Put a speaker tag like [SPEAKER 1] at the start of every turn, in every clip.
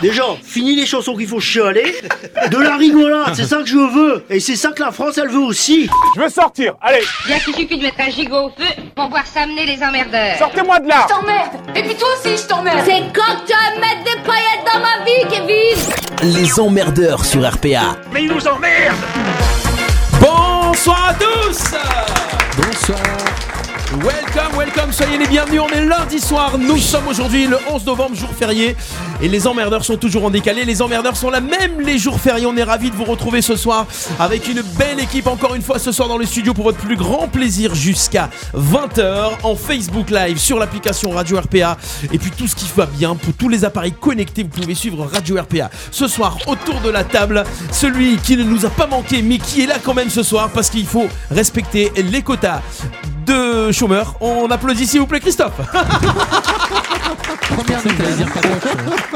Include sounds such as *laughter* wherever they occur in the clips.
[SPEAKER 1] Déjà, fini les chansons qu'il faut chialer. De la rigolade, c'est ça que je veux. Et c'est ça que la France, elle veut aussi.
[SPEAKER 2] Je veux sortir, allez,
[SPEAKER 3] Bien qu'il suffit de mettre un gigot au feu pour voir s'amener les emmerdeurs.
[SPEAKER 2] sortez-moi de là
[SPEAKER 4] t'emmerde Et puis toi aussi, je t'emmerde
[SPEAKER 5] C'est quand que tu vas mettre des paillettes dans ma vie, Kevin
[SPEAKER 6] Les emmerdeurs sur RPA.
[SPEAKER 1] Mais ils nous emmerdent
[SPEAKER 7] Bonsoir à tous
[SPEAKER 8] Bonsoir.
[SPEAKER 7] Welcome, welcome, soyez les bienvenus, on est lundi soir, nous sommes aujourd'hui le 11 novembre, jour férié, et les emmerdeurs sont toujours en décalé, les emmerdeurs sont là même les jours fériés, on est ravis de vous retrouver ce soir avec une belle équipe encore une fois ce soir dans le studio pour votre plus grand plaisir jusqu'à 20h en Facebook Live sur l'application Radio RPA, et puis tout ce qui va bien, pour tous les appareils connectés, vous pouvez suivre Radio RPA. Ce soir, autour de la table, celui qui ne nous a pas manqué, mais qui est là quand même ce soir, parce qu'il faut respecter les quotas de chômeurs. On applaudit s'il vous plaît Christophe.
[SPEAKER 8] Première nouvelle.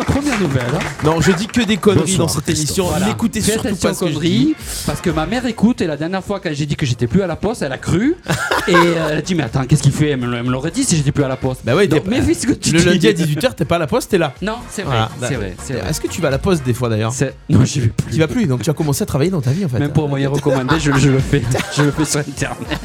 [SPEAKER 8] Première nouvelle. hein.
[SPEAKER 7] Non, je dis que des conneries
[SPEAKER 6] Bonsoir,
[SPEAKER 7] dans cette
[SPEAKER 6] Christophe.
[SPEAKER 7] émission.
[SPEAKER 8] Voilà.
[SPEAKER 7] N'écoutez
[SPEAKER 8] Faites
[SPEAKER 7] surtout
[SPEAKER 8] attention
[SPEAKER 7] pas ce que
[SPEAKER 8] aux
[SPEAKER 7] je
[SPEAKER 8] conneries,
[SPEAKER 7] dis.
[SPEAKER 8] Parce que ma mère écoute et la dernière fois quand j'ai dit que j'étais plus à la poste, elle
[SPEAKER 7] *laughs*
[SPEAKER 8] a cru. et euh, elle a dit mais attends qu'est-ce qu'il fait Elle me l- elle me l'aurait dit si j'étais plus à la poste.
[SPEAKER 7] Bah ouais,
[SPEAKER 8] Donc
[SPEAKER 7] t'es-
[SPEAKER 8] méfie ce que tu
[SPEAKER 7] Le
[SPEAKER 8] dis.
[SPEAKER 7] lundi à 18h, t'es pas à la poste, t'es là.
[SPEAKER 8] Non, c'est vrai,
[SPEAKER 7] Voilà.
[SPEAKER 8] c'est vrai, c'est vrai.
[SPEAKER 7] Est-ce que tu vas à la poste des fois d'ailleurs
[SPEAKER 8] C'est- Non, j'y vais plus.
[SPEAKER 7] Tu vas plus, donc tu as commencé à travailler dans ta vie en fait.
[SPEAKER 8] Même pour moyen recommandé, je, je le fais. Je le fais sur internet.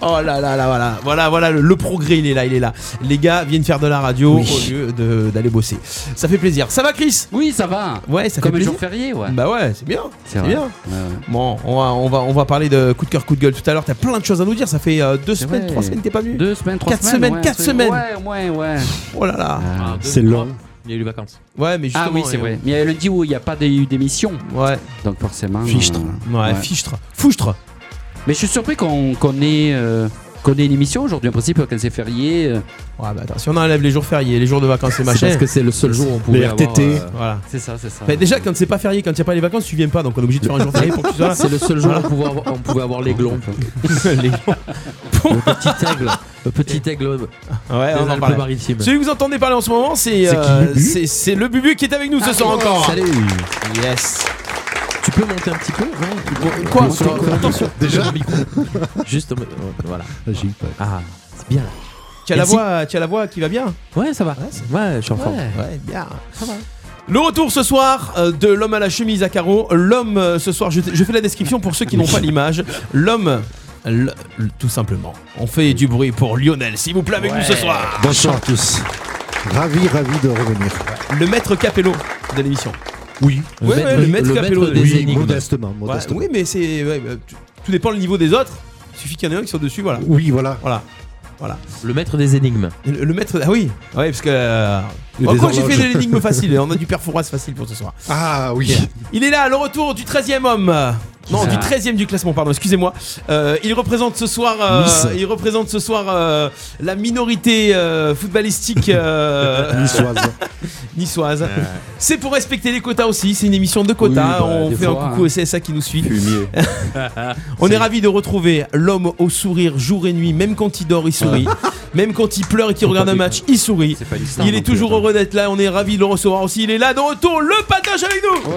[SPEAKER 7] Oh là là là voilà, voilà voilà le, le progrès il est là, il est là. Les gars viennent faire de la radio
[SPEAKER 8] Oui.
[SPEAKER 7] au lieu de- d'aller bosser. Ça fait plaisir. Ça va Chris
[SPEAKER 8] Oui, ça va.
[SPEAKER 7] Ouais, ça
[SPEAKER 8] Comme
[SPEAKER 7] fait
[SPEAKER 8] un
[SPEAKER 7] plaisir.
[SPEAKER 8] jour férié, ouais.
[SPEAKER 7] Bah ouais, c'est bien. C'est
[SPEAKER 8] vrai.
[SPEAKER 7] bien.
[SPEAKER 8] Ouais, ouais.
[SPEAKER 7] Bon, on va, on va on va parler de coup de cœur, coup de gueule tout à l'heure. T'as plein de choses à nous dire. Ça fait euh, deux
[SPEAKER 8] C'est
[SPEAKER 7] semaines,
[SPEAKER 8] vrai.
[SPEAKER 7] trois semaines, t'es pas venu.
[SPEAKER 8] Deux semaines, trois
[SPEAKER 7] Quatre
[SPEAKER 8] semaines.
[SPEAKER 7] semaines,
[SPEAKER 8] ouais,
[SPEAKER 7] quatre
[SPEAKER 8] c'est-
[SPEAKER 7] semaines.
[SPEAKER 8] Ouais, ouais, ouais.
[SPEAKER 7] Oh là là.
[SPEAKER 8] Ah,
[SPEAKER 9] C'est long. Il y a eu les vacances.
[SPEAKER 7] Ouais, mais justement.
[SPEAKER 8] oui, c'est
[SPEAKER 7] euh,
[SPEAKER 8] vrai. Mais il y a le lundi où il n'y a pas d'é- eu d'émission.
[SPEAKER 7] Ouais.
[SPEAKER 8] Donc forcément.
[SPEAKER 7] Fichtre.
[SPEAKER 8] euh,
[SPEAKER 7] Ouais,
[SPEAKER 8] ouais.
[SPEAKER 7] fichtre. Fouchtre.
[SPEAKER 8] Mais je suis surpris qu'on qu'on ait, euh, qu'on ait une émission aujourd'hui. En principe, quand c'est férié, euh,
[SPEAKER 7] Ouais, bah attends, si on enlève les jours fériés, les jours de vacances et machin.
[SPEAKER 9] parce que c'est le seul jour où on
[SPEAKER 8] pouvait
[SPEAKER 9] pouvait
[SPEAKER 8] avoir,
[SPEAKER 9] RTT.
[SPEAKER 8] euh,
[SPEAKER 7] Voilà.
[SPEAKER 8] c'est ça, c'est ça.
[SPEAKER 7] Bah, déjà, quand c'est pas férié, quand il n'y a pas les vacances, tu viens pas, donc on est obligé de faire un jour férié pour que tu sois là.
[SPEAKER 9] C'est le seul jour où on pouvait avoir, on pouvait avoir les glons.
[SPEAKER 7] *laughs* Les-
[SPEAKER 9] le petit aigle. Le petit aigle des
[SPEAKER 7] Ouais, on en
[SPEAKER 9] Alpes
[SPEAKER 7] parle.
[SPEAKER 9] maritimes.
[SPEAKER 7] Celui que vous entendez parler en ce moment, c'est
[SPEAKER 9] C'est qui,
[SPEAKER 7] euh,
[SPEAKER 9] le Bubu Ah,
[SPEAKER 7] c'est c'est le bubu qui est avec nous ce soir encore.
[SPEAKER 9] Salut.
[SPEAKER 7] Yes.
[SPEAKER 9] Tu peux monter un petit peu ouais.
[SPEAKER 7] Quoi
[SPEAKER 9] Monter
[SPEAKER 7] sur-
[SPEAKER 9] quoi
[SPEAKER 7] Attention.
[SPEAKER 9] Déjà Juste au- voilà.
[SPEAKER 8] J'ai eu peur.
[SPEAKER 9] Ah, c'est bien là.
[SPEAKER 7] Tu as la
[SPEAKER 9] Merci.
[SPEAKER 7] voix, tu as la voix qui va bien.
[SPEAKER 9] Ouais, ça va. Ouais, je suis en forme.
[SPEAKER 7] Ouais, bien. Le retour ce soir euh, de l'homme à la chemise à carreaux. L'homme, euh, ce soir, je, je fais la description pour ceux qui
[SPEAKER 10] *laughs*
[SPEAKER 7] n'ont pas l'image. L'homme, l- l- tout simplement. On fait du bruit pour Lionel, s'il vous plaît, avec nous ce soir.
[SPEAKER 9] Bonsoir à tous.
[SPEAKER 10] Ravi, ravi de revenir.
[SPEAKER 7] Le maître Capello de l'émission.
[SPEAKER 10] Oui,
[SPEAKER 9] Le
[SPEAKER 7] Ouais, ouais,
[SPEAKER 9] maître,
[SPEAKER 7] le maître
[SPEAKER 9] le maître
[SPEAKER 7] Capello.
[SPEAKER 9] des
[SPEAKER 10] oui
[SPEAKER 9] énigmes.
[SPEAKER 10] modestement.
[SPEAKER 7] Ouais,
[SPEAKER 10] modestement.
[SPEAKER 7] oui, mais c'est. ouais, bah, tout- tout dépend le niveau des autres. Il suffit qu'il y en ait un qui soit dessus, voilà.
[SPEAKER 10] Oui, voilà.
[SPEAKER 7] Voilà.
[SPEAKER 9] Le maître des énigmes.
[SPEAKER 7] Le, le maître. Ah oui Ouais, parce que. euh,
[SPEAKER 10] Il y a
[SPEAKER 7] oh,
[SPEAKER 10] des
[SPEAKER 7] quoi, j'ai fait
[SPEAKER 10] horloges.
[SPEAKER 7] de
[SPEAKER 10] *laughs*
[SPEAKER 7] l'énigme facile. hein, On a du performance facile pour ce soir.
[SPEAKER 10] Ah oui.
[SPEAKER 7] Il est là, le retour du 13 e homme. Euh, Non,
[SPEAKER 8] ça
[SPEAKER 7] du 13 e du classement, pardon, excusez-moi. Euh, il représente ce soir, euh,
[SPEAKER 10] Nice.
[SPEAKER 7] il représente ce soir euh, la minorité euh, footballistique
[SPEAKER 8] *laughs*
[SPEAKER 7] euh,
[SPEAKER 10] Niçoise.
[SPEAKER 7] *laughs* niçoise. C'est pour respecter les quotas aussi, c'est une émission de quotas.
[SPEAKER 8] Oui, bah,
[SPEAKER 7] On
[SPEAKER 8] des
[SPEAKER 7] fait
[SPEAKER 8] fois,
[SPEAKER 7] un coucou
[SPEAKER 8] hein.
[SPEAKER 7] au CSA qui nous suit.
[SPEAKER 9] Fumier.
[SPEAKER 7] *laughs* On est ravis de retrouver l'homme au sourire jour et nuit, même quand il dort, il sourit. Même quand il pleure et qu'il regarde un match, il sourit.
[SPEAKER 8] C'est pas une star
[SPEAKER 7] Il est
[SPEAKER 8] non plus,
[SPEAKER 7] toujours
[SPEAKER 8] attends.
[SPEAKER 7] heureux d'être là, on est ravis de le recevoir aussi. Il est là, de retour, le patache avec nous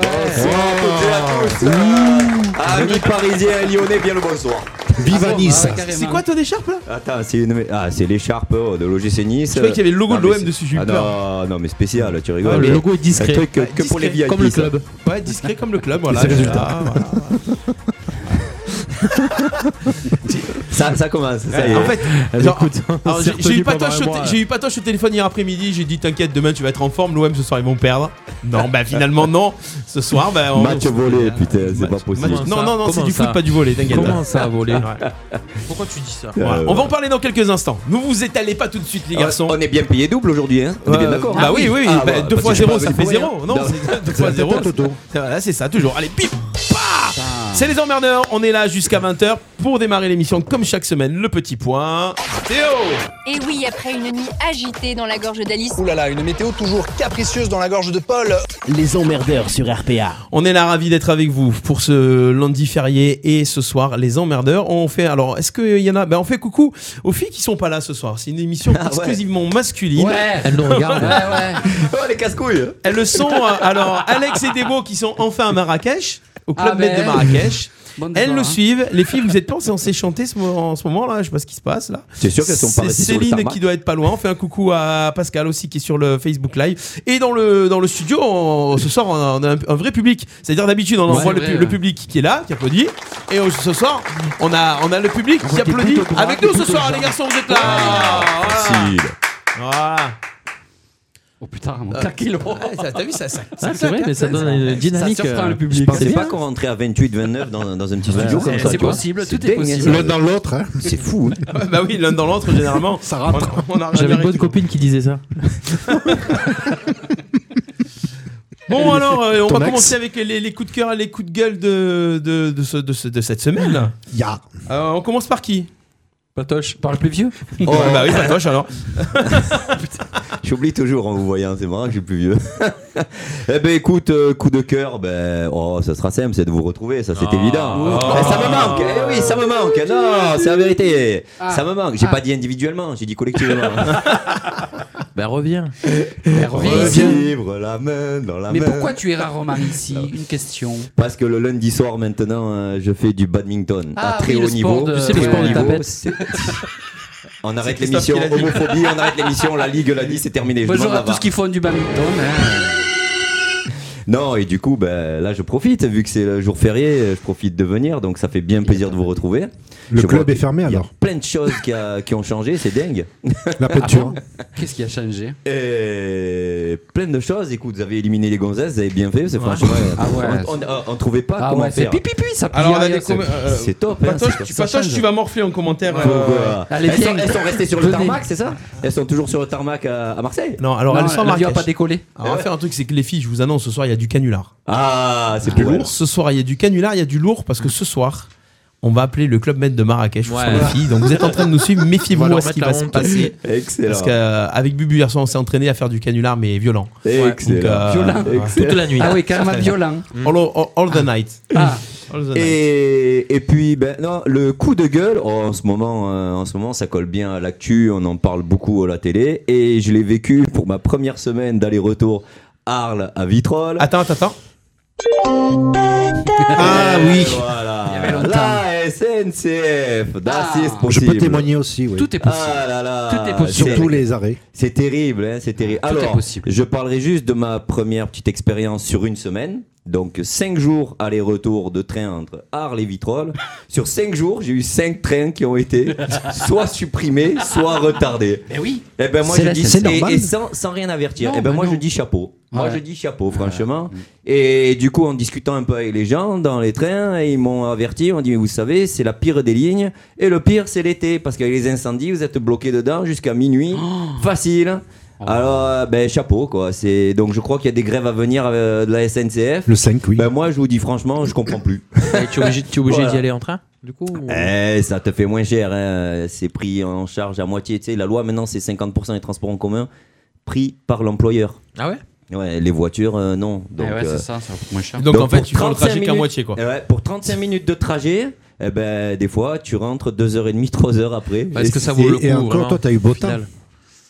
[SPEAKER 11] Ah,
[SPEAKER 9] Ah,
[SPEAKER 11] Amis parisiens et lyonnais, bien le bonsoir.
[SPEAKER 10] Viva Nice.
[SPEAKER 8] Ah, carrément.
[SPEAKER 7] C'est quoi ton écharpe là
[SPEAKER 11] Attends, c'est une... ah, c'est l'écharpe oh, de l'OGC Nice.
[SPEAKER 7] Je croyais qu'il y avait le logo
[SPEAKER 11] Non,
[SPEAKER 7] de l'OM
[SPEAKER 11] mais c'est-
[SPEAKER 7] dessus, j'ai eu
[SPEAKER 11] ah,
[SPEAKER 7] peur.
[SPEAKER 11] Non, non, mais spécial, tu
[SPEAKER 9] Ouais,
[SPEAKER 11] rigoles.
[SPEAKER 9] Ah, le
[SPEAKER 11] mais
[SPEAKER 9] logo est discret.
[SPEAKER 11] Un truc que,
[SPEAKER 7] Ouais,
[SPEAKER 11] que pour les
[SPEAKER 7] discret,
[SPEAKER 11] VIP.
[SPEAKER 9] Comme le
[SPEAKER 11] ça.
[SPEAKER 9] club.
[SPEAKER 7] Ouais, discret comme
[SPEAKER 9] *laughs*
[SPEAKER 7] le club, voilà.
[SPEAKER 10] ses résultats.
[SPEAKER 7] Ah, voilà.
[SPEAKER 11] Ça, ça commence. ça y est.
[SPEAKER 7] En fait,
[SPEAKER 9] Eh ben,
[SPEAKER 7] genre,
[SPEAKER 9] écoute,
[SPEAKER 7] alors,
[SPEAKER 9] on s'est
[SPEAKER 7] j'ai j'ai eu
[SPEAKER 9] retenus pendant
[SPEAKER 7] patoche
[SPEAKER 9] un
[SPEAKER 7] au
[SPEAKER 9] mois.
[SPEAKER 7] t- j'ai eu patoche au téléphone hier après-midi, j'ai dit t'inquiète, demain tu vas être en forme, l'OM ce soir ils vont perdre. Non, bah finalement non, ce soir bah on-
[SPEAKER 11] Match volé, putain, c'est pas possible.
[SPEAKER 9] match-
[SPEAKER 7] Non,
[SPEAKER 9] ça
[SPEAKER 7] non, non, c'est
[SPEAKER 9] Comment
[SPEAKER 7] du
[SPEAKER 9] ça
[SPEAKER 7] foot, pas du volet, t'inquiète.
[SPEAKER 9] Comment ça a volé
[SPEAKER 7] *laughs* Ouais.
[SPEAKER 9] Pourquoi tu dis ça
[SPEAKER 7] Voilà. On va en parler dans quelques instants. Ne vous étalez pas tout de suite, les
[SPEAKER 11] Ah,
[SPEAKER 7] garçons.
[SPEAKER 11] On est bien payé double aujourd'hui, hein On est bien
[SPEAKER 7] Euh,
[SPEAKER 11] d'accord.
[SPEAKER 7] Bah
[SPEAKER 11] hein
[SPEAKER 7] oui, oui,
[SPEAKER 11] Ah,
[SPEAKER 7] bah,
[SPEAKER 11] ouais,
[SPEAKER 7] 2
[SPEAKER 11] parce
[SPEAKER 7] fois
[SPEAKER 11] que je
[SPEAKER 7] 0
[SPEAKER 11] suis
[SPEAKER 7] ça
[SPEAKER 11] pas
[SPEAKER 7] fait
[SPEAKER 11] venu pour
[SPEAKER 7] 0. Non, c'est 2 fois 0.
[SPEAKER 10] Toto.
[SPEAKER 7] Voilà, c'est ça, toujours. Allez, bip bah C'est les emmerdeurs, on est là jusqu'à 20h pour démarrer l'émission comme chaque semaine, le petit point.
[SPEAKER 2] Oh.
[SPEAKER 7] Théo
[SPEAKER 5] Et oui, après une nuit agitée dans la gorge d'Alice,
[SPEAKER 6] Les emmerdeurs sur RPA.
[SPEAKER 7] On est là ravis d'être avec vous pour ce lundi férié et ce soir, les emmerdeurs. On fait, alors, est-ce qu'il y en a Ben, on fait coucou aux filles qui sont pas là ce soir. C'est une émission
[SPEAKER 11] Ah ouais.
[SPEAKER 7] exclusivement masculine.
[SPEAKER 8] Ouais,
[SPEAKER 9] Elle nous regarde.
[SPEAKER 8] ouais,
[SPEAKER 11] *laughs* Oh, les casse-couilles
[SPEAKER 7] Elles le sont, euh, alors, Alex et Debo qui sont enfin à Marrakech, au Club
[SPEAKER 8] Ah
[SPEAKER 7] Med de
[SPEAKER 8] ben.
[SPEAKER 7] Marrakech. Elles
[SPEAKER 11] hein.
[SPEAKER 7] le suivent. Les filles, vous êtes pas en séance chantée ce mo- en ce moment là Je sais pas ce qui se passe là.
[SPEAKER 11] C'est sûr qu'elles sont pas
[SPEAKER 7] C'est
[SPEAKER 11] restées sur le
[SPEAKER 7] Céline
[SPEAKER 11] tarmac.
[SPEAKER 7] qui doit être pas loin. On fait un coucou à Pascal aussi qui est sur le Facebook Live. Et dans le, dans le studio, on- ce soir, on a un, un vrai public. C'est-à-dire d'habitude, on
[SPEAKER 9] Ouais,
[SPEAKER 7] envoie
[SPEAKER 9] c'est
[SPEAKER 7] le,
[SPEAKER 9] vrai,
[SPEAKER 7] pu- le
[SPEAKER 9] ouais.
[SPEAKER 7] public qui est là, qui applaudit. Et au- ce soir, on a, on a le public qui
[SPEAKER 9] voit des
[SPEAKER 7] applaudit.
[SPEAKER 9] poutres au bras,
[SPEAKER 7] Avec
[SPEAKER 9] des
[SPEAKER 7] nous ce
[SPEAKER 9] poutres au
[SPEAKER 7] soir,
[SPEAKER 9] jambes.
[SPEAKER 7] les garçons, vous êtes là.
[SPEAKER 11] Facile.
[SPEAKER 7] Voilà.
[SPEAKER 8] Oh putain, mon
[SPEAKER 7] Euh,
[SPEAKER 8] taquilo.
[SPEAKER 7] Ouais, ça- T'as vu, ça, ça,
[SPEAKER 9] Ah, c'est vrai, mais ça donne une dynamique.
[SPEAKER 8] surprend
[SPEAKER 9] euh,
[SPEAKER 8] le public.
[SPEAKER 9] je
[SPEAKER 11] Je
[SPEAKER 9] pensais
[SPEAKER 11] pensais
[SPEAKER 9] bien.
[SPEAKER 11] pas qu'on rentrait à 28, 29 dans, dans un petit
[SPEAKER 9] Ouais,
[SPEAKER 11] studio
[SPEAKER 9] c'est-
[SPEAKER 11] comme ça.
[SPEAKER 8] C'est
[SPEAKER 11] tu vois.
[SPEAKER 8] possible,
[SPEAKER 11] C'est
[SPEAKER 8] tout est
[SPEAKER 11] dingue, hein,
[SPEAKER 8] possible.
[SPEAKER 10] L'un
[SPEAKER 12] *laughs*
[SPEAKER 10] dans l'autre, hein.
[SPEAKER 11] ça. C'est fou. hein.
[SPEAKER 7] Ouais, bah oui, l'un dans l'autre, généralement.
[SPEAKER 9] Ça rentre.
[SPEAKER 7] On- on arrive
[SPEAKER 9] J'avais une
[SPEAKER 7] direct.
[SPEAKER 9] bonne copine qui disait ça.
[SPEAKER 7] Bon alors, euh, on
[SPEAKER 10] Ton
[SPEAKER 7] va
[SPEAKER 10] axe.
[SPEAKER 7] commencer avec les, les coups de cœur et les coups de gueule de, de, de, ce- de ce- de cette semaine.
[SPEAKER 10] Ya.
[SPEAKER 7] Euh, on commence par qui
[SPEAKER 8] Patoche, parle plus vieux.
[SPEAKER 7] oh. Bah oui, Patoche alors.
[SPEAKER 11] *laughs* J'oublie toujours en vous voyant, c'est marrant, je suis plus vieux. *laughs* eh ben écoute, euh, coup de cœur, ben oh, ça sera simple, c'est de vous retrouver, ça c'est évident. Eh, ça me manque, eh oui, ça me manque. Non, c'est la vérité. Ça me manque. J'ai pas dit individuellement, j'ai dit collectivement. *laughs*
[SPEAKER 9] Ben reviens.
[SPEAKER 11] Revivre la main dans la
[SPEAKER 8] Mais
[SPEAKER 11] main.
[SPEAKER 8] pourquoi tu es Romain ici Une question.
[SPEAKER 11] Parce que le lundi soir maintenant, euh, je fais du badminton
[SPEAKER 8] Ah
[SPEAKER 11] à très
[SPEAKER 8] oui, le
[SPEAKER 11] haut niveau.
[SPEAKER 8] sport de-
[SPEAKER 11] Très
[SPEAKER 8] Tu sais, le
[SPEAKER 11] haut
[SPEAKER 8] sport de
[SPEAKER 11] niveau.
[SPEAKER 9] tapette.
[SPEAKER 11] C'est- On arrête
[SPEAKER 7] Christophe qui
[SPEAKER 11] l'émission,
[SPEAKER 7] l'a dit.
[SPEAKER 11] homophobie, on arrête l'émission, la Ligue l'a dit, c'est terminé. Je
[SPEAKER 8] Bonjour
[SPEAKER 11] demande
[SPEAKER 8] à
[SPEAKER 11] la
[SPEAKER 8] tous
[SPEAKER 11] barre.
[SPEAKER 8] qui font du badminton.
[SPEAKER 11] *laughs*
[SPEAKER 8] hein.
[SPEAKER 11] Non, et du coup, ben, là, je profite, vu que c'est le jour férié, euh, je profite de venir, donc ça fait bien plaisir de vous retrouver.
[SPEAKER 10] Le
[SPEAKER 11] Je
[SPEAKER 10] club
[SPEAKER 11] vois
[SPEAKER 10] est fermé,
[SPEAKER 11] qu'il y a
[SPEAKER 10] alors Ah,
[SPEAKER 11] plein de choses qui, a- qui ont changé, c'est dingue.
[SPEAKER 10] *laughs* La peinture.
[SPEAKER 8] Qu'est-ce qui a changé
[SPEAKER 11] Et plein de choses, écoute, vous avez éliminé les gonzesses, vous avez bien fait, parce que franchement,
[SPEAKER 8] Ah ouais.
[SPEAKER 11] on, on- on trouvait pas
[SPEAKER 8] Ah
[SPEAKER 11] comment
[SPEAKER 8] ouais, c'est
[SPEAKER 11] faire.
[SPEAKER 8] pipi ça plie
[SPEAKER 7] Alors on a
[SPEAKER 8] rien,
[SPEAKER 7] des
[SPEAKER 8] c'est-
[SPEAKER 7] com- euh,
[SPEAKER 11] C'est top, hein,
[SPEAKER 7] Patoche,
[SPEAKER 11] c'est-
[SPEAKER 7] tu,
[SPEAKER 11] ça
[SPEAKER 7] Patoche,
[SPEAKER 11] change.
[SPEAKER 7] tu vas morfler en commentaire.
[SPEAKER 11] Donc,
[SPEAKER 7] euh,
[SPEAKER 11] euh,
[SPEAKER 8] Allez,
[SPEAKER 11] elles,
[SPEAKER 8] viens.
[SPEAKER 11] sont, elles sont restées sur le
[SPEAKER 8] Venez.
[SPEAKER 11] tarmac, c'est ça Elles sont toujours sur le tarmac à, à Marseille
[SPEAKER 7] Non, alors
[SPEAKER 8] Non,
[SPEAKER 7] elle sort
[SPEAKER 8] la vie a pas
[SPEAKER 7] Marrakech.
[SPEAKER 11] *laughs*
[SPEAKER 8] décollé.
[SPEAKER 7] Alors, on va faire un truc, c'est que les filles, je vous annonce, ce soir il y a du canular.
[SPEAKER 11] Ah, c'est plus lourd.
[SPEAKER 7] Ce soir il y a du canular, il y a du lourd parce que ce soir. On va appeler le club maître de Marrakech pour
[SPEAKER 9] Ouais.
[SPEAKER 7] les filles. Donc vous êtes en train de nous suivre, méfiez-vous
[SPEAKER 9] *laughs* On va leur
[SPEAKER 7] à ce qui
[SPEAKER 9] mettre
[SPEAKER 7] va
[SPEAKER 9] la
[SPEAKER 7] se
[SPEAKER 9] honte.
[SPEAKER 7] passer.
[SPEAKER 11] Excellent.
[SPEAKER 7] Parce qu'avec Bubu hier soir, on s'est entraîné à faire du canular, mais violent. Donc,
[SPEAKER 11] Excellent.
[SPEAKER 7] euh,
[SPEAKER 8] Violent.
[SPEAKER 9] Toute la nuit.
[SPEAKER 8] Ah oui, karma violent.
[SPEAKER 7] all, all- all the night.
[SPEAKER 8] Ah,
[SPEAKER 7] All the night.
[SPEAKER 11] Et, et puis ben non le coup de gueule oh, en ce moment euh, en ce moment ça colle bien à l'actu on en parle beaucoup à la télé et je l'ai vécu pour ma première semaine d'aller-retour Arles à Vitrolles
[SPEAKER 7] Attends, attends, attends.
[SPEAKER 10] Ah
[SPEAKER 11] Et
[SPEAKER 10] oui.
[SPEAKER 8] avait
[SPEAKER 11] voilà
[SPEAKER 8] longtemps.
[SPEAKER 11] la SNCF d'assist
[SPEAKER 8] Ah.
[SPEAKER 10] Je
[SPEAKER 11] possible
[SPEAKER 10] peux témoigner aussi, oui.
[SPEAKER 8] tout est possible.
[SPEAKER 11] ah là là
[SPEAKER 8] Tout est possible.
[SPEAKER 11] c'est-
[SPEAKER 10] Surtout les arrêts.
[SPEAKER 11] c'est terrible hein, c'est terrible
[SPEAKER 8] Tout est
[SPEAKER 11] alors
[SPEAKER 8] possible.
[SPEAKER 11] je parlerai juste de ma première petite expérience sur une semaine donc 5 jours aller-retour de train entre Arles et
[SPEAKER 8] *laughs*
[SPEAKER 11] Vitrolles. Sur 5 jours, j'ai eu 5 trains qui ont été soit supprimés, soit retardés.
[SPEAKER 8] Eh oui.
[SPEAKER 11] Eh ben moi
[SPEAKER 8] C'est
[SPEAKER 11] je
[SPEAKER 8] la-
[SPEAKER 11] dis
[SPEAKER 8] c'est
[SPEAKER 11] et-
[SPEAKER 8] normal.
[SPEAKER 11] et, sans, sans rien avertir.
[SPEAKER 8] Non,
[SPEAKER 11] eh ben
[SPEAKER 8] bah
[SPEAKER 11] moi
[SPEAKER 8] non.
[SPEAKER 11] je dis chapeau. Moi
[SPEAKER 8] Ouais. Mm.
[SPEAKER 11] je dis chapeau franchement. Et du coup en discutant un peu avec les gens dans les trains, ils m'ont averti, on dit mais vous savez c'est la pire des lignes et le pire c'est l'été parce qu'avec les incendies vous êtes bloqués dedans jusqu'à minuit.
[SPEAKER 8] Oh.
[SPEAKER 11] Facile. Alors euh, ben chapeau quoi. C'est donc je crois qu'il y a des grèves à venir euh, de la SNCF.
[SPEAKER 10] Le 5, oui.
[SPEAKER 11] Ben moi je vous dis franchement je
[SPEAKER 9] *laughs*
[SPEAKER 11] comprends plus.
[SPEAKER 9] Et Eh, tu es obligé, tu es obligé
[SPEAKER 11] Voilà.
[SPEAKER 9] d'y aller en train Du coup ou-
[SPEAKER 11] Eh, ça te fait moins cher, hein. c'est pris en charge à moitié. Tu sais, la loi maintenant c'est 50% des transports en commun pris par l'employeur.
[SPEAKER 9] Ah ouais
[SPEAKER 11] Ouais, les voitures, euh, non. Donc,
[SPEAKER 8] Eh ouais,
[SPEAKER 11] euh,
[SPEAKER 8] c'est ça, ça coûte moins cher.
[SPEAKER 7] Donc, en fait,
[SPEAKER 11] pour
[SPEAKER 7] tu prends le
[SPEAKER 11] 35
[SPEAKER 7] trajet qu'à
[SPEAKER 11] minutes-
[SPEAKER 7] moitié, quoi.
[SPEAKER 11] Eh ouais, pour 35 minutes de trajet, eh ben, des fois, tu rentres 2h30, 3h après.
[SPEAKER 9] Est-ce que ça
[SPEAKER 10] Et-
[SPEAKER 9] vaut le coup
[SPEAKER 10] et encore,
[SPEAKER 9] vraiment,
[SPEAKER 10] toi, t'as eu beau
[SPEAKER 9] au final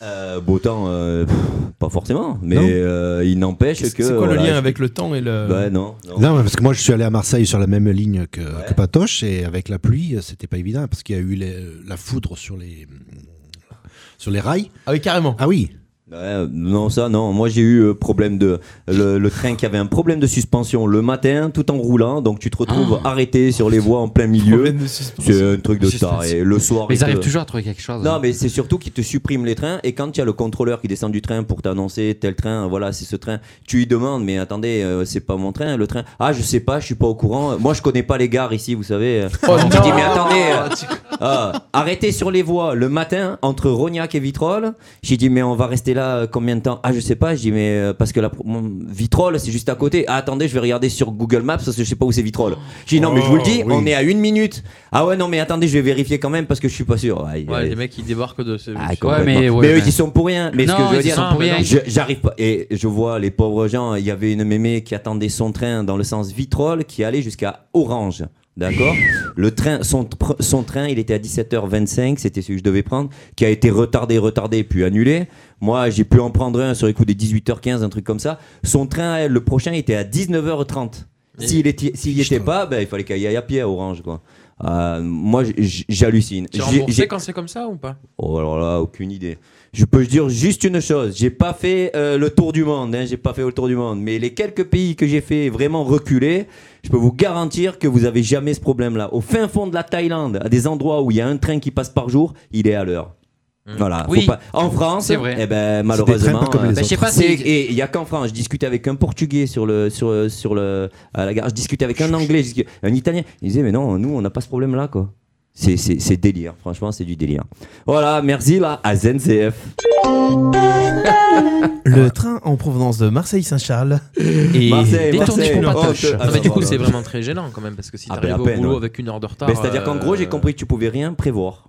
[SPEAKER 11] Euh, beau temps, euh, pff, pas forcément, mais
[SPEAKER 10] Non.
[SPEAKER 11] euh, il n'empêche que.
[SPEAKER 7] C'est quoi le
[SPEAKER 11] voilà,
[SPEAKER 7] lien
[SPEAKER 11] je-
[SPEAKER 7] avec le temps et le.
[SPEAKER 11] Ouais, non. non.
[SPEAKER 10] Euh, Non, parce que moi je suis allé à Marseille sur la même ligne que, que Patoche et avec la pluie, euh, c'était pas évident parce qu'il y a eu les- la foudre sur les sur les rails.
[SPEAKER 7] Ah oui, carrément.
[SPEAKER 10] Ah oui.
[SPEAKER 11] Ouais, non, ça, non. Moi, j'ai eu euh, problème de. Le, le train qui avait un problème de suspension le matin, tout en roulant. Donc, tu te retrouves arrêté sur les voies en plein milieu.
[SPEAKER 7] Problème de suspense.
[SPEAKER 11] C'est un truc de
[SPEAKER 9] Suspension.
[SPEAKER 11] taré. Le soir.
[SPEAKER 8] Mais
[SPEAKER 11] il
[SPEAKER 8] ils arrivent
[SPEAKER 11] te-
[SPEAKER 8] toujours à trouver quelque chose.
[SPEAKER 11] Non,
[SPEAKER 8] hein.
[SPEAKER 11] mais c'est surtout qu'ils te suppriment les trains. Et quand il y a le contrôleur qui descend du train pour t'annoncer tel train, voilà, c'est ce train, tu lui demandes, mais attendez, euh, c'est pas mon train, le train. Ah, je sais pas, je suis pas au courant. Moi, je connais pas les gares ici, vous savez.
[SPEAKER 7] Oh,
[SPEAKER 11] tu
[SPEAKER 7] non.
[SPEAKER 11] dis, mais attendez, euh, ah, arrêtez sur les voies le matin entre Rognac et Vitrolles. J'ai dit, mais on va rester là euh, combien de temps Ah, je sais pas. Je dis, mais euh, parce que la, pro- mon- Vitrolles, c'est juste à côté. Ah, attendez, je vais regarder sur Google Maps parce que je sais pas où c'est Vitrolles. J'ai dit, non, mais je vous le dis, on est à une minute. Ah ouais, non, mais attendez, je vais vérifier quand même parce que je suis pas sûr. Aïe,
[SPEAKER 9] Ouais,
[SPEAKER 11] aïe.
[SPEAKER 9] les mecs ils débarquent de ce.
[SPEAKER 11] Ah,
[SPEAKER 9] ce-
[SPEAKER 11] complètement.
[SPEAKER 8] mais
[SPEAKER 11] mais,
[SPEAKER 8] ouais, ouais.
[SPEAKER 11] eux, ils y sont pour rien. Mais ce que
[SPEAKER 8] Non,
[SPEAKER 11] je veux
[SPEAKER 8] ils y
[SPEAKER 11] dire,
[SPEAKER 8] sont pour rien.
[SPEAKER 11] je- j'arrive pas. Et je vois les pauvres gens. Il y avait une mémé qui attendait son train dans le sens Vitrolles qui allait jusqu'à Orange.
[SPEAKER 8] *laughs*
[SPEAKER 11] D'accord Le train, son, pr- son train, il était à 17h25, c'était celui que je devais prendre, qui a été retardé, retardé, puis annulé. Moi, j'ai pu en prendre un sur les coups des 18h15, un truc comme ça. Son train, elle, le prochain, était à 19h30. S'il était- s'il y était pas, ben, il fallait qu'il y aille à pied à Orange, quoi. Euh, moi, j- j- j'hallucine.
[SPEAKER 12] Tu es
[SPEAKER 11] J'ai-
[SPEAKER 12] remboursé
[SPEAKER 11] j'ai-
[SPEAKER 12] quand c'est comme ça ou pas
[SPEAKER 11] Oh, alors là, aucune idée. Je peux dire juste une chose. J'ai pas fait euh, le tour du monde. Hein, j'ai pas fait le tour du monde. Mais les quelques pays que j'ai fait vraiment reculer, je peux vous garantir que vous avez jamais ce problème-là. Au fin fond de la Thaïlande, à des endroits où il y a un train qui passe par jour, il est à l'heure. Voilà. faut
[SPEAKER 12] Mmh. Oui.
[SPEAKER 11] pas- En France,
[SPEAKER 12] C'est vrai.
[SPEAKER 11] eh ben,
[SPEAKER 12] C'est des trains
[SPEAKER 11] malheureusement,
[SPEAKER 12] pas comme les
[SPEAKER 11] euh,
[SPEAKER 12] autres. Bah, je sais pas
[SPEAKER 11] c'est-
[SPEAKER 12] si-
[SPEAKER 11] et il y a qu'en France. Je discutais avec un Portugais sur le sur sur le à la gare. Je discutais avec un Anglais, je discutais- un Italien. Il disait mais non, nous on n'a pas ce problème là quoi. C'est c'est c'est délire. Franchement, c'est du délire. Voilà, merci là à ZNCF.
[SPEAKER 7] Le train en provenance de Marseille-Saint-Charles et
[SPEAKER 11] Ah. Marseille,
[SPEAKER 7] détourné
[SPEAKER 11] Marseille,
[SPEAKER 7] pour
[SPEAKER 11] non,
[SPEAKER 7] Patoche.
[SPEAKER 11] oh, te-
[SPEAKER 12] Ah, mais du
[SPEAKER 11] attends,
[SPEAKER 12] coup,
[SPEAKER 11] attends.
[SPEAKER 12] c'est vraiment très gênant quand même, parce que *laughs* si
[SPEAKER 11] Ah,
[SPEAKER 12] t'arrives
[SPEAKER 11] ben, à
[SPEAKER 12] au
[SPEAKER 11] peine,
[SPEAKER 12] boulot
[SPEAKER 11] ouais.
[SPEAKER 12] avec une heure de retard.
[SPEAKER 11] Ben, C'est-à-dire qu'en gros,
[SPEAKER 12] euh,
[SPEAKER 11] j'ai compris que tu pouvais rien prévoir.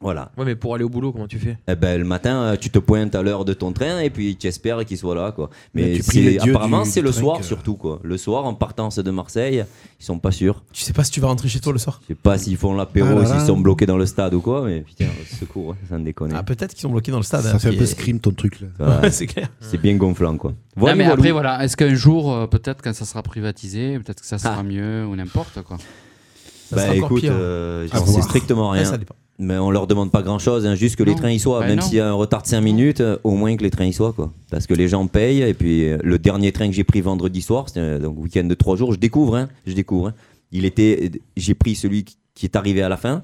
[SPEAKER 11] Voilà.
[SPEAKER 12] Ouais, mais pour aller au boulot, comment tu fais
[SPEAKER 11] Eh ben, le matin, euh, tu te pointes à l'heure de ton train et puis tu espères qu'il soit là. Quoi.
[SPEAKER 12] Mais
[SPEAKER 11] Mais
[SPEAKER 12] tu pries
[SPEAKER 11] c'est-
[SPEAKER 12] les dieux
[SPEAKER 11] apparemment,
[SPEAKER 12] du-
[SPEAKER 11] c'est
[SPEAKER 12] du
[SPEAKER 11] le
[SPEAKER 12] train
[SPEAKER 11] soir
[SPEAKER 12] que-
[SPEAKER 11] surtout. Quoi. Le soir, en partance de Marseille, ils sont pas sûrs.
[SPEAKER 7] Tu sais pas si tu vas rentrer chez toi le soir.
[SPEAKER 11] Je sais pas s'ils font l'apéro,
[SPEAKER 7] Ah là là.
[SPEAKER 11] s'ils sont bloqués dans le stade ou quoi, mais putain, au secours, hein, ça me déconne.
[SPEAKER 7] Ah, peut-être qu'ils sont bloqués dans le stade.
[SPEAKER 10] Ça
[SPEAKER 7] hein,
[SPEAKER 10] fait un
[SPEAKER 7] qui
[SPEAKER 10] peu
[SPEAKER 7] est-
[SPEAKER 10] scream ton truc là.
[SPEAKER 11] Voilà.
[SPEAKER 7] Ouais, c'est clair.
[SPEAKER 11] C'est bien gonflant, quoi.
[SPEAKER 8] non, mais après, voilà, est-ce qu'un jour, euh, peut-être quand ça sera privatisé, peut-être que ça sera mieux ou n'importe quoi
[SPEAKER 11] Ah. Bah écoute,
[SPEAKER 7] hein.
[SPEAKER 11] euh, j'en sais strictement
[SPEAKER 7] Ah,
[SPEAKER 11] rien. mais on leur demande pas grand chose, juste que les
[SPEAKER 8] Non.
[SPEAKER 11] trains y soient.
[SPEAKER 8] Bah
[SPEAKER 11] Même
[SPEAKER 8] non.
[SPEAKER 11] s'il y a un retard de 5 minutes, euh, au moins que les trains y soient, quoi. Parce que les gens payent. Et puis euh, le dernier train que j'ai pris vendredi soir, c'était euh, donc week-end de 3 jours, je découvre, hein, je découvre. hein. Il était, j'ai pris celui qui- qui est arrivé à la fin.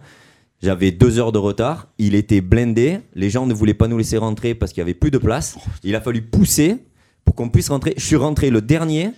[SPEAKER 11] J'avais deux heures de retard. Il était blindé. Les gens ne voulaient pas nous laisser rentrer parce qu'il y avait plus de place. Il a fallu pousser pour qu'on puisse rentrer. Je suis rentré le dernier.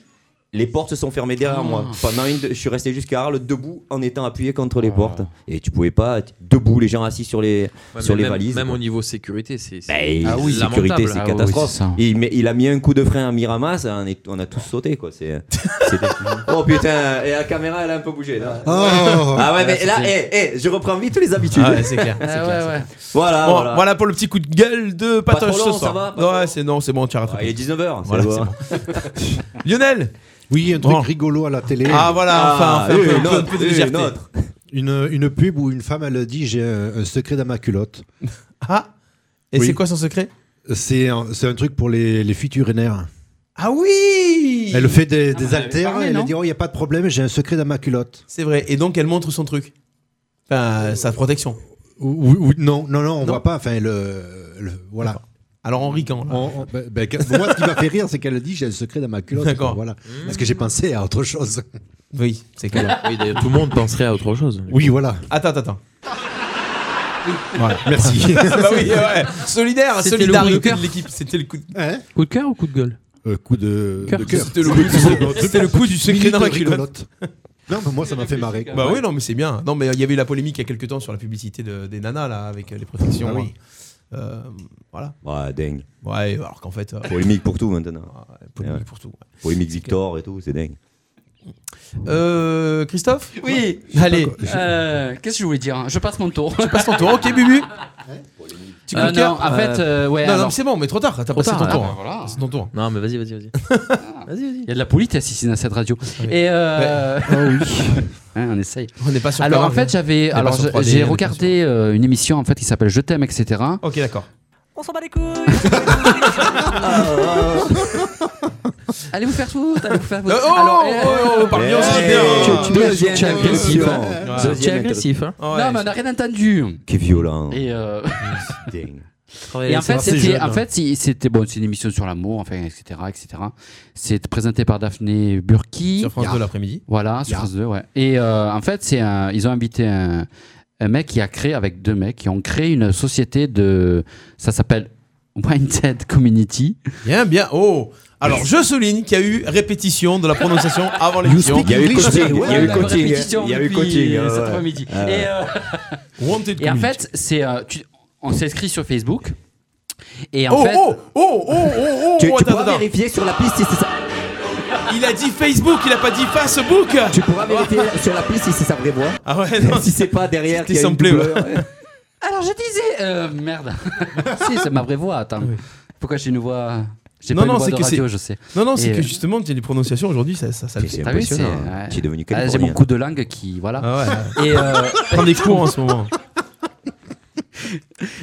[SPEAKER 11] Les portes se sont fermées derrière moi.
[SPEAKER 12] Ah.
[SPEAKER 11] Pendant une, je suis resté jusqu'à Arles debout en étant appuyé contre
[SPEAKER 12] Ah.
[SPEAKER 11] les portes. Et tu pouvais pas être debout, les gens assis sur les,
[SPEAKER 12] Ouais,
[SPEAKER 11] sur
[SPEAKER 12] mais
[SPEAKER 11] les
[SPEAKER 12] même-
[SPEAKER 11] valises.
[SPEAKER 12] Même au niveau sécurité, c'est. c'est
[SPEAKER 7] Ben,
[SPEAKER 11] Et
[SPEAKER 8] Ah
[SPEAKER 12] lamentable.
[SPEAKER 11] Ah sécurité,
[SPEAKER 7] Ah
[SPEAKER 11] c'est catastrophe. il, met- il a mis un coup de frein à Miramas, on, est- on a tous sauté quoi.
[SPEAKER 7] *laughs*
[SPEAKER 11] C'est, c'était- oh putain, et la caméra elle a un peu bougé. là.
[SPEAKER 7] Oh.
[SPEAKER 11] Ah ouais, mais là, eh, eh, je reprends vite les habitudes.
[SPEAKER 7] Ah ouais, c'est
[SPEAKER 11] *laughs*
[SPEAKER 7] clair, c'est clair, c'est clair.
[SPEAKER 11] Voilà,
[SPEAKER 7] Bon,
[SPEAKER 11] voilà.
[SPEAKER 7] pour le petit coup de gueule de
[SPEAKER 11] Pas
[SPEAKER 7] Patoche
[SPEAKER 11] trop long,
[SPEAKER 7] ce soir.
[SPEAKER 11] ça va,
[SPEAKER 7] ouais, c'est non, c'est bon, tu as rattrapé.
[SPEAKER 11] il est 19h.
[SPEAKER 7] Voilà,
[SPEAKER 10] va.
[SPEAKER 11] hein.
[SPEAKER 7] c'est bon. Lionel
[SPEAKER 10] Oui, un truc
[SPEAKER 7] Bon.
[SPEAKER 10] rigolo à la télé.
[SPEAKER 7] Ah, voilà, Ah, enfin, enfin, un peu- une un peu- un autre, peu de une légèreté. autre.
[SPEAKER 10] Une, une pub où une femme, elle dit J'ai un, un secret dans ma culotte.
[SPEAKER 7] *laughs* Ah Et c'est quoi son secret
[SPEAKER 10] C'est un, c'est un truc pour les, les fuites urinaires.
[SPEAKER 7] Ah oui
[SPEAKER 10] Elle fait des, des
[SPEAKER 7] vous en avez
[SPEAKER 10] haltères
[SPEAKER 7] bah, parlé,
[SPEAKER 10] et elle
[SPEAKER 7] non
[SPEAKER 10] dit Oh, il n'y a pas de problème, j'ai un secret dans ma culotte.
[SPEAKER 7] C'est vrai. Et donc elle montre son truc. Enfin, sa protection.
[SPEAKER 10] Ou- ou- non, non, non, on voit pas. Enfin, le, le- voilà.
[SPEAKER 7] Alors Henri quand
[SPEAKER 10] On- on- ben, ben, que- moi, ce qui m'a fait rire, c'est qu'elle dit j'ai le secret dans ma culotte.
[SPEAKER 7] D'accord. Mmh.
[SPEAKER 10] Voilà. Parce que j'ai pensé à autre chose.
[SPEAKER 7] Oui, c'est clair.
[SPEAKER 12] Oui, d'ailleurs, tout le monde penserait à autre chose.
[SPEAKER 10] Oui, voilà.
[SPEAKER 7] Attends, attends, attends.
[SPEAKER 10] Voilà,
[SPEAKER 13] *laughs*
[SPEAKER 10] merci.
[SPEAKER 7] *laughs*
[SPEAKER 13] Ah
[SPEAKER 7] bah oui, ouais. Solidaire,
[SPEAKER 12] C'était le coup de
[SPEAKER 7] solidarité
[SPEAKER 12] cœur.
[SPEAKER 7] de l'équipe. C'était le coup de...
[SPEAKER 10] Hein
[SPEAKER 12] Coup de cœur ou coup de gueule
[SPEAKER 10] Euh, coup de
[SPEAKER 12] Cœur.
[SPEAKER 10] de cœur.
[SPEAKER 7] C'était le coup du- c'était le coup du secret dans la
[SPEAKER 10] Minute de
[SPEAKER 7] culotte.
[SPEAKER 10] rigolote. Non, mais moi, ça m'a fait marrer. quoi.
[SPEAKER 7] Bah oui, non, mais c'est bien. Non, mais il y avait eu la polémique il y a quelques temps sur la publicité de- des nanas, là, avec euh, les protections.
[SPEAKER 10] Ah oui.
[SPEAKER 7] Euh, voilà.
[SPEAKER 11] Ouais, Bah, dingue.
[SPEAKER 7] Ouais, alors qu'en fait. euh,
[SPEAKER 11] Polémique pour tout maintenant.
[SPEAKER 7] polémique
[SPEAKER 11] Ouais.
[SPEAKER 7] pour tout, ouais.
[SPEAKER 11] Polémique Victor et tout, c'est dingue.
[SPEAKER 7] Euh, Christophe
[SPEAKER 8] Oui.
[SPEAKER 7] Allez.
[SPEAKER 8] Euh, Qu'est-ce que je voulais dire Je passe mon tour.
[SPEAKER 7] Tu passes ton tour. Ok,
[SPEAKER 8] *laughs*
[SPEAKER 7] Bubu. Tu
[SPEAKER 8] Euh,
[SPEAKER 7] cliques là
[SPEAKER 8] non, en fait, euh, ouais,
[SPEAKER 7] Non, non,
[SPEAKER 8] alors-
[SPEAKER 7] mais c'est bon, mais trop tard. T'as
[SPEAKER 8] Trop
[SPEAKER 7] passé ton
[SPEAKER 8] tard,
[SPEAKER 7] tour.
[SPEAKER 8] ah,
[SPEAKER 7] hein. *laughs*
[SPEAKER 8] bah voilà. *laughs*
[SPEAKER 7] C'est ton tour.
[SPEAKER 12] Non, mais vas-y, vas-y, vas-y.
[SPEAKER 8] Il y a de la politesse ici dans cette radio. Et
[SPEAKER 7] *laughs*
[SPEAKER 8] euh... Hein, on essaye.
[SPEAKER 7] On n'est pas sur
[SPEAKER 8] Alors en
[SPEAKER 7] Canal, hein.
[SPEAKER 8] fait, j'avais,
[SPEAKER 7] On n'est
[SPEAKER 8] alors
[SPEAKER 7] pas sur 3D, on
[SPEAKER 8] j'ai
[SPEAKER 7] est pas
[SPEAKER 8] regardé euh, une émission en fait qui s'appelle Je t'aime, etc.
[SPEAKER 7] Ok, d'accord.
[SPEAKER 14] On s'en bat les couilles
[SPEAKER 8] *laughs* Allez vous faire foutre, allez vous faire foutre.
[SPEAKER 14] Euh, oh, oh, oh, parle bien,
[SPEAKER 8] eh,
[SPEAKER 14] c'est bien.
[SPEAKER 7] hein.
[SPEAKER 8] tu- tu-
[SPEAKER 11] Deuxième
[SPEAKER 8] tu es agressif.
[SPEAKER 11] intervention.
[SPEAKER 8] hein.
[SPEAKER 11] Deuxième
[SPEAKER 8] Tu es agressif. hein.
[SPEAKER 11] intervention.
[SPEAKER 8] Non, mais on n'a rien entendu.
[SPEAKER 11] Qui est violent. *laughs*
[SPEAKER 8] Et, euh, *laughs*
[SPEAKER 11] Dingue.
[SPEAKER 8] Et en fait, c'était,
[SPEAKER 7] hein.
[SPEAKER 8] en fait, si- c'était bon, c'est une émission sur l'amour, enfin, etc., etc. C'est présenté par Daphné Burki.
[SPEAKER 7] Sur France 2 l'après-midi.
[SPEAKER 8] Voilà, sur France 2, ouais. Et euh, en fait, c'est un- ils ont invité un, un mec qui a créé avec deux mecs qui ont créé une société de, ça s'appelle Wanted Community.
[SPEAKER 7] Bien, bien. Oh Alors, je souligne qu'il y a eu répétition de la prononciation avant l'émission.
[SPEAKER 11] speak Il y a eu English, coaching, ouais, il y a eu
[SPEAKER 8] la vraie
[SPEAKER 11] coaching,
[SPEAKER 8] répétition
[SPEAKER 11] il y a eu
[SPEAKER 8] depuis
[SPEAKER 11] coaching,
[SPEAKER 8] cet
[SPEAKER 11] ouais, ouais.
[SPEAKER 8] après-midi.
[SPEAKER 11] Ah ouais.
[SPEAKER 8] Et, euh,
[SPEAKER 7] Wanted
[SPEAKER 8] et en
[SPEAKER 7] community.
[SPEAKER 8] fait, c'est, euh, tu- on s'inscrit sur Facebook. Et en
[SPEAKER 7] oh,
[SPEAKER 8] fait,
[SPEAKER 7] oh, oh, oh, oh, oh,
[SPEAKER 11] Tu- tu
[SPEAKER 7] oh, attends,
[SPEAKER 11] pourras
[SPEAKER 7] attends.
[SPEAKER 11] vérifier sur la piste si c'est ça.
[SPEAKER 7] Il a dit Facebook, il a pas dit Facebook. Tu
[SPEAKER 11] pourras vérifier sur la piste si c'est sa vraie voix.
[SPEAKER 7] Ah ouais, non.
[SPEAKER 11] Si c'est pas derrière.
[SPEAKER 7] C'était
[SPEAKER 11] qu'il y a une
[SPEAKER 7] samplé, ouais.
[SPEAKER 11] doubleur.
[SPEAKER 8] Alors je disais, euh, merde. *laughs* si, c'est ma vraie voix. Attends. Pourquoi j'ai une voix J'ai
[SPEAKER 7] Non,
[SPEAKER 8] pas
[SPEAKER 7] non,
[SPEAKER 8] une voix
[SPEAKER 7] c'est
[SPEAKER 8] de
[SPEAKER 7] que
[SPEAKER 8] radio,
[SPEAKER 7] c'est.
[SPEAKER 8] je sais.
[SPEAKER 7] Non, non, c'est
[SPEAKER 8] Et,
[SPEAKER 7] que
[SPEAKER 8] euh,
[SPEAKER 7] justement, les prononciations aujourd'hui, ça, ça, ça le fait.
[SPEAKER 8] t'as vu, c'est- ouais.
[SPEAKER 11] Tu es devenu
[SPEAKER 8] Ah, J'ai
[SPEAKER 11] californien.
[SPEAKER 8] mon coup de langue qui voilà.
[SPEAKER 7] hein. Ah ouais.
[SPEAKER 8] Et euh,
[SPEAKER 7] *laughs* Prends des cours en ce moment.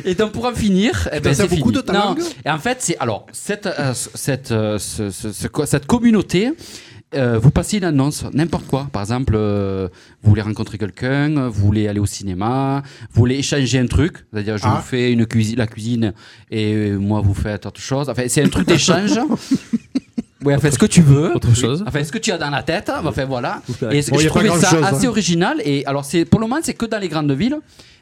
[SPEAKER 8] et donc pour en finir, eh ben,
[SPEAKER 7] Putain, ça
[SPEAKER 8] c'est
[SPEAKER 7] a
[SPEAKER 8] fini.
[SPEAKER 7] beaucoup de ta
[SPEAKER 8] Non,
[SPEAKER 7] langue.
[SPEAKER 8] Et en fait, c'est alors cette euh, cette euh, ce- ce- ce- cette communauté. euh, vous passez une annonce, n'importe quoi. Par exemple, euh, vous voulez rencontrer quelqu'un, euh, vous voulez aller au cinéma, vous voulez échanger un truc. C'est-à-dire, je
[SPEAKER 7] Ah.
[SPEAKER 8] vous fais une cuisine, la cuisine et euh, moi, vous faites autre chose. Enfin, c'est un
[SPEAKER 7] *laughs*
[SPEAKER 8] truc d'échange. Oui, enfin, ce que tu veux.
[SPEAKER 7] Autre chose.
[SPEAKER 8] Enfin, ce que tu as dans la tête. Enfin, voilà.
[SPEAKER 7] Oula.
[SPEAKER 8] Et c-
[SPEAKER 7] Bon, y
[SPEAKER 8] je
[SPEAKER 7] a pas
[SPEAKER 8] trouvais ça
[SPEAKER 7] grand-chose, hein.
[SPEAKER 8] assez original. Et alors, c'est pour le moment, c'est que dans les grandes villes,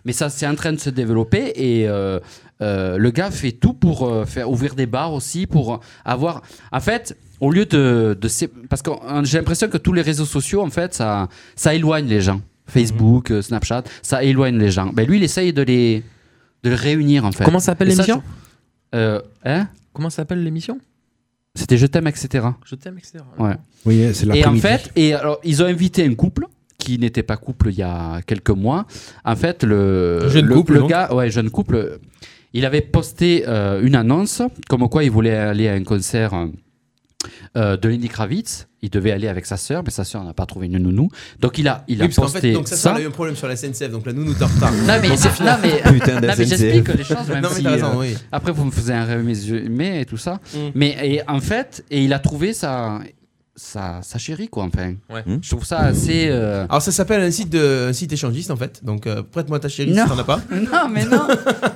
[SPEAKER 8] mais ça, c'est en train de se développer. Et euh, euh, le gars fait tout pour euh, faire ouvrir des bars aussi, pour avoir. En fait, au lieu de, de sé- parce que euh, j'ai l'impression que tous les réseaux sociaux, en fait, ça, ça éloigne les gens. Facebook,
[SPEAKER 12] Mhm.
[SPEAKER 8] euh, Snapchat, ça éloigne les gens. Ben lui, il essaye de les, de les réunir, en fait.
[SPEAKER 12] Comment s'appelle
[SPEAKER 8] Et ça,
[SPEAKER 12] l'émission
[SPEAKER 8] je- euh, hein
[SPEAKER 12] Comment s'appelle l'émission
[SPEAKER 8] C'était Je t'aime, etc.
[SPEAKER 12] Je t'aime, etc.
[SPEAKER 8] Ouais.
[SPEAKER 10] Oui, c'est
[SPEAKER 8] Et en
[SPEAKER 10] l'après-midi.
[SPEAKER 8] fait, et alors, ils ont invité un couple qui n'était pas couple il y a quelques mois. En fait, le,
[SPEAKER 12] Jeune
[SPEAKER 8] le,
[SPEAKER 12] couple,
[SPEAKER 8] le
[SPEAKER 12] donc.
[SPEAKER 8] gars, ouais, jeune couple, il avait posté euh, une annonce comme quoi il voulait aller à un concert euh, euh, de Lenny Kravitz. Il devait aller avec sa sœur, mais sa sœur n'a pas trouvé une nounou. Donc il a, *laughs* il a
[SPEAKER 7] Oui, parce qu'en
[SPEAKER 8] posté
[SPEAKER 7] fait, donc ça, ça,
[SPEAKER 8] ça.
[SPEAKER 7] on a eu un problème sur la SNCF, donc la nous nous t'a retard.
[SPEAKER 8] Non mais, c'est- non, mais,
[SPEAKER 7] *laughs*
[SPEAKER 8] non, mais j'explique les choses même
[SPEAKER 7] non, mais
[SPEAKER 8] si,
[SPEAKER 7] t'as raison,
[SPEAKER 8] euh,
[SPEAKER 7] oui.
[SPEAKER 8] après vous me faisiez un résumé et tout ça
[SPEAKER 7] Mm.
[SPEAKER 8] mais et, en fait et il a trouvé sa sa, sa chérie quoi enfin
[SPEAKER 7] Ouais.
[SPEAKER 8] je trouve ça assez euh,
[SPEAKER 7] Alors ça s'appelle un site de un site échangiste en fait. Donc euh, prête-moi ta chérie
[SPEAKER 8] Non.
[SPEAKER 7] si t'en as pas.
[SPEAKER 8] *laughs* non mais non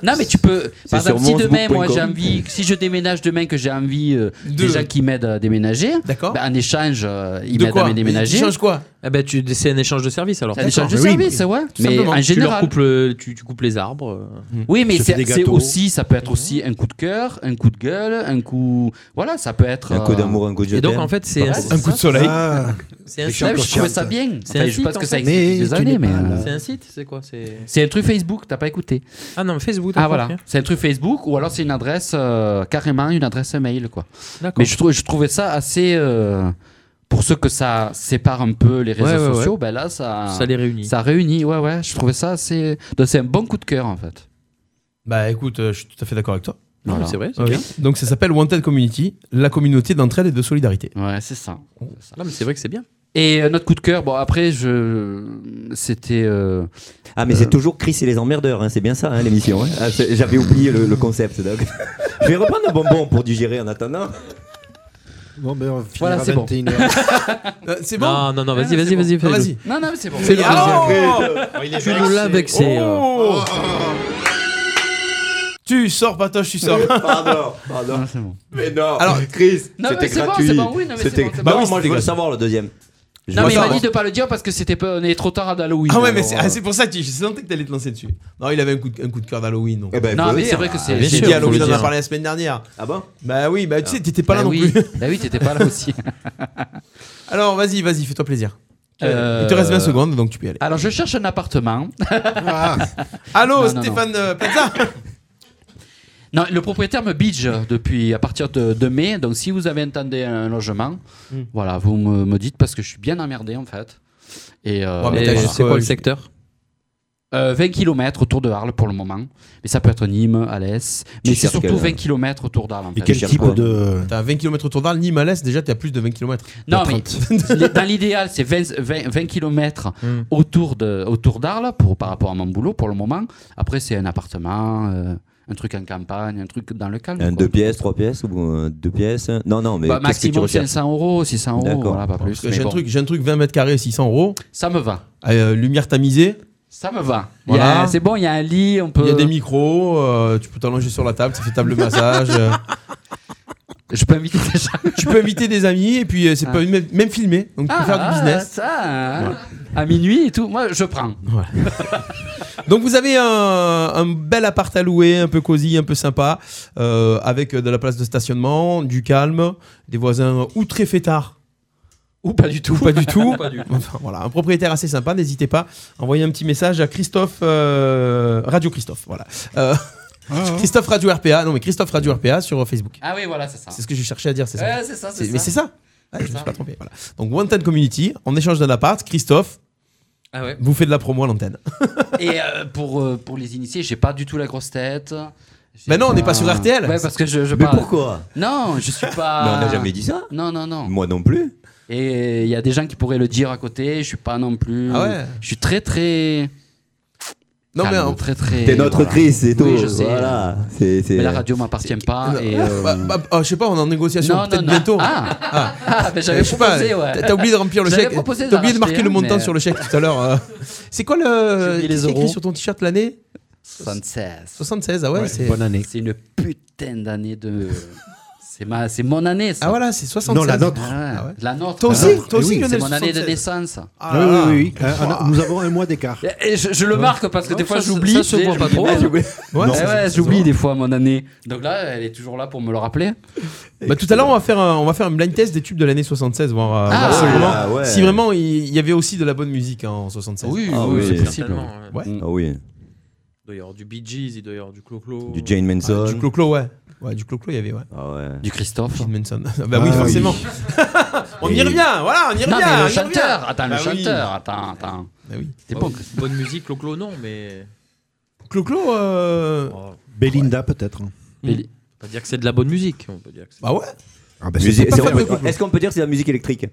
[SPEAKER 8] non mais tu peux
[SPEAKER 7] C'est
[SPEAKER 8] par
[SPEAKER 7] sur
[SPEAKER 8] exemple si demain moi
[SPEAKER 7] facebook.com.
[SPEAKER 8] j'ai envie si je déménage demain que j'ai envie euh, des gens qui m'aident à déménager ben,
[SPEAKER 7] d'accord
[SPEAKER 8] en échange euh, ils
[SPEAKER 12] De
[SPEAKER 8] m'aident
[SPEAKER 12] quoi
[SPEAKER 8] à me déménager
[SPEAKER 12] Ils échangent quoi Ah bah, tu- c'est un échange de services alors.
[SPEAKER 8] C'est un échange de D'accord. services, ouais.
[SPEAKER 12] Tout
[SPEAKER 8] Mais
[SPEAKER 12] simplement. Tu leur
[SPEAKER 8] en général-
[SPEAKER 12] coupes le- tu, tu coupes les arbres.
[SPEAKER 11] Mhm.
[SPEAKER 12] euh.
[SPEAKER 8] Oui, mais c'est c'est aussi, ça peut être aussi un coup de cœur, un coup de gueule, un coup. Voilà, ça peut être. euh,
[SPEAKER 11] Un coup d'amour, un coup de je Et donc, t'aime. en fait, c'est un- Un coup de soleil. Ah.
[SPEAKER 12] C'est un
[SPEAKER 8] Ouais,
[SPEAKER 12] site.
[SPEAKER 8] Je trouvais ça bien.
[SPEAKER 12] C'est
[SPEAKER 8] Enfin,
[SPEAKER 12] un
[SPEAKER 8] je
[SPEAKER 12] site,
[SPEAKER 8] pense
[SPEAKER 12] en
[SPEAKER 8] que ça
[SPEAKER 12] fait.
[SPEAKER 8] existe depuis des années, mais. euh,
[SPEAKER 12] C'est un site, c'est quoi c'est-
[SPEAKER 8] C'est un truc Facebook, t'as pas écouté
[SPEAKER 12] Ah non, mais Facebook. t'as
[SPEAKER 8] Ah voilà,
[SPEAKER 12] compris.
[SPEAKER 8] c'est un truc Facebook ou alors c'est une adresse, euh, carrément une adresse mail quoi.
[SPEAKER 12] D'accord.
[SPEAKER 8] Mais je, trou- je trouvais ça assez. euh, pour ceux que ça sépare un peu les réseaux
[SPEAKER 12] Ouais, ouais,
[SPEAKER 8] sociaux,
[SPEAKER 12] ouais.
[SPEAKER 8] ben là ça.
[SPEAKER 12] Ça les réunit.
[SPEAKER 8] Ça réunit, ouais, ouais. Je trouvais ça assez. donc C'est un bon coup de cœur en fait.
[SPEAKER 7] Bah écoute, euh, je suis tout à fait d'accord avec toi.
[SPEAKER 8] Non, Voilà. mais c'est vrai, c'est
[SPEAKER 7] Ouais.
[SPEAKER 8] bien.
[SPEAKER 7] Donc ça s'appelle Wanted Community, la communauté d'entraide et de solidarité.
[SPEAKER 8] Ouais, c'est ça.
[SPEAKER 7] Ah,
[SPEAKER 12] Non, mais c'est vrai que c'est bien.
[SPEAKER 8] Et euh, notre coup de cœur, bon après, je... c'était. euh,
[SPEAKER 11] Ah, mais
[SPEAKER 8] euh,
[SPEAKER 11] c'est toujours Chris et les emmerdeurs, hein, c'est bien ça hein, l'émission. hein. Ah, c'est- J'avais oublié le, le concept. donc. Je vais reprendre un bonbon pour digérer en attendant.
[SPEAKER 10] Bon, ben, on
[SPEAKER 11] Voilà,
[SPEAKER 10] finira
[SPEAKER 11] c'est bon.
[SPEAKER 10] 21h.
[SPEAKER 12] *laughs*
[SPEAKER 7] Euh, c'est
[SPEAKER 12] bon Non, non, non, vas-y,
[SPEAKER 10] Ah,
[SPEAKER 12] vas-y,
[SPEAKER 10] c'est
[SPEAKER 12] vas-y.
[SPEAKER 10] bon.
[SPEAKER 12] fais-le.
[SPEAKER 10] Ah, vas-y.
[SPEAKER 8] Non, non, mais c'est bon.
[SPEAKER 12] C'est le
[SPEAKER 7] Ah,
[SPEAKER 12] deuxième.
[SPEAKER 7] oh
[SPEAKER 12] Tu nous l'as vexé. euh.
[SPEAKER 7] Oh tu sors, Patoche, tu sors.
[SPEAKER 11] *laughs* Pardon, pardon.
[SPEAKER 8] Ah,
[SPEAKER 11] Mais non,
[SPEAKER 7] Alors,
[SPEAKER 11] Chris,
[SPEAKER 8] Non, mais
[SPEAKER 11] c'était
[SPEAKER 8] c'est bon,
[SPEAKER 11] gratuit.
[SPEAKER 8] c'est bon, oui, non, mais c'est
[SPEAKER 11] C'était-
[SPEAKER 8] bon, c'est
[SPEAKER 11] bah
[SPEAKER 8] bon.
[SPEAKER 11] oui, moi je veux
[SPEAKER 8] C'était
[SPEAKER 11] le savoir le deuxième. Je
[SPEAKER 8] Non
[SPEAKER 11] veux
[SPEAKER 8] mais il m'a
[SPEAKER 11] savoir.
[SPEAKER 8] dit de pas le dire parce que c'était pas... on est trop tard à Halloween.
[SPEAKER 7] Ah ouais, mais
[SPEAKER 8] alors,
[SPEAKER 7] c'est
[SPEAKER 8] euh,
[SPEAKER 7] ah, c'est pour ça que tu- je sentais que t'allais te lancer dessus. Non, il avait un coup de, un coup de cœur d'Halloween. donc. euh,
[SPEAKER 8] Eh ben, Non, faut mais le c'est dire. vrai que c'est-
[SPEAKER 7] J'ai
[SPEAKER 8] c'est-
[SPEAKER 7] dit
[SPEAKER 8] faut le
[SPEAKER 7] Halloween, on en a
[SPEAKER 8] dire.
[SPEAKER 7] parlé la semaine dernière.
[SPEAKER 11] bah Ah bon Ah.
[SPEAKER 7] Bah oui, bah tu sais, t'étais pas là
[SPEAKER 8] Bah
[SPEAKER 7] non
[SPEAKER 8] oui.
[SPEAKER 7] plus.
[SPEAKER 8] *laughs* Bah oui, t'étais pas
[SPEAKER 7] *laughs*
[SPEAKER 8] là aussi.
[SPEAKER 7] euh, Alors vas-y, vas-y, fais-toi plaisir.
[SPEAKER 8] Euh,
[SPEAKER 7] Il te reste 20 secondes, donc tu peux y aller.
[SPEAKER 8] Alors je cherche un appartement.
[SPEAKER 7] Ah.
[SPEAKER 8] *laughs*
[SPEAKER 7] Allô,
[SPEAKER 8] Non, non,
[SPEAKER 7] Stéphane euh,
[SPEAKER 10] *laughs*
[SPEAKER 7] Plaza
[SPEAKER 8] Non, le propriétaire me bidge depuis à partir de, de mai. Donc si vous avez entendu un logement,
[SPEAKER 7] Hmm.
[SPEAKER 8] voilà, vous me, me dites parce que je suis bien emmerdé en fait. Et, euh,
[SPEAKER 12] Ouais, mais
[SPEAKER 8] et
[SPEAKER 12] t'as
[SPEAKER 8] voilà.
[SPEAKER 12] juste, C'est quoi euh, le secteur
[SPEAKER 8] Euh, 20 km autour de Arles pour le moment. Mais ça peut être Nîmes, Alès. Mais c'est
[SPEAKER 11] cherches
[SPEAKER 8] surtout
[SPEAKER 11] quel-
[SPEAKER 8] 20 km autour d'Arles. en
[SPEAKER 10] Et
[SPEAKER 8] fait.
[SPEAKER 10] quel type de.
[SPEAKER 7] T'as 20 km autour d'Arles, Nîmes à l'Est, déjà t'as plus de 20 km.
[SPEAKER 8] Non, mais *laughs* les- dans l'idéal, c'est 20, 20, 20 km
[SPEAKER 7] Hmm.
[SPEAKER 8] autour, de, autour d'Arles pour, par rapport à mon boulot pour le moment. Après, c'est un appartement, euh, un truc en campagne, un truc dans le calme.
[SPEAKER 11] Un
[SPEAKER 8] quoi.
[SPEAKER 11] deux pièces, trois pièces ou euh, deux pièces Non, non, mais
[SPEAKER 8] Bah,
[SPEAKER 11] qu'est-ce que tu
[SPEAKER 8] maximum
[SPEAKER 11] recherches
[SPEAKER 8] 500 euros, 600 euros,
[SPEAKER 11] D'accord.
[SPEAKER 8] voilà, pas
[SPEAKER 11] Bon,
[SPEAKER 8] plus.
[SPEAKER 7] Parce que J'ai
[SPEAKER 8] mais
[SPEAKER 7] un,
[SPEAKER 8] bon.
[SPEAKER 7] truc, j'ai un truc 20 mètres carrés, 600 euros.
[SPEAKER 8] Ça me va.
[SPEAKER 7] Euh, lumière tamisée.
[SPEAKER 8] Ça me va. Il y a-
[SPEAKER 7] Voilà.
[SPEAKER 8] C'est bon, il y a un lit, on peut.
[SPEAKER 7] Il y a des micros, euh, tu peux t'allonger sur la table, ça fait table massage. euh.
[SPEAKER 8] *laughs* Je peux inviter des gens.
[SPEAKER 7] Tu peux inviter des amis et puis euh, c'est
[SPEAKER 8] Ah.
[SPEAKER 7] pas même, même filmé, donc tu
[SPEAKER 8] Ah,
[SPEAKER 7] peux faire du business.
[SPEAKER 8] Ça, hein. à minuit et tout. Moi, je prends.
[SPEAKER 7] *laughs* Donc vous avez un, un bel appart à louer, un peu cosy, un peu sympa, euh, avec de la place de stationnement, du calme, des voisins ou très fêtards.
[SPEAKER 8] Ou *laughs* pas du tout.
[SPEAKER 7] Ou pas du tout.
[SPEAKER 12] Pas du tout.
[SPEAKER 7] Enfin, voilà, un propriétaire assez sympa, n'hésitez pas. Envoyez un petit message à Christophe, euh, Radio Christophe, voilà. Euh, *laughs* Christophe Radio RPA, non mais Christophe Radio RPA sur Facebook.
[SPEAKER 8] Ah oui, voilà, c'est ça.
[SPEAKER 7] C'est ce que je cherchais à dire, c'est ça.
[SPEAKER 8] Ouais, c'est ça, c'est
[SPEAKER 7] Mais
[SPEAKER 8] ça.
[SPEAKER 7] c'est ça. Ouais, je me suis pas trompé. Voilà. Donc Wanted Community, en échange d'un appart, Christophe
[SPEAKER 8] Ah ouais.
[SPEAKER 7] vous fait de la promo à l'antenne.
[SPEAKER 8] Et euh, pour, euh, pour les initiés, j'ai pas du tout la grosse tête. J'ai
[SPEAKER 7] Mais non, on n'est pas sur RTL.
[SPEAKER 8] Ouais, parce que je, je
[SPEAKER 7] Mais
[SPEAKER 8] parle-
[SPEAKER 7] pourquoi
[SPEAKER 8] Non, je suis
[SPEAKER 7] *laughs*
[SPEAKER 8] pas.
[SPEAKER 11] Mais on n'a jamais dit ça.
[SPEAKER 8] Non, non, non.
[SPEAKER 11] Moi non plus.
[SPEAKER 8] Et il y a des gens qui pourraient le dire à côté, je suis pas non plus.
[SPEAKER 7] Ah ouais
[SPEAKER 8] Je suis très, très.
[SPEAKER 7] Ah Non, mais
[SPEAKER 8] calme,
[SPEAKER 7] un-
[SPEAKER 8] très très.
[SPEAKER 11] T'es notre Chris, c'est
[SPEAKER 8] Oui,
[SPEAKER 11] tout,
[SPEAKER 8] je sais.
[SPEAKER 11] voilà. C'est- c'est-
[SPEAKER 8] Mais la radio m'appartient pas. Et, euh,
[SPEAKER 7] *laughs* Bah, bah, ah, je sais pas, on est en négociation
[SPEAKER 8] Non,
[SPEAKER 7] peut-être
[SPEAKER 8] non, non.
[SPEAKER 7] bientôt.
[SPEAKER 8] Ah. Ah, mais j'avais
[SPEAKER 7] Euh, je sais
[SPEAKER 8] proposé,
[SPEAKER 7] pas,
[SPEAKER 8] ouais.
[SPEAKER 7] t'as- T'as oublié de remplir le
[SPEAKER 8] J'avais
[SPEAKER 7] chèque.
[SPEAKER 8] proposé de
[SPEAKER 7] T'as
[SPEAKER 8] la
[SPEAKER 7] oublié de marquer
[SPEAKER 8] racheter,
[SPEAKER 7] le montant
[SPEAKER 8] mais-
[SPEAKER 7] sur le chèque tout à l'heure. euh. C'est quoi
[SPEAKER 8] J'ai
[SPEAKER 7] le.
[SPEAKER 8] oublié les
[SPEAKER 7] qu'est-ce qui est écrit
[SPEAKER 8] euros.
[SPEAKER 7] sur ton t-shirt l'année
[SPEAKER 8] 76.
[SPEAKER 7] 76, ah ouais, c'est.
[SPEAKER 8] C'est une putain d'année de. C'est ma... c'est mon année, ça.
[SPEAKER 7] Ah voilà, c'est 76. Non, la nôtre. Ah ouais.
[SPEAKER 8] La nôtre.
[SPEAKER 7] Toi aussi,
[SPEAKER 8] La nôtre.
[SPEAKER 7] toi aussi,
[SPEAKER 8] Oui, C'est
[SPEAKER 7] Lionel,
[SPEAKER 8] mon année de
[SPEAKER 7] 76.
[SPEAKER 8] naissance.
[SPEAKER 10] Ah, oui, oui, oui, oui. Euh, un- nous avons un mois d'écart.
[SPEAKER 8] Et je, je le marque parce que
[SPEAKER 12] Ouais,
[SPEAKER 8] des fois
[SPEAKER 12] ça,
[SPEAKER 8] j'oublie.
[SPEAKER 12] ça se
[SPEAKER 8] tu sais,
[SPEAKER 12] voit
[SPEAKER 8] je
[SPEAKER 12] pas
[SPEAKER 8] me dis,
[SPEAKER 12] trop.
[SPEAKER 8] merde, j'oublie.
[SPEAKER 12] Ouais,
[SPEAKER 8] Ouais,
[SPEAKER 12] ça, ça
[SPEAKER 8] ouais,
[SPEAKER 12] se
[SPEAKER 8] j'oublie
[SPEAKER 12] voit.
[SPEAKER 8] des fois mon année. Donc là, elle est toujours là pour me le rappeler.
[SPEAKER 7] Bah, tout à l'heure, on va faire un, on va faire un blind test des tubes de l'année 76, voir, euh,
[SPEAKER 8] Ah,
[SPEAKER 7] voir si,
[SPEAKER 8] ouais,
[SPEAKER 7] vraiment,
[SPEAKER 8] ah, ouais.
[SPEAKER 7] si vraiment il il y avait aussi de la bonne musique hein, en 76.
[SPEAKER 12] Oui, Ah oui, oui, c'est possible. certainement,
[SPEAKER 7] Ouais.
[SPEAKER 12] ouais.
[SPEAKER 11] Ah oui.
[SPEAKER 12] Il doit y avoir du Bee Gees, il doit y avoir du Clo-Clo.
[SPEAKER 11] Du Jane Manson.
[SPEAKER 7] Ah, Du Clo-Clo, ouais. Ouais, du Clo-Clo, il y avait, ouais.
[SPEAKER 8] Du Christophe.
[SPEAKER 7] Jane Manson. *laughs* bah oui,
[SPEAKER 12] Ah, oui.
[SPEAKER 7] forcément. on y
[SPEAKER 12] Et-
[SPEAKER 7] revient, voilà, on y revient.
[SPEAKER 8] Non, mais
[SPEAKER 7] on
[SPEAKER 8] le
[SPEAKER 7] y
[SPEAKER 8] chanteur.
[SPEAKER 7] revient.
[SPEAKER 8] Attends, le
[SPEAKER 7] Bah oui. Bah
[SPEAKER 8] chanteur. Attends, attends. C'était bon.
[SPEAKER 12] Bonne musique, Clo-Clo, non, mais.
[SPEAKER 7] Clo-Clo. euh,
[SPEAKER 10] Belinda, peut-être.
[SPEAKER 8] Mm.
[SPEAKER 12] Belli- On peut dire que c'est de la bonne musique. On peut dire que c'est-
[SPEAKER 7] Bah ouais.
[SPEAKER 10] Ah, bah,
[SPEAKER 11] Musique-
[SPEAKER 10] c'est pas
[SPEAKER 11] c'est-
[SPEAKER 10] fait,
[SPEAKER 11] on peut-
[SPEAKER 10] Clo-Clo.
[SPEAKER 11] Est-ce qu'on peut dire que c'est de la musique électrique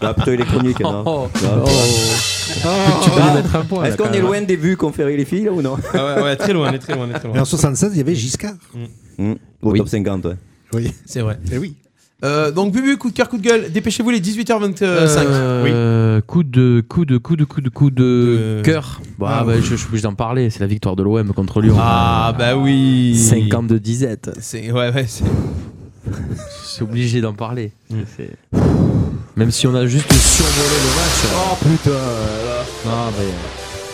[SPEAKER 11] Ah, plutôt électronique, non
[SPEAKER 12] Oh, oh.
[SPEAKER 11] Ah,
[SPEAKER 12] Oh.
[SPEAKER 11] putain.
[SPEAKER 12] Tu vas lui mettre un point,
[SPEAKER 11] Est-ce
[SPEAKER 12] là,
[SPEAKER 11] qu'on
[SPEAKER 12] quand
[SPEAKER 11] est
[SPEAKER 12] même.
[SPEAKER 11] loin des buts qu'on ferait les filles là, ou non
[SPEAKER 7] Ah ouais, ouais, très loin, très loin, Mm. très
[SPEAKER 10] Et en 76, il y avait Giscard.
[SPEAKER 11] Mmh, Au top 50, ouais.
[SPEAKER 10] Hmm. Oui.
[SPEAKER 7] C'est vrai.
[SPEAKER 12] Eh
[SPEAKER 10] Et oui.
[SPEAKER 7] Euh, donc, Bubu, coup de cœur, coup de gueule. Dépêchez-vous, les 18h25.
[SPEAKER 12] Euh, Coup de coup de coup de coup de coup de
[SPEAKER 7] De-
[SPEAKER 12] cœur. Bah,
[SPEAKER 7] Ah,
[SPEAKER 12] bah,
[SPEAKER 7] ouais.
[SPEAKER 12] je je suis obligé d'en parler. C'est la victoire de l'OM contre Lyon.
[SPEAKER 7] Ah, bah oui.
[SPEAKER 12] 50 de disette.
[SPEAKER 7] C'est ouais, ouais.
[SPEAKER 12] *laughs*
[SPEAKER 7] c'est-
[SPEAKER 12] Je suis obligé d'en parler. C'est- Même si on a juste survolé le match.
[SPEAKER 11] Oh putain.
[SPEAKER 12] Non, Ah, mais. euh,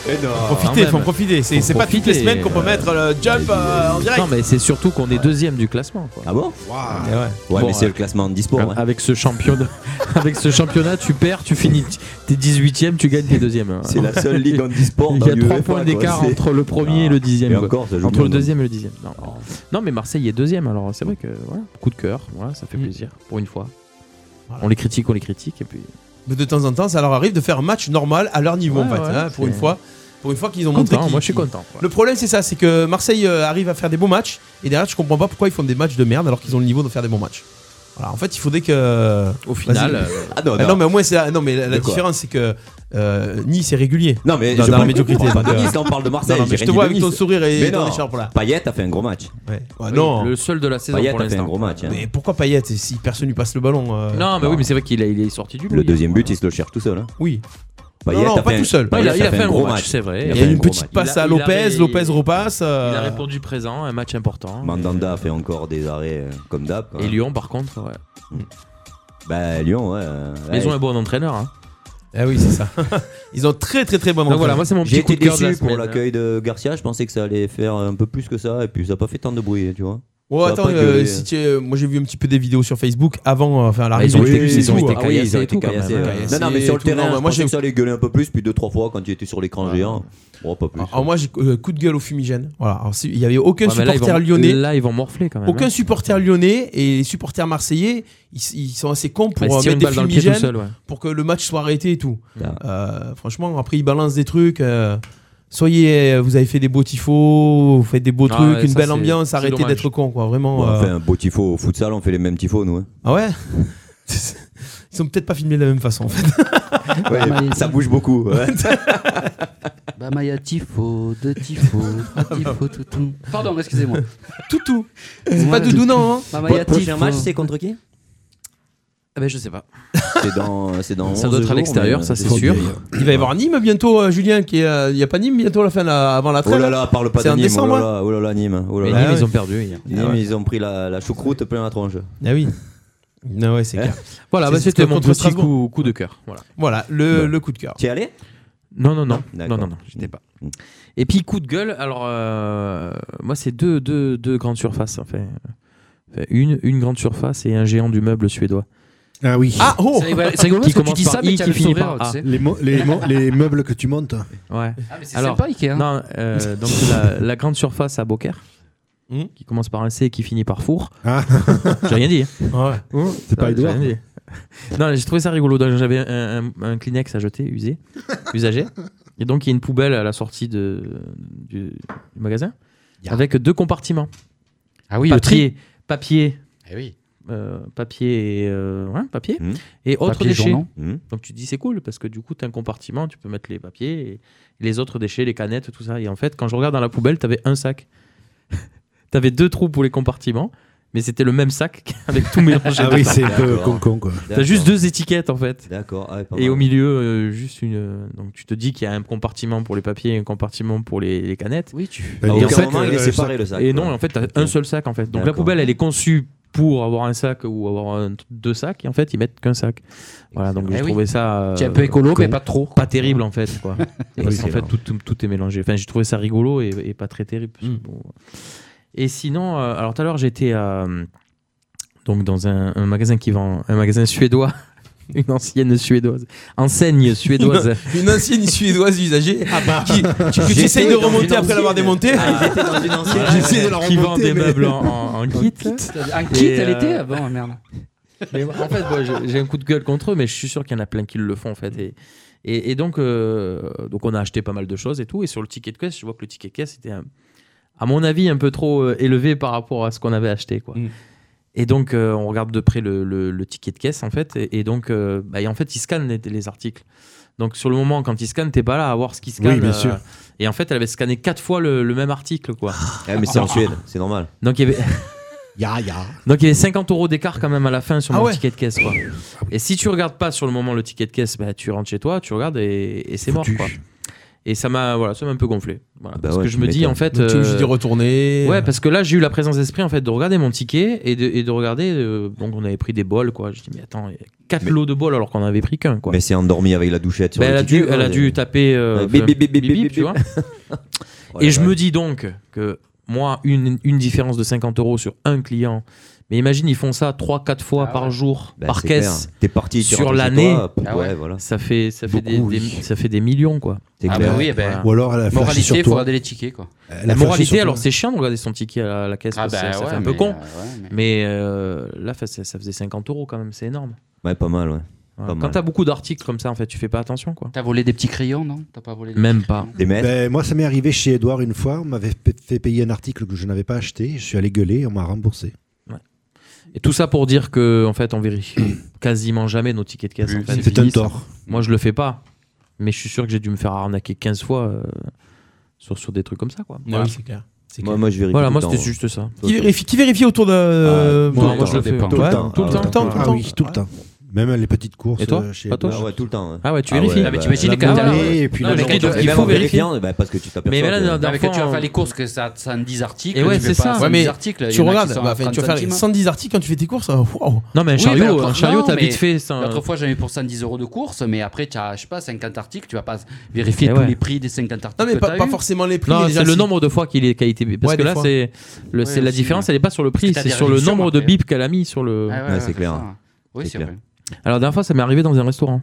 [SPEAKER 7] Profitez,
[SPEAKER 12] Quand
[SPEAKER 7] faut en
[SPEAKER 12] même.
[SPEAKER 7] profiter. C'est
[SPEAKER 12] Faut
[SPEAKER 7] c'est pas toutes les
[SPEAKER 12] profiter. euh,
[SPEAKER 7] semaines qu'on peut mettre le jump euh, en direct.
[SPEAKER 12] Non, mais c'est surtout qu'on est deuxième du classement. quoi.
[SPEAKER 11] Ah bon
[SPEAKER 7] Eh ouais.
[SPEAKER 11] Ouais,
[SPEAKER 12] Bon,
[SPEAKER 11] mais c'est
[SPEAKER 12] euh,
[SPEAKER 11] le classement de dispo. ouais.
[SPEAKER 12] Avec ce championnat, *laughs* avec ce championnat, tu perds, tu finis, t'es 18ème, tu gagnes t'es deuxième. hein.
[SPEAKER 11] C'est la
[SPEAKER 12] *laughs*
[SPEAKER 11] seule ligue anti-sport
[SPEAKER 12] Il y a
[SPEAKER 11] dans
[SPEAKER 12] trois
[SPEAKER 11] l'UEFA,
[SPEAKER 12] points
[SPEAKER 11] quoi,
[SPEAKER 12] d'écart
[SPEAKER 11] c'est-
[SPEAKER 12] entre le premier et
[SPEAKER 11] Ah.
[SPEAKER 12] le dixième.
[SPEAKER 11] Et
[SPEAKER 12] quoi.
[SPEAKER 11] encore, ça joue
[SPEAKER 12] entre
[SPEAKER 11] bien, Oh.
[SPEAKER 12] le
[SPEAKER 11] donc.
[SPEAKER 12] deuxième et le dixième. Non. Non, mais Marseille est deuxième, alors c'est vrai que voilà, coup de cœur, voilà, ça fait plaisir pour une fois.
[SPEAKER 7] Voilà.
[SPEAKER 12] On les critique, on les critique et puis.
[SPEAKER 7] Mais de temps en temps, ça leur arrive de faire un match normal à leur niveau,
[SPEAKER 12] Ouais,
[SPEAKER 7] en fait,
[SPEAKER 12] ouais,
[SPEAKER 7] hein, pour
[SPEAKER 12] c'est-
[SPEAKER 7] une fois. Pour une fois qu'ils ont
[SPEAKER 12] Content,
[SPEAKER 7] montré. qu'ils-
[SPEAKER 12] moi, je suis
[SPEAKER 7] qu'ils-
[SPEAKER 12] content, ouais.
[SPEAKER 7] Le problème, c'est ça c'est que Marseille euh, arrive à faire des bons matchs et derrière, tu comprends pas pourquoi ils font des matchs de merde alors qu'ils ont le niveau de faire des bons matchs. Voilà, en fait, il faudrait que.
[SPEAKER 12] Au final,
[SPEAKER 7] Vas-y.
[SPEAKER 12] euh,
[SPEAKER 11] Ah non,
[SPEAKER 7] Ah
[SPEAKER 11] non.
[SPEAKER 7] non, mais au moins, c'est la, non, mais la, la
[SPEAKER 11] De quoi
[SPEAKER 7] différence, c'est que euh, Nice est régulier.
[SPEAKER 11] Non, mais
[SPEAKER 7] dans,
[SPEAKER 11] je
[SPEAKER 7] dans la
[SPEAKER 11] parle-
[SPEAKER 7] médiocrité.
[SPEAKER 11] on parle
[SPEAKER 7] donc,
[SPEAKER 11] de
[SPEAKER 7] euh,
[SPEAKER 11] Nice, là, on parle de Marseille.
[SPEAKER 7] non, non, mais
[SPEAKER 11] j'ai
[SPEAKER 7] je
[SPEAKER 11] rien
[SPEAKER 7] te
[SPEAKER 11] dit
[SPEAKER 7] vois
[SPEAKER 11] de
[SPEAKER 7] avec
[SPEAKER 11] Nice.
[SPEAKER 7] ton sourire et
[SPEAKER 11] Mais
[SPEAKER 7] ton
[SPEAKER 11] non,
[SPEAKER 7] écharpe, là.
[SPEAKER 11] Payet a fait un gros match.
[SPEAKER 7] Ouais. Ah
[SPEAKER 12] oui,
[SPEAKER 7] non.
[SPEAKER 12] le seul de la saison
[SPEAKER 11] Payet
[SPEAKER 12] pour
[SPEAKER 11] a fait un
[SPEAKER 12] l'instant.
[SPEAKER 11] gros match. hein.
[SPEAKER 7] Mais pourquoi Payet si personne lui passe le ballon euh,
[SPEAKER 12] Non, mais oui, mais c'est vrai qu'il a- il est sorti du lot.
[SPEAKER 11] Le deuxième but, il se le cherche tout seul. hein.
[SPEAKER 7] Oui.
[SPEAKER 11] Payet
[SPEAKER 7] non,
[SPEAKER 11] a
[SPEAKER 7] pas
[SPEAKER 11] fait un-
[SPEAKER 7] tout seul.
[SPEAKER 11] Payet
[SPEAKER 12] Il a- il a fait un gros match, c'est vrai.
[SPEAKER 11] Il a
[SPEAKER 7] Il y
[SPEAKER 11] fait
[SPEAKER 7] a
[SPEAKER 11] un
[SPEAKER 7] une
[SPEAKER 11] gros
[SPEAKER 7] petite
[SPEAKER 11] match.
[SPEAKER 7] passe
[SPEAKER 12] Il a-
[SPEAKER 7] à
[SPEAKER 12] il a
[SPEAKER 7] Lopez,
[SPEAKER 12] ré-
[SPEAKER 7] Lopez repasse. euh,
[SPEAKER 12] Il a répondu présent, un match important.
[SPEAKER 11] Mandanda a fait encore des arrêts euh, comme d'hab. quoi. Mm.
[SPEAKER 12] Et Lyon, par contre, ouais.
[SPEAKER 11] Bah, Lyon, ouais. euh,
[SPEAKER 12] Mais
[SPEAKER 11] ouais,
[SPEAKER 12] ils ont un bon entraîneur. hein.
[SPEAKER 7] Ah oui, c'est ça. *laughs* Ils ont très très très bon
[SPEAKER 12] Donc voilà,
[SPEAKER 7] entraîneur.
[SPEAKER 12] moi c'est mon
[SPEAKER 11] J'ai
[SPEAKER 12] petit coup
[SPEAKER 11] été
[SPEAKER 12] de cœur de la
[SPEAKER 11] déçu pour
[SPEAKER 12] semaine. hein.
[SPEAKER 11] l'accueil de Garcia. Je pensais que ça allait faire un peu plus que ça. Et puis ça n'a pas fait tant de bruit, tu vois.
[SPEAKER 7] Ouais,
[SPEAKER 11] Ça a
[SPEAKER 7] attends,
[SPEAKER 11] pas
[SPEAKER 7] euh,
[SPEAKER 11] gueulé.
[SPEAKER 7] si tu es- moi j'ai vu un petit peu des vidéos sur Facebook avant, euh, enfin
[SPEAKER 12] Ah, hein. ils
[SPEAKER 7] l'arrivée
[SPEAKER 12] ont
[SPEAKER 7] du
[SPEAKER 12] été-
[SPEAKER 7] virus
[SPEAKER 12] ils
[SPEAKER 7] et
[SPEAKER 12] ont
[SPEAKER 7] tout,
[SPEAKER 12] été
[SPEAKER 7] hein.
[SPEAKER 11] Ah oui, ils ont
[SPEAKER 12] caillassés et
[SPEAKER 11] été
[SPEAKER 12] tout, quand
[SPEAKER 11] caillassés.
[SPEAKER 12] même,
[SPEAKER 11] ouais.
[SPEAKER 12] hein.
[SPEAKER 11] Non, non, mais
[SPEAKER 7] Caillassés
[SPEAKER 11] sur le
[SPEAKER 7] et tout, non,
[SPEAKER 11] terrain,
[SPEAKER 7] bah,
[SPEAKER 11] je
[SPEAKER 7] moi,
[SPEAKER 11] pensais
[SPEAKER 7] j'ai- Ah.
[SPEAKER 11] que ça allait gueuler un peu plus. Puis deux, trois fois, quand il était sur l'écran géant. Bon, pas plus.
[SPEAKER 7] Alors moi j'ai euh, coup de gueule au fumigène. Voilà, Alors, si- il y avait aucun
[SPEAKER 12] Ouais, mais là, ils
[SPEAKER 7] supporter
[SPEAKER 12] vont-
[SPEAKER 7] lyonnais.
[SPEAKER 12] Là, ils vont morfler quand même.
[SPEAKER 7] Aucun
[SPEAKER 12] hein.
[SPEAKER 7] supporter lyonnais et les supporters marseillais, ils, ils sont assez cons pour
[SPEAKER 12] Bah, Ils se
[SPEAKER 7] euh,
[SPEAKER 12] tirent
[SPEAKER 7] mettre
[SPEAKER 12] une
[SPEAKER 7] des
[SPEAKER 12] balle dans le pied tout
[SPEAKER 7] fumigènes
[SPEAKER 12] seul, ouais.
[SPEAKER 7] pour que le match soit arrêté et tout.
[SPEAKER 11] Ah.
[SPEAKER 7] Euh, franchement, après ils balancent des trucs. euh, soyez, euh, vous avez fait des beaux tifos, vous faites des beaux
[SPEAKER 12] Ah
[SPEAKER 7] trucs,
[SPEAKER 12] ouais,
[SPEAKER 7] une
[SPEAKER 12] ça,
[SPEAKER 7] belle
[SPEAKER 12] c'est-
[SPEAKER 7] ambiance,
[SPEAKER 12] c'est
[SPEAKER 7] arrêtez
[SPEAKER 12] dommage.
[SPEAKER 7] d'être cons quoi, vraiment.
[SPEAKER 11] Bon, On
[SPEAKER 7] euh.
[SPEAKER 11] fait un beau tifo au futsal, on fait les mêmes tifos, nous. hein.
[SPEAKER 7] Ah ouais. *laughs* Ils sont peut-être pas filmés de la même façon
[SPEAKER 12] *laughs*
[SPEAKER 7] en fait.
[SPEAKER 11] Ouais,
[SPEAKER 8] mais-
[SPEAKER 11] ça bouge
[SPEAKER 7] *laughs*
[SPEAKER 11] beaucoup. ouais.
[SPEAKER 8] Bah, Maya Tifo, de Tifo, Tifo, toutou. Pardon, excusez-moi.
[SPEAKER 7] Toutou. C'est pas doudou non. hein.
[SPEAKER 8] Bah,
[SPEAKER 11] Le
[SPEAKER 8] Maya
[SPEAKER 11] prochain
[SPEAKER 8] Tifo.
[SPEAKER 11] match, c'est contre qui
[SPEAKER 12] Ah, ben, je sais pas.
[SPEAKER 11] C'est dans, c'est dans.
[SPEAKER 12] Ça doit
[SPEAKER 11] 11
[SPEAKER 12] être à
[SPEAKER 11] jours,
[SPEAKER 12] l'extérieur,
[SPEAKER 11] mais,
[SPEAKER 12] ça,
[SPEAKER 11] euh,
[SPEAKER 12] c'est sûr.
[SPEAKER 7] Il va y avoir Nîmes bientôt, euh, Julien. Qui il n'y a pas Nîmes bientôt la fin là, avant la trêve.
[SPEAKER 11] Oh là là, parle pas
[SPEAKER 7] C'est
[SPEAKER 11] de
[SPEAKER 7] en
[SPEAKER 11] Nîmes. Oh
[SPEAKER 7] décembre,
[SPEAKER 11] là
[SPEAKER 7] hein.
[SPEAKER 11] là, oh là là, Nîmes. Oh là
[SPEAKER 12] Mais
[SPEAKER 11] là.
[SPEAKER 7] Ah
[SPEAKER 12] Nîmes,
[SPEAKER 7] ouais.
[SPEAKER 12] ils ont perdu Ah hier.
[SPEAKER 11] Nîmes, ils ont pris la, la choucroute plein la tronche. Hein
[SPEAKER 7] Ah oui. Ah ouais, c'est clair.
[SPEAKER 12] Voilà,
[SPEAKER 7] C'est
[SPEAKER 12] bah,
[SPEAKER 7] ce
[SPEAKER 12] c'était
[SPEAKER 7] que
[SPEAKER 12] mon
[SPEAKER 7] contre
[SPEAKER 12] petit
[SPEAKER 7] Strasbourg.
[SPEAKER 12] coup, coup de cœur. Voilà.
[SPEAKER 7] Voilà le, le coup de cœur. Mm.
[SPEAKER 11] Tu es allé
[SPEAKER 12] Non, non, non. Non,
[SPEAKER 11] D'accord.
[SPEAKER 12] non, non, j'étais pas. Et puis, coup de gueule. Alors, euh, moi, c'est deux, deux, deux grandes surfaces. En fait. Enfin, une, une grande surface et un géant du meuble suédois.
[SPEAKER 10] Ah oui.
[SPEAKER 7] Ah oh.
[SPEAKER 8] C'est rigolo c'est rigolo
[SPEAKER 12] Qui
[SPEAKER 8] parce
[SPEAKER 12] commence
[SPEAKER 8] que tu dis
[SPEAKER 12] par
[SPEAKER 8] ça,
[SPEAKER 12] I,
[SPEAKER 8] mais tu as
[SPEAKER 12] qui
[SPEAKER 8] le
[SPEAKER 12] finit
[SPEAKER 8] sourire,
[SPEAKER 12] par A.
[SPEAKER 8] tu sais.
[SPEAKER 10] Les, mo- les, mo- les meubles que tu montes.
[SPEAKER 12] Ouais.
[SPEAKER 8] Ah, mais c'est sympa, Ikea. hein.
[SPEAKER 12] Non, euh, donc la, la grande surface à Beaucaire,
[SPEAKER 7] Hmm.
[SPEAKER 12] qui commence par un C et qui finit par four.
[SPEAKER 10] Ah.
[SPEAKER 12] J'ai rien dit. hein.
[SPEAKER 7] Ouais.
[SPEAKER 10] C'est pas
[SPEAKER 12] Ah, j'ai
[SPEAKER 10] Edouard.
[SPEAKER 12] rien dit. Non, j'ai trouvé ça rigolo. Donc, J'avais un, un- un Kleenex à jeter, usé, usagé. Et donc, il y a une poubelle à la sortie de, du, du magasin avec deux compartiments.
[SPEAKER 8] Ah oui, le tri.
[SPEAKER 12] papier, papier,
[SPEAKER 8] Eh oui.
[SPEAKER 12] euh, papier et euh, ouais, papier et autres
[SPEAKER 8] Papier,
[SPEAKER 12] déchets.
[SPEAKER 8] journaux.
[SPEAKER 11] Mmh.
[SPEAKER 12] Donc tu te dis c'est cool parce que du coup tu as un compartiment, tu peux mettre les papiers et les autres déchets, les canettes, tout ça. Et en fait, quand je regarde dans la poubelle, tu avais un sac. *laughs* tu avais deux trous pour les compartiments, mais c'était le même sac *laughs* avec tout mélangé.
[SPEAKER 10] Ah oui, c'est un peu con-con, quoi.
[SPEAKER 12] Tu as juste deux étiquettes en fait.
[SPEAKER 11] D'accord. ah ouais, pas
[SPEAKER 12] Et au
[SPEAKER 11] mal.
[SPEAKER 12] milieu, euh, juste une. euh, donc tu te dis qu'il y a un compartiment pour les papiers et un compartiment pour les, les canettes.
[SPEAKER 8] Oui, tu.
[SPEAKER 10] Bah,
[SPEAKER 11] À aucun moment,
[SPEAKER 10] euh,
[SPEAKER 11] il est séparé, le sac,
[SPEAKER 12] Et
[SPEAKER 11] quoi.
[SPEAKER 12] non, en fait, t'as un seul sac en fait. Donc la
[SPEAKER 11] D'accord.
[SPEAKER 12] poubelle, elle est conçue pour avoir un sac ou avoir un- deux sacs. Et en fait, ils mettent qu'un sac. Voilà, donc
[SPEAKER 8] Eh
[SPEAKER 12] j'ai
[SPEAKER 8] oui.
[SPEAKER 12] trouvé ça. euh,
[SPEAKER 8] Tu es un peu écolo, mais pas trop,
[SPEAKER 12] Pas terrible en fait, quoi.
[SPEAKER 8] Et
[SPEAKER 12] Parce
[SPEAKER 8] oui,
[SPEAKER 12] qu'en
[SPEAKER 8] *laughs* c'est
[SPEAKER 12] fait,
[SPEAKER 8] vrai.
[SPEAKER 12] tout, tout- tout est mélangé. Enfin, j'ai trouvé ça rigolo et, et pas très terrible. parce que
[SPEAKER 8] Hmm.
[SPEAKER 12] bon. euh. Et sinon, euh, alors tout à l'heure, j'étais à donc dans un, un magasin qui vend un magasin suédois *laughs* une ancienne suédoise enseigne
[SPEAKER 8] *laughs*
[SPEAKER 12] suédoise
[SPEAKER 7] *laughs* Une, une ancienne suédoise usagée
[SPEAKER 11] Ah bah.
[SPEAKER 7] qui, tu, que tu
[SPEAKER 12] J'étais
[SPEAKER 7] essayes de
[SPEAKER 12] dans
[SPEAKER 7] remonter
[SPEAKER 12] une
[SPEAKER 7] après l'avoir démontée.
[SPEAKER 12] Ah, j'étais dans
[SPEAKER 7] *laughs*
[SPEAKER 12] une ancienne.
[SPEAKER 7] J'essaie de la remonter.
[SPEAKER 12] Qui vend des
[SPEAKER 7] mais-
[SPEAKER 12] meubles en- en- en kit.
[SPEAKER 8] Un kit,
[SPEAKER 12] Et,
[SPEAKER 8] elle
[SPEAKER 12] euh,
[SPEAKER 8] était avant, merde.
[SPEAKER 12] Mais en fait, moi, j'ai- j'ai un coup de gueule contre eux, mais je suis sûr qu'il y en a plein qui le font en fait. Et, et, et donc, euh, donc, on a acheté pas mal de choses et tout. Et sur le ticket de caisse, je vois que le ticket de caisse était, un- à mon avis, un peu trop euh, élevé par rapport à ce qu'on avait acheté. Quoi. Et donc, euh, on regarde de près le, le- le ticket de caisse en fait. Et, et donc, euh, bah, et en fait, ils scannent les, les articles. Donc, sur le moment, quand ils scannent, t'es pas là à voir ce qu'ils
[SPEAKER 11] Oui,
[SPEAKER 12] scannent. euh.
[SPEAKER 11] bien sûr.
[SPEAKER 12] Et en fait, elle avait scanné quatre fois le, le même article. Quoi.
[SPEAKER 11] Ah, mais c'est en Suède, c'est normal.
[SPEAKER 12] Donc, il y avait.
[SPEAKER 10] Ya, ya.
[SPEAKER 12] Donc il y avait 50 euros d'écart quand même à la fin sur
[SPEAKER 11] Ah
[SPEAKER 12] mon
[SPEAKER 11] ouais.
[SPEAKER 12] ticket de caisse. Quoi. Et si tu regardes pas sur le moment le ticket de caisse, bah, tu rentres chez toi, tu regardes et, et c'est mort. Quoi. Et ça m'a voilà, ça m'a un peu gonflé. Voilà.
[SPEAKER 7] Bah
[SPEAKER 12] parce
[SPEAKER 7] ouais,
[SPEAKER 12] que je
[SPEAKER 7] tu
[SPEAKER 12] me dis
[SPEAKER 7] m'étonnes.
[SPEAKER 12] en fait. euh,
[SPEAKER 7] Donc, tu es obligé d'y retourner.
[SPEAKER 12] Ouais, parce que là j'ai eu la présence d'esprit en fait de regarder mon ticket et de, et de regarder. euh, donc on avait pris des bols quoi. Je dis mais attends, il y a quatre lots de bols alors qu'on avait pris qu'un quoi.
[SPEAKER 11] Mais c'est endormi avec la douchette sur
[SPEAKER 12] Bah,
[SPEAKER 11] le
[SPEAKER 12] elle, a
[SPEAKER 11] ticket,
[SPEAKER 12] dû,
[SPEAKER 11] quoi,
[SPEAKER 12] elle a
[SPEAKER 11] des-
[SPEAKER 12] dû taper. euh,
[SPEAKER 11] Ouais, bip,
[SPEAKER 12] enfin,
[SPEAKER 11] bip, bip, bip,
[SPEAKER 12] bip,
[SPEAKER 11] bip,
[SPEAKER 12] tu
[SPEAKER 11] *laughs*
[SPEAKER 12] vois.
[SPEAKER 11] Oh la
[SPEAKER 12] Et je
[SPEAKER 11] vache.
[SPEAKER 12] me dis donc que moi, une, une différence de 50 euros sur un client, mais imagine, ils font ça 3-4 fois
[SPEAKER 8] Ah
[SPEAKER 12] par jour,
[SPEAKER 11] Bah,
[SPEAKER 12] par
[SPEAKER 11] c'est
[SPEAKER 12] caisse,
[SPEAKER 11] clair. T'es parti, tu
[SPEAKER 12] sur
[SPEAKER 11] rentres chez
[SPEAKER 12] l'année.
[SPEAKER 11] toi, Ah ouais, ouais. voilà.
[SPEAKER 12] Ça fait, ça, fait des,
[SPEAKER 11] Beaucoup,
[SPEAKER 12] des- ça fait des millions, quoi.
[SPEAKER 11] C'est Ah clair. bah oui, eh ben, Ou alors, elle a flashé
[SPEAKER 12] moralité,
[SPEAKER 11] sur toi.
[SPEAKER 12] faut regarder les tickets, quoi.
[SPEAKER 11] Elle a
[SPEAKER 12] la
[SPEAKER 11] flashé sur
[SPEAKER 12] moralité,
[SPEAKER 11] toi.
[SPEAKER 12] alors c'est chiant de regarder son ticket à la, à la caisse,
[SPEAKER 8] Ah
[SPEAKER 12] parce que
[SPEAKER 8] bah
[SPEAKER 12] ça, ça
[SPEAKER 8] ouais,
[SPEAKER 12] fait un peu
[SPEAKER 8] mais,
[SPEAKER 12] con.
[SPEAKER 8] euh, ouais,
[SPEAKER 12] mais euh, là, ça, ça faisait 50 euros quand même, c'est énorme.
[SPEAKER 11] Ouais, pas mal, ouais.
[SPEAKER 12] Voilà.
[SPEAKER 11] Pas
[SPEAKER 12] Quand
[SPEAKER 11] mal.
[SPEAKER 12] t'as beaucoup d'articles comme ça, en fait, tu fais pas attention, quoi.
[SPEAKER 8] T'as volé des petits crayons, non T'as pas volé des
[SPEAKER 12] Même
[SPEAKER 8] petits
[SPEAKER 12] pas.
[SPEAKER 8] crayons
[SPEAKER 11] Des mètres.
[SPEAKER 10] Ben, moi, ça m'est arrivé chez Edouard une fois. On m'avait p- fait payer un article que je n'avais pas acheté. Je suis allé gueuler et on m'a remboursé.
[SPEAKER 12] Et tout ça pour dire que en fait on vérifie *coughs* quasiment jamais nos tickets de caisse.
[SPEAKER 10] Plus,
[SPEAKER 12] en fait.
[SPEAKER 10] c'est
[SPEAKER 12] Fini,
[SPEAKER 10] un
[SPEAKER 12] ça.
[SPEAKER 10] tort.
[SPEAKER 12] Moi je le fais pas, mais je suis sûr que j'ai dû me faire arnaquer 15 fois euh, sur, sur des trucs comme ça quoi.
[SPEAKER 7] Ah oui, c'est clair. C'est
[SPEAKER 11] Moi,
[SPEAKER 7] clair.
[SPEAKER 11] moi, je vérifie.
[SPEAKER 12] Voilà,
[SPEAKER 11] tout
[SPEAKER 12] moi
[SPEAKER 11] le
[SPEAKER 12] c'était
[SPEAKER 11] temps. hein.
[SPEAKER 12] juste ça.
[SPEAKER 7] *laughs* Qui vérifie, qui vérifie autour de.
[SPEAKER 12] moi, moi, je le fais
[SPEAKER 7] Ouais,
[SPEAKER 12] Ah, tout le temps.
[SPEAKER 7] Tout le temps, tout le temps, tout le
[SPEAKER 10] Ah
[SPEAKER 7] temps.
[SPEAKER 10] oui, tout le temps. Même les petites courses
[SPEAKER 12] Et toi
[SPEAKER 10] euh, chez
[SPEAKER 12] Pas toi
[SPEAKER 10] Edouard.
[SPEAKER 11] Ah ouais, tout le temps. ouais.
[SPEAKER 12] Ah ouais, tu vérifies.
[SPEAKER 8] Ah, mais t'imagines
[SPEAKER 10] la
[SPEAKER 8] quand t'as-
[SPEAKER 10] monnaie, et puis
[SPEAKER 8] Non,
[SPEAKER 10] la
[SPEAKER 8] mais
[SPEAKER 10] journée.
[SPEAKER 8] quand tu-
[SPEAKER 11] Et
[SPEAKER 12] il
[SPEAKER 11] même
[SPEAKER 12] faut
[SPEAKER 11] en
[SPEAKER 12] vérifier.
[SPEAKER 11] vérifiant, bah, parce que tu t'aperçois.
[SPEAKER 12] Mais là,
[SPEAKER 11] que-
[SPEAKER 12] dans- dans-
[SPEAKER 8] Non, mais quand
[SPEAKER 12] Parfois,
[SPEAKER 8] tu vas
[SPEAKER 12] on-
[SPEAKER 8] faire les courses, que ça ça en 10 articles.
[SPEAKER 12] Et ouais,
[SPEAKER 8] tu fais
[SPEAKER 12] c'est ça.
[SPEAKER 8] pas 110
[SPEAKER 12] Ouais, mais
[SPEAKER 8] articles, il y
[SPEAKER 7] Tu
[SPEAKER 8] en a qui
[SPEAKER 7] regardes,
[SPEAKER 8] sont à
[SPEAKER 7] bah, enfin, tu vas
[SPEAKER 8] 30
[SPEAKER 7] faire les
[SPEAKER 8] centimes.
[SPEAKER 7] 110 articles quand tu fais tes courses. euh, waouh.
[SPEAKER 12] Non, mais un
[SPEAKER 8] Oui,
[SPEAKER 12] chariot,
[SPEAKER 8] mais l'autre-
[SPEAKER 12] un chariot,
[SPEAKER 8] non,
[SPEAKER 12] t'as
[SPEAKER 8] mais
[SPEAKER 12] vite fait. ça. hein.
[SPEAKER 8] L'autre fois, j'avais pour 110 euros de course, mais après, tu as, je sais pas, 50 articles, tu vas pas vérifier
[SPEAKER 12] Eh
[SPEAKER 8] tous
[SPEAKER 12] ouais.
[SPEAKER 8] les prix des 50 articles.
[SPEAKER 7] Non, mais
[SPEAKER 8] que
[SPEAKER 7] pas,
[SPEAKER 8] t'as
[SPEAKER 7] pas
[SPEAKER 8] eu.
[SPEAKER 7] forcément les prix.
[SPEAKER 12] Non,
[SPEAKER 7] déjà,
[SPEAKER 12] c'est le
[SPEAKER 7] si-
[SPEAKER 12] nombre de fois qu'il est qualité. Parce
[SPEAKER 7] Ouais,
[SPEAKER 12] que
[SPEAKER 7] des
[SPEAKER 12] là,
[SPEAKER 7] fois.
[SPEAKER 12] c'est le-
[SPEAKER 8] Ouais,
[SPEAKER 12] c'est la
[SPEAKER 8] aussi,
[SPEAKER 12] différence,
[SPEAKER 8] ouais.
[SPEAKER 12] elle n'est pas sur le
[SPEAKER 8] Parce que
[SPEAKER 12] prix,
[SPEAKER 8] t'as
[SPEAKER 12] c'est
[SPEAKER 8] des
[SPEAKER 12] sur le
[SPEAKER 8] réductions
[SPEAKER 12] nombre de
[SPEAKER 8] après.
[SPEAKER 12] bips qu'elle a mis sur le.
[SPEAKER 8] Ah ouais,
[SPEAKER 11] Ouais,
[SPEAKER 8] ouais,
[SPEAKER 11] c'est clair.
[SPEAKER 8] ça. Oui,
[SPEAKER 11] C'est
[SPEAKER 8] c'est
[SPEAKER 11] clair.
[SPEAKER 8] vrai.
[SPEAKER 12] Alors, la dernière fois, ça m'est arrivé dans un restaurant.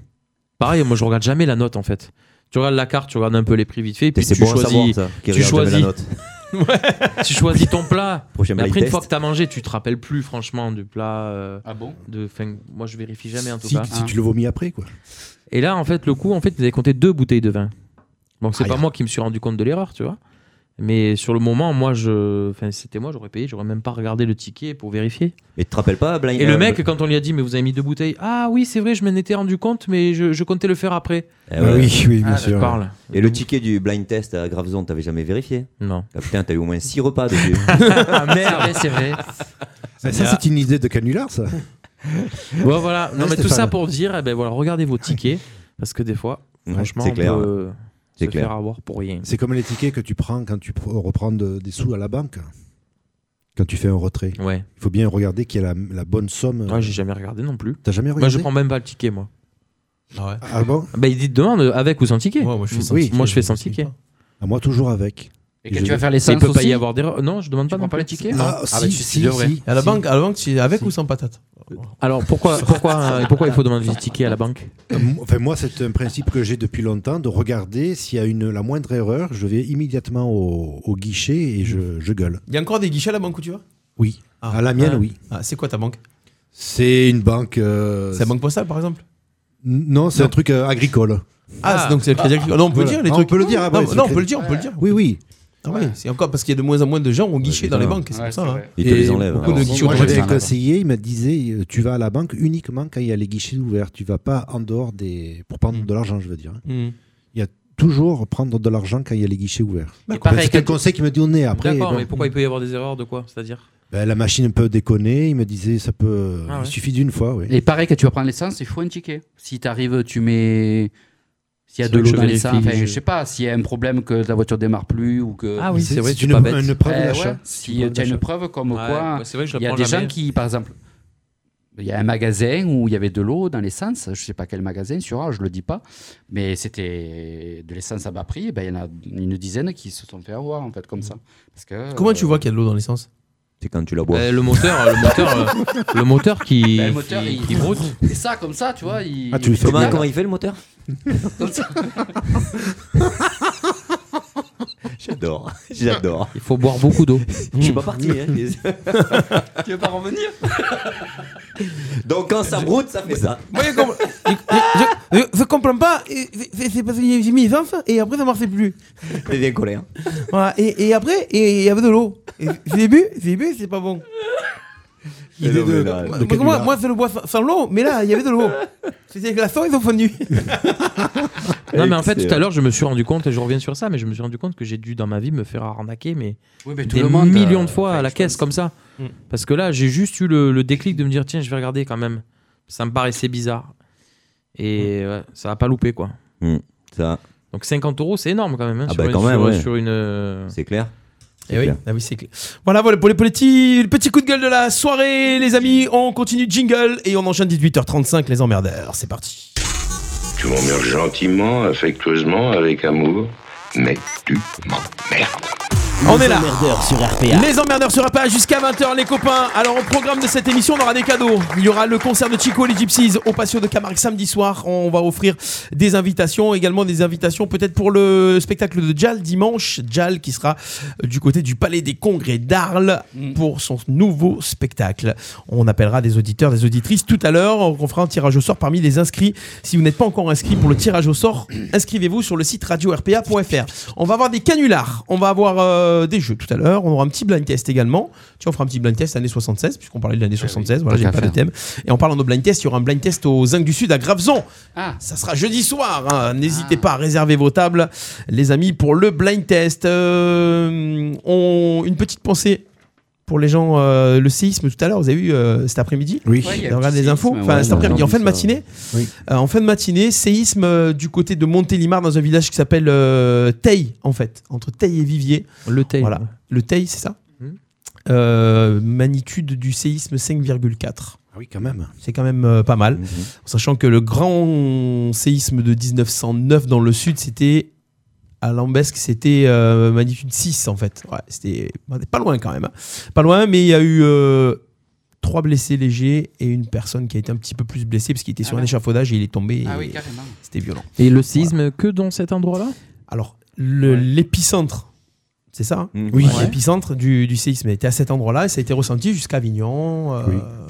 [SPEAKER 12] Pareil, moi, je regarde jamais la note, en fait. Tu regardes la carte, tu regardes un peu les prix vite fait, et puis
[SPEAKER 11] c'est
[SPEAKER 12] tu
[SPEAKER 11] bon à
[SPEAKER 12] choisis.
[SPEAKER 11] savoir, ça,
[SPEAKER 12] tu
[SPEAKER 11] qui regarde
[SPEAKER 12] choisis.
[SPEAKER 11] jamais la note.
[SPEAKER 12] *laughs* Ouais. tu choisis ton plat.
[SPEAKER 11] Prochain
[SPEAKER 12] Mais
[SPEAKER 11] blind
[SPEAKER 12] après, une
[SPEAKER 11] test.
[SPEAKER 12] fois que t'as mangé, tu te rappelles plus, franchement, du plat. euh,
[SPEAKER 8] Ah bon
[SPEAKER 12] de, fin, Moi, je vérifie jamais, en tout
[SPEAKER 10] Si,
[SPEAKER 12] cas.
[SPEAKER 10] si tu le vomis après, quoi.
[SPEAKER 12] Et là, en fait, le coup, en fait, ils avaient compté deux bouteilles de vin. Donc, c'est
[SPEAKER 10] Aïe.
[SPEAKER 12] pas moi qui me suis rendu compte de l'erreur, tu vois. Mais sur le moment, moi, je. Enfin, c'était moi, j'aurais payé, j'aurais même pas regardé le ticket pour vérifier.
[SPEAKER 11] Mais tu te rappelles pas, Blind
[SPEAKER 12] Et
[SPEAKER 11] euh,
[SPEAKER 12] le mec, quand on lui a dit, mais vous avez mis deux bouteilles, ah oui, c'est vrai, je m'en étais rendu compte, mais je, je comptais le faire après.
[SPEAKER 11] Eh ouais.
[SPEAKER 10] oui,
[SPEAKER 12] bien Ah, sûr. je parle.
[SPEAKER 11] Et le ticket du blind test à Graveson, t'avais jamais vérifié
[SPEAKER 12] Non.
[SPEAKER 11] Ah, putain, t'as eu au moins 6 repas dessus.
[SPEAKER 12] *laughs* ah merde,
[SPEAKER 8] c'est vrai.
[SPEAKER 10] Mais ça, c'est une idée de canular, ça.
[SPEAKER 12] Bon, voilà. Non,
[SPEAKER 10] Ouais,
[SPEAKER 12] mais tout
[SPEAKER 10] Stéphane.
[SPEAKER 12] ça pour dire, eh ben voilà, regardez vos tickets, parce que des fois,
[SPEAKER 11] Ouais,
[SPEAKER 12] franchement,
[SPEAKER 11] c'est
[SPEAKER 12] on
[SPEAKER 11] clair.
[SPEAKER 12] peut
[SPEAKER 11] C'est
[SPEAKER 12] se
[SPEAKER 11] clair.
[SPEAKER 12] faire avoir pour rien.
[SPEAKER 10] C'est comme les tickets que tu prends quand tu pr- reprends de- des sous à la banque. *laughs* Quand tu fais un retrait.
[SPEAKER 12] Ouais.
[SPEAKER 10] Il faut bien regarder qu'il y a la, la bonne somme.
[SPEAKER 12] Moi, j'ai jamais regardé non plus.
[SPEAKER 10] T'as jamais
[SPEAKER 12] Moi,
[SPEAKER 10] regardé
[SPEAKER 12] je prends même pas le ticket, moi.
[SPEAKER 10] Ah bon
[SPEAKER 12] Bah, il dit demande avec ou sans ticket.
[SPEAKER 7] moi, je fais sans
[SPEAKER 12] Oui.
[SPEAKER 7] ticket,
[SPEAKER 12] Moi, je fais
[SPEAKER 7] je
[SPEAKER 12] sans
[SPEAKER 7] sais
[SPEAKER 12] ticket.
[SPEAKER 10] Ah, Moi, toujours avec.
[SPEAKER 8] Et
[SPEAKER 10] Je-
[SPEAKER 8] quand tu vas faire les
[SPEAKER 12] Il
[SPEAKER 8] sens
[SPEAKER 12] peut pas
[SPEAKER 8] aussi,
[SPEAKER 12] y avoir d'erreur. Non, je demande pas.
[SPEAKER 8] tu prends
[SPEAKER 12] non
[SPEAKER 8] pas
[SPEAKER 12] plus.
[SPEAKER 8] le ticket bah,
[SPEAKER 10] Ah, si,
[SPEAKER 8] tu-
[SPEAKER 10] si,
[SPEAKER 8] tu devrais.
[SPEAKER 10] si.
[SPEAKER 7] À la banque, à la banque, c'est avec ou sans patate
[SPEAKER 12] Alors *laughs* pourquoi, pourquoi, euh, pourquoi il faut demander des tickets à la banque
[SPEAKER 10] Euh, m- Enfin, moi, c'est un principe que j'ai depuis longtemps de regarder s'il y a une, la moindre erreur, je vais immédiatement au, au guichet et je, je gueule.
[SPEAKER 7] Il y a encore des guichets à la banque où tu vas
[SPEAKER 10] Oui.
[SPEAKER 7] Ah.
[SPEAKER 10] à la mienne,
[SPEAKER 7] Ah.
[SPEAKER 10] oui.
[SPEAKER 7] Ah, c'est quoi ta banque
[SPEAKER 10] C'est une banque. euh,
[SPEAKER 7] C'est la banque postale, par exemple
[SPEAKER 10] N- Non, c'est un truc euh, agricole.
[SPEAKER 7] Ah, c'est- donc c'est le crédit agricole. Non, on peut
[SPEAKER 10] Voilà.
[SPEAKER 7] dire les
[SPEAKER 10] Ah,
[SPEAKER 7] trucs.
[SPEAKER 10] On peut le dire. ah, ouais,
[SPEAKER 7] Non,
[SPEAKER 10] c'est
[SPEAKER 7] non, on
[SPEAKER 10] le
[SPEAKER 7] peut
[SPEAKER 10] crédit-
[SPEAKER 7] le dire, on peut le dire.
[SPEAKER 10] Oui, oui.
[SPEAKER 7] Ah ouais, c'est encore parce qu'il y a de moins en moins de gens au guichet dans les banques, c'est pour ça. hein.
[SPEAKER 11] Ils te les enlèvent,
[SPEAKER 7] Beaucoup
[SPEAKER 11] hein.
[SPEAKER 7] de
[SPEAKER 11] Alors,
[SPEAKER 7] guichets
[SPEAKER 10] Moi, j'avais
[SPEAKER 7] automatiques.
[SPEAKER 10] un conseiller, il me disait euh, tu vas à la banque uniquement quand il y a les guichets ouverts. Tu vas pas en dehors des. pour prendre de l'argent, je veux dire. hein.
[SPEAKER 7] Mm.
[SPEAKER 10] Il y a toujours prendre de l'argent quand il y a les guichets ouverts.
[SPEAKER 12] Mais
[SPEAKER 10] Enfin,
[SPEAKER 12] pareil,
[SPEAKER 10] C'était le
[SPEAKER 12] quand-
[SPEAKER 10] conseil qu'il me donnait après.
[SPEAKER 12] D'accord,
[SPEAKER 10] bon.
[SPEAKER 12] mais pourquoi il peut y avoir des erreurs de quoi C'est-à-dire
[SPEAKER 10] Ben, La machine peut déconner, il me disait ça peut.
[SPEAKER 8] Ah ouais.
[SPEAKER 10] Il suffit d'une fois, oui.
[SPEAKER 8] Et pareil, quand tu vas prendre l'essence, il faut un ticket. Si tu arrives, tu mets. S'il y a
[SPEAKER 10] C'est
[SPEAKER 8] de
[SPEAKER 10] vrai
[SPEAKER 8] l'eau
[SPEAKER 10] que
[SPEAKER 8] dans
[SPEAKER 10] je
[SPEAKER 8] l'essence,
[SPEAKER 10] vérifie,
[SPEAKER 8] enfin,
[SPEAKER 10] je-
[SPEAKER 8] je sais pas, s'il y a un problème que ta voiture démarre plus ou que.
[SPEAKER 12] Ah oui, C'est- c'est vrai, c'est tu une-
[SPEAKER 8] pas
[SPEAKER 12] une
[SPEAKER 8] bête.
[SPEAKER 12] preuve
[SPEAKER 8] Eh ouais,
[SPEAKER 12] d'achat. C'est une
[SPEAKER 8] Si
[SPEAKER 12] preuve
[SPEAKER 8] tu as une
[SPEAKER 12] d'achat.
[SPEAKER 8] preuve comme
[SPEAKER 12] Ouais,
[SPEAKER 8] quoi.
[SPEAKER 12] ouais, c'est vrai que je la
[SPEAKER 8] Il y a
[SPEAKER 12] prends
[SPEAKER 8] des
[SPEAKER 12] jamais.
[SPEAKER 8] gens qui, par exemple. Il y a un magasin où il y avait de l'eau dans l'essence, je sais pas quel magasin, sur A, je le dis pas, mais c'était de l'essence à bas prix, et ben, il y en a une dizaine qui se sont fait avoir, en fait, comme ça. Parce que,
[SPEAKER 7] Comment tu vois qu'il y a de l'eau dans l'essence
[SPEAKER 11] C'est quand tu la bois.
[SPEAKER 12] Euh, le moteur, le moteur, euh, le moteur
[SPEAKER 10] *laughs*
[SPEAKER 12] qui,
[SPEAKER 8] Ben, le moteur,
[SPEAKER 12] qui,
[SPEAKER 8] il,
[SPEAKER 12] qui broute.
[SPEAKER 8] Et ça, comme ça, tu vois. Il...
[SPEAKER 12] Ah, tu le fais
[SPEAKER 11] comment,
[SPEAKER 12] bien.
[SPEAKER 11] comment il fait le moteur
[SPEAKER 8] Comme ça.
[SPEAKER 11] *laughs* J'adore, j'adore.
[SPEAKER 12] Il faut boire beaucoup d'eau.
[SPEAKER 11] Je suis pas parti. hein.
[SPEAKER 8] *laughs* tu veux pas revenir
[SPEAKER 11] *laughs* Donc quand ça broute, ça fait ça.
[SPEAKER 7] Moi, je, compre- je- Euh, je- je comprends pas. et- c'est- C'est parce que j'ai mis les enfants et après ça marchait plus.
[SPEAKER 11] *laughs* T'es bien hein. colère.
[SPEAKER 7] Voilà. Et, et après, et il y avait de l'eau. Et J'ai bu, j'ai bu, c'est pas bon.
[SPEAKER 11] Il est de- là,
[SPEAKER 7] Moi,
[SPEAKER 11] de
[SPEAKER 7] parce que moi, moi, c'est le bois sans, sans l'eau, mais là, il y avait de l'eau. C'était glaçon, ils ont fondu.
[SPEAKER 12] Non, mais en fait,
[SPEAKER 7] Excellent.
[SPEAKER 12] tout
[SPEAKER 11] euh,
[SPEAKER 10] euh,
[SPEAKER 12] à l'heure, je me suis rendu compte, et je reviens sur ça, mais je me suis rendu compte que j'ai dû, dans ma vie, me faire arnaquer, mais,
[SPEAKER 8] Oui, mais tout
[SPEAKER 12] des
[SPEAKER 8] le monde,
[SPEAKER 12] millions
[SPEAKER 8] euh,
[SPEAKER 12] de fois à la caisse, comme ça.
[SPEAKER 8] Mm.
[SPEAKER 12] Parce que là, j'ai juste eu le, le déclic de me dire, tiens, je vais regarder quand même. Ça me paraissait bizarre. Et
[SPEAKER 8] Mm.
[SPEAKER 12] ouais, ça a pas loupé, quoi.
[SPEAKER 11] Hmm, ça.
[SPEAKER 12] Donc 50 euros, c'est énorme quand même. hein,
[SPEAKER 11] Ah
[SPEAKER 12] sur
[SPEAKER 11] bah
[SPEAKER 12] une-
[SPEAKER 11] quand même,
[SPEAKER 12] sur-
[SPEAKER 11] ouais.
[SPEAKER 12] sur une. euh,
[SPEAKER 11] C'est clair.
[SPEAKER 7] Eh oui, ah oui, c'est clair. Voilà, voilà pour les petits, les petits coups de gueule de la soirée, les amis. On continue jingle et on enchaîne 18h35, les emmerdeurs. C'est parti.
[SPEAKER 15] Tu m'emmerdes gentiment, affectueusement, avec amour, mais tu m'emmerdes.
[SPEAKER 7] On est là.
[SPEAKER 6] Les emmerdeurs sur RPA.
[SPEAKER 7] Les emmerdeurs sera pas jusqu'à 20h, les copains. Alors, au programme de cette émission, on aura des cadeaux. Il y aura le concert de Chico et les Gypsies au patio de Camargue samedi soir. On va offrir des invitations, également des invitations peut-être pour le spectacle de Jal dimanche. Jal qui sera du côté du Palais des Congrès d'Arles pour son nouveau spectacle. On appellera des auditeurs, des auditrices tout à l'heure. On fera un tirage au sort parmi les inscrits. Si vous n'êtes pas encore inscrit pour le tirage au sort, inscrivez-vous sur le site radio-rpa.fr. On va avoir des canulars, on va avoir euh, des jeux tout à l'heure, on aura un petit blind test également. Tiens, on fera un petit blind test année 76, puisqu'on parlait de l'année 76, voilà,
[SPEAKER 8] tant
[SPEAKER 7] j'ai
[SPEAKER 8] qu'à
[SPEAKER 7] pas de
[SPEAKER 8] faire.
[SPEAKER 7] thème. Et en parlant de blind test, il y aura un blind test aux Zinc du Sud à Graveson.
[SPEAKER 8] Ah.
[SPEAKER 7] Ça sera jeudi soir, hein. n'hésitez pas à réserver vos tables, les amis, pour le blind test. Euh, on- Une petite pensée pour les gens, euh, le séisme tout à l'heure, vous avez vu euh, cet après-midi
[SPEAKER 10] Oui.
[SPEAKER 8] Ouais, il y a eu
[SPEAKER 7] on regarde
[SPEAKER 8] du
[SPEAKER 7] les infos.
[SPEAKER 8] séisme,
[SPEAKER 7] Enfin,
[SPEAKER 8] ouais,
[SPEAKER 7] cet
[SPEAKER 8] on a
[SPEAKER 7] après-midi, en
[SPEAKER 8] entendu
[SPEAKER 7] fin de
[SPEAKER 8] ça.
[SPEAKER 7] matinée.
[SPEAKER 10] Oui.
[SPEAKER 7] Euh, en fin de matinée, séisme euh, du côté de Montélimar, dans un village qui s'appelle euh, Teil, en fait, entre Teil et Vivier.
[SPEAKER 12] Le Teil.
[SPEAKER 7] Voilà. Le Teil, c'est ça
[SPEAKER 10] Mhm.
[SPEAKER 7] Euh, magnitude du séisme 5,4.
[SPEAKER 10] Ah oui, quand même. Mhm.
[SPEAKER 7] C'est quand même euh, pas mal. Sachant que le grand séisme de 1909 dans le sud, c'était à Lambesque, c'était euh, magnitude 6 en fait. Ouais, c'était pas loin quand même. hein. Pas loin, mais il y a eu euh, trois blessés légers et une personne qui a été un petit peu plus blessée parce qu'il était sur un échafaudage et il est tombé. et
[SPEAKER 8] Ah oui, carrément.
[SPEAKER 7] C'était violent.
[SPEAKER 12] Et le séisme que dans cet endroit-là
[SPEAKER 7] Alors, le- l'épicentre, c'est ça hein
[SPEAKER 11] Mmh.
[SPEAKER 12] Oui. Ouais.
[SPEAKER 7] L'épicentre du, du séisme était à cet endroit-là et ça a été ressenti jusqu'à Avignon. euh,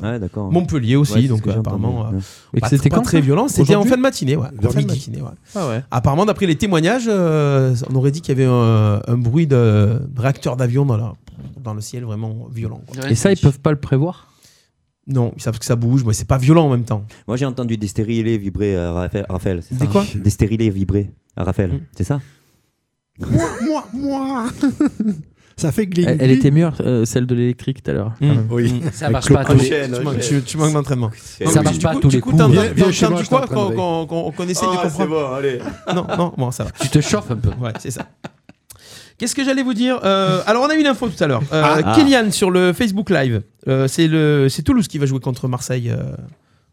[SPEAKER 11] Ouais, d'accord.
[SPEAKER 7] Montpellier aussi,
[SPEAKER 11] Ouais, c'est ce
[SPEAKER 7] donc
[SPEAKER 11] que j'ai
[SPEAKER 7] apparemment
[SPEAKER 11] entendu,
[SPEAKER 7] euh,
[SPEAKER 11] ouais.
[SPEAKER 12] Et
[SPEAKER 7] pas,
[SPEAKER 12] c'était
[SPEAKER 7] pas
[SPEAKER 12] quand,
[SPEAKER 7] très
[SPEAKER 12] ça
[SPEAKER 7] violent. C'était en
[SPEAKER 12] Aujourd'hui
[SPEAKER 7] fin de matinée, ouais.
[SPEAKER 12] Vers
[SPEAKER 7] en fin de
[SPEAKER 12] midi.
[SPEAKER 7] matinée, ouais.
[SPEAKER 12] Ah ouais.
[SPEAKER 7] Apparemment, d'après les témoignages, euh, on aurait dit qu'il y avait un, un bruit de, de réacteur d'avion dans, la- dans le ciel vraiment violent. quoi.
[SPEAKER 12] Et ça, ils peuvent pas le prévoir
[SPEAKER 7] Non, ils savent que ça bouge, mais c'est pas violent en même temps.
[SPEAKER 11] Moi j'ai entendu des stérilés vibrer à Raphaël. Raphaël c'est
[SPEAKER 7] Des
[SPEAKER 11] ça
[SPEAKER 7] quoi Hmm.
[SPEAKER 11] Des stérilés vibrer à Raphaël. C'est ça
[SPEAKER 10] Moi, moi, moi *laughs* Ça fait gling.
[SPEAKER 12] Elle, elle était meilleure, euh, celle de l'électrique tout à l'heure.
[SPEAKER 7] Mm.
[SPEAKER 12] quand même.
[SPEAKER 10] Oui.
[SPEAKER 8] Ça marche pas à tous les
[SPEAKER 7] Tu manques, tu- tu manques d'entraînement.
[SPEAKER 12] Ça marche pas à tous les coups. hein. Viens- viens chez moi,
[SPEAKER 7] Tu
[SPEAKER 12] je
[SPEAKER 7] quoi quand
[SPEAKER 12] t'entraînerai.
[SPEAKER 7] quand- quand- qu'on essaie de
[SPEAKER 12] Ah, c'est
[SPEAKER 7] comprendre
[SPEAKER 11] bon, allez.
[SPEAKER 7] Non, non, bon, ça va.
[SPEAKER 8] Tu te chauffes un peu.
[SPEAKER 7] Ouais, c'est ça. Qu'est-ce que j'allais vous dire Euh, Alors, on a eu une info tout à l'heure. Euh,
[SPEAKER 8] Ah.
[SPEAKER 7] Kylian sur le Facebook Live. Euh, c'est le, c'est Toulouse qui va jouer contre Marseille. euh,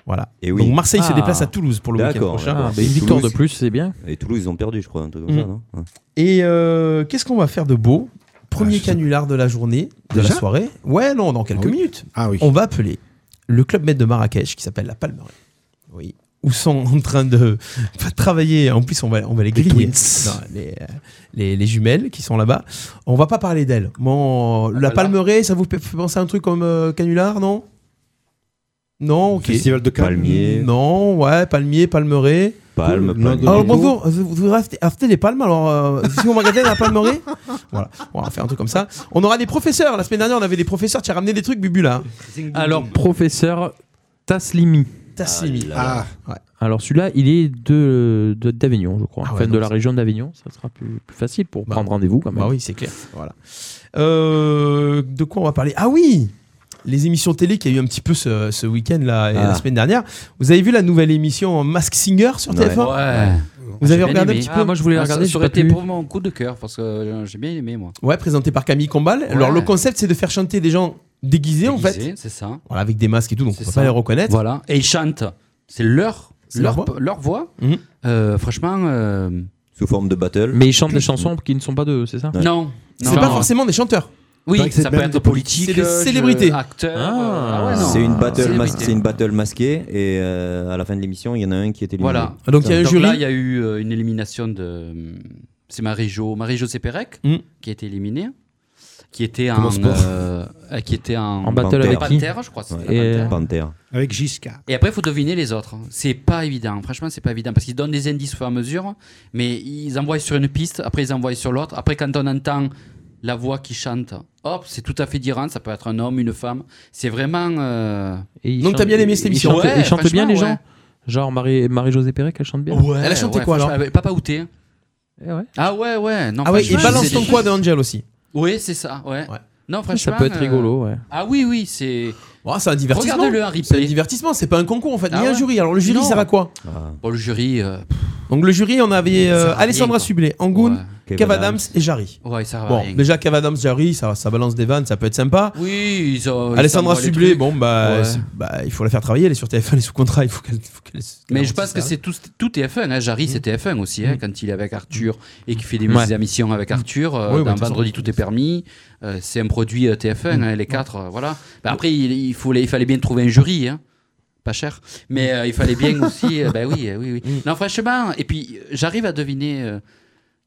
[SPEAKER 7] voilà.
[SPEAKER 11] Et Eh oui. Ah.
[SPEAKER 7] Donc Marseille se déplace à Toulouse pour le week-end
[SPEAKER 11] D'accord,
[SPEAKER 7] prochain. Ah,
[SPEAKER 11] d'accord.
[SPEAKER 7] Une
[SPEAKER 11] Et
[SPEAKER 7] victoire
[SPEAKER 11] Toulouse-
[SPEAKER 7] de plus, c'est bien.
[SPEAKER 11] Et Toulouse, ils ont perdu, je crois, un truc comme ça,
[SPEAKER 7] Mm.
[SPEAKER 11] non Hein Ouais.
[SPEAKER 7] Et euh, qu'est-ce qu'on va faire de beau Premier canular de la journée, de la
[SPEAKER 10] Ah, Déjà
[SPEAKER 7] soirée. Ouais, non, dans quelques
[SPEAKER 10] Ah oui.
[SPEAKER 7] minutes.
[SPEAKER 10] Ah oui.
[SPEAKER 7] On va appeler le club maître de Marrakech qui s'appelle la Palmeraie. Oui. Où sont *laughs* en train de de travailler. En plus, on va, on va les griller. Non, les, euh, les- les jumelles qui sont là-bas. On va pas parler d'elles.
[SPEAKER 10] Ah,
[SPEAKER 7] Bon, la Palmeraie, ça vous fait penser à un truc comme euh, canular, non euh, Non, ok.
[SPEAKER 10] Festival de Cannes. Palmier.
[SPEAKER 7] Non, ouais, palmier, palmeraie.
[SPEAKER 11] Palme, palmier.
[SPEAKER 7] Alors Euh, bonjour, vous vous voudrez acheter- acheter des palmes alors euh, si vous regardez la
[SPEAKER 12] *laughs*
[SPEAKER 7] palmeraie Voilà, on va faire un truc comme ça. On aura des professeurs. La semaine dernière, on avait des professeurs. Tu as ramené des trucs, Bubu là.
[SPEAKER 12] Alors, professeur Taslimi.
[SPEAKER 7] Taslimi.
[SPEAKER 12] Ah. Alors celui-là, il est de de- d'Avignon, je crois.
[SPEAKER 7] Ah ouais,
[SPEAKER 12] enfin, de
[SPEAKER 7] donc
[SPEAKER 12] la
[SPEAKER 7] c'est-
[SPEAKER 12] région d'Avignon, ça sera plus, plus facile pour prendre rendez-vous quand même.
[SPEAKER 7] Bah oui, c'est clair. Voilà. Euh, de quoi on va parler Ah oui les émissions télé qu'il y a eu un petit peu ce, ce week-end là et
[SPEAKER 11] Ah.
[SPEAKER 7] la semaine dernière. Vous avez vu la nouvelle émission Mask Singer sur
[SPEAKER 11] Ouais.
[SPEAKER 7] TF1
[SPEAKER 8] Ouais.
[SPEAKER 7] Vous
[SPEAKER 8] J'ai
[SPEAKER 7] avez
[SPEAKER 8] bien
[SPEAKER 7] regardé
[SPEAKER 8] aimé.
[SPEAKER 7] un petit
[SPEAKER 8] Ah,
[SPEAKER 7] peu
[SPEAKER 8] moi, je voulais
[SPEAKER 7] Ah,
[SPEAKER 8] regarder.
[SPEAKER 7] ça Ah,
[SPEAKER 8] Ça aurait été pour mon coup de cœur parce que euh, j'ai bien aimé, moi.
[SPEAKER 7] Ouais, présenté par Camille Combal. Alors le concept c'est de faire chanter des gens déguisés, en fait.
[SPEAKER 8] Déguisés, C'est ça.
[SPEAKER 7] Voilà, avec des masques et tout, donc on peut
[SPEAKER 8] ça.
[SPEAKER 7] pas les reconnaître.
[SPEAKER 8] Voilà. Et ils chantent. C'est leur,
[SPEAKER 7] C'est
[SPEAKER 8] leur,
[SPEAKER 7] leur
[SPEAKER 8] p- leur voix. Euh, franchement.
[SPEAKER 11] Mhm. Sous forme de battle.
[SPEAKER 12] Mais ils chantent des chansons qui ne sont pas d'eux, c'est ça
[SPEAKER 8] Non. non.
[SPEAKER 7] C'est pas forcément des chanteurs.
[SPEAKER 8] Oui,
[SPEAKER 12] Faudrait que c'est
[SPEAKER 8] ça peut
[SPEAKER 12] même
[SPEAKER 8] être
[SPEAKER 12] des
[SPEAKER 8] des politiques.
[SPEAKER 7] C'est des
[SPEAKER 8] euh,
[SPEAKER 7] célébrités.
[SPEAKER 8] jeux, Acteurs.
[SPEAKER 7] Hein
[SPEAKER 8] euh, ah ouais, non.
[SPEAKER 11] C'est une battle, mas-
[SPEAKER 8] Célébrité.
[SPEAKER 11] c'est une battle masquée et euh, à la fin de l'émission, il y en a un qui est éliminé.
[SPEAKER 8] Voilà.
[SPEAKER 7] Ah,
[SPEAKER 8] là, Ah, il y a eu euh, une élimination de. C'est Marie-Jo Marie-Jo Sepérec
[SPEAKER 7] Mm.
[SPEAKER 8] qui a été éliminée. Qui était
[SPEAKER 11] Comment
[SPEAKER 8] en,
[SPEAKER 11] se porte
[SPEAKER 8] euh, euh, qui était en,
[SPEAKER 11] En battle avec qui
[SPEAKER 8] Panthère, je crois. c'était la
[SPEAKER 11] Ouais,
[SPEAKER 8] Panthère.
[SPEAKER 11] Panthère.
[SPEAKER 10] Avec Giscard.
[SPEAKER 8] Et après, il faut deviner les autres. C'est pas évident. Franchement, c'est pas évident parce qu'ils donnent des indices au fur et à mesure, mais ils envoient sur une piste, après ils envoient sur l'autre. Après, quand on entend la voix qui chante, hop, c'est tout à fait différent. Ça peut être un homme, une femme. C'est vraiment. euh,
[SPEAKER 7] Donc t'as bien aimé cette
[SPEAKER 8] ils
[SPEAKER 7] émission
[SPEAKER 8] chantent-
[SPEAKER 12] ils chantent bien
[SPEAKER 8] franchement,
[SPEAKER 12] les
[SPEAKER 8] ouais.
[SPEAKER 12] gens Genre Marie- Marie-Josée Pérec, elle chante bien
[SPEAKER 7] Ouais, Elle a chanté
[SPEAKER 8] ouais,
[SPEAKER 7] quoi, alors
[SPEAKER 8] franchement, avec Papa Outé.
[SPEAKER 7] Eh
[SPEAKER 8] Ah ouais, ouais. Non,
[SPEAKER 7] hein. ah ouais, et
[SPEAKER 8] franchement,
[SPEAKER 7] balance
[SPEAKER 8] c'est
[SPEAKER 7] ton
[SPEAKER 8] des-
[SPEAKER 7] quoi de Angel aussi.
[SPEAKER 8] Oui, c'est ça, ouais. Non,
[SPEAKER 7] Ça
[SPEAKER 8] franchement.
[SPEAKER 7] peut être rigolo, ouais.
[SPEAKER 8] Ah oui, oui, c'est.
[SPEAKER 7] Ah, c'est un divertissement.
[SPEAKER 8] Regarde-le, Harry
[SPEAKER 7] C'est un divertissement, c'est pas un concours en fait,
[SPEAKER 8] Ah
[SPEAKER 7] ni un
[SPEAKER 8] ouais.
[SPEAKER 7] jury. Alors le jury
[SPEAKER 8] Non.
[SPEAKER 7] sert à quoi
[SPEAKER 8] Bon, le jury. euh, pff,
[SPEAKER 7] Donc le jury, on avait
[SPEAKER 8] Ça
[SPEAKER 7] euh,
[SPEAKER 8] sert à
[SPEAKER 7] Alessandra
[SPEAKER 8] rien, quoi.
[SPEAKER 7] Sublet, Angoun,
[SPEAKER 8] Ouais.
[SPEAKER 7] Kev
[SPEAKER 8] Kev
[SPEAKER 7] Adams
[SPEAKER 8] Adams.
[SPEAKER 7] et Jarry.
[SPEAKER 8] Ouais, ça va.
[SPEAKER 7] Bon, déjà Kev Adams, Jarry, ça, ça balance des vannes, ça peut être sympa.
[SPEAKER 8] Oui, ils ont. ils
[SPEAKER 7] Alessandra
[SPEAKER 8] s'envoient les
[SPEAKER 7] Sublet,
[SPEAKER 8] trucs.
[SPEAKER 7] bon bah,
[SPEAKER 8] Ouais.
[SPEAKER 7] c'est- bah, il faut la faire travailler, elle est sur TF1, elle est sous contrat, il faut qu'elle. faut qu'elle-
[SPEAKER 8] Mais
[SPEAKER 7] qu'elle
[SPEAKER 8] je pense que
[SPEAKER 7] amortisse ça. Mm.
[SPEAKER 8] c'est tout, tout TF1. Hein. Jarry, c'est TF1 aussi, hein, quand il est avec Arthur et qu'il fait des
[SPEAKER 7] Ouais. Mm.
[SPEAKER 8] petites émissions avec Arthur. euh,
[SPEAKER 7] Oui, oui,
[SPEAKER 8] dans
[SPEAKER 7] de toute façon.
[SPEAKER 8] Vendredi, tout est permis. Euh, c'est un produit euh, TF1,
[SPEAKER 7] Mm.
[SPEAKER 8] hein, les quatre. euh, voilà. Bah, après, il, il, faut, il fallait bien trouver un jury. hein. Pas cher. Mais euh, il fallait bien
[SPEAKER 7] *laughs*
[SPEAKER 8] aussi. euh, bah oui, euh, oui, oui.
[SPEAKER 7] Mm.
[SPEAKER 8] Non, franchement, et puis euh, j'arrive à deviner. euh,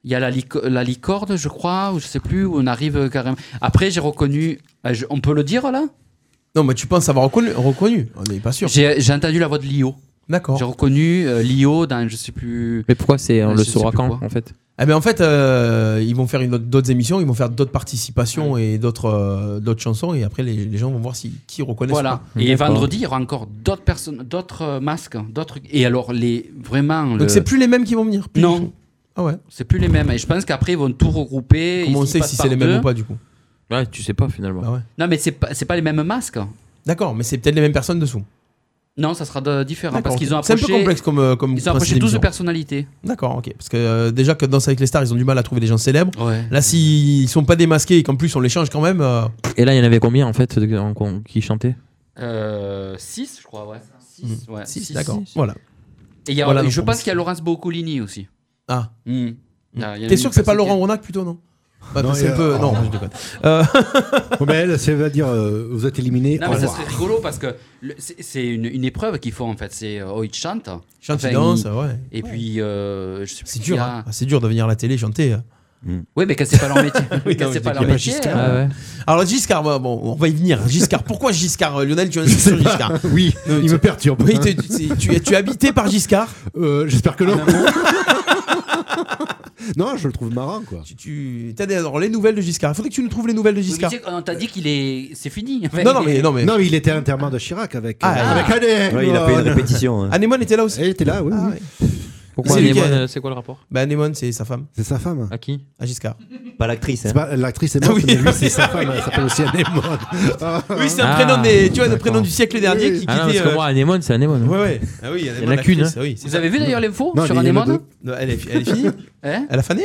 [SPEAKER 8] il y a la, lico- la licorne, je crois, ou je sais plus, où on arrive euh, carrément. Après, j'ai reconnu. euh, je- on peut le dire là
[SPEAKER 7] Non, mais tu penses avoir reconnu, reconnu. on n'est pas sûr.
[SPEAKER 8] J'ai j'ai entendu la voix de Lio.
[SPEAKER 7] D'accord.
[SPEAKER 8] J'ai reconnu euh, Lio dans je sais plus.
[SPEAKER 12] Mais pourquoi c'est on
[SPEAKER 7] Euh,
[SPEAKER 8] Ouais,
[SPEAKER 12] le
[SPEAKER 8] je
[SPEAKER 12] saura
[SPEAKER 8] sais plus
[SPEAKER 12] quand
[SPEAKER 8] quoi.
[SPEAKER 12] en fait
[SPEAKER 7] Eh ben en fait, euh, ils vont faire une autre- d'autres émissions, ils vont faire d'autres participations et d'autres euh, d'autres chansons, et après les, les gens vont voir si qui reconnaissent.
[SPEAKER 8] Voilà.
[SPEAKER 7] ou pas.
[SPEAKER 8] Et vendredi, il y aura encore d'autres personnes, d'autres euh, masques, d'autres. Et alors les vraiment.
[SPEAKER 7] Donc
[SPEAKER 8] le-
[SPEAKER 7] c'est plus les mêmes qui vont venir. plus du
[SPEAKER 8] Non.
[SPEAKER 7] tout. Ah ouais.
[SPEAKER 8] C'est plus les mêmes. Et je pense qu'après ils vont tout regrouper.
[SPEAKER 7] Comment
[SPEAKER 8] ils-
[SPEAKER 7] on
[SPEAKER 8] ils
[SPEAKER 7] sait
[SPEAKER 8] passent
[SPEAKER 7] si
[SPEAKER 8] par
[SPEAKER 7] c'est les mêmes
[SPEAKER 8] deux.
[SPEAKER 7] ou pas du coup
[SPEAKER 12] Ouais, tu sais pas finalement.
[SPEAKER 7] Ah ouais.
[SPEAKER 8] Non, mais c'est pas c'est pas les mêmes masques.
[SPEAKER 7] D'accord, mais c'est peut-être les mêmes personnes dessous.
[SPEAKER 8] Non, ça sera de- différent
[SPEAKER 7] D'accord,
[SPEAKER 8] parce qu'ils
[SPEAKER 7] ok.
[SPEAKER 8] ont
[SPEAKER 7] C'est un
[SPEAKER 8] approché.
[SPEAKER 7] peu complexe comme euh, comme
[SPEAKER 8] Ils ont
[SPEAKER 7] principe
[SPEAKER 8] approché tous de
[SPEAKER 7] d'émission.
[SPEAKER 8] personnalités.
[SPEAKER 7] D'accord, ok. Parce que euh, déjà que Danse avec les stars, ils ont du mal à trouver des gens célèbres.
[SPEAKER 8] Ouais.
[SPEAKER 7] Là, s'ils sont pas démasqués et qu'en plus on les change quand même. euh,
[SPEAKER 12] Et là, il y en avait combien en fait de- en- qu'on- qui chantaient
[SPEAKER 8] 6 Euh, je crois, ouais.
[SPEAKER 7] Six,
[SPEAKER 8] Six, ouais.
[SPEAKER 7] Hmm. Six,
[SPEAKER 8] Six.
[SPEAKER 7] d'accord. Voilà.
[SPEAKER 8] Et il y a-
[SPEAKER 7] Voilà, donc
[SPEAKER 8] je
[SPEAKER 7] on
[SPEAKER 8] pense
[SPEAKER 7] sait.
[SPEAKER 8] qu'il y a Laurence Boccolini aussi.
[SPEAKER 7] Ah.
[SPEAKER 8] Hmm. Ah, il y en a
[SPEAKER 7] T'es
[SPEAKER 8] une
[SPEAKER 7] sûr que c'est pas
[SPEAKER 8] personne qui-
[SPEAKER 7] Laurent Ronac plutôt non Bah,
[SPEAKER 10] Non,
[SPEAKER 7] c'est
[SPEAKER 10] et,
[SPEAKER 7] un peu.
[SPEAKER 10] euh,
[SPEAKER 7] Non,
[SPEAKER 10] oh.
[SPEAKER 7] je déconne.
[SPEAKER 10] *laughs* Bon, mais elle, ça veut dire euh, vous êtes éliminé.
[SPEAKER 8] Non,
[SPEAKER 10] au
[SPEAKER 8] mais ça
[SPEAKER 10] revoir.
[SPEAKER 8] serait rigolo parce que le- c'est c'est une, une épreuve qu'il faut en fait. C'est euh, oh, il chante.
[SPEAKER 7] Chante, il danse,
[SPEAKER 8] il-
[SPEAKER 7] ouais.
[SPEAKER 8] Et puis, euh, je sais plus.
[SPEAKER 7] C'est dur, hein. Ah, c'est dur de venir à la télé chanter.
[SPEAKER 10] Mm.
[SPEAKER 8] Oui, mais quand c'est pas leur métier.
[SPEAKER 7] *laughs* Oui,
[SPEAKER 8] Quand
[SPEAKER 7] non,
[SPEAKER 8] c'est
[SPEAKER 7] mais
[SPEAKER 8] pas
[SPEAKER 7] il y a
[SPEAKER 8] leur
[SPEAKER 7] pas
[SPEAKER 8] métier.
[SPEAKER 7] Giscard.
[SPEAKER 10] Ah
[SPEAKER 8] euh,
[SPEAKER 7] Alors Giscard, bah, bon, on va y venir. Giscard, pourquoi Giscard euh, Lionel, tu as
[SPEAKER 10] *laughs*
[SPEAKER 7] un sur Giscard Oui,
[SPEAKER 10] il me perturbe. Euh,
[SPEAKER 7] Oui, t'es- tu, tu es- tu es habité par Giscard Ah,
[SPEAKER 10] J'espère que non. *laughs* non, je le trouve marrant, quoi.
[SPEAKER 7] Tu as des, alors, les nouvelles de Giscard. Il faudrait que tu nous trouves les nouvelles de
[SPEAKER 8] oui, mais
[SPEAKER 7] Giscard.
[SPEAKER 8] tu sais, on t'a dit qu'il est. C'est fini.
[SPEAKER 7] Non, non, mais- non, mais-
[SPEAKER 10] Non, mais il était à l'enterrement de Chirac avec, euh,
[SPEAKER 7] Ah,
[SPEAKER 10] avec
[SPEAKER 7] ah.
[SPEAKER 10] Anémone.
[SPEAKER 11] Ouais, il a fait une répétition. hein.
[SPEAKER 7] Anémone était là aussi
[SPEAKER 10] Elle était là, oui. oui.
[SPEAKER 12] Pourquoi
[SPEAKER 7] Ah, C'est lui qui
[SPEAKER 12] Anémone,
[SPEAKER 7] a-
[SPEAKER 12] euh, c'est quoi le rapport
[SPEAKER 7] Bah, Anémone, c'est sa femme.
[SPEAKER 10] C'est sa femme.
[SPEAKER 12] À qui
[SPEAKER 7] À Giscard.
[SPEAKER 11] Pas l'actrice. hein.
[SPEAKER 10] C'est pas- L'actrice est morte,
[SPEAKER 7] Ah oui.
[SPEAKER 10] mais lui, c'est
[SPEAKER 7] *laughs*
[SPEAKER 10] sa femme. Elle s'appelle aussi Anémone.
[SPEAKER 7] Oui, c'est un
[SPEAKER 12] Ah,
[SPEAKER 7] prénom, des, tu vois, le
[SPEAKER 12] d'accord.
[SPEAKER 7] prénom du siècle dernier qui, qui
[SPEAKER 12] Ah non,
[SPEAKER 7] était.
[SPEAKER 12] parce que
[SPEAKER 7] euh,
[SPEAKER 12] moi, Anémone, c'est Anémone.
[SPEAKER 7] Ouais, ouais. Ah oui, Anémone,
[SPEAKER 12] Il y en a qu'une. hein.
[SPEAKER 7] l'actrice, ah oui, c'est
[SPEAKER 8] Vous
[SPEAKER 7] ça.
[SPEAKER 8] avez vu d'ailleurs l'info
[SPEAKER 7] Non,
[SPEAKER 8] sur
[SPEAKER 7] mais il y en a
[SPEAKER 8] Anémone
[SPEAKER 7] deux. Non, elle, est, elle est finie
[SPEAKER 8] *laughs* Hein
[SPEAKER 7] Elle a fané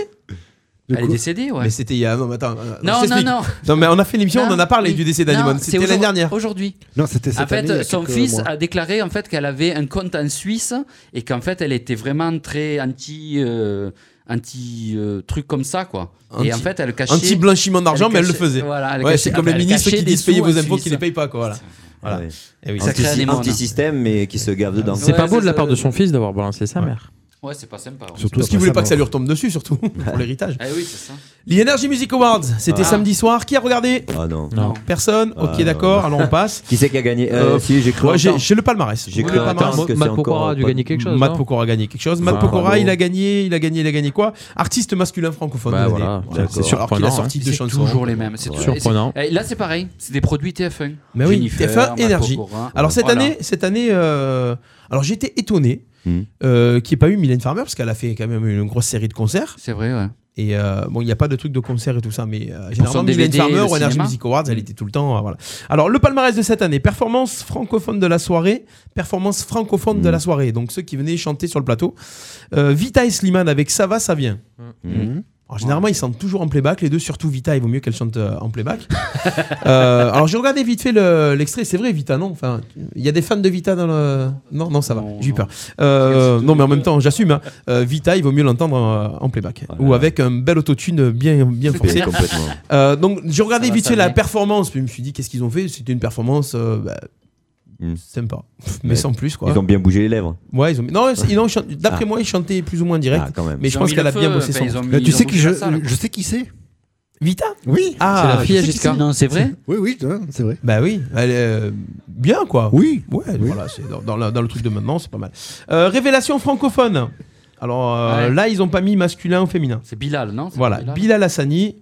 [SPEAKER 8] Elle est décédée, ouais.
[SPEAKER 7] Mais c'était il y a. Non, mais attends. euh,
[SPEAKER 8] Non,
[SPEAKER 7] je
[SPEAKER 8] non,
[SPEAKER 7] t'explique.
[SPEAKER 8] non.
[SPEAKER 7] Non, mais on a fait l'émission, on en a parlé
[SPEAKER 8] Oui.
[SPEAKER 7] du décès
[SPEAKER 8] Non,
[SPEAKER 7] d'Anémone.
[SPEAKER 8] c'est
[SPEAKER 7] C'était l'année
[SPEAKER 8] aujourd'hui-
[SPEAKER 7] dernière.
[SPEAKER 8] Aujourd'hui.
[SPEAKER 10] Non, c'était cette
[SPEAKER 8] En fait,
[SPEAKER 10] année, il y a
[SPEAKER 8] son
[SPEAKER 10] quelques
[SPEAKER 8] fils
[SPEAKER 10] mois.
[SPEAKER 8] a déclaré en fait qu'elle avait un compte en Suisse et qu'en fait elle était vraiment très anti euh, anti euh, truc comme ça quoi. et en
[SPEAKER 7] Anti-
[SPEAKER 8] fait elle cachait
[SPEAKER 7] anti blanchiment d'argent,
[SPEAKER 8] elle
[SPEAKER 7] mais elle le
[SPEAKER 8] cachait-
[SPEAKER 7] faisait.
[SPEAKER 8] Voilà, elle
[SPEAKER 7] Ouais,
[SPEAKER 8] cachait-
[SPEAKER 7] c'est comme
[SPEAKER 8] elle
[SPEAKER 7] les ministres
[SPEAKER 8] cachait
[SPEAKER 7] qui
[SPEAKER 8] des
[SPEAKER 7] disent payez
[SPEAKER 8] sous
[SPEAKER 7] vos
[SPEAKER 8] en
[SPEAKER 7] impôts, qui
[SPEAKER 8] Suisse.
[SPEAKER 7] les payent pas, quoi. Voilà.
[SPEAKER 11] Ah
[SPEAKER 7] Voilà.
[SPEAKER 11] ouais.
[SPEAKER 7] Eh oui.
[SPEAKER 8] Sacré
[SPEAKER 11] Anti-
[SPEAKER 8] Anémone.
[SPEAKER 11] Anti-système, mais qui se gave dedans.
[SPEAKER 12] C'est pas beau de la part de son fils d'avoir balancé sa mère.
[SPEAKER 8] Ouais, c'est pas sympa. ouais.
[SPEAKER 7] parce qu'il voulait pas que ça lui retombe dessus, surtout, pour l'héritage.
[SPEAKER 8] Eh oui, c'est ça.
[SPEAKER 7] Les Energy Music Awards, c'était
[SPEAKER 8] Ah.
[SPEAKER 7] samedi soir. Qui a regardé
[SPEAKER 11] Ah non.
[SPEAKER 7] Personne
[SPEAKER 11] Ah,
[SPEAKER 7] Ok, d'accord,
[SPEAKER 11] non.
[SPEAKER 7] alors on passe.
[SPEAKER 11] Qui c'est qui a gagné Euh, si, j'ai cru
[SPEAKER 7] ouais, j'ai,
[SPEAKER 11] entendre.
[SPEAKER 7] j'ai le palmarès.
[SPEAKER 11] J'ai
[SPEAKER 7] Le
[SPEAKER 11] cru
[SPEAKER 7] palmarès.
[SPEAKER 11] entendre que Matt c'est Pokora encore a dû pas- gagner quelque chose,
[SPEAKER 7] Matt
[SPEAKER 11] non
[SPEAKER 7] Pokora a gagné quelque chose. Matt
[SPEAKER 11] Ah,
[SPEAKER 7] Pokora,
[SPEAKER 11] bravo.
[SPEAKER 7] il a gagné, il a gagné, il a gagné quoi Artiste masculin francophone.
[SPEAKER 12] Bah
[SPEAKER 7] de l'année.
[SPEAKER 12] voilà,
[SPEAKER 7] Voilà,
[SPEAKER 12] d'accord.
[SPEAKER 7] c'est Alors qu'il a
[SPEAKER 12] Surprenant,
[SPEAKER 7] sorti
[SPEAKER 12] hein.
[SPEAKER 7] deux
[SPEAKER 12] C'est
[SPEAKER 7] chansons.
[SPEAKER 12] toujours
[SPEAKER 8] les mêmes, c'est tout-
[SPEAKER 12] Surprenant.
[SPEAKER 8] et c'est- eh, Là, c'est pareil. C'est des produits TF1.
[SPEAKER 7] Mais oui, TF1
[SPEAKER 8] Jennifer,
[SPEAKER 7] Énergie.
[SPEAKER 8] Macocora.
[SPEAKER 7] Alors cette
[SPEAKER 8] Voilà.
[SPEAKER 7] année, cette année, euh, alors j'étais étonné
[SPEAKER 11] Hmm.
[SPEAKER 7] euh, qu'il n'y ait pas eu Mylène Farmer parce qu'elle a fait quand même une grosse série de concerts.
[SPEAKER 8] C'est vrai, ouais.
[SPEAKER 7] Et euh, bon, il n'y a pas de truc de concert et tout ça, mais euh,
[SPEAKER 8] Et pour
[SPEAKER 7] généralement
[SPEAKER 8] son
[SPEAKER 7] Mylène
[SPEAKER 8] DVD,
[SPEAKER 7] Farmer
[SPEAKER 8] le
[SPEAKER 7] ou Energy
[SPEAKER 8] cinéma.
[SPEAKER 7] Music Awards, elle était tout le temps. euh, voilà. Alors le palmarès de cette année, performance francophone de la soirée, performance francophone de la soirée. Donc ceux qui venaient chanter sur le plateau, Euh, Vita et Slimane avec Ça va, ça vient. Mm.
[SPEAKER 11] Mhm.
[SPEAKER 7] Alors, généralement, ils chantent toujours en playback, les deux, surtout Vita, il vaut mieux qu'elle chante euh, en playback. *laughs* Euh, alors, j'ai regardé vite fait le- l'extrait, c'est vrai, Vita, non Enfin, il y a des fans de Vita dans le. Non, non, ça va, j'ai eu peur. Euh, non, mais en même temps, j'assume, hein. Euh, Vita, il vaut mieux l'entendre euh, en, en playback. Ou avec un bel autotune bien, bien
[SPEAKER 11] C'est
[SPEAKER 7] forcé.
[SPEAKER 11] clair. Complètement.
[SPEAKER 7] Euh, donc, j'ai regardé
[SPEAKER 11] Ça va,
[SPEAKER 7] vite
[SPEAKER 11] ça
[SPEAKER 7] fait la
[SPEAKER 11] vient.
[SPEAKER 7] performance, puis je me suis dit, qu'est-ce qu'ils ont fait C'était une performance euh, bah, sympa, *laughs* mais, sans plus, quoi.
[SPEAKER 11] Hmm. Ils ont bien bougé les lèvres.
[SPEAKER 7] Ouais, ils ont.
[SPEAKER 11] *laughs*
[SPEAKER 7] Non, c'est- ils ont chan- d'après
[SPEAKER 11] Ah.
[SPEAKER 7] moi, ils chantaient plus ou moins en direct.
[SPEAKER 11] Ah, quand même.
[SPEAKER 7] Mais
[SPEAKER 11] Ils
[SPEAKER 7] je
[SPEAKER 11] ont
[SPEAKER 7] pense
[SPEAKER 11] mis
[SPEAKER 7] qu'elle
[SPEAKER 11] le
[SPEAKER 7] a bien
[SPEAKER 11] feu,
[SPEAKER 7] bossé
[SPEAKER 11] enfin,
[SPEAKER 7] son.
[SPEAKER 11] ils ont mis-
[SPEAKER 10] Là, tu
[SPEAKER 11] ils
[SPEAKER 10] sais
[SPEAKER 11] ont
[SPEAKER 10] qui
[SPEAKER 11] bougé
[SPEAKER 10] je,
[SPEAKER 11] la salle, quoi.
[SPEAKER 10] je sais qui c'est
[SPEAKER 7] Vita
[SPEAKER 10] Oui.
[SPEAKER 7] Ah,
[SPEAKER 9] C'est la fille
[SPEAKER 7] je
[SPEAKER 9] à
[SPEAKER 7] sais qui
[SPEAKER 9] Giscard. Non, c'est
[SPEAKER 7] *laughs*
[SPEAKER 9] vrai
[SPEAKER 10] Oui, *laughs* oui, hein, c'est vrai.
[SPEAKER 7] Bah oui, elle est, euh, bien quoi.
[SPEAKER 10] Oui.
[SPEAKER 7] Ouais, voilà, c'est dans, dans la- dans le truc de maintenant, c'est pas mal. Euh, révélation francophone. Alors euh,
[SPEAKER 8] Ouais.
[SPEAKER 7] là, ils ont pas mis masculin ou féminin.
[SPEAKER 8] C'est Bilal, non C'est
[SPEAKER 7] Voilà,
[SPEAKER 8] Bilal
[SPEAKER 7] Bilal, Hassani.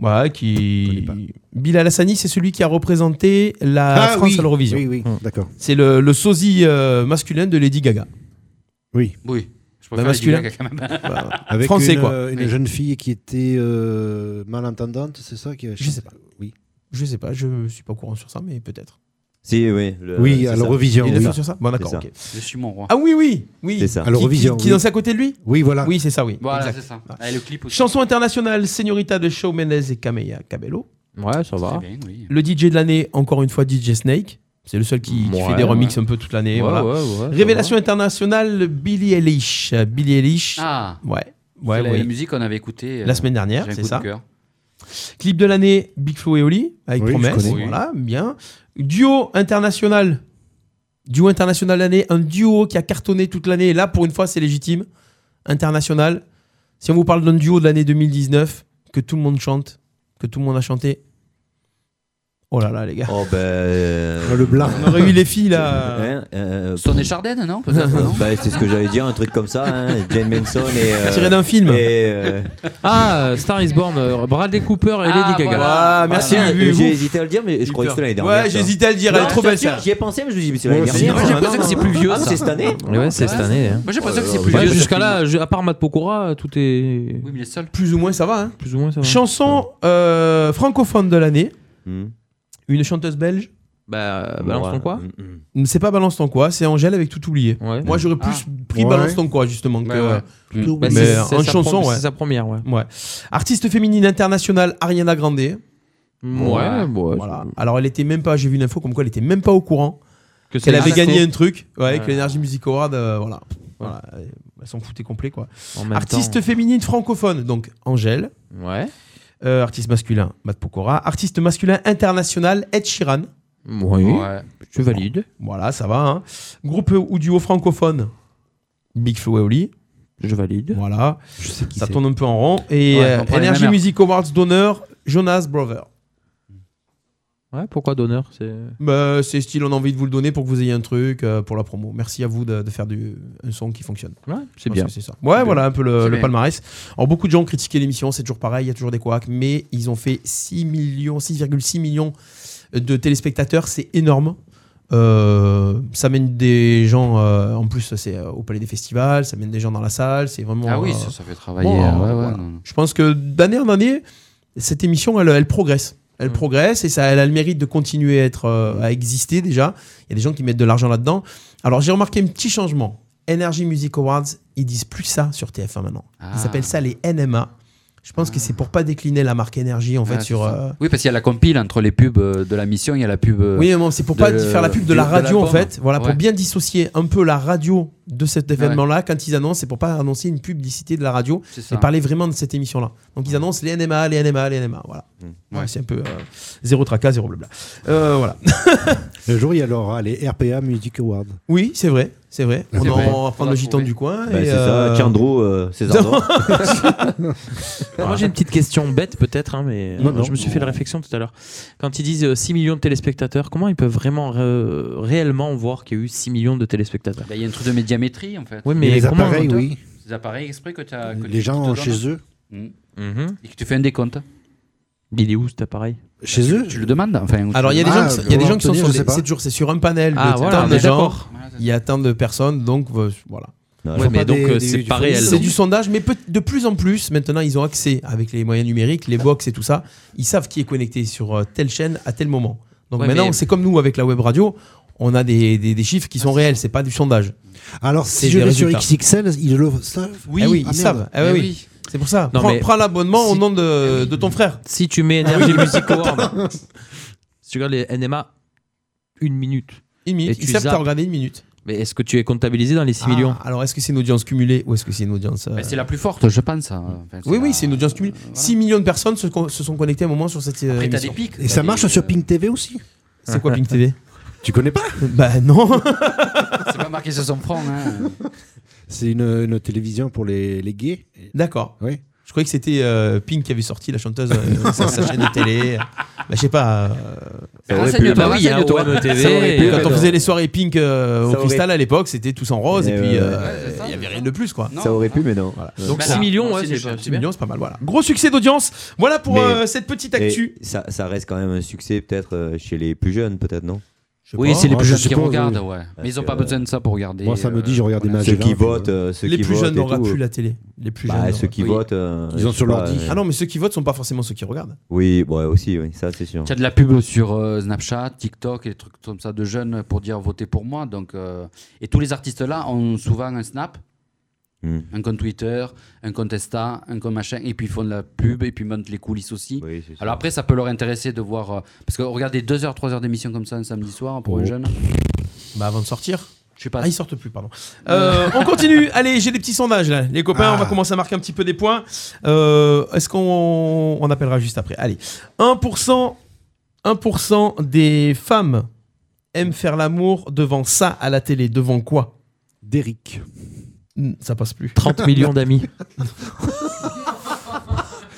[SPEAKER 7] Voilà, qui. Bilal Hassani, c'est celui qui a représenté la
[SPEAKER 10] Ah,
[SPEAKER 7] France
[SPEAKER 10] oui.
[SPEAKER 7] à l'Eurovision. Hmm.
[SPEAKER 10] Oui,
[SPEAKER 12] Hum.
[SPEAKER 10] oui, d'accord.
[SPEAKER 7] C'est le, le sosie euh, masculin de Lady Gaga.
[SPEAKER 10] Oui.
[SPEAKER 8] Oui. Je
[SPEAKER 7] Bah,
[SPEAKER 8] préfère Lady
[SPEAKER 7] masculin.
[SPEAKER 8] Gaga, quand même.
[SPEAKER 7] *laughs*
[SPEAKER 8] *laughs*
[SPEAKER 7] Bah,
[SPEAKER 10] Avec
[SPEAKER 7] Français,
[SPEAKER 10] une,
[SPEAKER 7] quoi.
[SPEAKER 10] euh, Une
[SPEAKER 7] Oui.
[SPEAKER 10] jeune fille qui était euh, malentendante, c'est ça qui Je sais
[SPEAKER 7] pas.
[SPEAKER 10] Oui.
[SPEAKER 7] Je sais pas, je suis pas au courant sur ça, mais peut-être.
[SPEAKER 11] Si, oui. le-
[SPEAKER 10] Oui,
[SPEAKER 11] c'est
[SPEAKER 10] à
[SPEAKER 11] ça.
[SPEAKER 10] l'Eurovision.
[SPEAKER 7] Il a
[SPEAKER 10] oui.
[SPEAKER 7] fait sur ça Bon,
[SPEAKER 11] C'est
[SPEAKER 7] d'accord,
[SPEAKER 11] ça.
[SPEAKER 7] ok.
[SPEAKER 8] Je suis mon roi.
[SPEAKER 7] Ah oui, oui, oui.
[SPEAKER 11] C'est ça.
[SPEAKER 7] Qui-
[SPEAKER 10] À l'Eurovision,
[SPEAKER 7] Qui,
[SPEAKER 10] oui.
[SPEAKER 7] qui danse à côté de lui
[SPEAKER 10] Oui, voilà.
[SPEAKER 7] Oui, c'est ça, oui.
[SPEAKER 8] Voilà,
[SPEAKER 7] Exact.
[SPEAKER 8] c'est ça. Et le clip aussi.
[SPEAKER 7] Chanson internationale, Señorita de Shawn Mendes et Camilla Cabello.
[SPEAKER 12] Ouais, ça va.
[SPEAKER 8] bien, oui.
[SPEAKER 7] Le DJ de l'année, encore une fois, DJ Snake. C'est le seul qui, qui
[SPEAKER 12] Ouais,
[SPEAKER 7] fait des
[SPEAKER 12] ouais.
[SPEAKER 7] remixes un peu toute l'année.
[SPEAKER 12] Ouais,
[SPEAKER 7] voilà.
[SPEAKER 12] ouais, ouais, ça
[SPEAKER 7] Révélation internationale, Billie Eilish. Euh, Billie Eilish.
[SPEAKER 8] Ah.
[SPEAKER 7] Ouais.
[SPEAKER 8] C'est
[SPEAKER 7] Ouais,
[SPEAKER 8] la,
[SPEAKER 7] ouais.
[SPEAKER 8] la musique qu'on avait écoutée euh,
[SPEAKER 7] La semaine dernière,
[SPEAKER 8] j'ai un
[SPEAKER 7] c'est
[SPEAKER 8] coup de
[SPEAKER 7] ça.
[SPEAKER 8] cœur.
[SPEAKER 7] Clip de l'année, Big Flo et Oli, avec
[SPEAKER 10] Oui, je
[SPEAKER 7] Promesse.
[SPEAKER 10] connais.
[SPEAKER 7] Voilà, bien. Duo international. Duo international de l'année. Un duo qui a cartonné toute l'année. Et là, pour une fois, c'est légitime. International. Si on vous parle d'un duo de l'année 2019, que tout le monde chante, que tout le monde a chanté. Oh là là, les gars.
[SPEAKER 11] Oh, ben.
[SPEAKER 10] Oh, le blanc.
[SPEAKER 7] On aurait eu les filles là.
[SPEAKER 11] Hein, euh,
[SPEAKER 8] Stone et Chardin,
[SPEAKER 11] *laughs*
[SPEAKER 8] non Peut-être, non
[SPEAKER 11] Bah, c'est ce que j'allais dire, un truc comme ça, hein. Jane Manson et. euh,
[SPEAKER 7] Tiré d'un film.
[SPEAKER 11] Et, euh,
[SPEAKER 12] Ah, euh, Star is Born, euh, Bradley Cooper et
[SPEAKER 8] Ah,
[SPEAKER 12] Lady Gaga.
[SPEAKER 7] Ah, merci,
[SPEAKER 11] tiens,
[SPEAKER 7] Bubu.
[SPEAKER 11] J'ai hésité à le dire, mais je croyais que c'était l'année dernière.
[SPEAKER 7] Ouais,
[SPEAKER 11] ça.
[SPEAKER 7] j'hésitais à le dire. Elle
[SPEAKER 11] Non,
[SPEAKER 7] est trop
[SPEAKER 11] je
[SPEAKER 7] belle,
[SPEAKER 11] t'assure,
[SPEAKER 7] ça.
[SPEAKER 11] J'y ai pensé, mais je me suis dit, mais c'est l'année
[SPEAKER 7] Moi aussi,
[SPEAKER 11] dernière.
[SPEAKER 7] moi, j'ai pensé
[SPEAKER 8] que c'est plus vieux,
[SPEAKER 11] Ah, non,
[SPEAKER 8] ça.
[SPEAKER 11] c'est cette année.
[SPEAKER 12] Ouais, ouais, c'est cette année. hein.
[SPEAKER 8] Moi, j'ai pensé que c'est
[SPEAKER 11] là,
[SPEAKER 8] plus
[SPEAKER 12] Ouais,
[SPEAKER 8] vieux.
[SPEAKER 12] Jusqu'à là, je- à part Matt Pokora, euh, tout est
[SPEAKER 8] Oui, mais les seuls.
[SPEAKER 7] Plus ou moins, ça va. hein.
[SPEAKER 12] plus ou moins ça. va.
[SPEAKER 7] Chanson euh, francophone de l'année.
[SPEAKER 11] Hmm.
[SPEAKER 7] Une chanteuse belge.
[SPEAKER 12] Bah, euh, balance ton quoi
[SPEAKER 11] Mm, mm.
[SPEAKER 7] C'est pas Balance ton quoi, c'est Angèle avec tout oublié.
[SPEAKER 12] Ouais.
[SPEAKER 7] Moi j'aurais plus pris
[SPEAKER 10] Ouais.
[SPEAKER 7] Balance ton quoi justement que. euh,
[SPEAKER 8] ouais.
[SPEAKER 7] Tout
[SPEAKER 12] Bah,
[SPEAKER 7] oublié.
[SPEAKER 12] c'est-
[SPEAKER 7] Mais
[SPEAKER 12] c'est
[SPEAKER 7] en
[SPEAKER 12] sa
[SPEAKER 7] chanson,
[SPEAKER 12] prom-
[SPEAKER 7] ouais.
[SPEAKER 12] C'est sa première, ouais.
[SPEAKER 7] Ouais. Artiste féminine internationale Ariana Grande.
[SPEAKER 12] Ouais, ouais.
[SPEAKER 7] Voilà. Alors elle était même pas, j'ai vu une info comme quoi elle était même pas au courant
[SPEAKER 12] Que c'est
[SPEAKER 7] qu'elle avait
[SPEAKER 12] Exacto.
[SPEAKER 7] gagné un truc ouais, avec
[SPEAKER 12] Ouais.
[SPEAKER 7] l'énergie Music Award. euh, voilà. voilà. Elle s'en foutait complet quoi.
[SPEAKER 12] En même
[SPEAKER 7] Artiste
[SPEAKER 12] temps.
[SPEAKER 7] féminine francophone, donc Angèle.
[SPEAKER 12] Ouais.
[SPEAKER 7] Euh, artiste masculin, Matt Pokora. Artiste masculin international, Ed Sheeran.
[SPEAKER 12] Oui.
[SPEAKER 8] Ouais.
[SPEAKER 12] Je valide.
[SPEAKER 7] Voilà, ça va. hein. Groupe ou duo francophone, Big Flo et Oli.
[SPEAKER 12] Je valide.
[SPEAKER 7] Voilà.
[SPEAKER 10] Je sais qui
[SPEAKER 7] Ça
[SPEAKER 10] c'est.
[SPEAKER 7] tourne un peu en rond. Et
[SPEAKER 8] Ouais,
[SPEAKER 7] euh,
[SPEAKER 8] on prend les
[SPEAKER 7] Energy
[SPEAKER 8] mêmes
[SPEAKER 7] Music Awards d'honneur, Jonas Brother.
[SPEAKER 12] Ouais, pourquoi d'honneur C'est.
[SPEAKER 7] Bah, c'est style, on a envie de vous le donner pour que vous ayez un truc euh, pour la promo. Merci à vous de, de faire du, un son qui fonctionne.
[SPEAKER 12] Ouais, c'est
[SPEAKER 7] Parce
[SPEAKER 12] bien.
[SPEAKER 7] que C'est ça. Ouais, voilà un peu le,
[SPEAKER 8] C'est
[SPEAKER 7] le
[SPEAKER 8] bien.
[SPEAKER 7] palmarès. Alors, beaucoup de gens ont critiqué l'émission, c'est toujours pareil, il y a toujours des couacs, mais ils ont fait 6 millions, 6,6 millions de téléspectateurs, c'est énorme. Euh, ça mène des gens, euh, en plus, c'est euh, au palais des festivals, ça mène des gens dans la salle, c'est vraiment.
[SPEAKER 8] Ah oui,
[SPEAKER 7] euh,
[SPEAKER 8] ça, ça fait travailler.
[SPEAKER 7] Bon,
[SPEAKER 8] euh, ouais, ouais,
[SPEAKER 7] voilà.
[SPEAKER 8] non, non.
[SPEAKER 7] Je pense que d'année en année, cette émission, elle, elle progresse. Elle
[SPEAKER 12] Mm.
[SPEAKER 7] progresse et ça, elle a le mérite de continuer à, être, euh, à exister déjà. Il y a des gens qui mettent de l'argent là-dedans. Alors j'ai remarqué un petit changement. Energy Music Awards, ils disent plus ça sur TF1 maintenant.
[SPEAKER 8] Ah.
[SPEAKER 7] Ils appellent ça les NMA. Je pense que c'est pour pas décliner la marque Energy en
[SPEAKER 8] Ah,
[SPEAKER 7] fait
[SPEAKER 8] c'est
[SPEAKER 7] sur.
[SPEAKER 8] ça.
[SPEAKER 7] euh,
[SPEAKER 8] Oui, parce qu'il y a la compile entre les pubs euh, de la mission, il y a la pub. euh,
[SPEAKER 7] Oui, mais c'est pour
[SPEAKER 8] de
[SPEAKER 7] pas
[SPEAKER 8] le-
[SPEAKER 7] faire la pub de
[SPEAKER 8] du-
[SPEAKER 7] la
[SPEAKER 8] de
[SPEAKER 7] radio en
[SPEAKER 8] l'album.
[SPEAKER 7] fait. Voilà, pour
[SPEAKER 8] Ouais.
[SPEAKER 7] bien dissocier un peu la radio de cet événement-là quand ils annoncent, c'est pour pas annoncer une publicité de la radio
[SPEAKER 8] C'est ça.
[SPEAKER 7] et parler vraiment de cette émission-là. Donc ils annoncent les NMA, les NMA, les NMA. Voilà.
[SPEAKER 8] Hmm.
[SPEAKER 11] Mm.
[SPEAKER 10] *laughs*
[SPEAKER 7] Ouais, C'est un peu euh, zéro tracas, zéro blabla. Euh, voilà.
[SPEAKER 10] Un jour, il y aura les RPA Music Awards.
[SPEAKER 7] Oui, c'est vrai, c'est vrai.
[SPEAKER 10] C'est
[SPEAKER 7] On
[SPEAKER 10] vrai.
[SPEAKER 7] en prend
[SPEAKER 10] Faudra
[SPEAKER 7] le gitan
[SPEAKER 10] trouver.
[SPEAKER 7] du coin.
[SPEAKER 10] Bah,
[SPEAKER 7] et,
[SPEAKER 10] c'est
[SPEAKER 7] euh,
[SPEAKER 11] ça, Chandro, euh,
[SPEAKER 7] *laughs*
[SPEAKER 11] César d'Or.
[SPEAKER 12] Alors, *laughs* moi j'ai une petite question bête peut-être, hein, mais
[SPEAKER 11] Non,
[SPEAKER 12] euh,
[SPEAKER 11] non.
[SPEAKER 12] je me suis fait la réflexion tout à l'heure. Quand ils disent euh, 6 millions de téléspectateurs, comment ils peuvent vraiment euh, réellement voir qu'il y a eu 6 millions de téléspectateurs
[SPEAKER 8] Il y a un truc de médiamétrie en fait.
[SPEAKER 12] Oui, mais comment un compteur-
[SPEAKER 8] Les appareils exprès que tu as.
[SPEAKER 10] Les gens chez eux.
[SPEAKER 8] Et que tu fais un décompte.
[SPEAKER 12] Mhm. Il est où cet appareil
[SPEAKER 10] Chez eux
[SPEAKER 8] Tu le demandes. Enfin,
[SPEAKER 7] Alors il y a des gens, qui- il y a des gens qui sont sur des,
[SPEAKER 8] sites
[SPEAKER 7] c'est toujours c'est sur un panel.
[SPEAKER 12] Ah,
[SPEAKER 7] de
[SPEAKER 12] voilà,
[SPEAKER 7] tant
[SPEAKER 12] on
[SPEAKER 7] de
[SPEAKER 12] est
[SPEAKER 7] gens,
[SPEAKER 12] d'accord.
[SPEAKER 7] il y a tant de personnes, donc euh, voilà.
[SPEAKER 12] Ouais, Ils sont mais pas donc, des- euh, des- c'est du pas fournisseur. réel.
[SPEAKER 7] C'est du sondage, mais peut- de plus en plus, maintenant, ils ont accès avec les moyens numériques, les box et tout ça. Ils savent qui est connecté sur euh, telle chaîne à tel moment. Donc
[SPEAKER 12] Ouais,
[SPEAKER 7] maintenant,
[SPEAKER 12] mais-
[SPEAKER 7] c'est comme nous avec la web radio, on a des, des- des chiffres qui sont réels, c'est pas du sondage.
[SPEAKER 10] Alors
[SPEAKER 7] C'est
[SPEAKER 10] si je
[SPEAKER 7] des
[SPEAKER 10] vais sur
[SPEAKER 7] résultats.
[SPEAKER 10] XXL, ils le savent.
[SPEAKER 7] Oui,
[SPEAKER 10] Ah
[SPEAKER 7] ils
[SPEAKER 10] ah, merde.
[SPEAKER 7] savent. Ah, oui, oui. C'est pour ça.
[SPEAKER 12] Non,
[SPEAKER 7] prends
[SPEAKER 12] mais-
[SPEAKER 7] prends l'abonnement au nom de, de ton frère.
[SPEAKER 12] Si tu mets
[SPEAKER 7] Ah *laughs*
[SPEAKER 12] Energy Music Award, si tu regardes les NMA, une minute.
[SPEAKER 7] Une minute,
[SPEAKER 12] Et tu
[SPEAKER 7] ils savent que t'as
[SPEAKER 12] zappes.
[SPEAKER 7] regardé une minute.
[SPEAKER 12] Mais est-ce que tu es comptabilisé dans les 6 millions
[SPEAKER 7] Ah, Alors, est-ce que c'est une audience cumulée ou est-ce que c'est une audience. euh,
[SPEAKER 8] Mais c'est la plus forte, je pense. hein. Enfin, c'est
[SPEAKER 7] Oui,
[SPEAKER 8] la-
[SPEAKER 7] oui, c'est une audience cumulée. 6 millions de personnes se, con- se sont connectées à un moment sur cette euh,
[SPEAKER 8] Après, t'as
[SPEAKER 7] émission.
[SPEAKER 8] des pics,
[SPEAKER 10] Et ça marche sur Ping TV aussi.
[SPEAKER 7] C'est quoi Ping TV
[SPEAKER 10] Tu connais pas
[SPEAKER 7] Bah
[SPEAKER 10] *laughs*
[SPEAKER 7] non.
[SPEAKER 8] C'est pas marqué sur son front. hein.
[SPEAKER 10] C'est une, une télévision pour les, les gays.
[SPEAKER 7] D'accord.
[SPEAKER 10] Oui.
[SPEAKER 7] Je croyais que c'était euh, Pink qui avait sorti la chanteuse, euh, *laughs* sa, sa chaîne de télé. Bah, je sais pas. euh,
[SPEAKER 12] Ça aurait pu- bah oui, il y a
[SPEAKER 7] renseigne-toi.
[SPEAKER 12] OM TV,
[SPEAKER 7] Ça aurait pu.
[SPEAKER 12] et-
[SPEAKER 7] Quand on faisait les soirées Pink euh, au
[SPEAKER 12] Ça aurait-
[SPEAKER 7] cristal à l'époque, c'était tous en rose et
[SPEAKER 11] Eh
[SPEAKER 7] puis
[SPEAKER 11] ouais.
[SPEAKER 7] euh, il y avait rien de plus quoi.
[SPEAKER 11] Ça aurait pu, mais non. Euh,
[SPEAKER 7] Donc
[SPEAKER 12] Bah,
[SPEAKER 7] 6
[SPEAKER 12] là,
[SPEAKER 7] millions,
[SPEAKER 12] non,
[SPEAKER 7] ouais,
[SPEAKER 12] c'est
[SPEAKER 7] c'est
[SPEAKER 12] déjà-
[SPEAKER 7] pas-
[SPEAKER 12] c'est
[SPEAKER 7] 6
[SPEAKER 12] bien.
[SPEAKER 7] millions, c'est pas mal. Voilà. Gros succès d'audience. Voilà pour
[SPEAKER 11] Mais-
[SPEAKER 7] euh, cette petite actu.
[SPEAKER 11] Et Ça, ça reste quand même un succès peut-être euh, chez les plus jeunes, peut-être, non
[SPEAKER 8] Oui,
[SPEAKER 10] hein,
[SPEAKER 8] c'est les plus
[SPEAKER 11] je
[SPEAKER 8] jeunes
[SPEAKER 11] sais
[SPEAKER 8] qui
[SPEAKER 11] pas,
[SPEAKER 8] regardent,
[SPEAKER 11] oui.
[SPEAKER 8] ouais.
[SPEAKER 11] Parce
[SPEAKER 8] Mais ils ont
[SPEAKER 11] que, euh,
[SPEAKER 8] pas besoin de ça pour regarder.
[SPEAKER 10] moi, ça me
[SPEAKER 8] euh,
[SPEAKER 10] dit, je regarde
[SPEAKER 8] voilà.
[SPEAKER 10] des
[SPEAKER 11] Ceux qui votent, euh, ceux
[SPEAKER 7] les
[SPEAKER 11] qui
[SPEAKER 7] plus
[SPEAKER 11] votent
[SPEAKER 7] jeunes
[SPEAKER 11] et
[SPEAKER 7] n'auront
[SPEAKER 11] tout. euh,
[SPEAKER 7] plus la télé. Les plus
[SPEAKER 11] Bah,
[SPEAKER 7] jeunes.
[SPEAKER 11] ceux qui
[SPEAKER 7] n'auront-
[SPEAKER 11] votent, euh, Ils je ont sais sur pas, l'ordi. euh,
[SPEAKER 7] Ah non, mais ceux qui votent sont pas forcément ceux qui regardent.
[SPEAKER 11] Oui, ouais, aussi, oui, ça c'est sûr.
[SPEAKER 8] Il y a de la pub sur euh, Snapchat, TikTok et des trucs comme ça de jeunes pour dire votez pour moi. Donc, euh, et tous les artistes-là ont souvent un Snap,
[SPEAKER 11] Hmm.
[SPEAKER 8] un compte Twitter, un compte Insta, un compte machin, et puis ils font de la pub et puis ils montent les coulisses aussi. Alors après, ça peut leur intéresser de voir. euh, parce que regarder 2 heures, 3 heures d'émission comme ça un samedi soir pour un
[SPEAKER 7] Oh.
[SPEAKER 8] jeune.
[SPEAKER 7] Bah avant de sortir.
[SPEAKER 8] Je sais pas.
[SPEAKER 7] Ah, ils sortent plus, pardon. Euh, on
[SPEAKER 8] *laughs*
[SPEAKER 7] continue. Allez, j'ai des petits sondages là. Les copains,
[SPEAKER 11] Ah.
[SPEAKER 7] on va commencer à marquer un petit peu des points. Euh, Est-ce qu'on on appellera juste après Allez. 1%, 1% des femmes aiment faire l'amour devant ça à la télé. Devant quoi Hmm,
[SPEAKER 10] Derrick.
[SPEAKER 7] Ça passe plus.
[SPEAKER 12] 30
[SPEAKER 7] *laughs*
[SPEAKER 12] millions d'amis.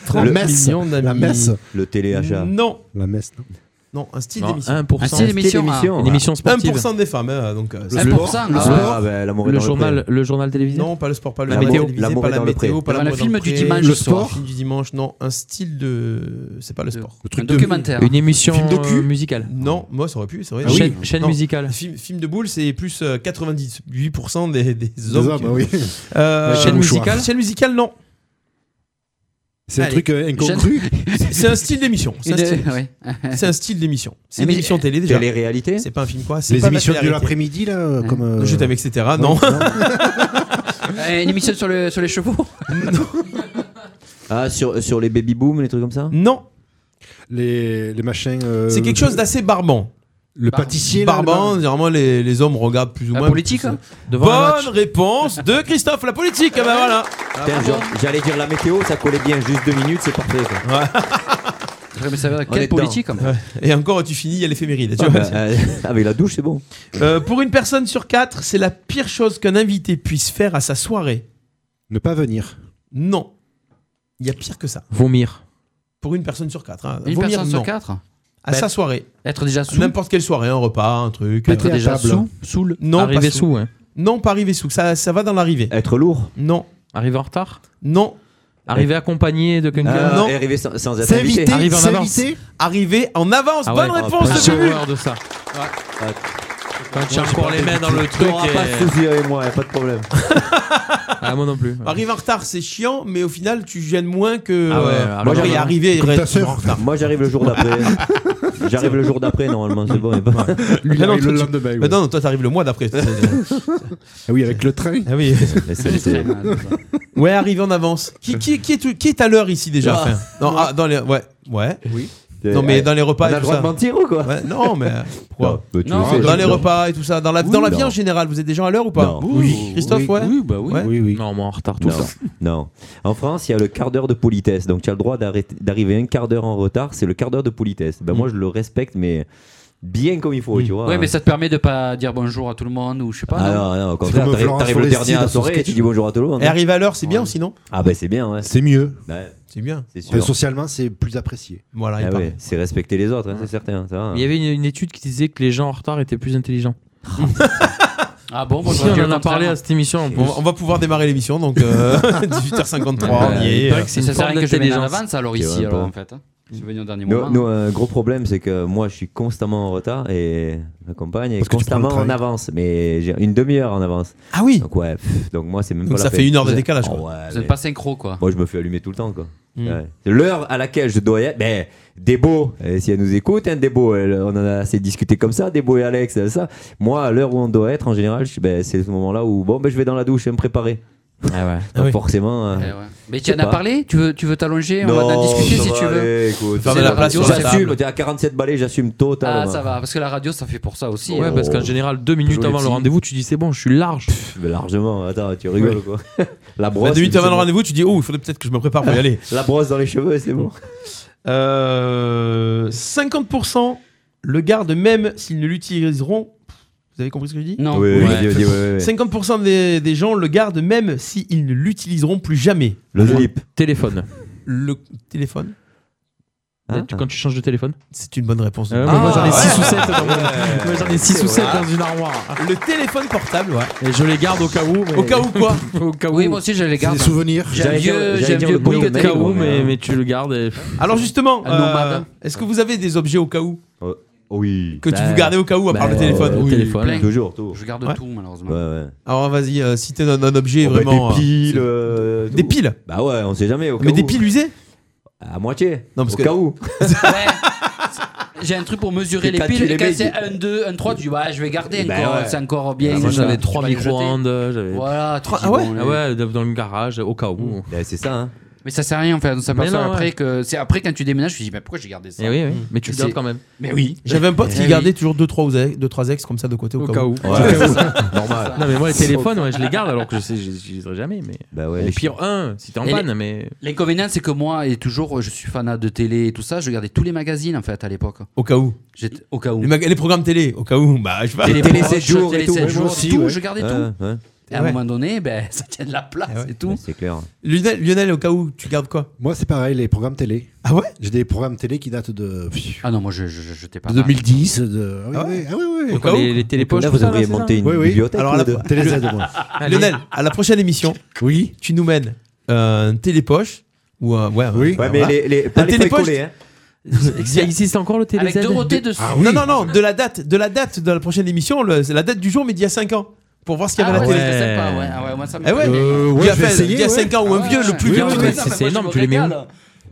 [SPEAKER 7] 30 millions d'amis.
[SPEAKER 10] La messe.
[SPEAKER 11] Le téléachat.
[SPEAKER 7] Non.
[SPEAKER 10] La messe. non.
[SPEAKER 7] Non, un style
[SPEAKER 12] Non,
[SPEAKER 7] d'émission.
[SPEAKER 12] 1%. Un style d'émission,
[SPEAKER 7] Une
[SPEAKER 12] ah. Une émission sportive.
[SPEAKER 7] 1% des femmes, hein, donc. euh,
[SPEAKER 12] Le
[SPEAKER 7] c'est-
[SPEAKER 12] sport. Ah,
[SPEAKER 7] sport.
[SPEAKER 12] bah, l'amour est Le dans le journal- pré. le journal télévisé
[SPEAKER 7] Non, pas le sport, pas le
[SPEAKER 12] La
[SPEAKER 7] journal
[SPEAKER 12] météo.
[SPEAKER 7] télévisé,
[SPEAKER 12] L'amour
[SPEAKER 7] pas
[SPEAKER 12] est
[SPEAKER 7] la
[SPEAKER 12] dans le pré.
[SPEAKER 7] météo, pas
[SPEAKER 12] Le
[SPEAKER 7] l'amour
[SPEAKER 12] film
[SPEAKER 7] dans
[SPEAKER 12] du
[SPEAKER 7] pré,
[SPEAKER 12] dimanche
[SPEAKER 7] le
[SPEAKER 12] soir.
[SPEAKER 7] sport. film du dimanche, non, un style de, c'est pas le sport.
[SPEAKER 8] Le truc Un de- documentaire.
[SPEAKER 12] Une émission,
[SPEAKER 7] Film docu
[SPEAKER 12] euh, musicale.
[SPEAKER 7] Non, moi ça aurait pu, c'est vrai.
[SPEAKER 12] Ah oui. Chaîne- chaîne
[SPEAKER 7] Non.
[SPEAKER 12] musicale.
[SPEAKER 7] Film, film de boule, c'est plus euh, 98% des, des hommes.
[SPEAKER 10] hommes,
[SPEAKER 7] que-
[SPEAKER 10] ah oui.
[SPEAKER 7] Euh,
[SPEAKER 10] *laughs* La chaîne
[SPEAKER 7] chaîne musicale.
[SPEAKER 10] musicale
[SPEAKER 7] Chaîne musicale, non.
[SPEAKER 10] C'est un
[SPEAKER 7] Allez.
[SPEAKER 10] truc
[SPEAKER 13] *laughs*
[SPEAKER 10] euh, incongru. *laughs*
[SPEAKER 7] C'est- *laughs* C'est un style d'émission. C'est un
[SPEAKER 8] Une-
[SPEAKER 7] style,
[SPEAKER 8] ouais.
[SPEAKER 7] c'est un style
[SPEAKER 8] *laughs*
[SPEAKER 7] d'émission. C'est une
[SPEAKER 8] Mais-
[SPEAKER 13] euh,
[SPEAKER 7] émission télé déjà.
[SPEAKER 11] Télé-réalité
[SPEAKER 7] C'est pas un film quoi. c'est
[SPEAKER 10] Les
[SPEAKER 7] pas
[SPEAKER 10] émissions de
[SPEAKER 7] télé-réalité.
[SPEAKER 10] l'après-midi là, euh, comme. euh,
[SPEAKER 7] Je t'aime, etc. Non. *laughs*
[SPEAKER 8] Euh, une émission sur, le, sur les chevaux
[SPEAKER 11] Ah, sur, sur les baby boom, les trucs comme ça
[SPEAKER 7] Non.
[SPEAKER 10] Les, les machins. euh,
[SPEAKER 7] C'est quelque chose d'assez barbant.
[SPEAKER 10] Le pâtissier. là,
[SPEAKER 7] Barbant, généralement les, les hommes regardent plus ou
[SPEAKER 8] La
[SPEAKER 7] moins.
[SPEAKER 8] politique,
[SPEAKER 7] plus-
[SPEAKER 8] hein
[SPEAKER 12] Devant un
[SPEAKER 7] Bonne réponse de Christophe, la politique. Ah bah voilà.
[SPEAKER 11] Putain, genre, J'allais dire la météo, ça collait bien, juste deux minutes, c'est parfait. quoi.
[SPEAKER 8] *laughs* Mais ça veut dire
[SPEAKER 11] On est
[SPEAKER 8] quelle
[SPEAKER 11] dedans.
[SPEAKER 8] politique en fait
[SPEAKER 7] Et encore, tu finis à l'éphéméride. tu
[SPEAKER 11] Ah,
[SPEAKER 7] vois.
[SPEAKER 11] bah, euh, *laughs* avec la douche, c'est bon.
[SPEAKER 7] Euh, pour une personne sur quatre, c'est la pire chose qu'un invité puisse faire à sa soirée.
[SPEAKER 10] Ne pas venir.
[SPEAKER 7] Non. Il y a pire que ça.
[SPEAKER 12] Vomir.
[SPEAKER 7] Pour une personne sur quatre. hein.
[SPEAKER 8] Une
[SPEAKER 7] Vomir,
[SPEAKER 8] personne sur
[SPEAKER 7] non.
[SPEAKER 8] quatre
[SPEAKER 7] À
[SPEAKER 8] Ben,
[SPEAKER 7] sa soirée.
[SPEAKER 8] Être déjà sous
[SPEAKER 7] N'importe quelle soirée, un repas, un truc.
[SPEAKER 10] Péter
[SPEAKER 7] euh,
[SPEAKER 10] à table.
[SPEAKER 8] Soul
[SPEAKER 7] Non,
[SPEAKER 12] Arriver
[SPEAKER 7] pas
[SPEAKER 12] sous, hein. ouais.
[SPEAKER 7] Non, pas arriver sous. Ça, ça va dans l'arrivée.
[SPEAKER 11] Être lourd.
[SPEAKER 7] Non.
[SPEAKER 12] Arriver en retard.
[SPEAKER 7] Non. Euh,
[SPEAKER 12] Arriver accompagné de quelqu'un.
[SPEAKER 11] Ah,
[SPEAKER 7] non.
[SPEAKER 11] et arriver sans, sans être
[SPEAKER 10] S'inviter,
[SPEAKER 11] invité.
[SPEAKER 12] Arriver en avance.
[SPEAKER 10] s'inviter.
[SPEAKER 7] Arriver en avance.
[SPEAKER 12] Ah ouais.
[SPEAKER 7] Bonne
[SPEAKER 12] Ah,
[SPEAKER 7] réponse
[SPEAKER 12] putain,
[SPEAKER 7] de
[SPEAKER 12] j'ai
[SPEAKER 7] Bubu.
[SPEAKER 12] horreur de ça.
[SPEAKER 11] Ah,
[SPEAKER 12] Quand tu as encore les mains dans le truc.
[SPEAKER 11] T'auras pas de
[SPEAKER 12] et-
[SPEAKER 11] soucis avec moi, y a pas de problème.
[SPEAKER 12] Ah, moi non plus.
[SPEAKER 7] Arriver en retard, c'est chiant, mais au final, tu gênes moins que.
[SPEAKER 12] Ah ouais,
[SPEAKER 7] euh,
[SPEAKER 12] alors
[SPEAKER 7] moi,
[SPEAKER 12] là,
[SPEAKER 7] j'y
[SPEAKER 12] là,
[SPEAKER 7] arrivé.
[SPEAKER 10] comme ta
[SPEAKER 7] reste
[SPEAKER 10] sœur.
[SPEAKER 7] en retard.
[SPEAKER 11] Moi, j'arrive le jour
[SPEAKER 7] *laughs*
[SPEAKER 11] d'après. J'arrive le jour d'après, normalement, c'est bon. y a pas-
[SPEAKER 10] Lui, il
[SPEAKER 7] Ah non,
[SPEAKER 10] arrive
[SPEAKER 7] toi,
[SPEAKER 10] le
[SPEAKER 7] tu-
[SPEAKER 10] lendemain.
[SPEAKER 7] Bah
[SPEAKER 10] ouais.
[SPEAKER 7] non, non, toi, t'arrives le mois d'après.
[SPEAKER 10] Ah oui, avec le train.
[SPEAKER 7] ah
[SPEAKER 11] *laughs*
[SPEAKER 7] oui.
[SPEAKER 11] Mais c'est- c'est-
[SPEAKER 7] Ouais, arriver en avance. Qui, qui, qui, est, tout- qui est à l'heure ici déjà
[SPEAKER 11] Ah.
[SPEAKER 7] enfin, Non, ah, dans les. Ouais. Ouais.
[SPEAKER 11] c'est-
[SPEAKER 7] Non, mais dans les
[SPEAKER 11] Euh, On
[SPEAKER 7] repas
[SPEAKER 11] a
[SPEAKER 7] et
[SPEAKER 11] le
[SPEAKER 7] tout
[SPEAKER 11] droit
[SPEAKER 7] ça.
[SPEAKER 11] de mentir ou quoi
[SPEAKER 7] Ouais, non, mais. euh,
[SPEAKER 11] Non,
[SPEAKER 7] Pourquoi
[SPEAKER 11] bah, tu
[SPEAKER 8] Non,
[SPEAKER 11] le sais,
[SPEAKER 7] Dans
[SPEAKER 11] je-
[SPEAKER 7] les repas et tout ça. Dans la, dans la vie
[SPEAKER 11] non.
[SPEAKER 7] en général, vous êtes des gens à l'heure ou pas
[SPEAKER 11] Non.
[SPEAKER 7] Oui. Christophe,
[SPEAKER 8] oui,
[SPEAKER 7] ouais
[SPEAKER 8] Oui, bah oui.
[SPEAKER 7] Ouais.
[SPEAKER 10] Oui, oui.
[SPEAKER 12] Non, moi en retard tout le
[SPEAKER 11] Non,
[SPEAKER 12] temps.
[SPEAKER 11] *laughs* non. En France, il y a le quart d'heure de politesse.
[SPEAKER 7] Mm.
[SPEAKER 11] Donc, tu as le droit d'arrêter- d'arriver un quart d'heure en retard. C'est le quart d'heure de politesse. Ben, Moi, je le respecte, mais bien comme il faut, tu vois. hein.
[SPEAKER 8] Ouais, mais ça te permet de pas dire bonjour à tout le monde ou je sais pas.
[SPEAKER 11] Ah non, non, au contraire, t'arrives- t'arrives le dernier à la soirée et tu dis bonjour à tout le monde. hein.
[SPEAKER 7] Et arrive à l'heure, c'est bien ou sinon
[SPEAKER 11] Ah bah c'est bien, ouais.
[SPEAKER 10] C'est mieux.
[SPEAKER 11] Ouais.
[SPEAKER 7] C'est bien.
[SPEAKER 11] C'est
[SPEAKER 10] Enfin,
[SPEAKER 11] sûr.
[SPEAKER 10] socialement, c'est plus apprécié.
[SPEAKER 7] Voilà,
[SPEAKER 11] Ah ouais, c'est respecter les autres, hein, c'est certain. Ça va.
[SPEAKER 12] Il y avait une, une étude qui disait que les gens en retard étaient plus
[SPEAKER 7] *laughs*
[SPEAKER 12] intelligents.
[SPEAKER 8] Ah bon, moi,
[SPEAKER 12] Si,
[SPEAKER 8] j'aurais dit
[SPEAKER 12] on
[SPEAKER 8] le
[SPEAKER 12] en a
[SPEAKER 8] contraire.
[SPEAKER 7] hein.
[SPEAKER 12] parlé à cette émission. en plus.
[SPEAKER 7] On, on va pouvoir démarrer l'émission, donc
[SPEAKER 12] *laughs*
[SPEAKER 7] euh, *laughs* 18h53, on y est. euh.
[SPEAKER 12] il paraît que c'est
[SPEAKER 8] Ça
[SPEAKER 12] une
[SPEAKER 8] sert à
[SPEAKER 12] forme
[SPEAKER 8] rien que je mène à
[SPEAKER 12] d'intelligence.
[SPEAKER 8] l'avance alors
[SPEAKER 11] Tu vois,
[SPEAKER 8] ici,
[SPEAKER 11] un
[SPEAKER 8] alors
[SPEAKER 11] peu.
[SPEAKER 8] en fait. hein. Je suis venu au dernier
[SPEAKER 11] Nous,
[SPEAKER 8] moment.
[SPEAKER 11] nous, un gros problème, c'est que moi, je suis constamment en retard et ma compagne est
[SPEAKER 10] Parce que tu prends le
[SPEAKER 11] constamment en
[SPEAKER 10] travail.
[SPEAKER 11] avance, mais j'ai une demi-heure en avance.
[SPEAKER 7] Ah oui
[SPEAKER 11] Donc ouais, pff, donc moi, c'est même
[SPEAKER 7] Donc
[SPEAKER 11] pas
[SPEAKER 7] ça
[SPEAKER 11] la
[SPEAKER 7] fait
[SPEAKER 11] peine.
[SPEAKER 7] une heure de
[SPEAKER 11] Vous êtes-
[SPEAKER 7] décalage,
[SPEAKER 11] Oh,
[SPEAKER 7] quoi.
[SPEAKER 11] ouais,
[SPEAKER 8] Vous êtes
[SPEAKER 11] mais-
[SPEAKER 8] pas synchro quoi.
[SPEAKER 11] Moi, je me fais allumer tout le temps, quoi.
[SPEAKER 8] Mm.
[SPEAKER 11] Ouais. L'heure à laquelle je dois y être, mais Débo, euh, si elle nous écoute, hein, Débo, elle- on en a assez discuté comme ça, Débo et Alex, euh, ça. Moi, à l'heure où on doit être, en général, je- ben, c'est ce moment-là où, bon, ben, je vais dans la douche et me préparer. *laughs*
[SPEAKER 7] Ah
[SPEAKER 11] Donc, Forcément. euh,
[SPEAKER 8] Ah Eh ouais. Mais
[SPEAKER 11] je
[SPEAKER 8] tu
[SPEAKER 11] sais
[SPEAKER 8] en as
[SPEAKER 11] pas.
[SPEAKER 8] parlé Tu veux tu veux t'allonger On va en
[SPEAKER 11] Non,
[SPEAKER 8] discuter
[SPEAKER 11] ça
[SPEAKER 8] si
[SPEAKER 11] va
[SPEAKER 8] tu
[SPEAKER 11] aller,
[SPEAKER 8] veux.
[SPEAKER 11] écoute.
[SPEAKER 8] C'est la radio, c'est la
[SPEAKER 11] J'assume, t'es à 47 balais, j'assume totalement.
[SPEAKER 8] Ah ça va, parce que la radio ça fait pour ça aussi.
[SPEAKER 12] Ouais,
[SPEAKER 8] hein.
[SPEAKER 12] parce qu'en général, deux minutes
[SPEAKER 8] Joli
[SPEAKER 12] avant le
[SPEAKER 8] petit.
[SPEAKER 12] rendez-vous, tu dis c'est bon, je suis large.
[SPEAKER 11] Mais largement, attends, tu rigoles
[SPEAKER 12] Ouais.
[SPEAKER 11] quoi. *laughs* La
[SPEAKER 7] Bah,
[SPEAKER 11] brosse.
[SPEAKER 7] de 8
[SPEAKER 11] c'est
[SPEAKER 7] avant le
[SPEAKER 11] bon.
[SPEAKER 7] rendez-vous, tu dis Oh, il faudrait peut-être que je me prépare pour
[SPEAKER 11] *laughs*
[SPEAKER 7] y aller.
[SPEAKER 11] La brosse dans les cheveux, c'est bon.
[SPEAKER 7] Euh, 50% le gardent même s'ils ne l'utiliseront. Vous avez compris ce que je dis
[SPEAKER 8] Non.
[SPEAKER 11] Oui, oui, vas-y, vas-y, ouais, ouais, ouais.
[SPEAKER 7] 50% des, des gens le gardent même s'ils ne l'utiliseront plus jamais.
[SPEAKER 11] Le slip.
[SPEAKER 12] Téléphone.
[SPEAKER 7] Le téléphone
[SPEAKER 11] Hein
[SPEAKER 12] Tu- Quand tu changes de téléphone
[SPEAKER 7] C'est une bonne réponse.
[SPEAKER 12] Euh,
[SPEAKER 7] Ah,
[SPEAKER 12] moi j'en ai
[SPEAKER 7] ouais.
[SPEAKER 12] 6 ou 7 dans, mon- moi, j'en ai six ou
[SPEAKER 7] C'est
[SPEAKER 12] sept
[SPEAKER 7] vrai.
[SPEAKER 12] dans une armoire.
[SPEAKER 7] Le téléphone portable, ouais.
[SPEAKER 12] Et je les garde au cas où. mais- Ben
[SPEAKER 7] Au cas où
[SPEAKER 8] *laughs*
[SPEAKER 7] quoi
[SPEAKER 12] Au cas où.
[SPEAKER 8] Oui, moi aussi je les
[SPEAKER 10] C'est des
[SPEAKER 8] garde.
[SPEAKER 10] souvenirs.
[SPEAKER 8] J'aime
[SPEAKER 11] J'allais dire-
[SPEAKER 8] mieux,
[SPEAKER 11] j'allais
[SPEAKER 8] j'aime
[SPEAKER 11] dire
[SPEAKER 8] mieux
[SPEAKER 11] le bruit
[SPEAKER 8] Bouygues
[SPEAKER 11] de
[SPEAKER 12] Au
[SPEAKER 8] Télécom.
[SPEAKER 12] cas
[SPEAKER 11] Téléphone,
[SPEAKER 12] où, mais,
[SPEAKER 11] mais-
[SPEAKER 12] mais tu le gardes. et-
[SPEAKER 7] Alors justement,
[SPEAKER 8] Un nomade.
[SPEAKER 7] euh, est-ce que vous avez des objets au cas où
[SPEAKER 11] Oh, Oui.
[SPEAKER 7] que tu
[SPEAKER 12] Bah,
[SPEAKER 7] vous gardez au cas où à
[SPEAKER 12] bah,
[SPEAKER 7] part le
[SPEAKER 12] ouais,
[SPEAKER 7] téléphone
[SPEAKER 12] ouais,
[SPEAKER 7] Oui.
[SPEAKER 12] le téléphone.
[SPEAKER 8] plein.
[SPEAKER 11] Toujours, tout.
[SPEAKER 8] Je garde
[SPEAKER 7] Ouais.
[SPEAKER 8] tout malheureusement.
[SPEAKER 11] Ouais, ouais.
[SPEAKER 7] Alors vas-y, euh, citez un, un objet
[SPEAKER 11] Oh, bah,
[SPEAKER 7] vraiment.
[SPEAKER 11] des
[SPEAKER 7] euh,
[SPEAKER 11] piles. euh,
[SPEAKER 7] Des
[SPEAKER 11] tout.
[SPEAKER 7] piles
[SPEAKER 11] Bah ouais, on sait jamais. Au cas
[SPEAKER 7] Mais des
[SPEAKER 11] où.
[SPEAKER 7] piles usées
[SPEAKER 11] À moitié.
[SPEAKER 7] Non, parce
[SPEAKER 11] au
[SPEAKER 7] que-
[SPEAKER 11] cas où.
[SPEAKER 8] Ouais. J'ai un truc pour mesurer
[SPEAKER 11] Et
[SPEAKER 8] les
[SPEAKER 11] t'as
[SPEAKER 8] piles.
[SPEAKER 11] tué les
[SPEAKER 8] et Quand
[SPEAKER 11] mecs.
[SPEAKER 8] c'est 1, 2, 1, 3, tu dis bah je vais garder
[SPEAKER 11] Bah
[SPEAKER 8] encore,
[SPEAKER 11] ouais.
[SPEAKER 8] c'est encore bien.
[SPEAKER 11] Ah,
[SPEAKER 12] Ben Moi
[SPEAKER 11] c'est
[SPEAKER 12] j'avais
[SPEAKER 11] ça.
[SPEAKER 12] 3 micro-ondes. j'avais-
[SPEAKER 8] Voilà, tu
[SPEAKER 7] Trois-
[SPEAKER 8] dis,
[SPEAKER 7] ah ouais
[SPEAKER 8] bon, les-
[SPEAKER 12] Ah ouais, dans le garage, au cas où.
[SPEAKER 11] Eh, c'est ça, hein.
[SPEAKER 8] Mais ça sert à rien en fait. On s'aperçoit
[SPEAKER 12] Mais non,
[SPEAKER 8] après
[SPEAKER 12] ouais.
[SPEAKER 8] que c'est après quand tu déménages, tu te dis bah pourquoi j'ai gardé ça
[SPEAKER 12] Et oui, oui. Mais tu le
[SPEAKER 8] C'est-
[SPEAKER 12] gardes quand même.
[SPEAKER 8] Mais oui.
[SPEAKER 7] J'avais un pote
[SPEAKER 8] Eh
[SPEAKER 7] qui
[SPEAKER 8] oui.
[SPEAKER 7] gardait toujours 2-3 deux, trois ex comme ça de côté au,
[SPEAKER 12] Au cas où.
[SPEAKER 11] Normal.
[SPEAKER 12] Non, mais moi les téléphones, ouais, je les garde alors que je sais, je les utiliserai jamais. Mais...
[SPEAKER 11] Bah ouais.
[SPEAKER 12] Et
[SPEAKER 11] les
[SPEAKER 12] pire, un, si t'es en
[SPEAKER 8] Et les-
[SPEAKER 12] panne, mais.
[SPEAKER 8] L'inconvénient c'est que moi et toujours je suis fanat de télé et tout ça, je regardais tous les magazines en fait à l'époque.
[SPEAKER 7] Au cas où.
[SPEAKER 8] J'étais au cas où.
[SPEAKER 7] Les, mag- les programmes télé, au cas où. Bah, je sais pas.
[SPEAKER 8] Télé,
[SPEAKER 11] Télé
[SPEAKER 8] proche,
[SPEAKER 11] 7 jours
[SPEAKER 8] télé
[SPEAKER 11] et tout.
[SPEAKER 8] 7
[SPEAKER 11] Ouais,
[SPEAKER 8] jours,
[SPEAKER 11] moi aussi,
[SPEAKER 8] tout,
[SPEAKER 11] ouais.
[SPEAKER 8] je gardais
[SPEAKER 11] Ouais,
[SPEAKER 8] tout.
[SPEAKER 11] ouais.
[SPEAKER 8] Et à un
[SPEAKER 7] Ouais.
[SPEAKER 8] moment donné, ben, ça tient de la place
[SPEAKER 7] Eh ouais.
[SPEAKER 8] et tout.
[SPEAKER 11] C'est clair.
[SPEAKER 7] Lionel, Lionel, au cas où, tu gardes quoi
[SPEAKER 10] Moi, c'est pareil, les programmes télé.
[SPEAKER 7] Ah ouais
[SPEAKER 10] J'ai des programmes télé qui datent de, pff,
[SPEAKER 8] Ah non, moi je, je, je- j'étais pas.
[SPEAKER 10] de
[SPEAKER 8] là.
[SPEAKER 10] 2010. De... Ah oui,
[SPEAKER 7] Ah
[SPEAKER 10] oui,
[SPEAKER 7] ouais
[SPEAKER 10] ah oui, oui.
[SPEAKER 7] Au cas où,
[SPEAKER 12] les, les télépoches.
[SPEAKER 11] Là,
[SPEAKER 12] tout
[SPEAKER 11] vous
[SPEAKER 12] ça,
[SPEAKER 11] devriez
[SPEAKER 12] c'est ça
[SPEAKER 11] monter une
[SPEAKER 10] Oui, oui.
[SPEAKER 11] bibliothèque.
[SPEAKER 7] Alors
[SPEAKER 11] ou
[SPEAKER 7] là,
[SPEAKER 11] deux.
[SPEAKER 10] Télé Z, moi.
[SPEAKER 12] Allez.
[SPEAKER 7] Lionel, à la prochaine émission,
[SPEAKER 10] Oui.
[SPEAKER 7] tu nous mènes euh, un télépoche ou un. Ouais,
[SPEAKER 10] Oui.
[SPEAKER 11] Ouais, mais les, les, pas les feuilles
[SPEAKER 7] télépoche,
[SPEAKER 11] collées, hein.
[SPEAKER 7] *laughs*
[SPEAKER 12] Ça existe encore le télé
[SPEAKER 8] Avec Dorothée dessus.
[SPEAKER 7] Ah Non, non, non, de la date, de la date de la prochaine émission, le- c'est la date du jour, mais d'il y a 5 ans, pour voir ce qu'il y
[SPEAKER 8] Ah
[SPEAKER 7] avait à la
[SPEAKER 8] ouais,
[SPEAKER 7] télé.
[SPEAKER 8] c'était sympa, ouais. Ah ouais, moi ça me
[SPEAKER 7] Eh ouais,
[SPEAKER 8] plaît.
[SPEAKER 10] Euh,
[SPEAKER 7] Il
[SPEAKER 10] ouais,
[SPEAKER 7] y a,
[SPEAKER 10] je vais
[SPEAKER 7] fait-
[SPEAKER 10] essayer,
[SPEAKER 7] il y a
[SPEAKER 10] ouais.
[SPEAKER 7] 5 ans ou un
[SPEAKER 8] Ah
[SPEAKER 7] vieux,
[SPEAKER 8] ouais.
[SPEAKER 7] le plus
[SPEAKER 8] Oui,
[SPEAKER 7] vieux.
[SPEAKER 8] oui,
[SPEAKER 7] le
[SPEAKER 8] mais
[SPEAKER 7] mec.
[SPEAKER 8] ça,
[SPEAKER 12] c'est
[SPEAKER 8] mais moi,
[SPEAKER 12] énorme,
[SPEAKER 8] je
[SPEAKER 12] tu
[SPEAKER 8] me
[SPEAKER 12] les mets
[SPEAKER 8] régale.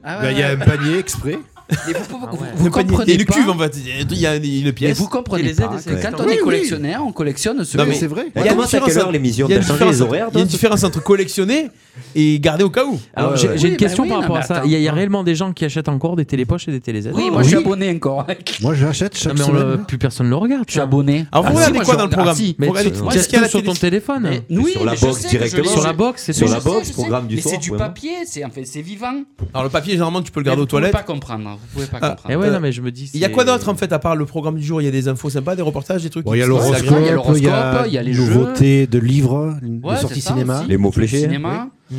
[SPEAKER 8] Ah
[SPEAKER 10] Bah,
[SPEAKER 8] ouais,
[SPEAKER 10] Il y a
[SPEAKER 8] ouais.
[SPEAKER 10] un panier exprès.
[SPEAKER 8] Mais vous, vous- vous-
[SPEAKER 12] ouais.
[SPEAKER 8] vous
[SPEAKER 7] Le panier-
[SPEAKER 8] comprenez
[SPEAKER 7] et le
[SPEAKER 8] pas.
[SPEAKER 7] cube, en fait. Il y a une, une
[SPEAKER 8] Mais
[SPEAKER 7] pièce.
[SPEAKER 8] vous comprenez
[SPEAKER 12] les aides,
[SPEAKER 8] pas
[SPEAKER 12] c'est
[SPEAKER 8] que
[SPEAKER 12] externe.
[SPEAKER 8] quand on
[SPEAKER 10] Oui,
[SPEAKER 8] est
[SPEAKER 10] oui.
[SPEAKER 8] collectionneur, on collectionne ce
[SPEAKER 7] Non,
[SPEAKER 10] Non, mais
[SPEAKER 7] mais-
[SPEAKER 10] c'est vrai.
[SPEAKER 7] Il y a une
[SPEAKER 11] Comment ça, à quelle
[SPEAKER 7] différence-
[SPEAKER 11] heure l'émission
[SPEAKER 7] Il y a
[SPEAKER 11] T'as
[SPEAKER 7] une
[SPEAKER 11] changé
[SPEAKER 7] différence-
[SPEAKER 11] les
[SPEAKER 7] il
[SPEAKER 11] horaires
[SPEAKER 7] y a
[SPEAKER 11] toi
[SPEAKER 7] une différence entre collectionner et garder au cas où.
[SPEAKER 12] Alors
[SPEAKER 11] Ah ouais,
[SPEAKER 12] j'ai
[SPEAKER 11] ouais.
[SPEAKER 12] j'ai
[SPEAKER 8] Oui,
[SPEAKER 12] une
[SPEAKER 8] bah
[SPEAKER 12] question
[SPEAKER 8] oui,
[SPEAKER 12] par
[SPEAKER 8] non,
[SPEAKER 12] rapport
[SPEAKER 8] mais
[SPEAKER 12] à ça.
[SPEAKER 8] attends.
[SPEAKER 12] Il y, a- il y a réellement des gens qui achètent encore des télépoches et des télé
[SPEAKER 8] Oui, moi je suis
[SPEAKER 10] Oui.
[SPEAKER 8] abonné encore.
[SPEAKER 10] Moi, j'achète chaque
[SPEAKER 12] Ah mais on
[SPEAKER 10] semaine.
[SPEAKER 12] le- plus personne ne le regarde.
[SPEAKER 8] Je suis abonné.
[SPEAKER 7] Alors, vous
[SPEAKER 8] Ah,
[SPEAKER 7] regardez
[SPEAKER 8] si, moi,
[SPEAKER 7] quoi
[SPEAKER 8] je
[SPEAKER 7] dans le
[SPEAKER 8] regarde-
[SPEAKER 7] programme
[SPEAKER 8] Ah, si.
[SPEAKER 12] Mais
[SPEAKER 7] Vous regardez
[SPEAKER 12] tu
[SPEAKER 7] tout
[SPEAKER 12] tu
[SPEAKER 7] ce qu'il y a à la
[SPEAKER 12] tout sur ton
[SPEAKER 7] télé.
[SPEAKER 12] téléphone.
[SPEAKER 8] Mais- oui,
[SPEAKER 11] sur la
[SPEAKER 8] mais je
[SPEAKER 11] box
[SPEAKER 8] sais que je
[SPEAKER 11] directement.
[SPEAKER 8] l'ai.
[SPEAKER 12] Sur la box, c'est
[SPEAKER 11] Sur
[SPEAKER 12] tout.
[SPEAKER 11] la
[SPEAKER 8] Je sais,
[SPEAKER 11] box,
[SPEAKER 8] je sais.
[SPEAKER 11] programme du
[SPEAKER 8] Mais
[SPEAKER 11] soir.
[SPEAKER 8] c'est du
[SPEAKER 11] vraiment.
[SPEAKER 8] papier, c'est en fait, c'est vivant.
[SPEAKER 7] Alors, le papier, généralement, tu peux le
[SPEAKER 8] Mais
[SPEAKER 7] garder
[SPEAKER 8] vous
[SPEAKER 7] aux toilettes.
[SPEAKER 8] pouvez pas comprendre. Vous pouvez pas
[SPEAKER 7] Ah,
[SPEAKER 12] Et
[SPEAKER 8] comprendre.
[SPEAKER 12] Eh ouais,
[SPEAKER 7] Euh,
[SPEAKER 12] non, mais je me dis.
[SPEAKER 7] Il y a
[SPEAKER 12] c'est-
[SPEAKER 7] quoi d'autre en fait à part le programme du jour Il y a des infos sympas, des reportages, des trucs.
[SPEAKER 10] Bon, il y a
[SPEAKER 7] qui-
[SPEAKER 10] l'horoscope,
[SPEAKER 8] il y a l'horoscope,
[SPEAKER 10] il y a,
[SPEAKER 8] il y a les
[SPEAKER 10] nouveautés de livres,
[SPEAKER 8] Ouais,
[SPEAKER 10] les
[SPEAKER 8] c'est
[SPEAKER 10] sorties
[SPEAKER 8] ça
[SPEAKER 10] cinéma.
[SPEAKER 8] aussi.
[SPEAKER 11] Les mots
[SPEAKER 8] Le
[SPEAKER 11] fléchés.
[SPEAKER 8] Cinéma.
[SPEAKER 7] En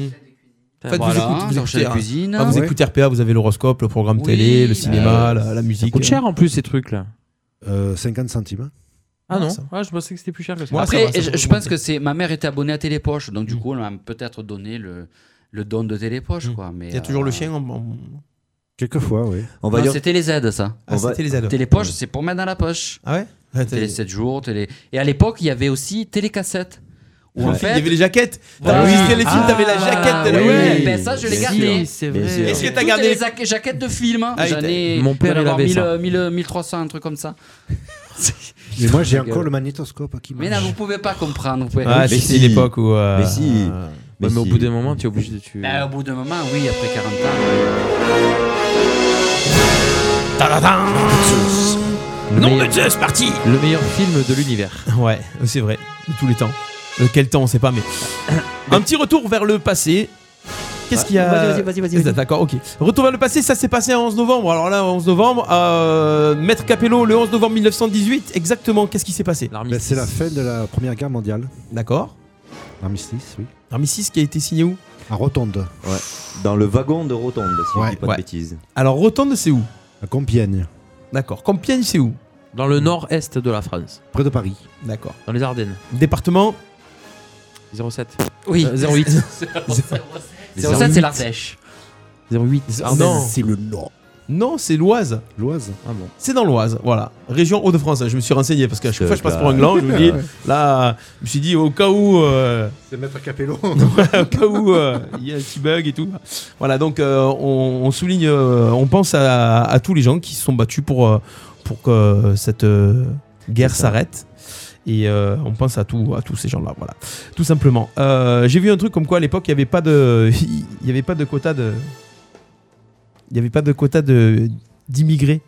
[SPEAKER 7] fait,
[SPEAKER 8] Voilà,
[SPEAKER 7] vous écoutez, vous
[SPEAKER 8] dans
[SPEAKER 7] écoutez,
[SPEAKER 8] la
[SPEAKER 7] hein.
[SPEAKER 8] cuisine.
[SPEAKER 7] Ah, vous
[SPEAKER 10] Ouais.
[SPEAKER 7] écoutez RPA, vous avez l'horoscope, le programme
[SPEAKER 8] Oui,
[SPEAKER 7] télé, le
[SPEAKER 8] bah,
[SPEAKER 7] cinéma, la, la
[SPEAKER 12] Ça
[SPEAKER 7] musique.
[SPEAKER 12] coûte cher en plus ces trucs là.
[SPEAKER 10] Euh, 50 centimes.
[SPEAKER 12] Ah non
[SPEAKER 7] ça-
[SPEAKER 12] Ah, je pensais que c'était plus cher que ça.
[SPEAKER 7] Ouais, ça
[SPEAKER 8] Après,
[SPEAKER 7] va, ça
[SPEAKER 8] je,
[SPEAKER 7] va
[SPEAKER 8] je pense
[SPEAKER 7] augmenter.
[SPEAKER 8] que c'est ma mère était abonnée à Télépoche, donc du coup, on m'a peut-être donné le, le don de Télépoche, quoi. Mais euh,
[SPEAKER 7] Il y a toujours le chien. en- en-
[SPEAKER 10] Quelquefois, oui.
[SPEAKER 11] On va dire.
[SPEAKER 8] c'était les aides, ça.
[SPEAKER 7] Ah,
[SPEAKER 11] On va-
[SPEAKER 7] c'était les ados.
[SPEAKER 8] Télépoche, c'est pour mettre dans la poche.
[SPEAKER 7] Ah ouais Ah, t'as-
[SPEAKER 8] Télé 7 jours, télé. Et à l'époque, il y avait aussi télécassette. Où en
[SPEAKER 7] Ah, Il y avait les
[SPEAKER 8] fait.
[SPEAKER 7] jaquettes.
[SPEAKER 8] Voilà.
[SPEAKER 7] T'avais enregistré les films,
[SPEAKER 8] Ah,
[SPEAKER 7] t'avais la jaquette de la
[SPEAKER 8] oui.
[SPEAKER 7] ouais.
[SPEAKER 8] Ben, ça, je l'ai
[SPEAKER 11] Bien
[SPEAKER 8] gardé.
[SPEAKER 11] sûr.
[SPEAKER 12] c'est
[SPEAKER 11] Bien
[SPEAKER 12] vrai.
[SPEAKER 11] sûr.
[SPEAKER 7] Est-ce que t'as
[SPEAKER 8] Toutes
[SPEAKER 7] gardé-
[SPEAKER 8] les jaque- jaquettes de films.
[SPEAKER 7] Ah,
[SPEAKER 8] J'en
[SPEAKER 7] il
[SPEAKER 8] ai.
[SPEAKER 12] Mon père,
[SPEAKER 8] il
[SPEAKER 12] il avait ça.
[SPEAKER 8] euh, 1300, un truc comme ça.
[SPEAKER 10] Mais moi, j'ai encore le magnétoscope qui
[SPEAKER 8] Mais non, vous pouvez pas comprendre. Vous pouvez...
[SPEAKER 7] Ah,
[SPEAKER 11] Mais
[SPEAKER 7] c'est
[SPEAKER 11] si.
[SPEAKER 7] l'époque où. euh,
[SPEAKER 11] Mais si.
[SPEAKER 12] Ouais, mais au
[SPEAKER 11] si.
[SPEAKER 12] bout d'un moment, tu es obligé de tu.
[SPEAKER 8] Ben, au bout d'un moment, oui, après 40 ans.
[SPEAKER 7] Tadadam
[SPEAKER 12] Le
[SPEAKER 7] Nom
[SPEAKER 12] meilleur-
[SPEAKER 7] de Zeus, parti
[SPEAKER 12] Le meilleur film de l'univers.
[SPEAKER 7] Ouais, c'est Euh, vrai, de tous les temps. De quel temps, on sait pas, mais. Un petit retour vers le passé. Qu'est-ce qu'il y a
[SPEAKER 11] Vas-y, vas-y, vas-y, vas-y.
[SPEAKER 7] D'accord, ok. Retour vers le passé, ça s'est passé en 11 novembre. Alors là, 11 novembre, euh, Maître Capello, le 11 novembre 1918, exactement, qu'est-ce qui s'est passé
[SPEAKER 10] Ben, c'est la fin de la Première Guerre mondiale.
[SPEAKER 7] D'accord.
[SPEAKER 10] L'armistice, oui.
[SPEAKER 7] L'armistice qui a été signé où
[SPEAKER 10] À Rotonde.
[SPEAKER 11] Ouais. Dans le wagon de Rotonde, si je dis pas de bêtises.
[SPEAKER 7] Alors Rotonde, c'est où
[SPEAKER 10] À Compiègne.
[SPEAKER 7] D'accord. Compiègne, c'est où
[SPEAKER 12] Dans le nord-est de la France.
[SPEAKER 10] Près de Paris.
[SPEAKER 7] D'accord.
[SPEAKER 12] Dans les Ardennes.
[SPEAKER 7] Département
[SPEAKER 12] 07.
[SPEAKER 8] Oui.
[SPEAKER 7] *laughs*
[SPEAKER 12] Euh, *laughs*
[SPEAKER 10] *laughs*
[SPEAKER 12] 08.
[SPEAKER 8] 07, c'est l'Ardèche.
[SPEAKER 12] 08.
[SPEAKER 7] Ah non.
[SPEAKER 10] C'est le Nord.
[SPEAKER 7] Non, c'est l'Oise.
[SPEAKER 10] L'Oise.
[SPEAKER 7] C'est dans l'Oise, voilà. Région Hauts-de-France. hein. Je me suis renseigné parce qu'à chaque
[SPEAKER 10] C'est
[SPEAKER 7] fois je passe
[SPEAKER 10] clair.
[SPEAKER 7] pour un gland. Je me dis,
[SPEAKER 10] *laughs* Ouais.
[SPEAKER 7] là, je me suis dit, au cas où. euh,
[SPEAKER 10] C'est Maître
[SPEAKER 7] *laughs*
[SPEAKER 10] Capello.
[SPEAKER 7] Ouais, au cas où euh, il y a un petit bug et tout. Voilà, donc euh, on, on souligne, euh, on pense à, à tous les gens qui se sont battus pour, euh, pour que cette euh, guerre s'arrête. Et euh, on pense à, tout, à tous ces gens-là, voilà. Tout simplement. Euh, J'ai vu un truc comme quoi à l'époque, il n'y avait, pas de- *laughs* il y avait pas de quota de. Il n'y avait pas de quota de- d'immigrés.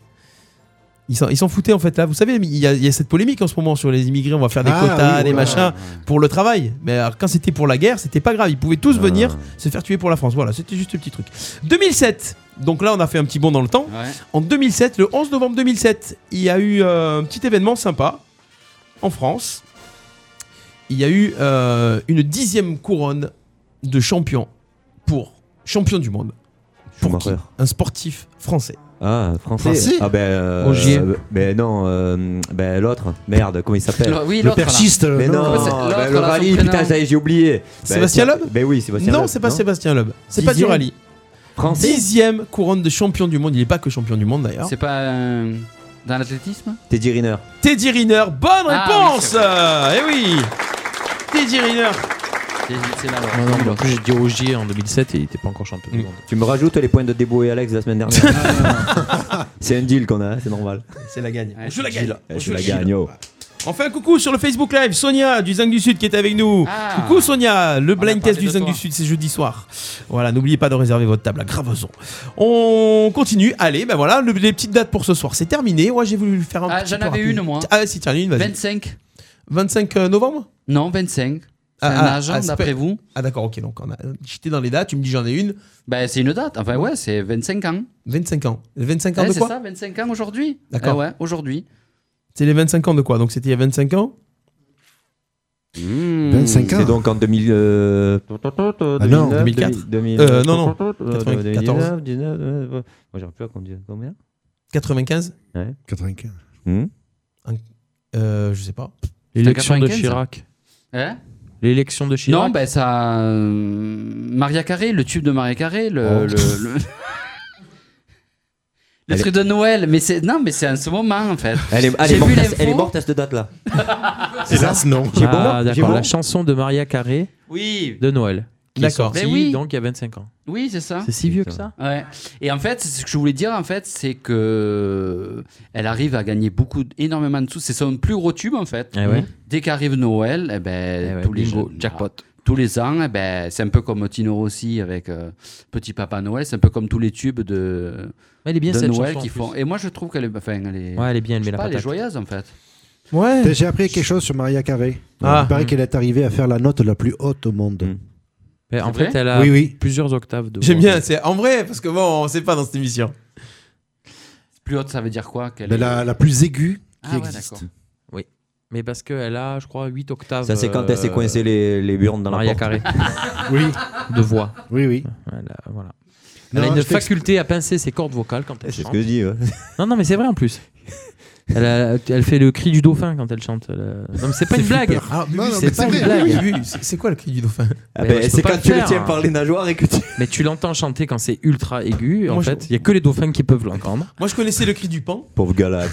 [SPEAKER 7] Ils s'en, ils s'en foutaient en fait là. Vous savez, il y, a, il y a cette polémique en ce moment sur les immigrés. On va faire des
[SPEAKER 10] Ah,
[SPEAKER 7] quotas,
[SPEAKER 10] oui,
[SPEAKER 7] des
[SPEAKER 10] voilà.
[SPEAKER 7] machins pour le travail. Mais alors, quand c'était pour la guerre, c'était pas grave. Ils pouvaient
[SPEAKER 10] Ah.
[SPEAKER 7] tous venir se faire tuer pour la France. Voilà, c'était juste un petit truc. 2007. Donc là, on a fait un petit bond dans le temps. En 2007, le 11 novembre 2007, il y a eu euh, un petit événement sympa en France. Il y a eu euh, une dixième couronne de champion pour champion du monde. Pour qui Un sportif français.
[SPEAKER 11] Ah, français.
[SPEAKER 7] Français
[SPEAKER 11] Ah ben. euh,
[SPEAKER 7] Ogier.
[SPEAKER 11] euh, ben non, euh, ben l'autre. Merde, comment il s'appelle
[SPEAKER 7] Le- oui, l'autre, là.
[SPEAKER 11] Mais non,
[SPEAKER 7] Comment c'est- l'autre,
[SPEAKER 11] ben, le
[SPEAKER 7] là, son
[SPEAKER 11] rallye,
[SPEAKER 7] prénom.
[SPEAKER 11] putain, ça y est, j'ai oublié. Ben,
[SPEAKER 7] Sébastien
[SPEAKER 11] tiens,
[SPEAKER 7] Loeb
[SPEAKER 11] Ben oui, Sébastien
[SPEAKER 7] Non,
[SPEAKER 11] Loeb,
[SPEAKER 7] c'est pas Sébastien Loeb. C'est pas du
[SPEAKER 11] Dixième
[SPEAKER 7] rallye.
[SPEAKER 11] Français
[SPEAKER 7] Dixième couronne de champion du monde. Il est pas que champion du monde d'ailleurs.
[SPEAKER 8] C'est pas euh, dans l'athlétisme
[SPEAKER 11] Teddy Riner.
[SPEAKER 7] Teddy Riner, bonne
[SPEAKER 8] Ah,
[SPEAKER 7] réponse Eh
[SPEAKER 8] Euh,
[SPEAKER 7] oui Teddy Riner
[SPEAKER 8] C'est là,
[SPEAKER 12] Non, non, mais en plus, j'ai dit Rogier en 2007 et il était pas encore champion du monde.
[SPEAKER 11] Mm. Tu me rajoutes les points de Debo et Alex la
[SPEAKER 12] *laughs*
[SPEAKER 11] semaine dernière. c'est un deal qu'on a, c'est normal.
[SPEAKER 7] C'est la gagne.
[SPEAKER 8] On
[SPEAKER 7] joue la gagne. On
[SPEAKER 11] Eh,
[SPEAKER 7] joue
[SPEAKER 11] Je la gagne, oh.
[SPEAKER 7] On fait un coucou sur le Facebook Live, Sonia du Zinc du Sud qui est avec nous.
[SPEAKER 8] Ah.
[SPEAKER 7] Coucou Sonia, le blind test
[SPEAKER 8] parlé
[SPEAKER 7] du
[SPEAKER 8] de
[SPEAKER 7] Zinc
[SPEAKER 8] toi.
[SPEAKER 7] du Sud, c'est jeudi soir. Voilà, n'oubliez pas de réserver votre table à Graveson. On continue, allez, ben voilà, le- les petites dates pour ce soir, c'est terminé. Moi j'ai voulu faire un
[SPEAKER 8] Ah,
[SPEAKER 7] petit
[SPEAKER 8] j'en
[SPEAKER 7] peu
[SPEAKER 8] avais
[SPEAKER 7] rapide.
[SPEAKER 8] une, moi.
[SPEAKER 7] Ah, si, tiens, une, vas-y.
[SPEAKER 8] 25.
[SPEAKER 7] 25 novembre
[SPEAKER 8] Non, 25. C'est un agent,
[SPEAKER 7] c'est
[SPEAKER 8] d'après
[SPEAKER 7] pas-
[SPEAKER 8] vous.
[SPEAKER 7] Ah, d'accord, ok, donc on a- j'étais dans les dates, tu me dis j'en ai une.
[SPEAKER 8] Ben, c'est une date. Enfin, ouais, c'est 25 ans.
[SPEAKER 7] 25 ans. Les 25 ans
[SPEAKER 8] Eh,
[SPEAKER 7] de
[SPEAKER 8] c'est
[SPEAKER 7] quoi
[SPEAKER 8] ça, 25 ans aujourd'hui.
[SPEAKER 7] D'accord.
[SPEAKER 8] Eh ouais, aujourd'hui.
[SPEAKER 7] C'est les 25 ans de quoi Donc c'était il y a 25 ans
[SPEAKER 10] 25 ans.
[SPEAKER 11] Hmm. C'est donc en 2000. euh,
[SPEAKER 7] Ah non, 2004.
[SPEAKER 11] 2009, 2000,
[SPEAKER 7] Euh, non, non.
[SPEAKER 11] 2009,
[SPEAKER 7] 94.
[SPEAKER 11] 19, euh, Moi, j'aurais pu raconter combien
[SPEAKER 7] 95
[SPEAKER 11] Ouais. Hmm?
[SPEAKER 10] 95.
[SPEAKER 7] Un- euh, Je sais pas.
[SPEAKER 12] L'élection de
[SPEAKER 8] 95,
[SPEAKER 12] Chirac.
[SPEAKER 8] Hein
[SPEAKER 12] L'élection de Chirac.
[SPEAKER 8] Non, ben ça. euh, Maria Carré, le tube de Maria Carré, le.
[SPEAKER 12] Oh.
[SPEAKER 8] le,
[SPEAKER 12] *laughs*
[SPEAKER 8] le- le
[SPEAKER 11] Elle
[SPEAKER 8] truc de Noël, mais c'est non, mais c'est en ce moment en fait.
[SPEAKER 11] Elle est, elle est
[SPEAKER 8] J'ai vu
[SPEAKER 11] morte, à,
[SPEAKER 8] l'info.
[SPEAKER 11] elle est morte à cette date-là.
[SPEAKER 12] C'est
[SPEAKER 11] ça
[SPEAKER 12] non.
[SPEAKER 11] J'ai
[SPEAKER 12] Ah,
[SPEAKER 11] bon J'ai
[SPEAKER 12] d'accord.
[SPEAKER 11] bon
[SPEAKER 12] La chanson de Maria Carré.
[SPEAKER 8] Oui.
[SPEAKER 12] De Noël. qui est
[SPEAKER 7] D'accord.
[SPEAKER 12] sortie,
[SPEAKER 8] Mais oui.
[SPEAKER 12] Donc il y a 25 ans.
[SPEAKER 8] Oui, c'est ça.
[SPEAKER 12] C'est si vieux que ça
[SPEAKER 8] Hein Ouais. Et en fait, ce que je voulais dire, en fait, c'est que euh, elle arrive à gagner beaucoup, énormément de sous. C'est son plus gros tube, en fait.
[SPEAKER 12] Eh ouais.
[SPEAKER 8] Dès qu'arrive Noël, eh ben, tous les
[SPEAKER 12] bingo,
[SPEAKER 8] jours, jackpot. Tous les ans, eh ben, c'est un peu comme Tino Rossi avec euh, Petit Papa Noël. C'est un peu comme tous les tubes de,
[SPEAKER 12] Elle est bien,
[SPEAKER 8] de
[SPEAKER 12] cette
[SPEAKER 8] Noël
[SPEAKER 12] chanson,
[SPEAKER 8] qui
[SPEAKER 12] en
[SPEAKER 8] font.
[SPEAKER 12] plus.
[SPEAKER 8] Et moi, je trouve qu'elle est, enfin, elle est.
[SPEAKER 12] Ouais, elle est bien, elle met
[SPEAKER 8] je sais
[SPEAKER 12] la
[SPEAKER 8] pas, elle est
[SPEAKER 12] patate.
[SPEAKER 8] joyeux, en fait.
[SPEAKER 10] T'as- J'ai appris quelque chose sur Maria Carré.
[SPEAKER 12] Ah.
[SPEAKER 10] Il paraît
[SPEAKER 12] Mm.
[SPEAKER 10] qu'elle est arrivée à faire la note la plus haute au monde.
[SPEAKER 12] Hmm. Mais en
[SPEAKER 7] vrai
[SPEAKER 12] fait, elle a
[SPEAKER 10] Oui, oui.
[SPEAKER 12] plusieurs octaves de.
[SPEAKER 7] J'aime bien, c'est en vrai, parce que bon, on sait pas dans cette émission.
[SPEAKER 8] Plus haute, ça veut dire quoi qu'elle
[SPEAKER 10] Mais
[SPEAKER 8] est-
[SPEAKER 10] la, la plus aiguë qui
[SPEAKER 8] Ah ouais,
[SPEAKER 10] existe.
[SPEAKER 8] d'accord.
[SPEAKER 12] Oui. Mais parce qu'elle a, je crois, 8 octaves.
[SPEAKER 11] Ça, c'est quand elle s'est
[SPEAKER 12] euh,
[SPEAKER 11] coincée les, les burnes dans
[SPEAKER 12] Maria
[SPEAKER 11] la porte. *laughs*
[SPEAKER 12] Carré.
[SPEAKER 10] oui.
[SPEAKER 12] De voix.
[SPEAKER 10] Oui, oui.
[SPEAKER 12] Elle a, voilà.
[SPEAKER 10] Non,
[SPEAKER 12] elle a une
[SPEAKER 10] je t'explique.
[SPEAKER 12] faculté à pincer ses cordes vocales quand elle
[SPEAKER 11] C'est ce
[SPEAKER 12] chante.
[SPEAKER 11] que je dis. ouais.
[SPEAKER 12] Non, non, mais c'est vrai en plus. Elle, a- elle fait le cri du dauphin quand elle chante. Elle a- Non, mais c'est pas une blague.
[SPEAKER 10] Ah, non, non, mais
[SPEAKER 12] c'est pas
[SPEAKER 10] vrai,
[SPEAKER 12] une blague.
[SPEAKER 10] oui,
[SPEAKER 7] oui, c'est- C'est quoi le cri du dauphin
[SPEAKER 11] Ah
[SPEAKER 12] Mais
[SPEAKER 11] ben,
[SPEAKER 12] je peux
[SPEAKER 11] c'est
[SPEAKER 12] pas
[SPEAKER 11] quand
[SPEAKER 12] le
[SPEAKER 11] tu le
[SPEAKER 12] faire,
[SPEAKER 11] tiens
[SPEAKER 12] hein.
[SPEAKER 11] par les nageoires et que tu.
[SPEAKER 12] Mais tu l'entends chanter quand c'est ultra aigu. En
[SPEAKER 7] Moi, je-
[SPEAKER 12] fait, il y a que les dauphins qui peuvent l'entendre.
[SPEAKER 7] Moi, je connaissais le cri du pan.
[SPEAKER 11] Pauvre Galak.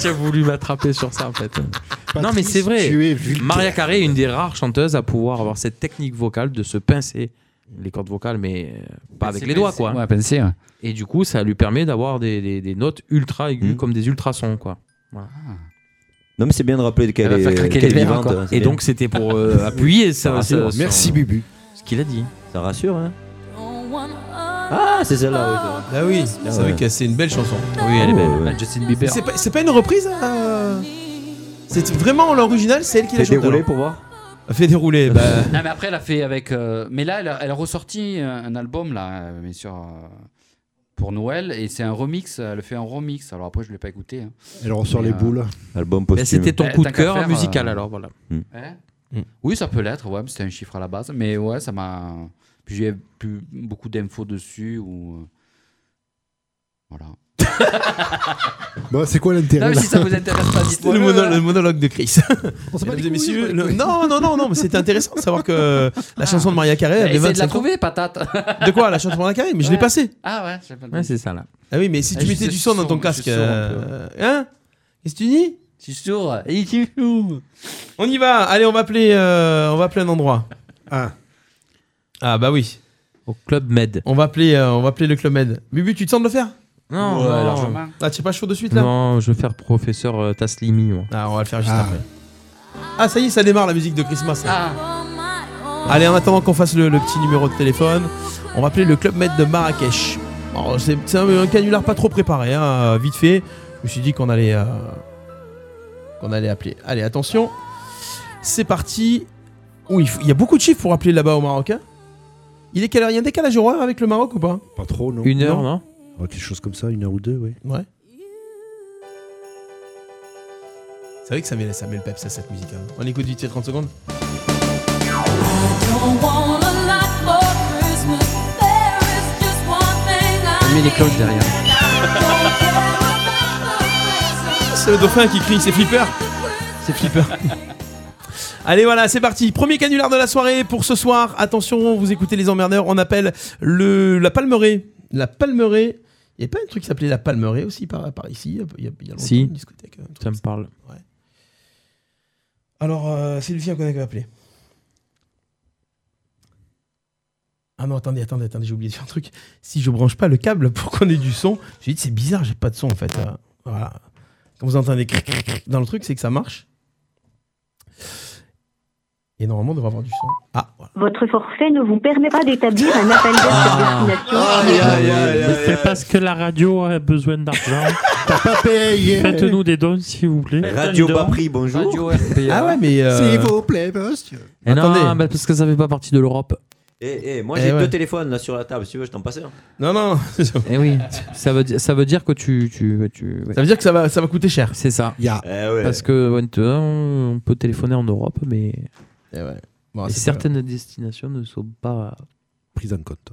[SPEAKER 12] tu as voulu m'attraper sur ça en fait. *laughs* non,
[SPEAKER 10] Patrice,
[SPEAKER 12] mais c'est vrai.
[SPEAKER 10] tu es vulgaire.
[SPEAKER 12] Maria Carré est une des rares chanteuses à pouvoir avoir cette technique vocale de se pincer les cordes vocales, mais euh, pas avec
[SPEAKER 8] Pincer,
[SPEAKER 12] les doigts
[SPEAKER 8] pincer.
[SPEAKER 12] quoi.
[SPEAKER 8] Ouais, ben, pincer, ouais.
[SPEAKER 12] Et du coup, ça lui permet d'avoir des, des- des notes ultra aiguës
[SPEAKER 11] Mm.
[SPEAKER 12] comme des ultrasons quoi. Voilà.
[SPEAKER 11] Non, mais c'est bien de rappeler qu'elle
[SPEAKER 12] Elle va
[SPEAKER 11] est,
[SPEAKER 12] faire craquer
[SPEAKER 11] qu'elle
[SPEAKER 12] les
[SPEAKER 11] est
[SPEAKER 12] verres,
[SPEAKER 11] vivante.
[SPEAKER 12] quoi.
[SPEAKER 11] hein, c'est
[SPEAKER 12] Et
[SPEAKER 11] bien.
[SPEAKER 12] donc, c'était pour euh, appuyer ça.
[SPEAKER 11] Ça rassure.
[SPEAKER 12] ça-
[SPEAKER 10] Merci
[SPEAKER 12] son-
[SPEAKER 10] Bubu.
[SPEAKER 12] Ce qu'il a dit.
[SPEAKER 11] Ça rassure, hein. Ah, c'est celle-là,
[SPEAKER 7] Ah oui, c'est vrai que c'est une belle chanson.
[SPEAKER 11] oui. Oui, elle est belle.
[SPEAKER 8] Ah, Justin Bieber.
[SPEAKER 7] C'est pas, hein, c'est pas une reprise euh, C'est vraiment l'original, c'est elle qui l'a
[SPEAKER 11] T'es
[SPEAKER 7] chanté.
[SPEAKER 11] déroulé
[SPEAKER 7] alors.
[SPEAKER 11] pour voir
[SPEAKER 7] Fait dérouler.
[SPEAKER 12] *laughs*
[SPEAKER 7] bah. *laughs*
[SPEAKER 8] Non, mais après, elle a fait avec. euh, mais là, elle a, elle a ressorti euh, un album, là, euh, bien sûr, euh, pour Noël. Et c'est un remix. Elle fait un remix. Alors après, je ne l'ai pas écouté. hein.
[SPEAKER 10] Elle ressort
[SPEAKER 8] Mais,
[SPEAKER 10] les
[SPEAKER 8] euh,
[SPEAKER 10] boules.
[SPEAKER 11] Album
[SPEAKER 12] posthume. c'était ton
[SPEAKER 8] Eh,
[SPEAKER 12] coup de
[SPEAKER 8] tant qu'à
[SPEAKER 12] cœur
[SPEAKER 8] faire,
[SPEAKER 12] musical,
[SPEAKER 8] euh,
[SPEAKER 12] alors, voilà. Hmm.
[SPEAKER 11] Mm.
[SPEAKER 8] Eh Oui, ça peut l'être. Ouais, mais c'était un chiffre à la base. Mais ouais, ça m'a. Puis j'ai plus beaucoup d'infos dessus. Ou... euh,
[SPEAKER 10] *laughs*
[SPEAKER 8] Voilà.
[SPEAKER 10] Bon, Bah, c'est quoi l'intérêt
[SPEAKER 8] Non, mais
[SPEAKER 10] là
[SPEAKER 8] si ça vous intéresse pas, dites-moi.
[SPEAKER 7] C'était le,
[SPEAKER 8] le,
[SPEAKER 7] mono-
[SPEAKER 8] hein.
[SPEAKER 7] le monologue de Chris. *laughs* Mesdames et messieurs, le- Non, non, non, non, mais c'était intéressant de savoir que la chanson de Maria Carré
[SPEAKER 8] Eh,
[SPEAKER 7] avait
[SPEAKER 8] Essayez de
[SPEAKER 7] 25
[SPEAKER 8] la
[SPEAKER 7] ans.
[SPEAKER 8] trouver, patate.
[SPEAKER 7] De quoi La chanson de Maria Carré Mais je l'ai
[SPEAKER 8] Ouais.
[SPEAKER 7] passée.
[SPEAKER 8] Ah ouais, je l'ai pas
[SPEAKER 12] Ouais, c'est ça là.
[SPEAKER 7] Ah oui, mais si
[SPEAKER 8] Ah,
[SPEAKER 7] tu
[SPEAKER 8] je
[SPEAKER 7] mettais
[SPEAKER 8] suis
[SPEAKER 7] du son dans
[SPEAKER 8] sourd,
[SPEAKER 7] ton
[SPEAKER 8] je suis
[SPEAKER 7] casque.
[SPEAKER 8] sourd un
[SPEAKER 7] euh, Hein Qu'est-ce que tu dis
[SPEAKER 8] Je suis sourd. Et tu es sourd.
[SPEAKER 7] On y va. Allez, on va appeler, euh, on va appeler un endroit. Ah. Ah bah oui.
[SPEAKER 12] Au Club Med.
[SPEAKER 7] On va appeler, euh, on va appeler le Club Med. Bubu, tu te sens de le faire
[SPEAKER 12] Non, Ouais, non. largement.
[SPEAKER 7] Ah, tu es pas chaud de suite là
[SPEAKER 12] Non, je vais faire professeur euh, Taslimi. Moi.
[SPEAKER 7] Ah, on va le faire juste après. Ah, ça y est, ça démarre la musique de Christmas. là. Allez, en attendant qu'on fasse le, le petit numéro de téléphone, on va appeler le Club Med de Marrakech. Bon, c'est c'est un, un canular pas trop préparé, hein, euh, vite fait. Je me suis dit qu'on allait, euh, qu'on allait appeler. Allez, attention. C'est parti. Oui, il faut- il y a beaucoup de chiffres pour appeler là-bas au Maroc. hein. Il est quelle heure Il y a un décalage horaire avec le Maroc ou pas
[SPEAKER 10] Pas trop, non
[SPEAKER 12] Une heure, non
[SPEAKER 10] Ouais, Quelque chose comme ça, une heure ou deux, oui.
[SPEAKER 7] Ouais. C'est vrai que ça met, ça met le peps à cette musique. hein. On écoute vite fait 30 secondes.
[SPEAKER 8] Mais les cloches derrière.
[SPEAKER 7] C'est le dauphin qui crie, c'est Flipper. C'est Flipper. *laughs* Allez voilà, c'est parti. Premier canular de la soirée pour ce soir. Attention, vous écoutez les emmerdeurs. On appelle le la Palmeraie. La Palmeraie. Il n'y a pas un truc qui s'appelait la Palmeraie aussi par, par ici Il y a, il y a longtemps,
[SPEAKER 12] Si.
[SPEAKER 7] une discothèque. un truc
[SPEAKER 12] Ça me parle.
[SPEAKER 7] Alors, euh, c'est Lucien qu'on a appelé. Ah non, attendez, attendez, attendez, j'ai oublié de faire un truc. Si je branche pas le câble pour qu'on ait du son, j'ai dit c'est bizarre, j'ai pas de son en fait. Euh, voilà. Quand vous entendez cric, cric, cric dans le truc, c'est que ça marche. Et normalement, on devrait avoir du son. Ah, voilà.
[SPEAKER 16] Votre forfait ne vous permet pas d'établir un appel d'air
[SPEAKER 5] Ah.
[SPEAKER 2] Ah.
[SPEAKER 16] à destination.
[SPEAKER 17] C'est parce que la radio a besoin d'argent.
[SPEAKER 10] T'as pas payé.
[SPEAKER 17] Faites-nous des dons, s'il vous plaît.
[SPEAKER 11] Radio pas pris, bonjour.
[SPEAKER 7] Ah ouais, mais. euh,
[SPEAKER 10] S'il vous plaît, monsieur.
[SPEAKER 12] Eh non,
[SPEAKER 7] Attendez.
[SPEAKER 12] bah, parce que ça fait pas partie de l'Europe.
[SPEAKER 11] Eh, eh, moi
[SPEAKER 12] Eh
[SPEAKER 11] j'ai
[SPEAKER 12] ouais.
[SPEAKER 11] deux téléphones là sur la table, si tu veux, je t'en passe un.
[SPEAKER 7] Non, non,
[SPEAKER 12] Eh oui, ça veut, dire- ça veut dire que tu. tu, tu ouais.
[SPEAKER 7] Ça veut dire que ça va, ça va coûter cher.
[SPEAKER 12] C'est ça.
[SPEAKER 10] Ya.
[SPEAKER 11] Eh ouais.
[SPEAKER 12] Parce que ouais, tu vois, on on peut téléphoner en Europe, mais.
[SPEAKER 7] Eh Bon,
[SPEAKER 12] mais
[SPEAKER 7] c'est
[SPEAKER 12] certaines destinations ne sont pas.
[SPEAKER 10] Prise en compte.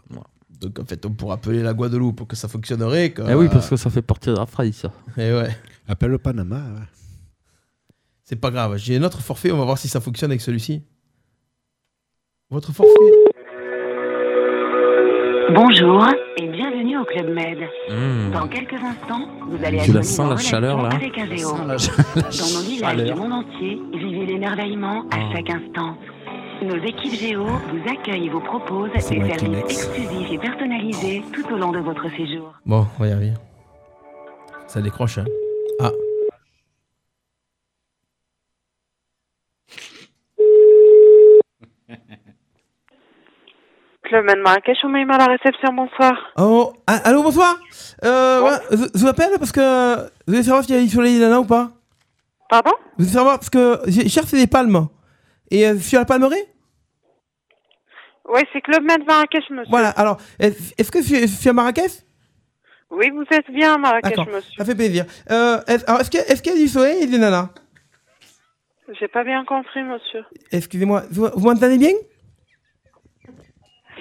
[SPEAKER 7] Donc en fait, on pourra appeler la Guadeloupe pour que ça fonctionnerait. quoi.
[SPEAKER 12] Eh oui, parce que ça fait partie de la phrase, ça.
[SPEAKER 7] Eh ouais.
[SPEAKER 10] Appelle le Panama. hein. ouais.
[SPEAKER 7] C'est pas grave, j'ai un autre forfait, on va voir si ça fonctionne avec celui-ci. Votre forfait
[SPEAKER 16] Bonjour et bienvenue au Club Med. Dans quelques instants, vous allez
[SPEAKER 12] Hmm. Tu la
[SPEAKER 16] être
[SPEAKER 12] sens,
[SPEAKER 16] mis en
[SPEAKER 12] la
[SPEAKER 16] relation
[SPEAKER 12] chaleur, là
[SPEAKER 16] avec un géo.
[SPEAKER 12] Je sens la- la
[SPEAKER 16] Dans nos villages du
[SPEAKER 12] chaleur. Oh.
[SPEAKER 16] monde entier, vivez l'émerveillement à chaque instant. Nos équipes géo vous accueillent et vous proposent des
[SPEAKER 7] C'est vrai qu'il
[SPEAKER 16] services
[SPEAKER 7] mixe.
[SPEAKER 16] exclusifs et personnalisés tout au long de votre séjour.
[SPEAKER 7] Bon, on va y arriver. Ça décroche, hein. Ah.
[SPEAKER 18] Club Med Marrakech, on m'a à la réception, bonsoir.
[SPEAKER 7] Oh, a- allô, bonsoir euh, ouais, je, je vous appelle parce que vous voulez savoir s'il y a du soleil là ou pas
[SPEAKER 18] Pardon
[SPEAKER 7] Vous voulez savoir parce que j'ai cherché des palmes. Et euh, je suis à la palmeraie
[SPEAKER 18] Oui, c'est Club Med Marrakech, monsieur.
[SPEAKER 7] Voilà, alors, est- est-ce que je suis- je suis à Marrakech
[SPEAKER 18] Oui, vous êtes bien à Marrakech,
[SPEAKER 7] D'accord,
[SPEAKER 18] monsieur.
[SPEAKER 7] ça fait plaisir. Euh, est- alors, est-ce que- est-ce qu'il y a du soleil et des nanas
[SPEAKER 18] J'ai pas bien compris, monsieur.
[SPEAKER 7] Excusez-moi, vous, vous m'entendez bien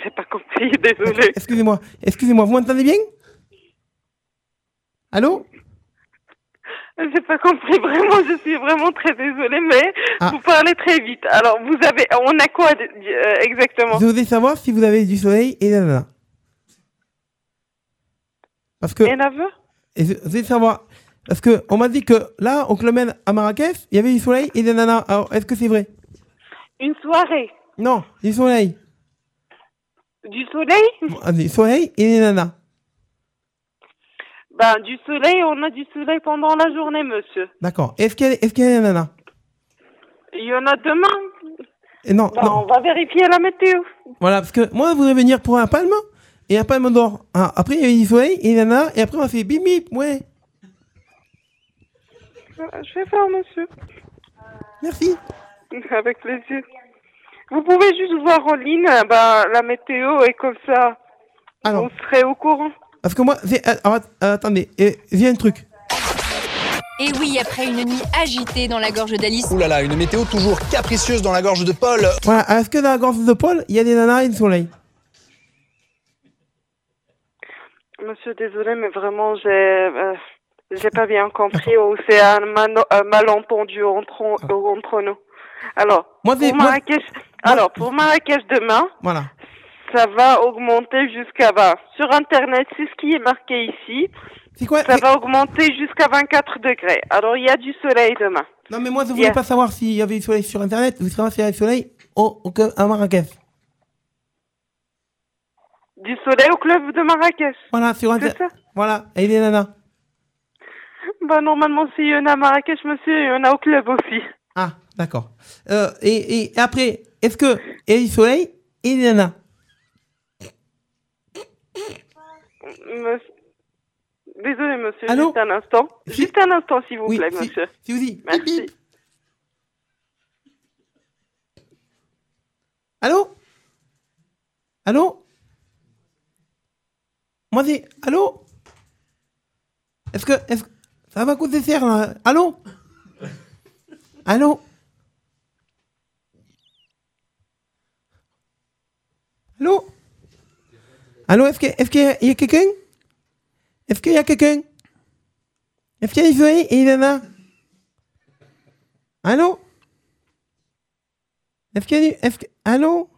[SPEAKER 18] J'ai pas compris, désolé.
[SPEAKER 7] Excusez-moi, excusez-moi, vous m'entendez bien Allô
[SPEAKER 18] J'ai pas compris, vraiment, je suis vraiment très désolée, mais
[SPEAKER 7] Ah.
[SPEAKER 18] vous parlez très vite. Alors, vous avez, on a quoi de- euh, exactement
[SPEAKER 7] Je voudrais savoir si vous avez du soleil et des nanas. Parce que.
[SPEAKER 18] Et nerveux
[SPEAKER 7] Et je je voudrais savoir. Parce que on m'a dit que là, au Club Med à Marrakech, il y avait du soleil et des nanas. Alors, est-ce que c'est vrai
[SPEAKER 18] Une soirée
[SPEAKER 7] Non, du
[SPEAKER 18] *laughs*
[SPEAKER 7] soleil.
[SPEAKER 18] Du soleil
[SPEAKER 7] Ah, Du soleil et des nanas.
[SPEAKER 18] Ben, du soleil, on a du soleil pendant la journée, monsieur.
[SPEAKER 7] D'accord. Est-ce qu'il y, a- est-ce qu'il y a des nanas
[SPEAKER 18] Il y en a demain
[SPEAKER 7] Et Non,
[SPEAKER 18] Ben,
[SPEAKER 7] non.
[SPEAKER 18] On va vérifier la météo.
[SPEAKER 7] Voilà, parce que moi, je voudrais venir pour un palme et un palme d'or. Ah, après, il y a eu du soleil et des nanas. Et après, on a fait bim bip, ouais.
[SPEAKER 3] Euh,
[SPEAKER 18] Je vais faire, monsieur.
[SPEAKER 7] Merci.
[SPEAKER 3] *laughs*
[SPEAKER 18] Avec plaisir.
[SPEAKER 3] Vous pouvez juste voir en ligne, euh, bah, la météo et comme ça,
[SPEAKER 13] Alors.
[SPEAKER 3] on serait au courant.
[SPEAKER 13] Parce que moi, viens, euh, alors, att- euh, attendez, et, viens un truc.
[SPEAKER 5] Et oui, après une nuit agitée dans la gorge d'Alice.
[SPEAKER 19] Ouh là là, une météo toujours capricieuse dans la gorge de Paul.
[SPEAKER 13] Voilà, est-ce que dans la gorge de Paul, il y a des nanas et du soleil
[SPEAKER 3] Monsieur, désolé, mais vraiment, j'ai, euh, j'ai pas bien compris ou c'est un, mano- un malentendu entre, euh, entre nous. Alors,
[SPEAKER 13] Ah. Moi, des-
[SPEAKER 3] pour
[SPEAKER 13] moi-
[SPEAKER 3] Marrakech, alors, pour Marrakech demain,
[SPEAKER 13] Voilà.
[SPEAKER 3] ça va augmenter jusqu'à 20. Sur Internet, c'est ce qui est marqué ici. ça va augmenter jusqu'à 24 degrés. Alors, il y a du soleil demain.
[SPEAKER 13] Non, mais moi, je voulais pas savoir s'il y avait du soleil sur Internet. Vous savez s'il y avait du soleil au, au, club- à Marrakech.
[SPEAKER 3] Du soleil au club de Marrakech. *laughs*
[SPEAKER 13] Voilà, sur Internet. Voilà, et des nanas.
[SPEAKER 3] Bah, normalement, s'il y en a à Marrakech, monsieur, il y en a au club aussi.
[SPEAKER 13] Ah, d'accord. Euh, et, et après, est-ce que il y a du soleil et des nanas
[SPEAKER 3] Monsieur- Désolé, monsieur,
[SPEAKER 13] Allô
[SPEAKER 3] juste un instant. Juste un instant, s'il vous plaît, monsieur.
[SPEAKER 13] Si vous dites.
[SPEAKER 3] Merci.
[SPEAKER 13] Allô Allô Moi, c'est... Allô Est-ce que... Est-ce... que- Ça va coûter cher, là Allô Allô Allô Allô, est-ce, que, est-ce qu'il y a- il y a quelqu'un Est-ce qu'il y a quelqu'un Est-ce qu'il y a Isolé et Ilana Allô Est-ce qu'il y a du... Est-ce que... Allô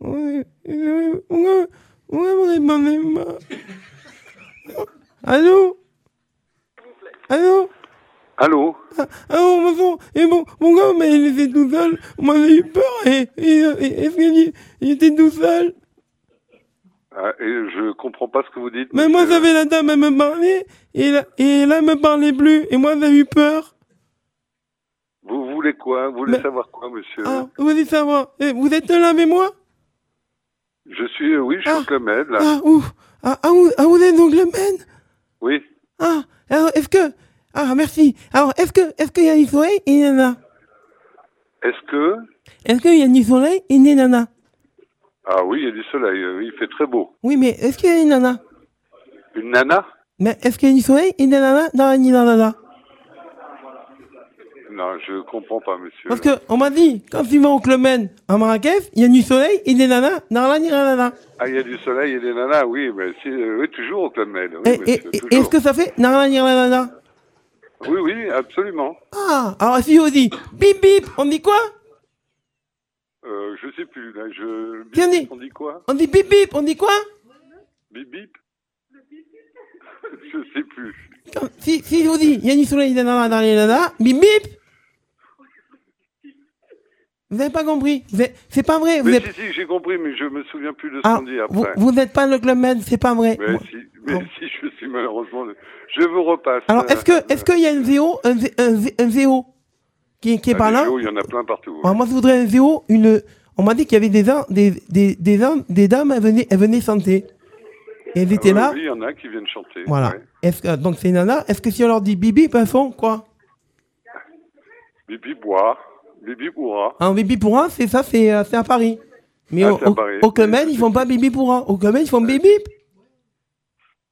[SPEAKER 13] Oui, oui, oui, oui, répondez-moi. Allô Allô
[SPEAKER 20] Allô
[SPEAKER 13] Ah, Allô, bonjour. Et bon, mon gars, mais il était tout seul. Moi, j'ai eu peur. Et, et, et- est-ce qu'il il était tout seul
[SPEAKER 20] Ah, et Je comprends pas ce que vous dites.
[SPEAKER 13] Mais moi, j'avais la dame, elle me parlait. Et là, et là, elle me parlait plus. Et moi, j'ai eu peur.
[SPEAKER 20] Vous voulez quoi Vous voulez savoir quoi, monsieur
[SPEAKER 13] Ah, vous voulez savoir eh, Vous êtes là avec moi
[SPEAKER 20] Je suis, euh, oui, je suis au Club Med, là.
[SPEAKER 13] Ah, ouf. Ah, ah, vous, ah, vous êtes donc le man
[SPEAKER 20] Oui.
[SPEAKER 13] Ah, alors est-ce que. Ah, merci. Alors, est-ce que est-ce qu'il y a du soleil et des nanas
[SPEAKER 20] Est-ce que
[SPEAKER 13] Est-ce qu'il y a du soleil et des nanas
[SPEAKER 20] Ah oui, il y a du soleil. euh, oui, il fait très beau.
[SPEAKER 13] Oui, mais est-ce qu'il y a une nana
[SPEAKER 20] Une nana
[SPEAKER 13] Mais est-ce qu'il y a du soleil et des nanas dans la nuit dans la- là
[SPEAKER 20] Non, je comprends pas, monsieur.
[SPEAKER 13] Parce que on m'a dit, quand tu vas au Club Med à Marrakech, il y a du soleil et des nanas dans la nuit dans la- là.
[SPEAKER 20] Ah, il y a du soleil et des nanas, oui, mais si, euh, oui, toujours au Club Med. Oui,
[SPEAKER 13] Et- et-
[SPEAKER 20] monsieur,
[SPEAKER 13] et-
[SPEAKER 20] toujours.
[SPEAKER 13] Est-ce que ça fait dans la nuit dans la- là
[SPEAKER 20] Oui, oui, absolument.
[SPEAKER 13] Ah, alors si on dit bip bip, on dit quoi
[SPEAKER 20] Euh, je sais plus, là, je...
[SPEAKER 13] Tiens, dis.
[SPEAKER 20] On dit quoi
[SPEAKER 13] On dit bip bip, on dit quoi
[SPEAKER 20] Bip bip *laughs* Je sais plus.
[SPEAKER 13] Quand- Si, si je vous dis, il y a du soleil dans la dans les nanas, bip bip Vous n'avez pas compris, Vous êtes- c'est pas vrai, vous
[SPEAKER 20] mais
[SPEAKER 13] êtes...
[SPEAKER 20] si, si, j'ai compris, mais je me souviens plus de ce
[SPEAKER 13] Ah,
[SPEAKER 20] qu'on dit
[SPEAKER 13] vous,
[SPEAKER 20] après.
[SPEAKER 13] vous n'êtes pas le Club Med, c'est pas vrai.
[SPEAKER 20] Mais si, mais si, je suis malheureusement... le- Je vous repasse.
[SPEAKER 13] Alors, est-ce que, est-ce qu'il y a une VO, un, V- un V- un VO qui, qui est
[SPEAKER 20] Ah,
[SPEAKER 13] par
[SPEAKER 20] des
[SPEAKER 13] là
[SPEAKER 20] vélos, Il y en a plein partout.
[SPEAKER 13] Alors, Moi, je voudrais un VO, une. On m'a dit qu'il y avait des, uns- des, des, des, uns- des dames, elles venaient, elles venaient chanter. Et elles
[SPEAKER 20] Ah
[SPEAKER 13] étaient
[SPEAKER 20] oui,
[SPEAKER 13] là.
[SPEAKER 20] oui, il y en a qui viennent chanter.
[SPEAKER 13] Voilà.
[SPEAKER 20] ouais.
[SPEAKER 13] Est-ce que, donc, c'est une nana. Est-ce que si on leur dit bibi, ben, elles font quoi
[SPEAKER 20] Bibi bois, Bibi bourra.
[SPEAKER 13] Un bibi pour un, c'est ça, c'est, euh, c'est à Paris. Mais
[SPEAKER 20] Ah,
[SPEAKER 13] au,
[SPEAKER 20] c'est à
[SPEAKER 13] au,
[SPEAKER 20] Paris.
[SPEAKER 13] au Club Med, ils font pas bibi pour un. Au Club Med, ils font bibi.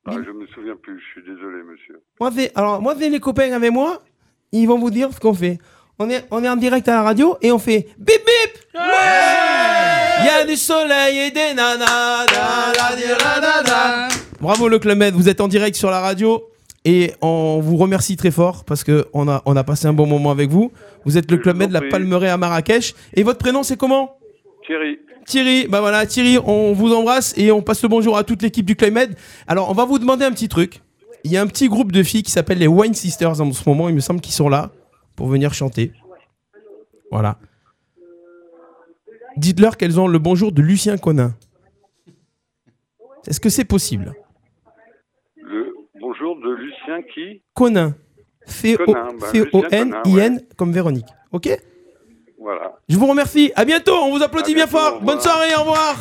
[SPEAKER 20] Ah, je me souviens plus, je suis désolé, monsieur.
[SPEAKER 13] Moi, c'est, alors, moi, c'est les copains avec moi. Ils vont vous dire ce qu'on fait. On est, on est en direct à la radio et on fait bip bip Il y a du soleil et des nanas. Bravo le Club Med, vous êtes en direct sur la radio et on vous remercie très fort parce que on a, on a passé un bon moment avec vous. Vous êtes le Club Med de la Palmeraie à Marrakech et votre prénom c'est comment
[SPEAKER 20] Thierry.
[SPEAKER 13] Thierry, bah voilà Thierry, on vous embrasse et on passe le bonjour à toute l'équipe du Club Med. Alors on va vous demander un petit truc. Il y a un petit groupe de filles qui s'appelle les Wine Sisters en ce moment, il me semble qu'ils sont là pour venir chanter. Voilà. Dites-leur qu'elles ont le bonjour de Lucien Conin. Est-ce que c'est possible
[SPEAKER 20] Le bonjour de Lucien qui
[SPEAKER 13] Conin.
[SPEAKER 20] Conin, bah, Lucien Conin,
[SPEAKER 13] C-O-N-I-N, comme Véronique. Ok
[SPEAKER 20] Voilà.
[SPEAKER 13] Je vous remercie. À bientôt. On vous applaudit
[SPEAKER 20] À
[SPEAKER 13] bien
[SPEAKER 20] bientôt,
[SPEAKER 13] fort.
[SPEAKER 20] au
[SPEAKER 13] Bonne
[SPEAKER 20] revoir.
[SPEAKER 13] soirée. Au revoir.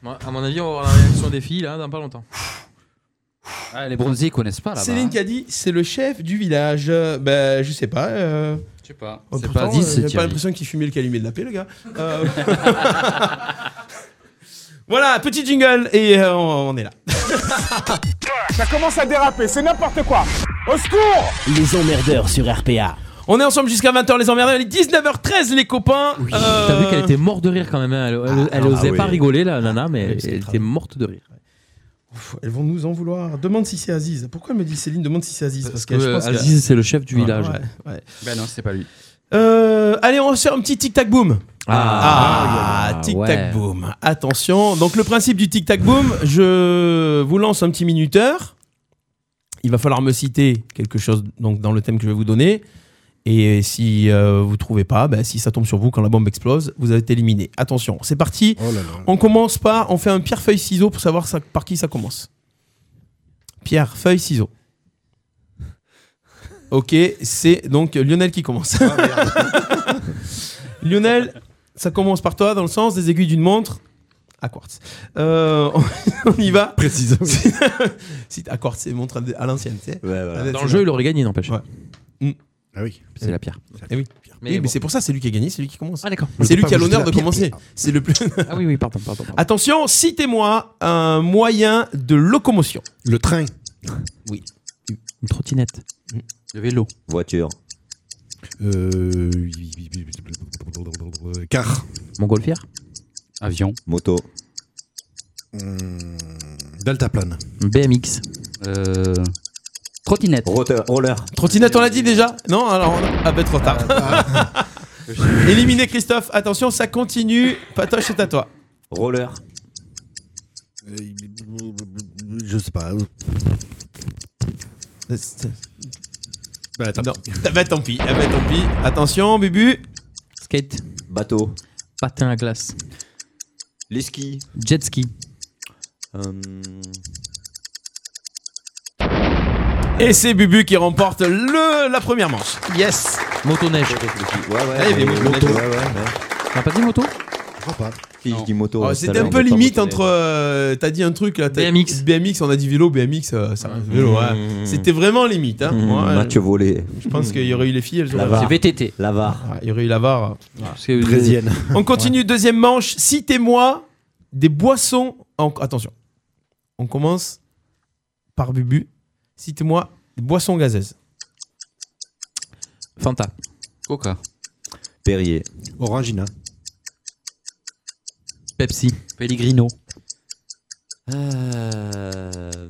[SPEAKER 12] Moi, à mon avis, on va avoir la réaction des filles là dans pas longtemps.
[SPEAKER 8] Ah, les bronzés, ils connaissent pas là-bas. hein.
[SPEAKER 7] Céline qui a dit c'est le chef du village. Euh, ben, je sais pas. euh,
[SPEAKER 8] Je sais pas.
[SPEAKER 7] oh,
[SPEAKER 8] C'est
[SPEAKER 7] pourtant,
[SPEAKER 8] pas dit,
[SPEAKER 7] euh,
[SPEAKER 8] c'est
[SPEAKER 7] J'ai pas
[SPEAKER 8] Thierry.
[SPEAKER 7] l'impression qu'il fumait le calumet de la paix, le gars. Euh, *laughs* voilà, petit jingle et euh, on, on est là.
[SPEAKER 2] Ça commence à déraper, c'est n'importe quoi. Au secours
[SPEAKER 21] Les emmerdeurs sur RPA.
[SPEAKER 7] On est ensemble jusqu'à 20h, les emmerdeurs. Il est 19h13, les copains. Euh,
[SPEAKER 12] T'as vu qu'elle était morte de rire quand même. hein. Elle, elle- elle
[SPEAKER 7] Ah,
[SPEAKER 12] osait
[SPEAKER 7] oui.
[SPEAKER 12] pas rigoler, la nana, mais elle était morte de rire.
[SPEAKER 7] Pff, Elles vont nous en vouloir. Demande si c'est Aziz. Pourquoi elle me dit Céline Demande si c'est Aziz Parce,
[SPEAKER 12] que, euh, Aziz, c'est le chef du village.
[SPEAKER 7] ouais, ouais.
[SPEAKER 8] Ben non, c'est pas lui.
[SPEAKER 7] Euh, allez, on va se faire un petit tic-tac-boom.
[SPEAKER 12] Ah,
[SPEAKER 7] tic-tac-boom. Attention. Donc, le principe du tic-tac-boom, je vous lance un petit minuteur. Il va falloir me citer quelque chose donc, dans le thème que je vais vous donner. Et si euh, vous trouvez pas, bah, si ça tombe sur vous quand la bombe explose, vous êtes éliminé. Attention, c'est parti. On commence par, on fait un pierre-feuille-ciseau pour savoir ça- par qui ça commence. Pierre-feuille-ciseau. *laughs* Ok, c'est donc Lionel qui commence. *laughs* Lionel, ça commence par toi dans le sens des aiguilles d'une montre à quartz. Euh, on *laughs* y va. Précisons. Si, *laughs* si- à quartz, c'est montre à à l'ancienne, tu sais.
[SPEAKER 12] Dans le jeu, il aurait gagné, n'empêche.
[SPEAKER 7] Ah oui.
[SPEAKER 12] C'est la pierre.
[SPEAKER 7] Eh oui.
[SPEAKER 12] Mais
[SPEAKER 7] Oui, mais
[SPEAKER 12] bon.
[SPEAKER 7] c'est pour ça, c'est lui qui a gagné, c'est lui qui commence.
[SPEAKER 12] Ah, d'accord.
[SPEAKER 7] C'est lui
[SPEAKER 12] Pas
[SPEAKER 7] qui a
[SPEAKER 12] vous
[SPEAKER 7] l'honneur
[SPEAKER 12] jeter
[SPEAKER 7] de
[SPEAKER 12] la
[SPEAKER 7] commencer.
[SPEAKER 12] pierre, pierre.
[SPEAKER 7] C'est le plus.
[SPEAKER 12] Ah oui, oui, pardon, pardon. pardon.
[SPEAKER 7] Attention, citez-moi un moyen de locomotion. Le train. Oui.
[SPEAKER 12] Une trottinette.
[SPEAKER 8] Le vélo.
[SPEAKER 11] Voiture.
[SPEAKER 10] Euh, car.
[SPEAKER 12] Montgolfière.
[SPEAKER 8] Avion.
[SPEAKER 11] Moto.
[SPEAKER 7] Hmm,
[SPEAKER 10] Deltaplane.
[SPEAKER 12] BMX.
[SPEAKER 8] Euh. Trottinette.
[SPEAKER 11] Roller.
[SPEAKER 7] Trottinette, on l'a dit déjà Non Alors, on- ah ben trop tard. Ah, *laughs* Éliminé Christophe, attention, ça continue. Patoche, c'est à toi.
[SPEAKER 11] Roller.
[SPEAKER 10] Euh, Je sais pas.
[SPEAKER 7] Bah, tant pis. Ah bah tant pis, ah bah, tant pis. Attention, Bubu.
[SPEAKER 12] Skate.
[SPEAKER 11] Bateau.
[SPEAKER 12] Patin à glace.
[SPEAKER 11] Les skis.
[SPEAKER 12] Jet ski.
[SPEAKER 7] Et c'est Bubu qui remporte le, la première manche. Yes.
[SPEAKER 12] Motoneige.
[SPEAKER 11] Ouais, ouais.
[SPEAKER 7] Ah, il y avait
[SPEAKER 11] ouais,
[SPEAKER 7] moto.
[SPEAKER 11] Ouais, ouais, ouais.
[SPEAKER 12] T'as pas dit moto
[SPEAKER 11] Si, je dis moto. euh,
[SPEAKER 7] Oh,
[SPEAKER 11] tout à
[SPEAKER 7] C'était
[SPEAKER 11] l'heure,
[SPEAKER 7] un
[SPEAKER 11] on
[SPEAKER 7] peu
[SPEAKER 11] était pas
[SPEAKER 7] limite
[SPEAKER 11] motoneige.
[SPEAKER 7] entre. euh, t'as dit un truc là. BMX. BMX, on a dit vélo, BMX, euh, ça reste vélo. ouais.
[SPEAKER 11] Mmh.
[SPEAKER 7] C'était vraiment limite. Hein.
[SPEAKER 11] Mmh,
[SPEAKER 7] Ouais.
[SPEAKER 11] Match volé. Mmh.
[SPEAKER 7] Je pense qu'il y aurait eu les filles, elles auraient-
[SPEAKER 11] L'avare.
[SPEAKER 7] C'est VTT.
[SPEAKER 11] L'avare.
[SPEAKER 7] Ah, Il y aurait eu la VAR.
[SPEAKER 12] que- *laughs*
[SPEAKER 10] 13e.
[SPEAKER 7] On continue, deuxième manche. Citez-moi des boissons. en- Attention. On commence par Bubu. Citez-moi des boissons gazeuses.
[SPEAKER 12] Fanta.
[SPEAKER 8] Coca.
[SPEAKER 11] Perrier.
[SPEAKER 10] Orangina.
[SPEAKER 12] Pepsi.
[SPEAKER 8] Pellegrino.
[SPEAKER 11] Euh,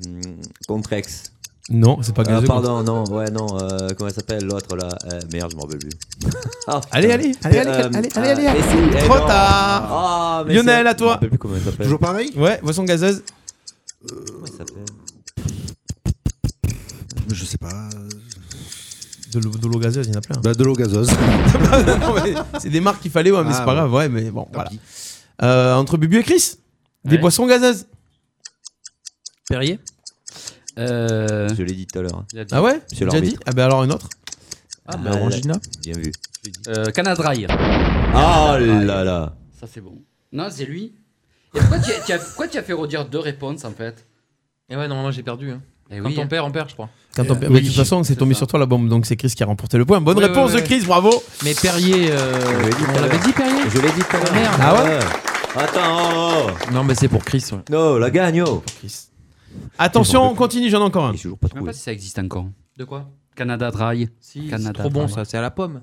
[SPEAKER 11] hum, Contrex.
[SPEAKER 7] Non, c'est pas
[SPEAKER 11] Euh,
[SPEAKER 7] gazeux.
[SPEAKER 11] pardon, non, ouais, non. euh, comment elle s'appelle l'autre là Euh, Merde, je
[SPEAKER 7] *laughs*
[SPEAKER 11] m'en rappelle plus. Ah,
[SPEAKER 7] Allez,
[SPEAKER 11] putain.
[SPEAKER 7] allez, allez, allez,
[SPEAKER 11] Euh,
[SPEAKER 7] allez, allez, allez,
[SPEAKER 11] ah,
[SPEAKER 7] allez.
[SPEAKER 11] mais si, eh
[SPEAKER 7] Trop
[SPEAKER 11] non.
[SPEAKER 7] tard.
[SPEAKER 11] Ah, mais
[SPEAKER 7] Lionel,
[SPEAKER 11] c'est-
[SPEAKER 7] à
[SPEAKER 11] Je me
[SPEAKER 7] toi.
[SPEAKER 11] rappelle plus comment elle s'appelle.
[SPEAKER 10] Toujours pareil
[SPEAKER 7] Ouais, boissons gazeuses.
[SPEAKER 11] Comment elle s'appelle
[SPEAKER 10] Je sais pas.
[SPEAKER 7] De l'eau de l'eau gazeuse, il y en a plein.
[SPEAKER 10] Bah, de l'eau gazeuse.
[SPEAKER 7] *laughs* Non, mais c'est des marques qu'il fallait, ouais, mais
[SPEAKER 10] Ah,
[SPEAKER 7] c'est pas
[SPEAKER 10] ouais.
[SPEAKER 7] grave, ouais, mais bon, voilà. Euh, entre Bubu et Chris, des
[SPEAKER 8] Ouais.
[SPEAKER 7] boissons gazeuses.
[SPEAKER 12] Perrier.
[SPEAKER 8] Euh...
[SPEAKER 11] Je l'ai dit tout à l'heure. hein.
[SPEAKER 8] Il a dit.
[SPEAKER 7] Ah ouais
[SPEAKER 11] Monsieur
[SPEAKER 7] Déjà
[SPEAKER 11] l'arbitre.
[SPEAKER 7] dit Ah bah alors une autre
[SPEAKER 8] Ah,
[SPEAKER 11] Ah, là, Bien vu.
[SPEAKER 8] Euh, Canadry.
[SPEAKER 11] Ah là là.
[SPEAKER 8] Ça, c'est bon. Non, c'est lui. Et pourquoi tu, tu as, pourquoi tu as fait redire deux réponses en fait
[SPEAKER 12] Et ouais, normalement, j'ai perdu. hein.
[SPEAKER 8] Eh
[SPEAKER 12] Quand
[SPEAKER 8] oui, hein.
[SPEAKER 12] on perd, on perd, je crois.
[SPEAKER 7] Quand
[SPEAKER 8] euh,
[SPEAKER 7] on perd-
[SPEAKER 12] oui,
[SPEAKER 7] de toute façon, c'est tombé sur toi la bombe, donc c'est Chris qui a remporté le point. Bonne
[SPEAKER 12] Ouais,
[SPEAKER 7] réponse
[SPEAKER 12] ouais, ouais.
[SPEAKER 7] de Chris, bravo
[SPEAKER 12] Mais Perrier, euh, on l'avait dit Perrier
[SPEAKER 11] Je l'ai dit tout à l'heure.
[SPEAKER 12] Merde.
[SPEAKER 7] Ah ouais
[SPEAKER 11] Attends. oh,
[SPEAKER 12] Non, mais c'est pour Chris. ouais.
[SPEAKER 11] oh. Non, la gagne. oh.
[SPEAKER 7] Attention, on continue, j'en ai encore un.
[SPEAKER 8] Je sais même pas si ça existe encore. De quoi Canada Dry.
[SPEAKER 12] Si,
[SPEAKER 8] Canada
[SPEAKER 12] c'est trop bon
[SPEAKER 8] Dry.
[SPEAKER 12] ça, c'est à la pomme.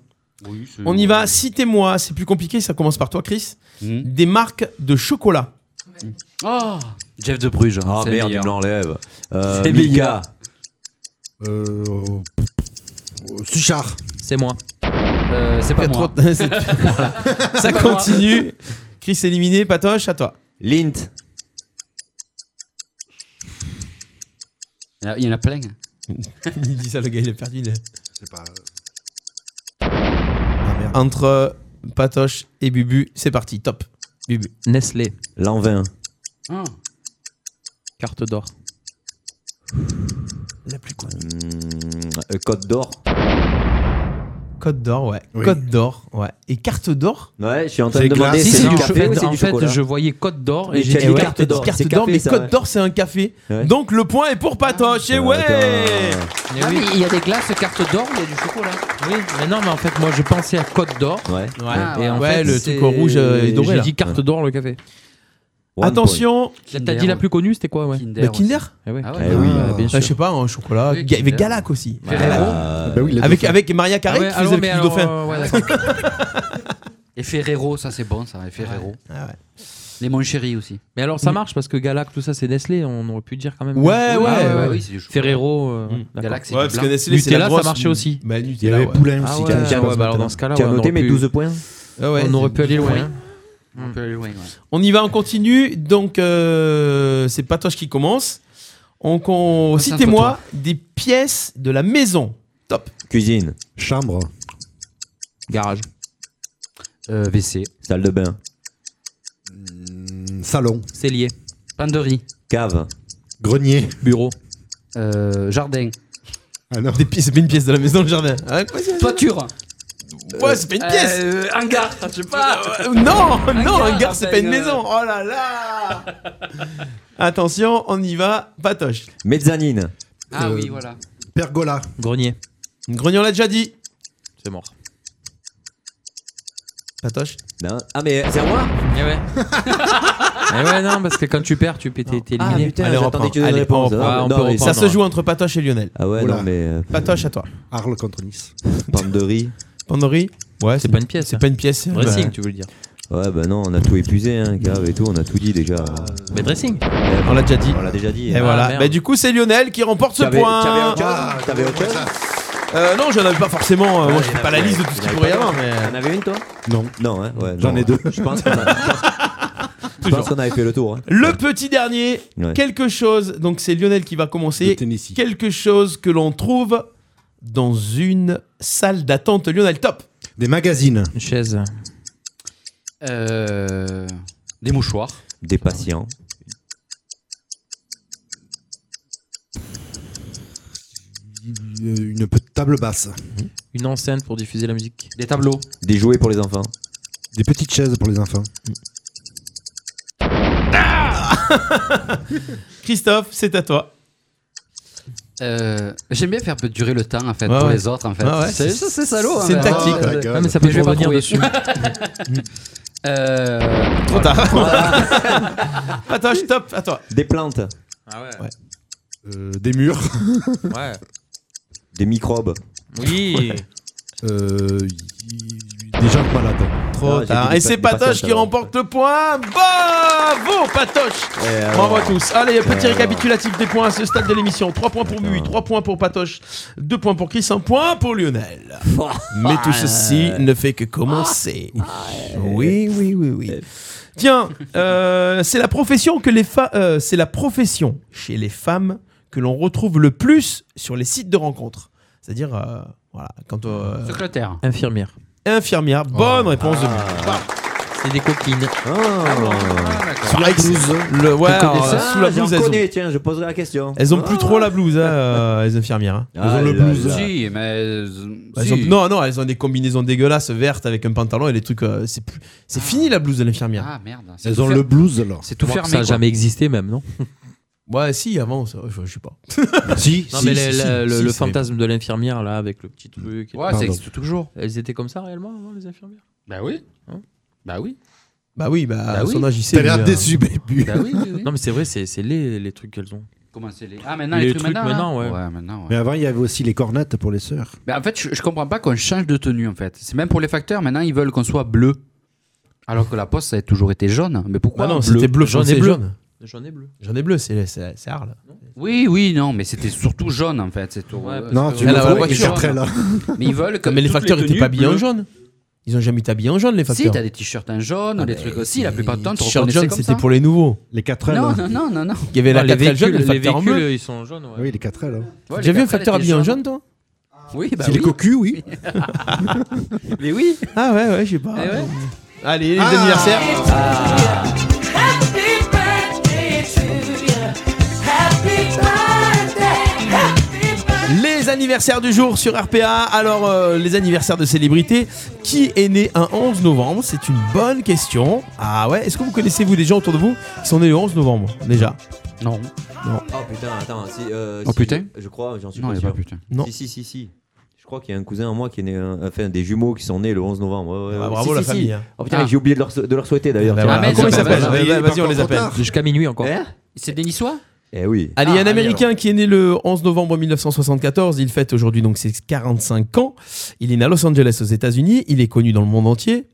[SPEAKER 8] Oui, c'est-
[SPEAKER 7] On y va, citez-moi, c'est plus compliqué, ça commence par toi Chris,
[SPEAKER 8] Mhm.
[SPEAKER 7] des marques de chocolat.
[SPEAKER 8] Oh Jeff de Bruges.
[SPEAKER 11] Ah
[SPEAKER 8] c'est
[SPEAKER 11] merde, il
[SPEAKER 8] meilleur.
[SPEAKER 11] me l'enlève. Euh,
[SPEAKER 8] C'est
[SPEAKER 11] Milka.
[SPEAKER 10] Euh.
[SPEAKER 12] oh,
[SPEAKER 10] Suchard.
[SPEAKER 12] C'est moi.
[SPEAKER 8] Euh, c'est pas moi.
[SPEAKER 7] *laughs*
[SPEAKER 12] *laughs*
[SPEAKER 7] C'est-
[SPEAKER 8] *laughs*
[SPEAKER 7] ça continue. Chris éliminé, Patoche, à toi.
[SPEAKER 11] Lint.
[SPEAKER 8] Il y en a- Il y en a plein.
[SPEAKER 7] *laughs* il dit ça, le gars, il a perdu. il est-
[SPEAKER 10] C'est pas.
[SPEAKER 7] Entre euh, Patoche et Bubu, c'est parti, top. Bubu.
[SPEAKER 12] Nestlé.
[SPEAKER 11] L'envin.
[SPEAKER 8] Ah.
[SPEAKER 12] Carte d'or.
[SPEAKER 11] Hum, euh, Côte d'Or.
[SPEAKER 7] Côte d'Or, ouais.
[SPEAKER 11] Oui.
[SPEAKER 7] Côte d'or, ouais. Et carte d'or
[SPEAKER 11] Ouais, je suis en train de demander
[SPEAKER 7] Si,
[SPEAKER 11] c'est
[SPEAKER 7] c'est
[SPEAKER 11] du
[SPEAKER 7] du
[SPEAKER 11] café
[SPEAKER 7] chocolat.
[SPEAKER 11] ou c'est
[SPEAKER 7] En
[SPEAKER 11] du
[SPEAKER 7] fait,
[SPEAKER 11] chocolat
[SPEAKER 7] je voyais Côte d'or et
[SPEAKER 11] Mais
[SPEAKER 7] j'ai
[SPEAKER 11] tu as
[SPEAKER 7] dit
[SPEAKER 11] dit
[SPEAKER 7] carte
[SPEAKER 11] carte
[SPEAKER 7] d'or.
[SPEAKER 11] d'or, c'est
[SPEAKER 7] Carte d'or,
[SPEAKER 11] café,
[SPEAKER 7] mais
[SPEAKER 11] ça,
[SPEAKER 7] Côte
[SPEAKER 11] ouais. Ah,
[SPEAKER 7] d'or, c'est un café. Donc le point est pour Patoche. Et ouais
[SPEAKER 12] Eh oui.
[SPEAKER 8] il y a des glaces carte d'or, il y a du chocolat.
[SPEAKER 12] Oui, mais non, mais en fait, moi, je pensais à Côte d'Or.
[SPEAKER 11] Ouais.
[SPEAKER 7] Ah, ouais, le truc en rouge, euh, et doré,
[SPEAKER 12] J'ai
[SPEAKER 7] là.
[SPEAKER 12] dit carte d'or, le café.
[SPEAKER 7] One Attention. point.
[SPEAKER 12] T'as dit la plus connue, c'était quoi ouais
[SPEAKER 7] Kinder Le Kinder
[SPEAKER 12] Eh ouais.
[SPEAKER 11] bah,
[SPEAKER 7] Ah, ça,
[SPEAKER 12] bien sûr.
[SPEAKER 7] Je sais pas, un chocolat.
[SPEAKER 12] Oui,
[SPEAKER 7] Il y avait
[SPEAKER 12] Kinder.
[SPEAKER 7] Galak aussi.
[SPEAKER 12] Ferrero.
[SPEAKER 7] Ah,
[SPEAKER 12] Ah, bah oui, le
[SPEAKER 7] avec,
[SPEAKER 12] dauphin.
[SPEAKER 7] avec Maria Carré
[SPEAKER 12] Ah ouais,
[SPEAKER 7] qui
[SPEAKER 12] alors,
[SPEAKER 7] faisait le
[SPEAKER 12] mais
[SPEAKER 7] clip
[SPEAKER 12] alors,
[SPEAKER 7] dauphin.
[SPEAKER 12] euh, ouais,
[SPEAKER 8] d'accord.
[SPEAKER 7] *laughs*
[SPEAKER 8] Et Ferrero, ça c'est bon, ça. Et Ferrero. Les Mon Chéri aussi. Mm.
[SPEAKER 12] Mais alors, ça marche parce que Galak, tout ça, c'est Nestlé. On aurait pu dire quand même. Ah,
[SPEAKER 8] Ouais, ouais, ouais, oui, c'est du chocolat.
[SPEAKER 12] Ferrero. euh,
[SPEAKER 8] Mm.
[SPEAKER 12] d'accord.
[SPEAKER 8] Galak, c'est
[SPEAKER 12] Ouais,
[SPEAKER 8] du
[SPEAKER 12] parce
[SPEAKER 8] blanc.
[SPEAKER 12] que Nestlé, c'est la Nutella, ça grosse- marchait aussi.
[SPEAKER 7] Bah,
[SPEAKER 12] Il y
[SPEAKER 7] Nutella,
[SPEAKER 12] avait
[SPEAKER 7] ouais.
[SPEAKER 12] Poulain
[SPEAKER 7] Ah
[SPEAKER 12] aussi,
[SPEAKER 7] ouais,
[SPEAKER 12] qui arrive
[SPEAKER 7] ouais,
[SPEAKER 12] pas
[SPEAKER 7] ouais,
[SPEAKER 12] ce
[SPEAKER 7] bah alors
[SPEAKER 12] matin.
[SPEAKER 7] dans ce cas-là,
[SPEAKER 12] Tu as
[SPEAKER 7] ouais, on
[SPEAKER 12] noté
[SPEAKER 7] aurait
[SPEAKER 12] mes
[SPEAKER 7] pu-
[SPEAKER 12] 12 points
[SPEAKER 7] Ah ouais,
[SPEAKER 12] On aurait pu aller loin,
[SPEAKER 7] Oui.
[SPEAKER 12] hein.
[SPEAKER 8] On peut aller loin, ouais.
[SPEAKER 7] On y va, on continue. Donc, euh, c'est Patoche qui commence. On, con-
[SPEAKER 11] Passe un
[SPEAKER 7] Citez-moi
[SPEAKER 11] trottoir.
[SPEAKER 7] des pièces de la maison. Top.
[SPEAKER 11] Cuisine. Chambre.
[SPEAKER 12] Garage.
[SPEAKER 11] WC. Salle de bain. salon.
[SPEAKER 12] Cellier.
[SPEAKER 8] Panderie.
[SPEAKER 11] Cave. Grenier.
[SPEAKER 12] Bureau.
[SPEAKER 8] Euh, jardin.
[SPEAKER 7] Des pièces, c'est pas une pièce de la maison, le jardin. Ouais, quoi, c'est-
[SPEAKER 8] Toiture.
[SPEAKER 7] Ouais, c'est pas une pièce.
[SPEAKER 8] Euh, hangar, je sais pas.
[SPEAKER 7] Euh, non, non, un gars, c'est
[SPEAKER 8] enfin,
[SPEAKER 7] pas une
[SPEAKER 8] euh,
[SPEAKER 7] maison. Oh là là. Attention, on y va. Patoche.
[SPEAKER 11] Mezzanine.
[SPEAKER 8] Ah oui, voilà.
[SPEAKER 7] Pergola.
[SPEAKER 12] Grenier.
[SPEAKER 7] Grenier, on l'a déjà dit.
[SPEAKER 12] C'est mort.
[SPEAKER 7] Patoche
[SPEAKER 11] Non. Ah, mais c'est à moi
[SPEAKER 12] Eh ouais. Eh ouais, non, parce que quand tu perds, tu t'es t'es
[SPEAKER 11] Ah,
[SPEAKER 12] éliminé.
[SPEAKER 11] putain, Allez, j'attendais reprends. que tu donnes
[SPEAKER 12] Allez,
[SPEAKER 11] la réponse.
[SPEAKER 12] on reprend,
[SPEAKER 11] Ah,
[SPEAKER 12] on
[SPEAKER 11] non,
[SPEAKER 12] peut
[SPEAKER 11] mais
[SPEAKER 12] reprendre.
[SPEAKER 7] Ça se joue entre Patoche et Lionel.
[SPEAKER 11] Ah ouais,
[SPEAKER 7] Oula.
[SPEAKER 11] non, mais. euh,
[SPEAKER 7] Patoche à toi.
[SPEAKER 10] Arles contre Nice.
[SPEAKER 11] Pomme de riz.
[SPEAKER 7] Pandorie. Ouais,
[SPEAKER 12] c'est pas une pièce.
[SPEAKER 7] C'est pas une pièce.
[SPEAKER 12] Dressing,
[SPEAKER 7] Bah,
[SPEAKER 12] tu veux le dire.
[SPEAKER 11] Ouais, bah non, on a tout épuisé, hein, grave et tout, on a tout dit déjà.
[SPEAKER 12] Mais dressing.
[SPEAKER 7] On l'a déjà dit.
[SPEAKER 11] On l'a déjà dit.
[SPEAKER 7] Et voilà. Bah, du coup, c'est Lionel qui remporte ce
[SPEAKER 11] T'avais-
[SPEAKER 7] point.
[SPEAKER 11] t'avais autre chose T'avais autre chose
[SPEAKER 7] Euh, non, j'en avais pas forcément. euh, moi, je fais pas la liste de tout ce qu'il pourrait y avoir. Mais...
[SPEAKER 11] T'en avais une, toi
[SPEAKER 10] Non.
[SPEAKER 11] Non, hein, ouais.
[SPEAKER 10] J'en
[SPEAKER 11] non.
[SPEAKER 10] ai deux.
[SPEAKER 11] Je pense qu'on a- je pense qu'on avait fait le tour. hein.
[SPEAKER 7] Le petit dernier,
[SPEAKER 11] Ouais.
[SPEAKER 7] quelque chose. Donc, c'est Lionel qui va commencer. Quelque chose que l'on trouve dans une salle d'attente. Lionel, top.
[SPEAKER 10] Des magazines.
[SPEAKER 12] Une chaise.
[SPEAKER 8] Euh, des mouchoirs.
[SPEAKER 11] Des patients.
[SPEAKER 10] Une petite table basse.
[SPEAKER 12] Une enceinte pour diffuser la musique.
[SPEAKER 8] Des tableaux.
[SPEAKER 11] Des jouets pour les enfants.
[SPEAKER 10] Des petites chaises pour les enfants.
[SPEAKER 7] Christophe, c'est à toi.
[SPEAKER 8] Euh, J'aime bien faire durer le temps en fait
[SPEAKER 7] Ouais,
[SPEAKER 8] pour
[SPEAKER 7] ouais.
[SPEAKER 8] les autres en fait.
[SPEAKER 7] Ouais, Ah ouais.
[SPEAKER 8] C'est ça, c'est salaud.
[SPEAKER 7] C'est une tactique.
[SPEAKER 8] Ah,
[SPEAKER 7] Ouais, mais ça peut
[SPEAKER 8] je vais
[SPEAKER 7] revenir
[SPEAKER 8] trouver.
[SPEAKER 7] dessus.
[SPEAKER 8] *laughs* euh,
[SPEAKER 7] Trop tard. *laughs*
[SPEAKER 8] Voilà.
[SPEAKER 7] Attends, je top. À toi.
[SPEAKER 11] Des plantes.
[SPEAKER 12] Ah ouais.
[SPEAKER 10] Euh, des
[SPEAKER 11] *laughs*
[SPEAKER 10] murs.
[SPEAKER 12] Ouais.
[SPEAKER 11] Des microbes. *laughs*
[SPEAKER 12] Oui.
[SPEAKER 10] Euh, y- y- des gens malades.
[SPEAKER 7] Trop tard. Et c'est Patoche qui remporte le point. Bravo, Patoche. Bravo à tous. Allez, petit récapitulatif des points à ce stade de l'émission. 3 points pour Mui, 3 points pour Patoche, 2 points pour Chris, 1 point pour Lionel. Mais tout ceci ne fait que commencer.
[SPEAKER 10] Ah.
[SPEAKER 7] Oui, oui, oui, oui. Tiens, euh, c'est la profession que les fa- euh, c'est la profession chez les femmes que l'on retrouve le plus sur les sites de rencontres. C'est-à-dire, euh, voilà, quand euh,
[SPEAKER 8] Secrétaire.
[SPEAKER 12] Infirmière.
[SPEAKER 7] infirmière. Bonne réponse de Mui.
[SPEAKER 12] C'est des coquines.
[SPEAKER 7] Sous la blouse. Le, ouais, alors, euh,
[SPEAKER 11] ça
[SPEAKER 7] sous la blouse,
[SPEAKER 11] J'en
[SPEAKER 7] elles ont,
[SPEAKER 11] connais, tiens, je poserai la question.
[SPEAKER 7] elles ont plus trop la blouse, hein, euh, les infirmières. hein. Bah,
[SPEAKER 11] Ah, là, là.
[SPEAKER 8] Si, mais. euh,
[SPEAKER 7] Elles
[SPEAKER 8] si.
[SPEAKER 7] ont- non, non, elles ont des combinaisons dégueulasses, vertes avec un pantalon et des trucs. euh, c'est plus, c'est fini la blouse de l'infirmière.
[SPEAKER 8] Ah merde. c'est
[SPEAKER 10] Elles
[SPEAKER 8] tout
[SPEAKER 10] ont
[SPEAKER 8] fer-
[SPEAKER 10] le blues alors.
[SPEAKER 8] C'est tout
[SPEAKER 12] Comment
[SPEAKER 8] fermé.
[SPEAKER 12] que Ça n'a
[SPEAKER 8] quoi.
[SPEAKER 12] jamais existé, même, non
[SPEAKER 7] Ouais, si, avant, ça, je, je sais pas.
[SPEAKER 10] *laughs* si,
[SPEAKER 12] Non,
[SPEAKER 10] si,
[SPEAKER 12] mais
[SPEAKER 10] si,
[SPEAKER 12] le,
[SPEAKER 10] si,
[SPEAKER 12] le-
[SPEAKER 10] si,
[SPEAKER 12] le
[SPEAKER 10] ça
[SPEAKER 12] fantasme de l'infirmière, là, avec le petit truc. et
[SPEAKER 8] Ouais,
[SPEAKER 12] tout.
[SPEAKER 8] ça existe toujours.
[SPEAKER 12] Elles étaient comme ça réellement avant, les infirmières Hein
[SPEAKER 8] Bah oui. Bah oui.
[SPEAKER 7] Bah oui, bah,
[SPEAKER 8] Bah
[SPEAKER 7] à
[SPEAKER 8] oui.
[SPEAKER 7] son âge, il sait.
[SPEAKER 10] T'as l'air
[SPEAKER 7] lui, hein.
[SPEAKER 10] déçu, baby.
[SPEAKER 8] Bah oui, oui, oui.
[SPEAKER 12] Non, mais c'est vrai, c'est c'est les, les trucs qu'elles ont.
[SPEAKER 8] Comment c'est les. Ah maintenant les, trucs maintenant. là. ouais. maintenant. ouais.
[SPEAKER 10] Mais avant, il y avait aussi les cornettes pour les sœurs.
[SPEAKER 8] Mais Ben, en fait, je, je comprends pas qu'on change de tenue en fait. C'est même pour les facteurs. Maintenant, ils veulent qu'on soit bleu. Alors que la poste, ça a toujours été jaune. Mais pourquoi
[SPEAKER 7] Bah non, c'était bleu,
[SPEAKER 8] Jaune et
[SPEAKER 7] foncé,
[SPEAKER 8] bleu.
[SPEAKER 7] jaune.
[SPEAKER 12] J'en ai bleu.
[SPEAKER 7] J'en ai bleu, c'est, c'est, c'est Arles.
[SPEAKER 8] Oui, oui, non, mais c'était surtout jaune en fait. euh, C'est tout.
[SPEAKER 12] parce
[SPEAKER 10] Non,
[SPEAKER 8] que-
[SPEAKER 10] tu
[SPEAKER 7] Elle
[SPEAKER 10] le
[SPEAKER 7] a la
[SPEAKER 10] vois,
[SPEAKER 7] voiture.
[SPEAKER 10] il est après, là.
[SPEAKER 8] Mais ils veulent que.
[SPEAKER 7] mais les
[SPEAKER 8] toutes
[SPEAKER 7] facteurs étaient
[SPEAKER 8] tenues
[SPEAKER 7] pas habillés en
[SPEAKER 8] bleues.
[SPEAKER 7] jaune. Ils ont jamais été habillés en jaune, les
[SPEAKER 8] Si,
[SPEAKER 7] facteurs. Ah,
[SPEAKER 8] t'as des t-shirts en jaune, des trucs aussi, la plupart du temps, tu
[SPEAKER 7] t-shirts
[SPEAKER 8] reconnaissais
[SPEAKER 7] jaunes,
[SPEAKER 8] comme
[SPEAKER 7] c'était
[SPEAKER 8] ça.
[SPEAKER 7] pour les nouveaux.
[SPEAKER 10] Les 4
[SPEAKER 8] Non, non, non, non, non.
[SPEAKER 7] Il y avait la
[SPEAKER 12] les
[SPEAKER 7] 4L jaune et
[SPEAKER 12] véhicules,
[SPEAKER 7] le
[SPEAKER 12] les
[SPEAKER 7] facteur en
[SPEAKER 12] véhicules,
[SPEAKER 7] bleu.
[SPEAKER 12] ils sont jaunes. Ouais.
[SPEAKER 10] Oui, les 4 L. hein.
[SPEAKER 8] Ouais,
[SPEAKER 7] J'ai
[SPEAKER 8] les
[SPEAKER 7] vu un
[SPEAKER 8] quatre,
[SPEAKER 7] facteur
[SPEAKER 8] elles étaient
[SPEAKER 7] habillé en jaune, toi
[SPEAKER 8] Oui, bah
[SPEAKER 10] C'est les
[SPEAKER 8] oui.
[SPEAKER 10] cocus, oui.
[SPEAKER 8] *laughs*
[SPEAKER 7] *laughs*
[SPEAKER 8] Mais oui.
[SPEAKER 7] Ah ouais, ouais, je sais pas.
[SPEAKER 8] Eh ouais.
[SPEAKER 7] Allez, les anniversaires.
[SPEAKER 8] Ah.
[SPEAKER 7] Les l'anniversaire du jour sur RPA. Alors, euh, les anniversaires de célébrités. Qui est né un 11 novembre C'est une bonne question. Ah ouais, est-ce que vous connaissez, vous, des gens autour de vous qui sont nés le 11 novembre déjà Non. Non.
[SPEAKER 11] Oh putain, attends. Si, euh,
[SPEAKER 8] Oh,
[SPEAKER 11] si,
[SPEAKER 8] putain
[SPEAKER 11] Je, je crois, j'en suis
[SPEAKER 8] Non,
[SPEAKER 11] pas
[SPEAKER 8] il y a
[SPEAKER 11] sûr.
[SPEAKER 8] pas putain.
[SPEAKER 11] Si, si, si, si. Je crois qu'il y a un cousin à moi qui est né, un- enfin des jumeaux qui sont nés le 11 novembre. Ouais, ouais, ouais.
[SPEAKER 7] bravo,
[SPEAKER 11] Si,
[SPEAKER 7] la
[SPEAKER 11] si, si.
[SPEAKER 7] famille, hein.
[SPEAKER 11] Oh putain,
[SPEAKER 7] Ah.
[SPEAKER 11] j'ai oublié de leur, sou- de leur souhaiter d'ailleurs.
[SPEAKER 7] Ah,
[SPEAKER 11] tiens.
[SPEAKER 7] mais comment ils s'appellent Vas-y,
[SPEAKER 11] Vas-y,
[SPEAKER 7] on les appelle.
[SPEAKER 12] Jusqu'à minuit encore.
[SPEAKER 8] C'est des Niçois
[SPEAKER 11] Eh oui.
[SPEAKER 7] Allez,
[SPEAKER 11] Ah,
[SPEAKER 7] un
[SPEAKER 11] allez,
[SPEAKER 7] Américain qui est né le 11 novembre 1974, il fête aujourd'hui donc ses 45 ans. Il est né à Los Angeles aux États-Unis, il est connu dans le monde entier.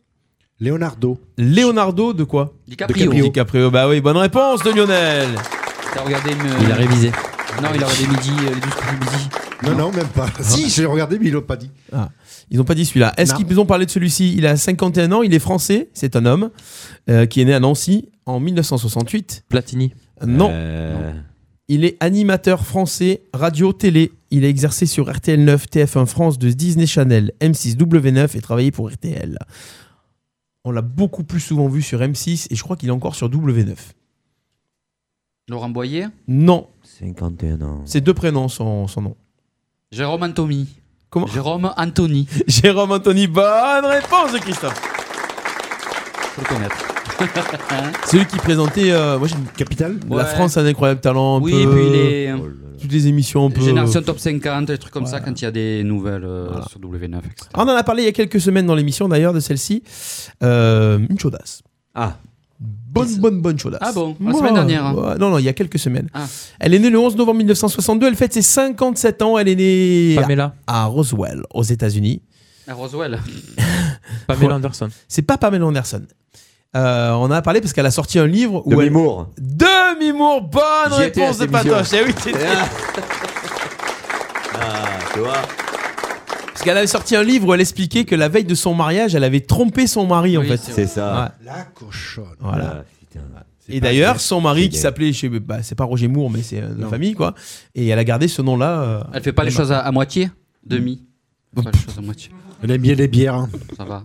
[SPEAKER 7] Leonardo. Leonardo de quoi
[SPEAKER 8] DiCaprio.
[SPEAKER 7] DiCaprio. DiCaprio, bah oui, bonne réponse de Lionel.
[SPEAKER 8] T'as regardé une...
[SPEAKER 7] Il a révisé.
[SPEAKER 8] Non, il a regardé midi, euh, les douze coups du midi.
[SPEAKER 10] Non, non, même pas. Si, j'ai regardé, mais ils l'ont pas dit.
[SPEAKER 7] Ah, ils n'ont pas dit celui-là. Est-ce
[SPEAKER 10] Non.
[SPEAKER 7] qu'ils ont parlé de celui-ci Il a 51 ans, il est français, c'est un homme euh, qui est né à Nancy en 1968.
[SPEAKER 12] Platini
[SPEAKER 7] Non. Il est animateur français radio-télé. Il a exercé sur RTL9, TF1 France, de Disney Channel, M6, W9 et travaillé pour RTL. On l'a beaucoup plus souvent vu sur M6 et je crois qu'il est encore sur W9.
[SPEAKER 8] Laurent Boyer
[SPEAKER 7] Non.
[SPEAKER 11] 51 ans.
[SPEAKER 7] Ses deux prénoms sont son nom.
[SPEAKER 8] Jérôme Anthony.
[SPEAKER 7] Comment
[SPEAKER 8] Jérôme Anthony.
[SPEAKER 7] *laughs* Jérôme Anthony, bonne réponse de Christophe.
[SPEAKER 8] *laughs* Faut le connaître.
[SPEAKER 7] Celui qui présentait euh, moi, j'aime- La
[SPEAKER 8] Ouais.
[SPEAKER 7] France a un incroyable talent. un
[SPEAKER 8] Oui,
[SPEAKER 7] peu, euh,
[SPEAKER 8] et puis les-
[SPEAKER 7] Toutes les émissions un peu. euh,
[SPEAKER 8] Génération Top 50, des trucs comme ça, quand il y a des nouvelles euh, sur W9, etc.
[SPEAKER 7] Ah, on en a parlé il y a quelques semaines dans l'émission d'ailleurs de celle-ci. Euh, une chaudasse.
[SPEAKER 11] Ah.
[SPEAKER 7] Bonne, bonne, bonne chaudasse.
[SPEAKER 8] Ah bon, la semaine dernière, hein. Ah.
[SPEAKER 7] ouais, non, non, il y a quelques semaines. Elle est née le 11 novembre 1962. Elle fête ses 57 ans. Elle est née
[SPEAKER 12] Pamela.
[SPEAKER 7] à, à Roswell, aux États-Unis.
[SPEAKER 8] À Roswell. *laughs*
[SPEAKER 12] Pamela Anderson.
[SPEAKER 7] C'est pas Pamela Anderson. Euh, on en a parlé parce qu'elle a sorti un livre où
[SPEAKER 12] Demi
[SPEAKER 7] elle...
[SPEAKER 11] Moore.
[SPEAKER 7] Demi Moore, bonne
[SPEAKER 12] J'y étais à
[SPEAKER 7] réponse de
[SPEAKER 12] cette émission.
[SPEAKER 7] Patoche. Eh oui, t'étais-
[SPEAKER 13] *laughs*
[SPEAKER 11] Ah, tu vois.
[SPEAKER 7] Parce qu'elle avait sorti un livre où elle expliquait que la veille de son mariage, elle avait trompé son mari en fait.
[SPEAKER 11] C'est ça.
[SPEAKER 7] Ouais.
[SPEAKER 10] La cochonne.
[SPEAKER 7] Voilà.
[SPEAKER 10] C'est
[SPEAKER 7] Et
[SPEAKER 10] pas
[SPEAKER 7] d'ailleurs,
[SPEAKER 10] vrai.
[SPEAKER 7] son mari
[SPEAKER 10] C'est
[SPEAKER 7] qui
[SPEAKER 10] gay.
[SPEAKER 7] s'appelait, je sais- bah, c'est pas Roger Moore, mais c'est euh, de la
[SPEAKER 10] Non.
[SPEAKER 7] famille quoi. Et elle a gardé ce nom-là. euh,
[SPEAKER 8] Elle fait pas les
[SPEAKER 7] même
[SPEAKER 8] choses à,
[SPEAKER 7] après.
[SPEAKER 8] à moitié Demi Elle fait pas les choses à moitié.
[SPEAKER 10] Elle aime bien les bières. hein.
[SPEAKER 8] Ça va.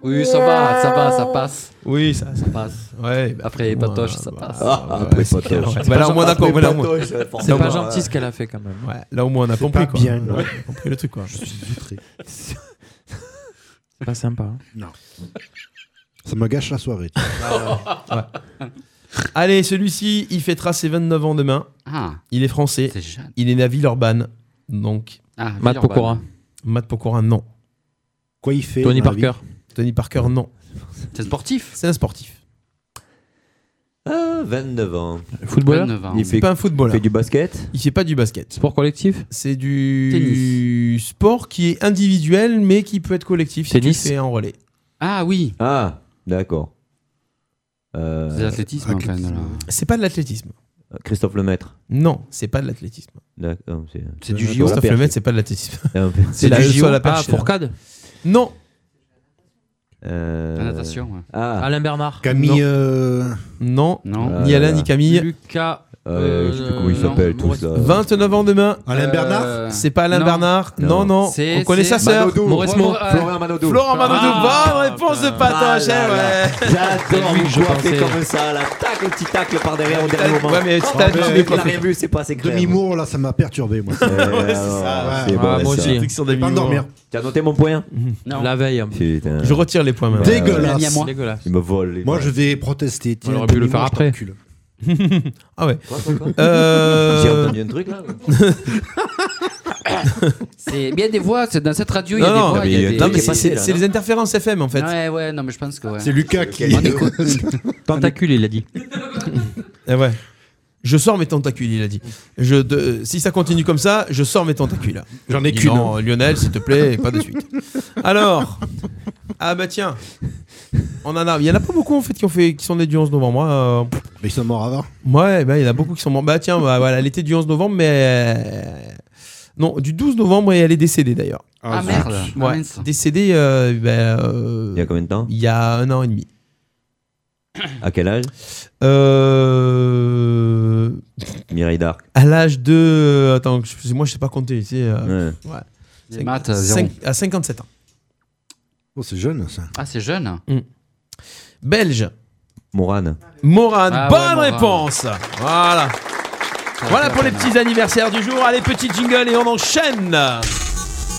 [SPEAKER 8] Oui, ça va, ça va, ça passe.
[SPEAKER 7] Oui, ça,
[SPEAKER 8] ça passe.
[SPEAKER 7] Ouais, bah,
[SPEAKER 8] après Patoche, ça passe.
[SPEAKER 7] ouais, c'est clair, ouais. Bah, là, au moins, on a compris. là, au moins.
[SPEAKER 12] C'est
[SPEAKER 7] Là, au
[SPEAKER 12] pas
[SPEAKER 7] moins,
[SPEAKER 12] gentil
[SPEAKER 7] ouais.
[SPEAKER 12] ce qu'elle a fait quand même.
[SPEAKER 7] Ouais, là au moins on a
[SPEAKER 12] C'est
[SPEAKER 7] compris
[SPEAKER 12] pas
[SPEAKER 7] quoi.
[SPEAKER 12] bien,
[SPEAKER 7] On a
[SPEAKER 12] là.
[SPEAKER 7] compris le truc quoi. Je suis
[SPEAKER 10] outré.
[SPEAKER 12] C'est pas sympa. hein.
[SPEAKER 10] Ça me gâche la soirée. tu vois.
[SPEAKER 7] *laughs* Allez, celui-ci, il fêtera ses 29 ans demain.
[SPEAKER 8] Ah.
[SPEAKER 7] Il est français. Il est né à Villeurbanne. Donc.
[SPEAKER 8] Ah, Matt Villeurbanne. Pokora.
[SPEAKER 7] Matt Pokora, non.
[SPEAKER 10] Quoi il fait
[SPEAKER 7] Tony
[SPEAKER 10] dans la
[SPEAKER 7] Parker. Tony Parker, non.
[SPEAKER 8] C'est sportif
[SPEAKER 7] C'est un sportif.
[SPEAKER 11] Ah, 29 ans.
[SPEAKER 7] Footballeur
[SPEAKER 11] 29 ans.
[SPEAKER 7] Il fait pas un footballeur.
[SPEAKER 11] Il fait du basket
[SPEAKER 7] Il fait pas du basket.
[SPEAKER 12] Sport collectif
[SPEAKER 7] C'est du sport qui est individuel mais qui peut être collectif si tu le
[SPEAKER 11] Tennis
[SPEAKER 7] fais en relais.
[SPEAKER 8] Ah oui.
[SPEAKER 11] Ah, d'accord. Euh,
[SPEAKER 8] C'est de l'athlétisme, en fait,
[SPEAKER 11] athlétisme.
[SPEAKER 8] alors.
[SPEAKER 7] C'est pas de l'athlétisme.
[SPEAKER 11] Christophe Lemaître.
[SPEAKER 7] Non, c'est pas de l'athlétisme.
[SPEAKER 11] D'accord, C'est euh,
[SPEAKER 7] C'est du JO. Christophe Lemaître, c'est pas de l'athlétisme.
[SPEAKER 11] Ah,
[SPEAKER 7] *laughs* C'est la JO à la
[SPEAKER 12] Ah,
[SPEAKER 7] perche. Non.
[SPEAKER 11] Euh,
[SPEAKER 7] La natation, ouais.
[SPEAKER 11] Ah.
[SPEAKER 12] Alain Bernard.
[SPEAKER 10] Camille.
[SPEAKER 7] Non.
[SPEAKER 10] euh,
[SPEAKER 7] Non. Ah,
[SPEAKER 11] Non.
[SPEAKER 7] Ni Alain
[SPEAKER 10] Euh,
[SPEAKER 7] ni Camille.
[SPEAKER 12] Lucas.
[SPEAKER 11] Euh, je sais plus comment ils s'appellent tous là.
[SPEAKER 7] 29 ans demain. Euh,
[SPEAKER 10] Alain Bernard
[SPEAKER 7] C'est pas Alain
[SPEAKER 10] Non.
[SPEAKER 7] Bernard. Non,
[SPEAKER 10] Non.
[SPEAKER 7] non.
[SPEAKER 10] C'est-
[SPEAKER 7] On connaît
[SPEAKER 10] c'est-
[SPEAKER 7] sa sœur.
[SPEAKER 10] Manodou. Maurice Mo.
[SPEAKER 7] Ouais.
[SPEAKER 10] Florent Manodou.
[SPEAKER 7] Florent Manodou.
[SPEAKER 10] Ah,
[SPEAKER 7] Bonne réponse de Patoche.
[SPEAKER 11] Ah
[SPEAKER 7] eh
[SPEAKER 11] là là.
[SPEAKER 7] ouais.
[SPEAKER 11] J'adore lui coiffer comme ça, là. Tac, le petit tacle par derrière au dernier moment.
[SPEAKER 10] Ouais, mais
[SPEAKER 11] Oh,
[SPEAKER 10] t'as dit,
[SPEAKER 11] mais
[SPEAKER 10] mais
[SPEAKER 11] il a
[SPEAKER 10] coiffer.
[SPEAKER 11] rien vu, c'est pas assez clair.
[SPEAKER 10] Demi-mour, là, ça m'a perturbé, *laughs* moi.
[SPEAKER 11] *laughs* Ouais,
[SPEAKER 10] ça.
[SPEAKER 11] c'est
[SPEAKER 10] Ouais.
[SPEAKER 11] bon,
[SPEAKER 10] Ah, moi
[SPEAKER 11] ça.
[SPEAKER 10] aussi. Truc sur Demi-mour. Pas hein. dormir.
[SPEAKER 11] Tu as noté mon point
[SPEAKER 8] Non.
[SPEAKER 12] La veille.
[SPEAKER 11] Putain.
[SPEAKER 7] Je retire les points maintenant.
[SPEAKER 10] Dégueulasse.
[SPEAKER 12] Dégueulasse.
[SPEAKER 11] Il me vole. les
[SPEAKER 10] Moi,
[SPEAKER 11] points.
[SPEAKER 10] je vais protester. Tiens,
[SPEAKER 12] On aurait pu le
[SPEAKER 10] Demi-mour,
[SPEAKER 12] faire
[SPEAKER 10] je
[SPEAKER 12] après.
[SPEAKER 10] t'encule.
[SPEAKER 7] *laughs* Ah ouais.
[SPEAKER 10] Quoi, quoi, quoi
[SPEAKER 7] Euh,
[SPEAKER 11] J'ai entendu un truc, là.
[SPEAKER 8] *coughs*
[SPEAKER 7] *laughs*
[SPEAKER 8] C'est bien des voix, c'est dans cette radio, il y a
[SPEAKER 7] Non,
[SPEAKER 8] des
[SPEAKER 7] non,
[SPEAKER 8] voix. il y a des-
[SPEAKER 7] non, mais c'est- c'est c'est les interférences FM en fait.
[SPEAKER 8] Ouais, ouais, non, mais je pense que. ouais.
[SPEAKER 7] C'est Lucas qui-
[SPEAKER 8] On écoute.
[SPEAKER 7] *laughs*
[SPEAKER 12] Tentacule, il a dit.
[SPEAKER 7] Eh ouais. Je sors mes tentacules, il a dit. Je, de- euh, si ça continue comme ça, je sors mes tentacules.
[SPEAKER 10] J'en ai
[SPEAKER 7] Dis
[SPEAKER 10] qu'une.
[SPEAKER 7] Non, hein, Lionel, s'il te plaît, pas de suite. Alors, ah bah tiens, on en a. Il y en a pas beaucoup en fait qui ont fait, qui sont nés du 11 novembre. Moi, euh,
[SPEAKER 10] Mais ils sont morts avant.
[SPEAKER 7] Ouais, bah, il y en a beaucoup qui sont morts. Bah tiens, bah, voilà, elle était du 11 novembre, mais euh, non, du 12 novembre et elle est décédée d'ailleurs.
[SPEAKER 8] Ah, Ah, merde. zut. Ah,
[SPEAKER 7] Ouais,
[SPEAKER 8] mince.
[SPEAKER 7] décédée. euh, bah, euh,
[SPEAKER 11] Il y a combien de temps
[SPEAKER 7] Il y a un an et demi.
[SPEAKER 11] À quel âge
[SPEAKER 7] Euh...
[SPEAKER 11] Mireille Dark.
[SPEAKER 7] À l'âge de. Attends, excusez moi je sais pas compter. C'est, euh,
[SPEAKER 11] Ouais.
[SPEAKER 7] ouais.
[SPEAKER 8] Les
[SPEAKER 7] Cinq-
[SPEAKER 8] maths, zéro.
[SPEAKER 7] cinq- à 57 ans.
[SPEAKER 10] Oh, c'est jeune, ça.
[SPEAKER 8] Ah, c'est jeune.
[SPEAKER 7] Belge.
[SPEAKER 11] Morane.
[SPEAKER 7] Morane,
[SPEAKER 8] Ah ouais,
[SPEAKER 7] bonne
[SPEAKER 8] Morane.
[SPEAKER 7] réponse. Voilà.
[SPEAKER 17] Voilà pour les petits anniversaires du jour. Allez, petit jingle et on enchaîne.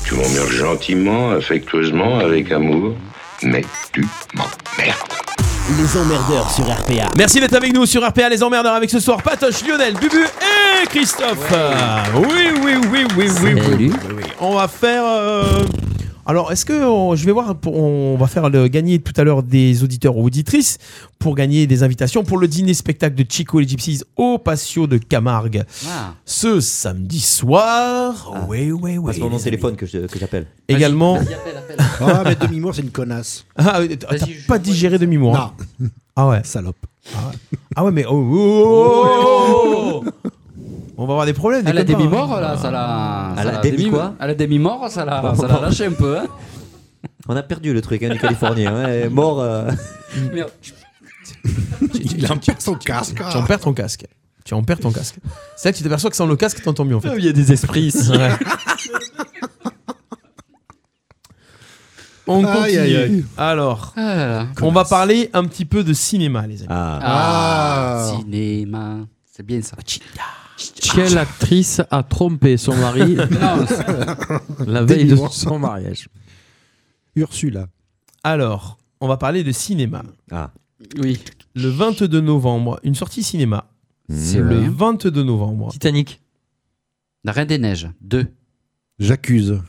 [SPEAKER 15] Tu m'emmerdes gentiment, affectueusement, avec amour, mais tu m'emmerdes.
[SPEAKER 22] Les emmerdeurs sur RPA.
[SPEAKER 17] Merci d'être avec nous sur RPA Les Emmerdeurs avec ce soir Patoche, Lionel, Bubu et Christophe. Euh, Oui, oui, oui, oui, oui, oui, oui, oui. On va faire. euh, Alors, est-ce que on- je vais voir pour- On va faire le, gagner tout à l'heure des auditeurs ou auditrices pour gagner des invitations pour le dîner spectacle de Chico et les Gypsies au patio de Camargue
[SPEAKER 11] Ah.
[SPEAKER 17] ce samedi soir. Oui, oui, oui.
[SPEAKER 11] Parce que mon
[SPEAKER 17] les
[SPEAKER 11] téléphone que je- que j'appelle.
[SPEAKER 17] amis. Également.
[SPEAKER 10] Ah, mais demi-mour, c'est une connasse.
[SPEAKER 17] *laughs* Ah, oui, t'as t'as pas digéré demi-mois. hein. Ah ouais.
[SPEAKER 10] Salope.
[SPEAKER 17] Ah ouais, Ah ouais, mais oh, oh, oh, oh. On va avoir des problèmes.
[SPEAKER 8] Elle a
[SPEAKER 17] déconne pas,
[SPEAKER 8] Ah, demi-mort
[SPEAKER 17] hein.
[SPEAKER 8] là, ça l'a.
[SPEAKER 11] Elle
[SPEAKER 8] ça
[SPEAKER 11] a
[SPEAKER 8] l'a
[SPEAKER 11] demi
[SPEAKER 8] demi-
[SPEAKER 11] quoi
[SPEAKER 8] Elle a demi-mort, ça l'a ça l'a lâché un peu. hein.
[SPEAKER 11] On a perdu le truc hein, du Californien. hein, et mort. euh, *laughs*
[SPEAKER 8] Merde.
[SPEAKER 10] Il en perd son casque.
[SPEAKER 7] Tu en perds ton casque. Tu en perds ton casque. C'est là que tu t'aperçois que sans le casque, t'entends mieux en fait.
[SPEAKER 12] Ah, Il y a des esprits ici.
[SPEAKER 7] Ouais. On
[SPEAKER 12] Aïe,
[SPEAKER 7] continue.
[SPEAKER 12] aïe, aïe.
[SPEAKER 7] Alors,
[SPEAKER 8] Ah là là.
[SPEAKER 7] on va parler un petit peu de cinéma, les amis.
[SPEAKER 10] Ah.
[SPEAKER 8] Ah, cinéma. C'est bien ça.
[SPEAKER 12] Quelle actrice a trompé son
[SPEAKER 7] *laughs*
[SPEAKER 12] mari *laughs*
[SPEAKER 8] *laughs* Non,
[SPEAKER 12] la veille de
[SPEAKER 7] Demi-mois.
[SPEAKER 12] son mariage
[SPEAKER 10] Ursula.
[SPEAKER 7] Alors, on va parler de cinéma.
[SPEAKER 11] Ah.
[SPEAKER 8] Oui.
[SPEAKER 7] Le 22 novembre, une sortie cinéma.
[SPEAKER 8] C'est
[SPEAKER 7] le
[SPEAKER 8] vrai.
[SPEAKER 7] 22 novembre.
[SPEAKER 12] Titanic.
[SPEAKER 8] La Reine des Neiges 2.
[SPEAKER 10] J'accuse.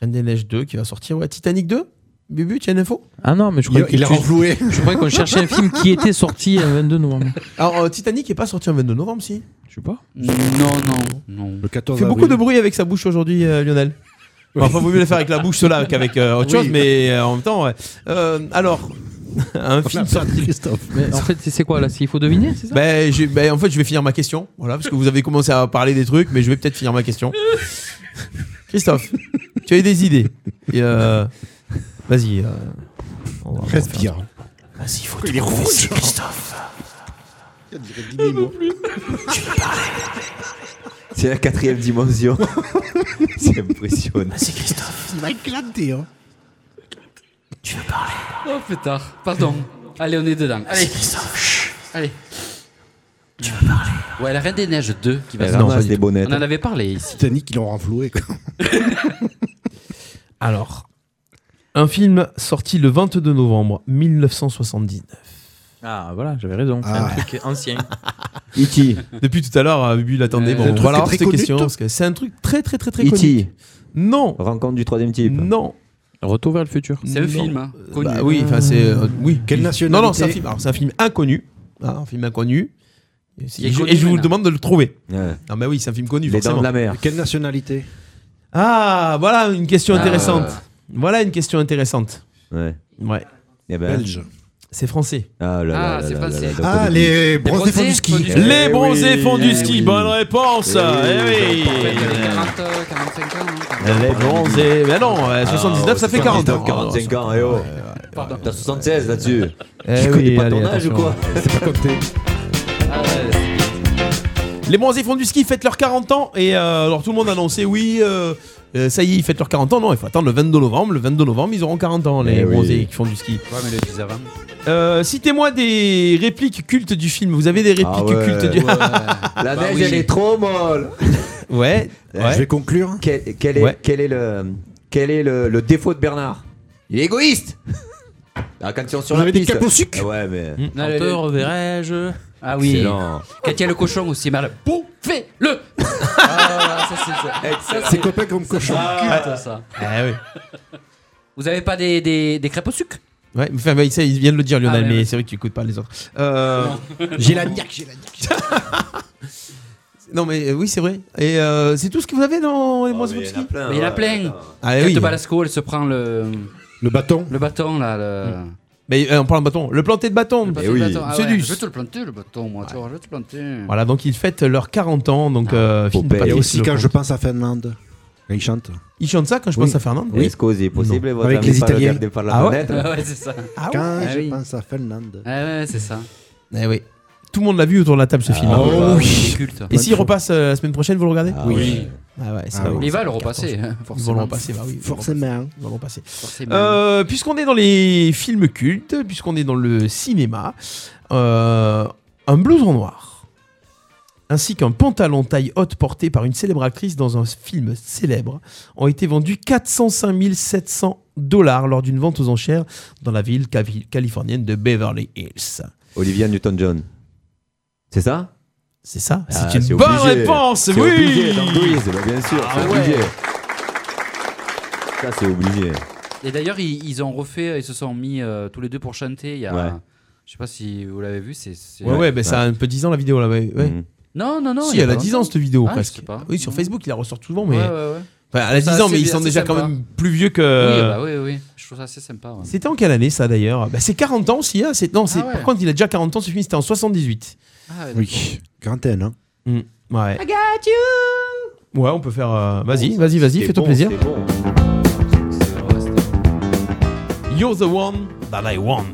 [SPEAKER 7] Reine des Neiges 2 qui va sortir. Ouais, Titanic 2 Bubu, tu as une info
[SPEAKER 12] Ah non, mais je croyais que tu- *laughs* Je croyais qu'on cherchait un film qui était sorti le 22 novembre.
[SPEAKER 7] Alors, euh, Titanic est pas sorti le 22 novembre, si
[SPEAKER 12] Je sais pas.
[SPEAKER 8] Non, non, non.
[SPEAKER 10] Le 14
[SPEAKER 7] Il fait
[SPEAKER 10] avril.
[SPEAKER 7] beaucoup de bruit avec sa bouche aujourd'hui, euh, Lionel. Bon, Enfin, vaut mieux le faire avec la bouche, cela, qu'avec euh, autre
[SPEAKER 12] Oui.
[SPEAKER 7] chose, mais euh, en même temps, ouais. Euh, alors, *laughs* un film
[SPEAKER 10] *laughs*
[SPEAKER 7] sorti.
[SPEAKER 12] Mais en fait, c'est- c'est quoi là S'il faut deviner, c'est ça
[SPEAKER 7] Ben, je- ben, en fait, je vais finir ma question. Voilà, parce que vous avez commencé à parler des trucs, mais je vais peut-être finir ma *laughs* question. Christophe, tu as des idées. Et, euh, Vas-y. euh, on va- on va faire
[SPEAKER 10] Respire.
[SPEAKER 7] ça. Vas-y, il faut
[SPEAKER 10] Il est
[SPEAKER 7] trouver,
[SPEAKER 10] rouge,
[SPEAKER 7] c'est Christophe.
[SPEAKER 11] C'est la quatrième dimension. *laughs* c'est
[SPEAKER 10] Ah,
[SPEAKER 11] impressionnant.
[SPEAKER 7] C'est Christophe.
[SPEAKER 10] Il va éclater, hein.
[SPEAKER 8] Oh putain, pardon. Allez, on est dedans. Allez, Allez. Tu veux parler Ouais, la Reine des Neiges 2 qui va
[SPEAKER 11] Eh,
[SPEAKER 8] sortir.
[SPEAKER 11] ramasse les bonnets.
[SPEAKER 8] On en avait parlé ici.
[SPEAKER 10] Titanic, ils l'ont renfloué. quoi.
[SPEAKER 7] Alors, un film sorti le 22 novembre 1979.
[SPEAKER 12] Ah voilà, j'avais raison. C'est un
[SPEAKER 7] Ah. E
[SPEAKER 12] truc ancien.
[SPEAKER 11] E.T.
[SPEAKER 7] *laughs* Depuis tout à l'heure, euh, Bubu l'attendait.
[SPEAKER 12] Euh,
[SPEAKER 7] Bon,
[SPEAKER 12] c'est un
[SPEAKER 7] on
[SPEAKER 12] truc
[SPEAKER 7] va avoir
[SPEAKER 12] très
[SPEAKER 7] cette
[SPEAKER 12] connu,
[SPEAKER 7] question.
[SPEAKER 12] toi
[SPEAKER 7] Parce que E c'est un truc très, très, très, très
[SPEAKER 11] E.T.
[SPEAKER 7] connu. Non.
[SPEAKER 11] Rencontre du troisième type.
[SPEAKER 7] Non.
[SPEAKER 12] Retour vers le futur.
[SPEAKER 8] C'est un
[SPEAKER 7] Non.
[SPEAKER 8] film, hein,
[SPEAKER 7] Euh,
[SPEAKER 8] connu.
[SPEAKER 7] bah oui, enfin c'est euh, oui.
[SPEAKER 10] Quelle
[SPEAKER 7] Non non, c'est un
[SPEAKER 10] nationalité
[SPEAKER 7] film. alors, c'est un film inconnu, hein, un film inconnu. Et, si-
[SPEAKER 10] Il est
[SPEAKER 7] et je-
[SPEAKER 10] connu
[SPEAKER 7] et je vous le
[SPEAKER 10] maintenant.
[SPEAKER 7] demande de le trouver.
[SPEAKER 11] Ouais.
[SPEAKER 7] Non mais oui, c'est un film connu.
[SPEAKER 11] Les Dents
[SPEAKER 7] forcément.
[SPEAKER 11] de la Mer.
[SPEAKER 10] Quelle nationalité
[SPEAKER 7] Ah voilà une question
[SPEAKER 11] Ah.
[SPEAKER 7] intéressante. Voilà une question intéressante.
[SPEAKER 11] Ouais.
[SPEAKER 7] Ouais.
[SPEAKER 11] Eh ben. Belge.
[SPEAKER 7] C'est français.
[SPEAKER 11] Ah là là
[SPEAKER 7] Ah,
[SPEAKER 11] là
[SPEAKER 7] c'est
[SPEAKER 11] là
[SPEAKER 7] facile.
[SPEAKER 11] là là,
[SPEAKER 7] Ah,
[SPEAKER 11] donc,
[SPEAKER 7] les
[SPEAKER 11] les
[SPEAKER 7] bronzés font du ski.
[SPEAKER 11] font
[SPEAKER 7] Les
[SPEAKER 11] Eh
[SPEAKER 7] bronzés
[SPEAKER 11] oui.
[SPEAKER 7] font du
[SPEAKER 11] Eh
[SPEAKER 7] ski.
[SPEAKER 11] oui.
[SPEAKER 7] Bonne réponse.
[SPEAKER 11] Eh
[SPEAKER 7] Eh oui.
[SPEAKER 11] Parfait.
[SPEAKER 8] Dans les 40, euh, 45 ans. hein.
[SPEAKER 7] Ah, Les bronzés. Mais non, euh, 79 ça fait 40.
[SPEAKER 11] 45 ans, eh oh. T'as 76 là-dessus.
[SPEAKER 7] Eh
[SPEAKER 11] tu
[SPEAKER 7] oui,
[SPEAKER 11] connais pas
[SPEAKER 7] allez,
[SPEAKER 11] ton âge ou quoi Ah,
[SPEAKER 7] C'est pas compté. Les bronzés font du ski, fêtent leurs 40 ans. Et euh, alors tout le monde a annoncé oui, euh, euh, ça y est, ils fêtent leurs 40 ans. Non, il faut attendre le 22 novembre. Le 22 novembre, ils auront 40 ans, les
[SPEAKER 11] Eh oui.
[SPEAKER 7] bronzés qui font du ski.
[SPEAKER 8] Ouais, mais le 10 avant.
[SPEAKER 7] Euh, Citez-moi des répliques cultes du film. Vous avez des répliques
[SPEAKER 11] Ah ouais.
[SPEAKER 7] cultes du *laughs* Bah
[SPEAKER 11] Ouais. La neige, elle est trop molle.
[SPEAKER 7] Ouais.
[SPEAKER 10] Euh, Je vais conclure.
[SPEAKER 11] Quel, quel est,
[SPEAKER 10] Ouais.
[SPEAKER 11] quel est le, quel est le, le défaut de Bernard Il est égoïste. Ah, quand ils sont sur
[SPEAKER 10] Vous
[SPEAKER 11] la
[SPEAKER 10] avez des
[SPEAKER 11] piste.
[SPEAKER 10] capes au sucre
[SPEAKER 11] Ah ouais, mais.
[SPEAKER 7] Hmm.
[SPEAKER 8] Allez,
[SPEAKER 12] Retour verrai-je.
[SPEAKER 8] Ah oui.
[SPEAKER 11] Excellent.
[SPEAKER 8] Quand il y a le cochon aussi mal. Bouffez-le Ah, ça, c'est- ça,
[SPEAKER 10] C'est copain comme
[SPEAKER 8] ça,
[SPEAKER 10] cochon.
[SPEAKER 8] C'est un culte, ça.
[SPEAKER 7] Ah oui.
[SPEAKER 8] Vous avez pas des, des, des crêpes au sucre
[SPEAKER 7] Ouais, enfin, bah, ça, il vient de le dire, Lionel,
[SPEAKER 8] Ah, ouais,
[SPEAKER 7] mais
[SPEAKER 8] ouais.
[SPEAKER 7] c'est vrai que tu écoutes pas les autres. Euh,
[SPEAKER 8] Non.
[SPEAKER 7] j'ai la niaque, j'ai la niaque. non, mais euh, oui, c'est vrai. Et euh, c'est tout ce que vous avez dans les
[SPEAKER 11] Oh,
[SPEAKER 7] mois de ski
[SPEAKER 8] Mais il y en a plein.
[SPEAKER 7] Ah,
[SPEAKER 8] Kate
[SPEAKER 7] oui.
[SPEAKER 8] Balasco, elle se prend le.
[SPEAKER 10] Le bâton
[SPEAKER 8] Le bâton, là. Le...
[SPEAKER 7] Mais euh, on parle de bâton. Le planté de bâton.
[SPEAKER 8] Le bâton. Ah
[SPEAKER 7] C'est
[SPEAKER 8] ouais,
[SPEAKER 7] du.
[SPEAKER 8] Je vais te le planter, le bâton, moi. Tu vois, je vais te le planter.
[SPEAKER 7] Voilà, donc ils fêtent leurs 40 ans. Donc,
[SPEAKER 8] Ah.
[SPEAKER 7] euh, film de
[SPEAKER 10] Et
[SPEAKER 7] Patrice
[SPEAKER 10] aussi quand
[SPEAKER 7] Lecomte.
[SPEAKER 10] je pense à Finlande. Il chante.
[SPEAKER 7] Ils chantent ça quand je
[SPEAKER 10] Oui.
[SPEAKER 7] pense à Fernande
[SPEAKER 10] Oui.
[SPEAKER 11] Est-ce qu'osé possible
[SPEAKER 10] Non.
[SPEAKER 11] votre
[SPEAKER 10] Avec
[SPEAKER 11] ami
[SPEAKER 10] les
[SPEAKER 11] par le
[SPEAKER 10] Italiens.
[SPEAKER 11] garde par la
[SPEAKER 7] Ah ouais
[SPEAKER 11] fenêtre
[SPEAKER 8] *laughs* Ouais, c'est ça.
[SPEAKER 7] Ah
[SPEAKER 10] Quand
[SPEAKER 8] ouais.
[SPEAKER 10] je
[SPEAKER 8] oui.
[SPEAKER 10] pense à Finlande.
[SPEAKER 8] Ah ouais, c'est ça.
[SPEAKER 7] Eh oui. Tout le monde l'a vu autour de la table ce film. hein.
[SPEAKER 8] oui, bah, oui, c'est culte.
[SPEAKER 7] Et s'il repasse euh, la semaine prochaine, vous le regardez
[SPEAKER 8] Ah Oui. oui.
[SPEAKER 7] Ah ouais, c'est
[SPEAKER 8] Ah
[SPEAKER 7] pas
[SPEAKER 8] oui.
[SPEAKER 7] bon,
[SPEAKER 8] Mais il va
[SPEAKER 7] c'est
[SPEAKER 8] le
[SPEAKER 7] un carton,
[SPEAKER 8] repasser,
[SPEAKER 7] ça.
[SPEAKER 8] hein,
[SPEAKER 7] Ils vont
[SPEAKER 8] forcément.
[SPEAKER 7] le repasser, bah oui. ils vont le repasser.
[SPEAKER 10] Forcément.
[SPEAKER 7] Ils vont le repasser.
[SPEAKER 8] Forcément.
[SPEAKER 7] Euh, Puisqu'on est dans les films cultes, puisqu'on est dans le cinéma, euh, un blouson noir. Un ainsi qu'un pantalon taille haute porté par une célèbre actrice dans un film célèbre ont été vendus 405 700 dollars lors d'une vente aux enchères dans la ville cavi- californienne de Beverly Hills.
[SPEAKER 11] Olivia Newton-John. C'est ça
[SPEAKER 7] C'est ça.
[SPEAKER 11] Ah,
[SPEAKER 7] c'est une bonne
[SPEAKER 11] obligé.
[SPEAKER 7] réponse,
[SPEAKER 11] C'est
[SPEAKER 7] oui
[SPEAKER 11] obligé dans le quiz, bah, bien sûr,
[SPEAKER 7] Ah
[SPEAKER 11] c'est
[SPEAKER 7] ouais.
[SPEAKER 11] obligé. Ça, c'est obligé.
[SPEAKER 8] Et d'ailleurs, ils, ils ont refait, ils se sont mis euh, tous les deux pour chanter. Il y a,
[SPEAKER 11] Ouais.
[SPEAKER 8] Je sais pas si vous l'avez vu. C'est, c'est-
[SPEAKER 7] Ouais, ouais, ben ça a un peu 10 ans la vidéo là. Ouais. ouais.
[SPEAKER 8] Non, non, non,
[SPEAKER 7] Si,
[SPEAKER 8] il y a
[SPEAKER 7] elle a
[SPEAKER 8] pas
[SPEAKER 7] 10 ans
[SPEAKER 8] longtemps.
[SPEAKER 7] cette vidéo
[SPEAKER 8] Ah, je
[SPEAKER 7] presque.
[SPEAKER 8] sais pas.
[SPEAKER 7] Oui, sur Facebook, il la ressort souvent, mais.
[SPEAKER 8] Ouais, ouais, ouais.
[SPEAKER 7] Enfin, elle a
[SPEAKER 8] Ça,
[SPEAKER 7] 10 ans,
[SPEAKER 8] c'est
[SPEAKER 7] mais ils
[SPEAKER 8] bien,
[SPEAKER 7] sont
[SPEAKER 8] c'est
[SPEAKER 7] déjà quand
[SPEAKER 8] sympa.
[SPEAKER 7] même plus vieux que.
[SPEAKER 11] euh,
[SPEAKER 8] Oui, bah oui, oui. Je trouve ça assez sympa. ouais.
[SPEAKER 7] C'était en quelle année ça d'ailleurs bah, C'est 40 ans aussi. Hein c'est... Non, c'est...
[SPEAKER 12] Ah
[SPEAKER 8] ouais.
[SPEAKER 7] Par contre, il a déjà 40 ans, ce film c'était en 78.
[SPEAKER 8] Ah, ouais,
[SPEAKER 6] Oui, quarantaine. Hein.
[SPEAKER 7] Hum, Ouais.
[SPEAKER 12] Ah.
[SPEAKER 23] I got you.
[SPEAKER 7] ouais, on peut faire. euh, Vas-y, vas-y, vas-y, fais-toi plaisir. You're the one that I want.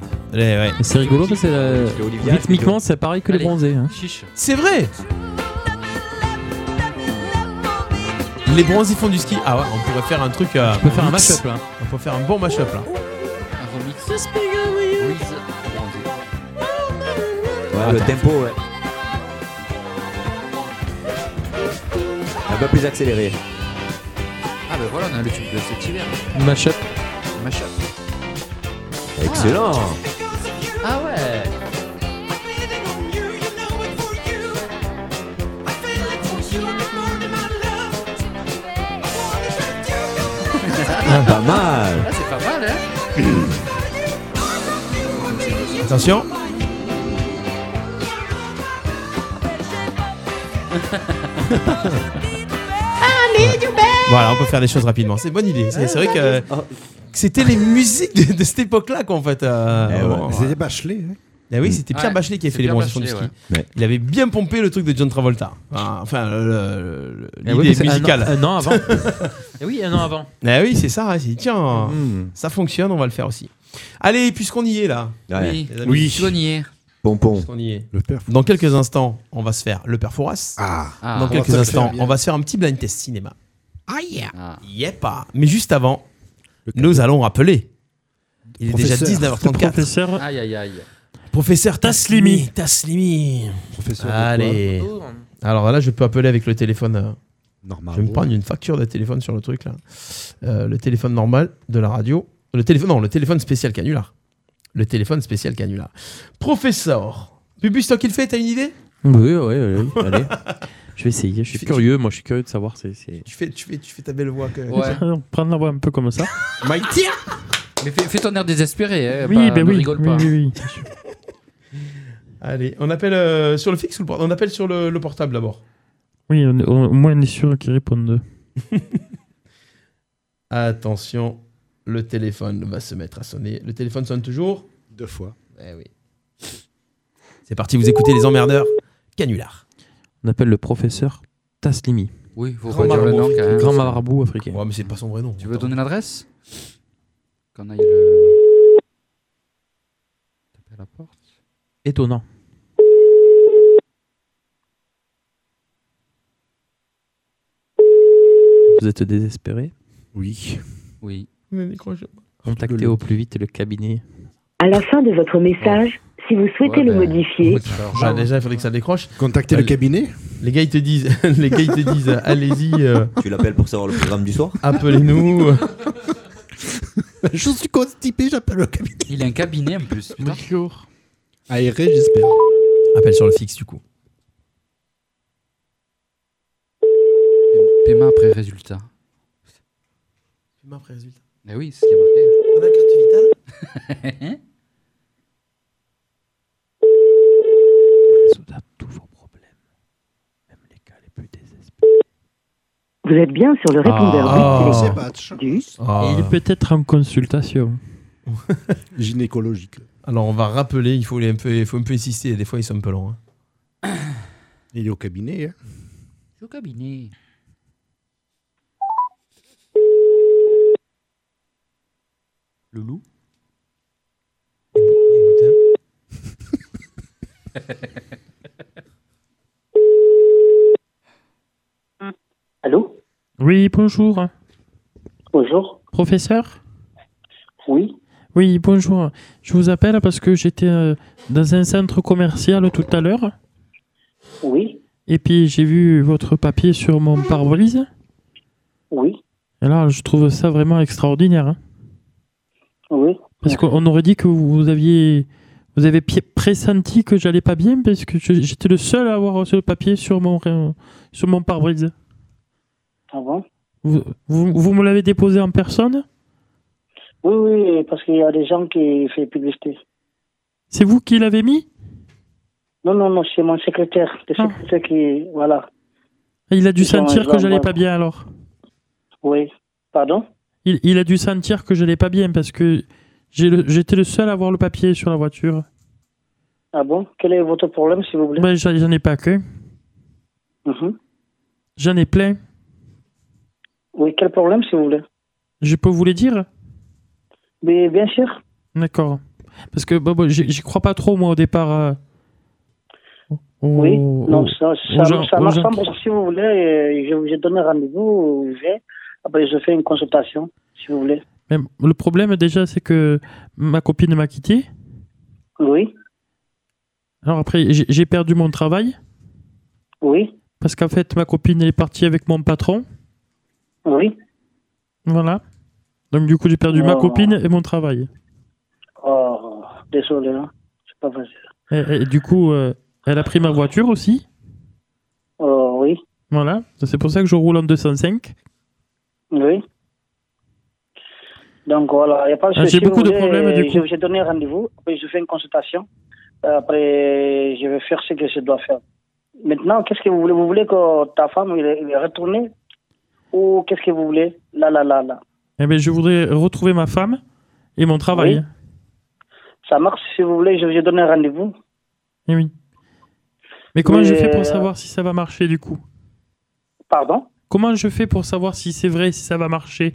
[SPEAKER 12] C'est rigolo parce que euh,
[SPEAKER 7] Olivia,
[SPEAKER 12] rythmiquement c'est pareil que les
[SPEAKER 7] Allez,
[SPEAKER 12] bronzés. hein.
[SPEAKER 7] C'est vrai Les bronzés font du ski. Ah ouais, on pourrait faire un truc. euh,
[SPEAKER 12] On peut faire un
[SPEAKER 7] mix.
[SPEAKER 12] mashup, là.
[SPEAKER 7] On peut faire un bon mashup là.
[SPEAKER 8] Un remix.
[SPEAKER 11] Ouais, le tempo, ouais. Un peu plus accéléré.
[SPEAKER 8] Ah, bah voilà, on a le tube de cet hiver.
[SPEAKER 12] Mashup.
[SPEAKER 8] Mashup.
[SPEAKER 11] Excellent.
[SPEAKER 8] Ah ouais
[SPEAKER 11] Ah, pas mal.
[SPEAKER 8] Ah, c'est pas mal,
[SPEAKER 11] *coughs*
[SPEAKER 8] hein
[SPEAKER 7] Attention.
[SPEAKER 12] *laughs*
[SPEAKER 7] Voilà, on peut faire des choses rapidement. C'est une bonne idée. C'est, c'est vrai que que c'était les musiques de, de cette époque-là, quoi, en fait. euh,
[SPEAKER 6] Eh ouais,
[SPEAKER 7] vraiment, ouais.
[SPEAKER 6] mais c'était Bachelet. hein.
[SPEAKER 7] Eh oui, c'était Pierre
[SPEAKER 6] Ouais,
[SPEAKER 7] Bachelet qui a
[SPEAKER 6] c'est
[SPEAKER 7] fait les
[SPEAKER 6] Pierre
[SPEAKER 7] bronzés font du ski.
[SPEAKER 6] Bachelet, ouais. Ouais.
[SPEAKER 7] Il avait bien pompé le truc de John Travolta. Enfin, le- le- le-
[SPEAKER 12] Eh oui, mais
[SPEAKER 7] l'idée
[SPEAKER 12] c'est un an-
[SPEAKER 7] musicale.
[SPEAKER 12] un an
[SPEAKER 7] *laughs*
[SPEAKER 6] *laughs*
[SPEAKER 12] avant. Eh oui, un an avant.
[SPEAKER 7] Eh oui, c'est ça. hein, c'est- tiens, ça fonctionne, on va le faire aussi. Allez, puisqu'on y est là.
[SPEAKER 11] Ouais.
[SPEAKER 7] les amis,
[SPEAKER 11] Oui.
[SPEAKER 7] puisqu'on y est.
[SPEAKER 11] Pompon.
[SPEAKER 7] Puisqu'on y est.
[SPEAKER 6] Le père.
[SPEAKER 7] Dans quelques instants, on va se faire le perforas.
[SPEAKER 6] Ah.
[SPEAKER 7] Dans
[SPEAKER 6] On
[SPEAKER 7] quelques
[SPEAKER 6] va se faire
[SPEAKER 7] instants,
[SPEAKER 6] bien.
[SPEAKER 7] on va se faire un petit blind test cinéma. Ah yeah. Yep. ah. Mais juste avant, nous allons rappeler. Il est déjà
[SPEAKER 6] Professeur.
[SPEAKER 7] 19h34.
[SPEAKER 6] Professeur.
[SPEAKER 8] Aïe, aïe, aïe.
[SPEAKER 7] Professeur Taslimi.
[SPEAKER 6] Taslimi.
[SPEAKER 7] Taslimi.
[SPEAKER 6] Professeur de quoi
[SPEAKER 7] Ah, Allez.
[SPEAKER 6] Bonjour.
[SPEAKER 7] Alors là, je peux appeler avec le téléphone. euh,
[SPEAKER 6] Normal.
[SPEAKER 7] Je vais me prendre une facture de téléphone sur le truc là. Euh, le téléphone normal de la radio. Le téléphone, non, le téléphone spécial canular. Le téléphone spécial canular. Professeur. Bubus, toi qui le fais, t'as une idée
[SPEAKER 12] Oui, oui, oui. oui. Allez. Je vais essayer. Je suis curieux. Moi, je suis curieux de savoir. C'est. c'est-
[SPEAKER 7] tu fais, tu, fais, tu fais ta belle voix. Que...
[SPEAKER 12] Prendre la voix un peu comme ça.
[SPEAKER 7] Mike, tiens
[SPEAKER 8] Mais fais, fais ton air désespéré, hein,
[SPEAKER 12] Oui,
[SPEAKER 8] pas-
[SPEAKER 12] ben
[SPEAKER 8] ne
[SPEAKER 12] oui,
[SPEAKER 8] rigole
[SPEAKER 12] oui,
[SPEAKER 8] pas.
[SPEAKER 12] oui,
[SPEAKER 7] *laughs* Allez, on appelle euh, sur le fixe ou le portable On appelle sur le, le portable d'abord.
[SPEAKER 17] Oui, on- on- au moins on est sûr qu'ils répondent.
[SPEAKER 7] Attention, le téléphone va se mettre à sonner. Le téléphone sonne toujours
[SPEAKER 6] Deux fois.
[SPEAKER 7] Eh oui. C'est parti, vous écoutez les emmerdeurs. Canular.
[SPEAKER 12] On appelle le professeur Taslimi.
[SPEAKER 8] Oui, faut
[SPEAKER 7] Grand
[SPEAKER 8] pas dire le nom
[SPEAKER 7] marabout.
[SPEAKER 8] quand même.
[SPEAKER 12] Grand marabout africain.
[SPEAKER 7] Ouais, mais c'est pas son vrai nom.
[SPEAKER 8] Tu veux donner l'adresse Qu'on aille le. Taper à la porte.
[SPEAKER 12] Étonnant. Vous êtes désespéré
[SPEAKER 6] Oui.
[SPEAKER 8] Oui.
[SPEAKER 12] Contactez au plus vite le cabinet.
[SPEAKER 3] À la fin de votre message, si vous souhaitez
[SPEAKER 7] ben,
[SPEAKER 3] le modifier,
[SPEAKER 7] Ah, déjà, il faudrait que ça décroche. Euh,
[SPEAKER 6] Contacter le cabinet
[SPEAKER 7] Les gars, ils te disent, *laughs* les gars, ils te disent euh, allez-y, euh,
[SPEAKER 11] Tu l'appelles pour savoir le programme du soir *laughs*
[SPEAKER 7] appelez-nous.
[SPEAKER 6] Je suis constipé, j'appelle le cabinet.
[SPEAKER 8] Il a un cabinet en plus. putain.
[SPEAKER 6] Aéré, j'espère.
[SPEAKER 7] Appel sur le fixe, du coup.
[SPEAKER 8] Paiement après résultat.
[SPEAKER 7] Paiement après résultat.
[SPEAKER 8] Eh oui, c'est ce qui est
[SPEAKER 7] On a la carte vitale
[SPEAKER 8] marqué.
[SPEAKER 3] vous êtes bien sur le
[SPEAKER 17] Ah.
[SPEAKER 3] répondeur
[SPEAKER 17] C'est
[SPEAKER 6] patch.
[SPEAKER 3] du
[SPEAKER 7] Ah.
[SPEAKER 17] Il est peut-être en consultation.
[SPEAKER 6] Gynécologique.
[SPEAKER 7] Alors, on va rappeler, il faut, les un peu, il faut un peu insister, des fois, ils sont un peu lents. hein.
[SPEAKER 6] Il est au cabinet. hein.
[SPEAKER 8] C'est au cabinet. Le loup
[SPEAKER 17] Allô Oui, bonjour.
[SPEAKER 24] Bonjour.
[SPEAKER 17] Professeur
[SPEAKER 24] Oui.
[SPEAKER 17] Oui, bonjour. Je vous appelle parce que j'étais euh, dans un centre commercial tout à l'heure.
[SPEAKER 24] Oui.
[SPEAKER 17] Et puis j'ai vu votre papier sur mon pare-brise.
[SPEAKER 24] Oui,
[SPEAKER 17] Et là, je trouve ça vraiment extraordinaire. hein.
[SPEAKER 24] oui.
[SPEAKER 17] Parce qu'on aurait dit que vous aviez, vous avez pi- pressenti que j'allais pas bien, parce que je- j'étais le seul à avoir ce papier sur mon, ré- sur mon pare-brise.
[SPEAKER 24] Ah bon
[SPEAKER 17] Vous, vous, vous me l'avez déposé en personne
[SPEAKER 24] Oui, oui, parce qu'il y a des gens qui font publicité.
[SPEAKER 17] C'est vous qui l'avez mis Ah.
[SPEAKER 24] Non, non, non, c'est mon secrétaire. Le secrétaire qui. Voilà.
[SPEAKER 17] Et Il a dû
[SPEAKER 24] Ils sont-
[SPEAKER 17] sentir
[SPEAKER 24] ils ont
[SPEAKER 17] que j'allais
[SPEAKER 24] un-
[SPEAKER 17] pas bien alors.
[SPEAKER 24] Oui. Pardon
[SPEAKER 17] Il, il a dû sentir que j'allais pas bien parce que j'ai le- j'étais le seul à avoir le papier sur la voiture.
[SPEAKER 24] Ah bon Quel est votre problème, s'il vous plaît
[SPEAKER 17] Ben, j'en j'en ai pas que.
[SPEAKER 24] Mhm.
[SPEAKER 17] J'en ai plein.
[SPEAKER 24] Oui, quel problème, s'il vous plaît
[SPEAKER 17] Je peux vous les dire
[SPEAKER 24] Mais bien sûr.
[SPEAKER 17] D'accord. Parce que bah, bah, j'y j'y crois pas trop, moi, au départ. euh, au-
[SPEAKER 24] Oui,
[SPEAKER 17] au-
[SPEAKER 24] non, ça,
[SPEAKER 17] aux
[SPEAKER 24] ça,
[SPEAKER 17] gens-
[SPEAKER 24] ça
[SPEAKER 17] aux
[SPEAKER 24] marche
[SPEAKER 17] gens
[SPEAKER 24] pas.
[SPEAKER 17] qui-
[SPEAKER 24] Si vous voulez, euh, je vous ai donné rendez-vous, euh, je vais. Après, je fais une consultation, si vous voulez.
[SPEAKER 17] Mais le problème, déjà, c'est que ma copine m'a quitté.
[SPEAKER 24] Oui,
[SPEAKER 17] Alors après, j'ai j'ai perdu mon travail.
[SPEAKER 24] Oui.
[SPEAKER 17] Parce qu'en fait, ma copine elle est partie avec mon patron.
[SPEAKER 24] oui.
[SPEAKER 17] Voilà. Donc du coup, j'ai perdu ma
[SPEAKER 24] Oh.
[SPEAKER 17] copine et mon travail.
[SPEAKER 24] Oh, désolé, hein. c'est pas facile.
[SPEAKER 17] Et, et du coup, euh, elle a pris ma voiture aussi.
[SPEAKER 24] Oh, oui,
[SPEAKER 17] Voilà. C'est pour ça que je roule en 205.
[SPEAKER 24] oui. Donc voilà, il n'y a pas de
[SPEAKER 17] Ah,
[SPEAKER 24] souci,
[SPEAKER 17] j'ai
[SPEAKER 24] si vous
[SPEAKER 17] beaucoup de
[SPEAKER 24] voulez,
[SPEAKER 17] problèmes, du
[SPEAKER 24] Je
[SPEAKER 17] coup.
[SPEAKER 24] vous ai donné rendez-vous, après, je fais une consultation. Euh, Après, je vais faire ce que je dois faire. Maintenant, qu'est-ce que vous voulez Vous voulez que ta femme il est, il est retournée Ou qu'est-ce que vous voulez Là, là, là, là.
[SPEAKER 17] Eh bien, je voudrais retrouver ma femme et mon travail.
[SPEAKER 24] Ça marche, si vous voulez, je vous ai donné rendez-vous.
[SPEAKER 17] Eh oui. Mais comment je
[SPEAKER 24] Mais,
[SPEAKER 17] fais pour
[SPEAKER 24] euh,
[SPEAKER 17] savoir si ça va marcher du coup
[SPEAKER 24] Pardon
[SPEAKER 17] Comment je fais pour savoir si c'est vrai, si ça va marcher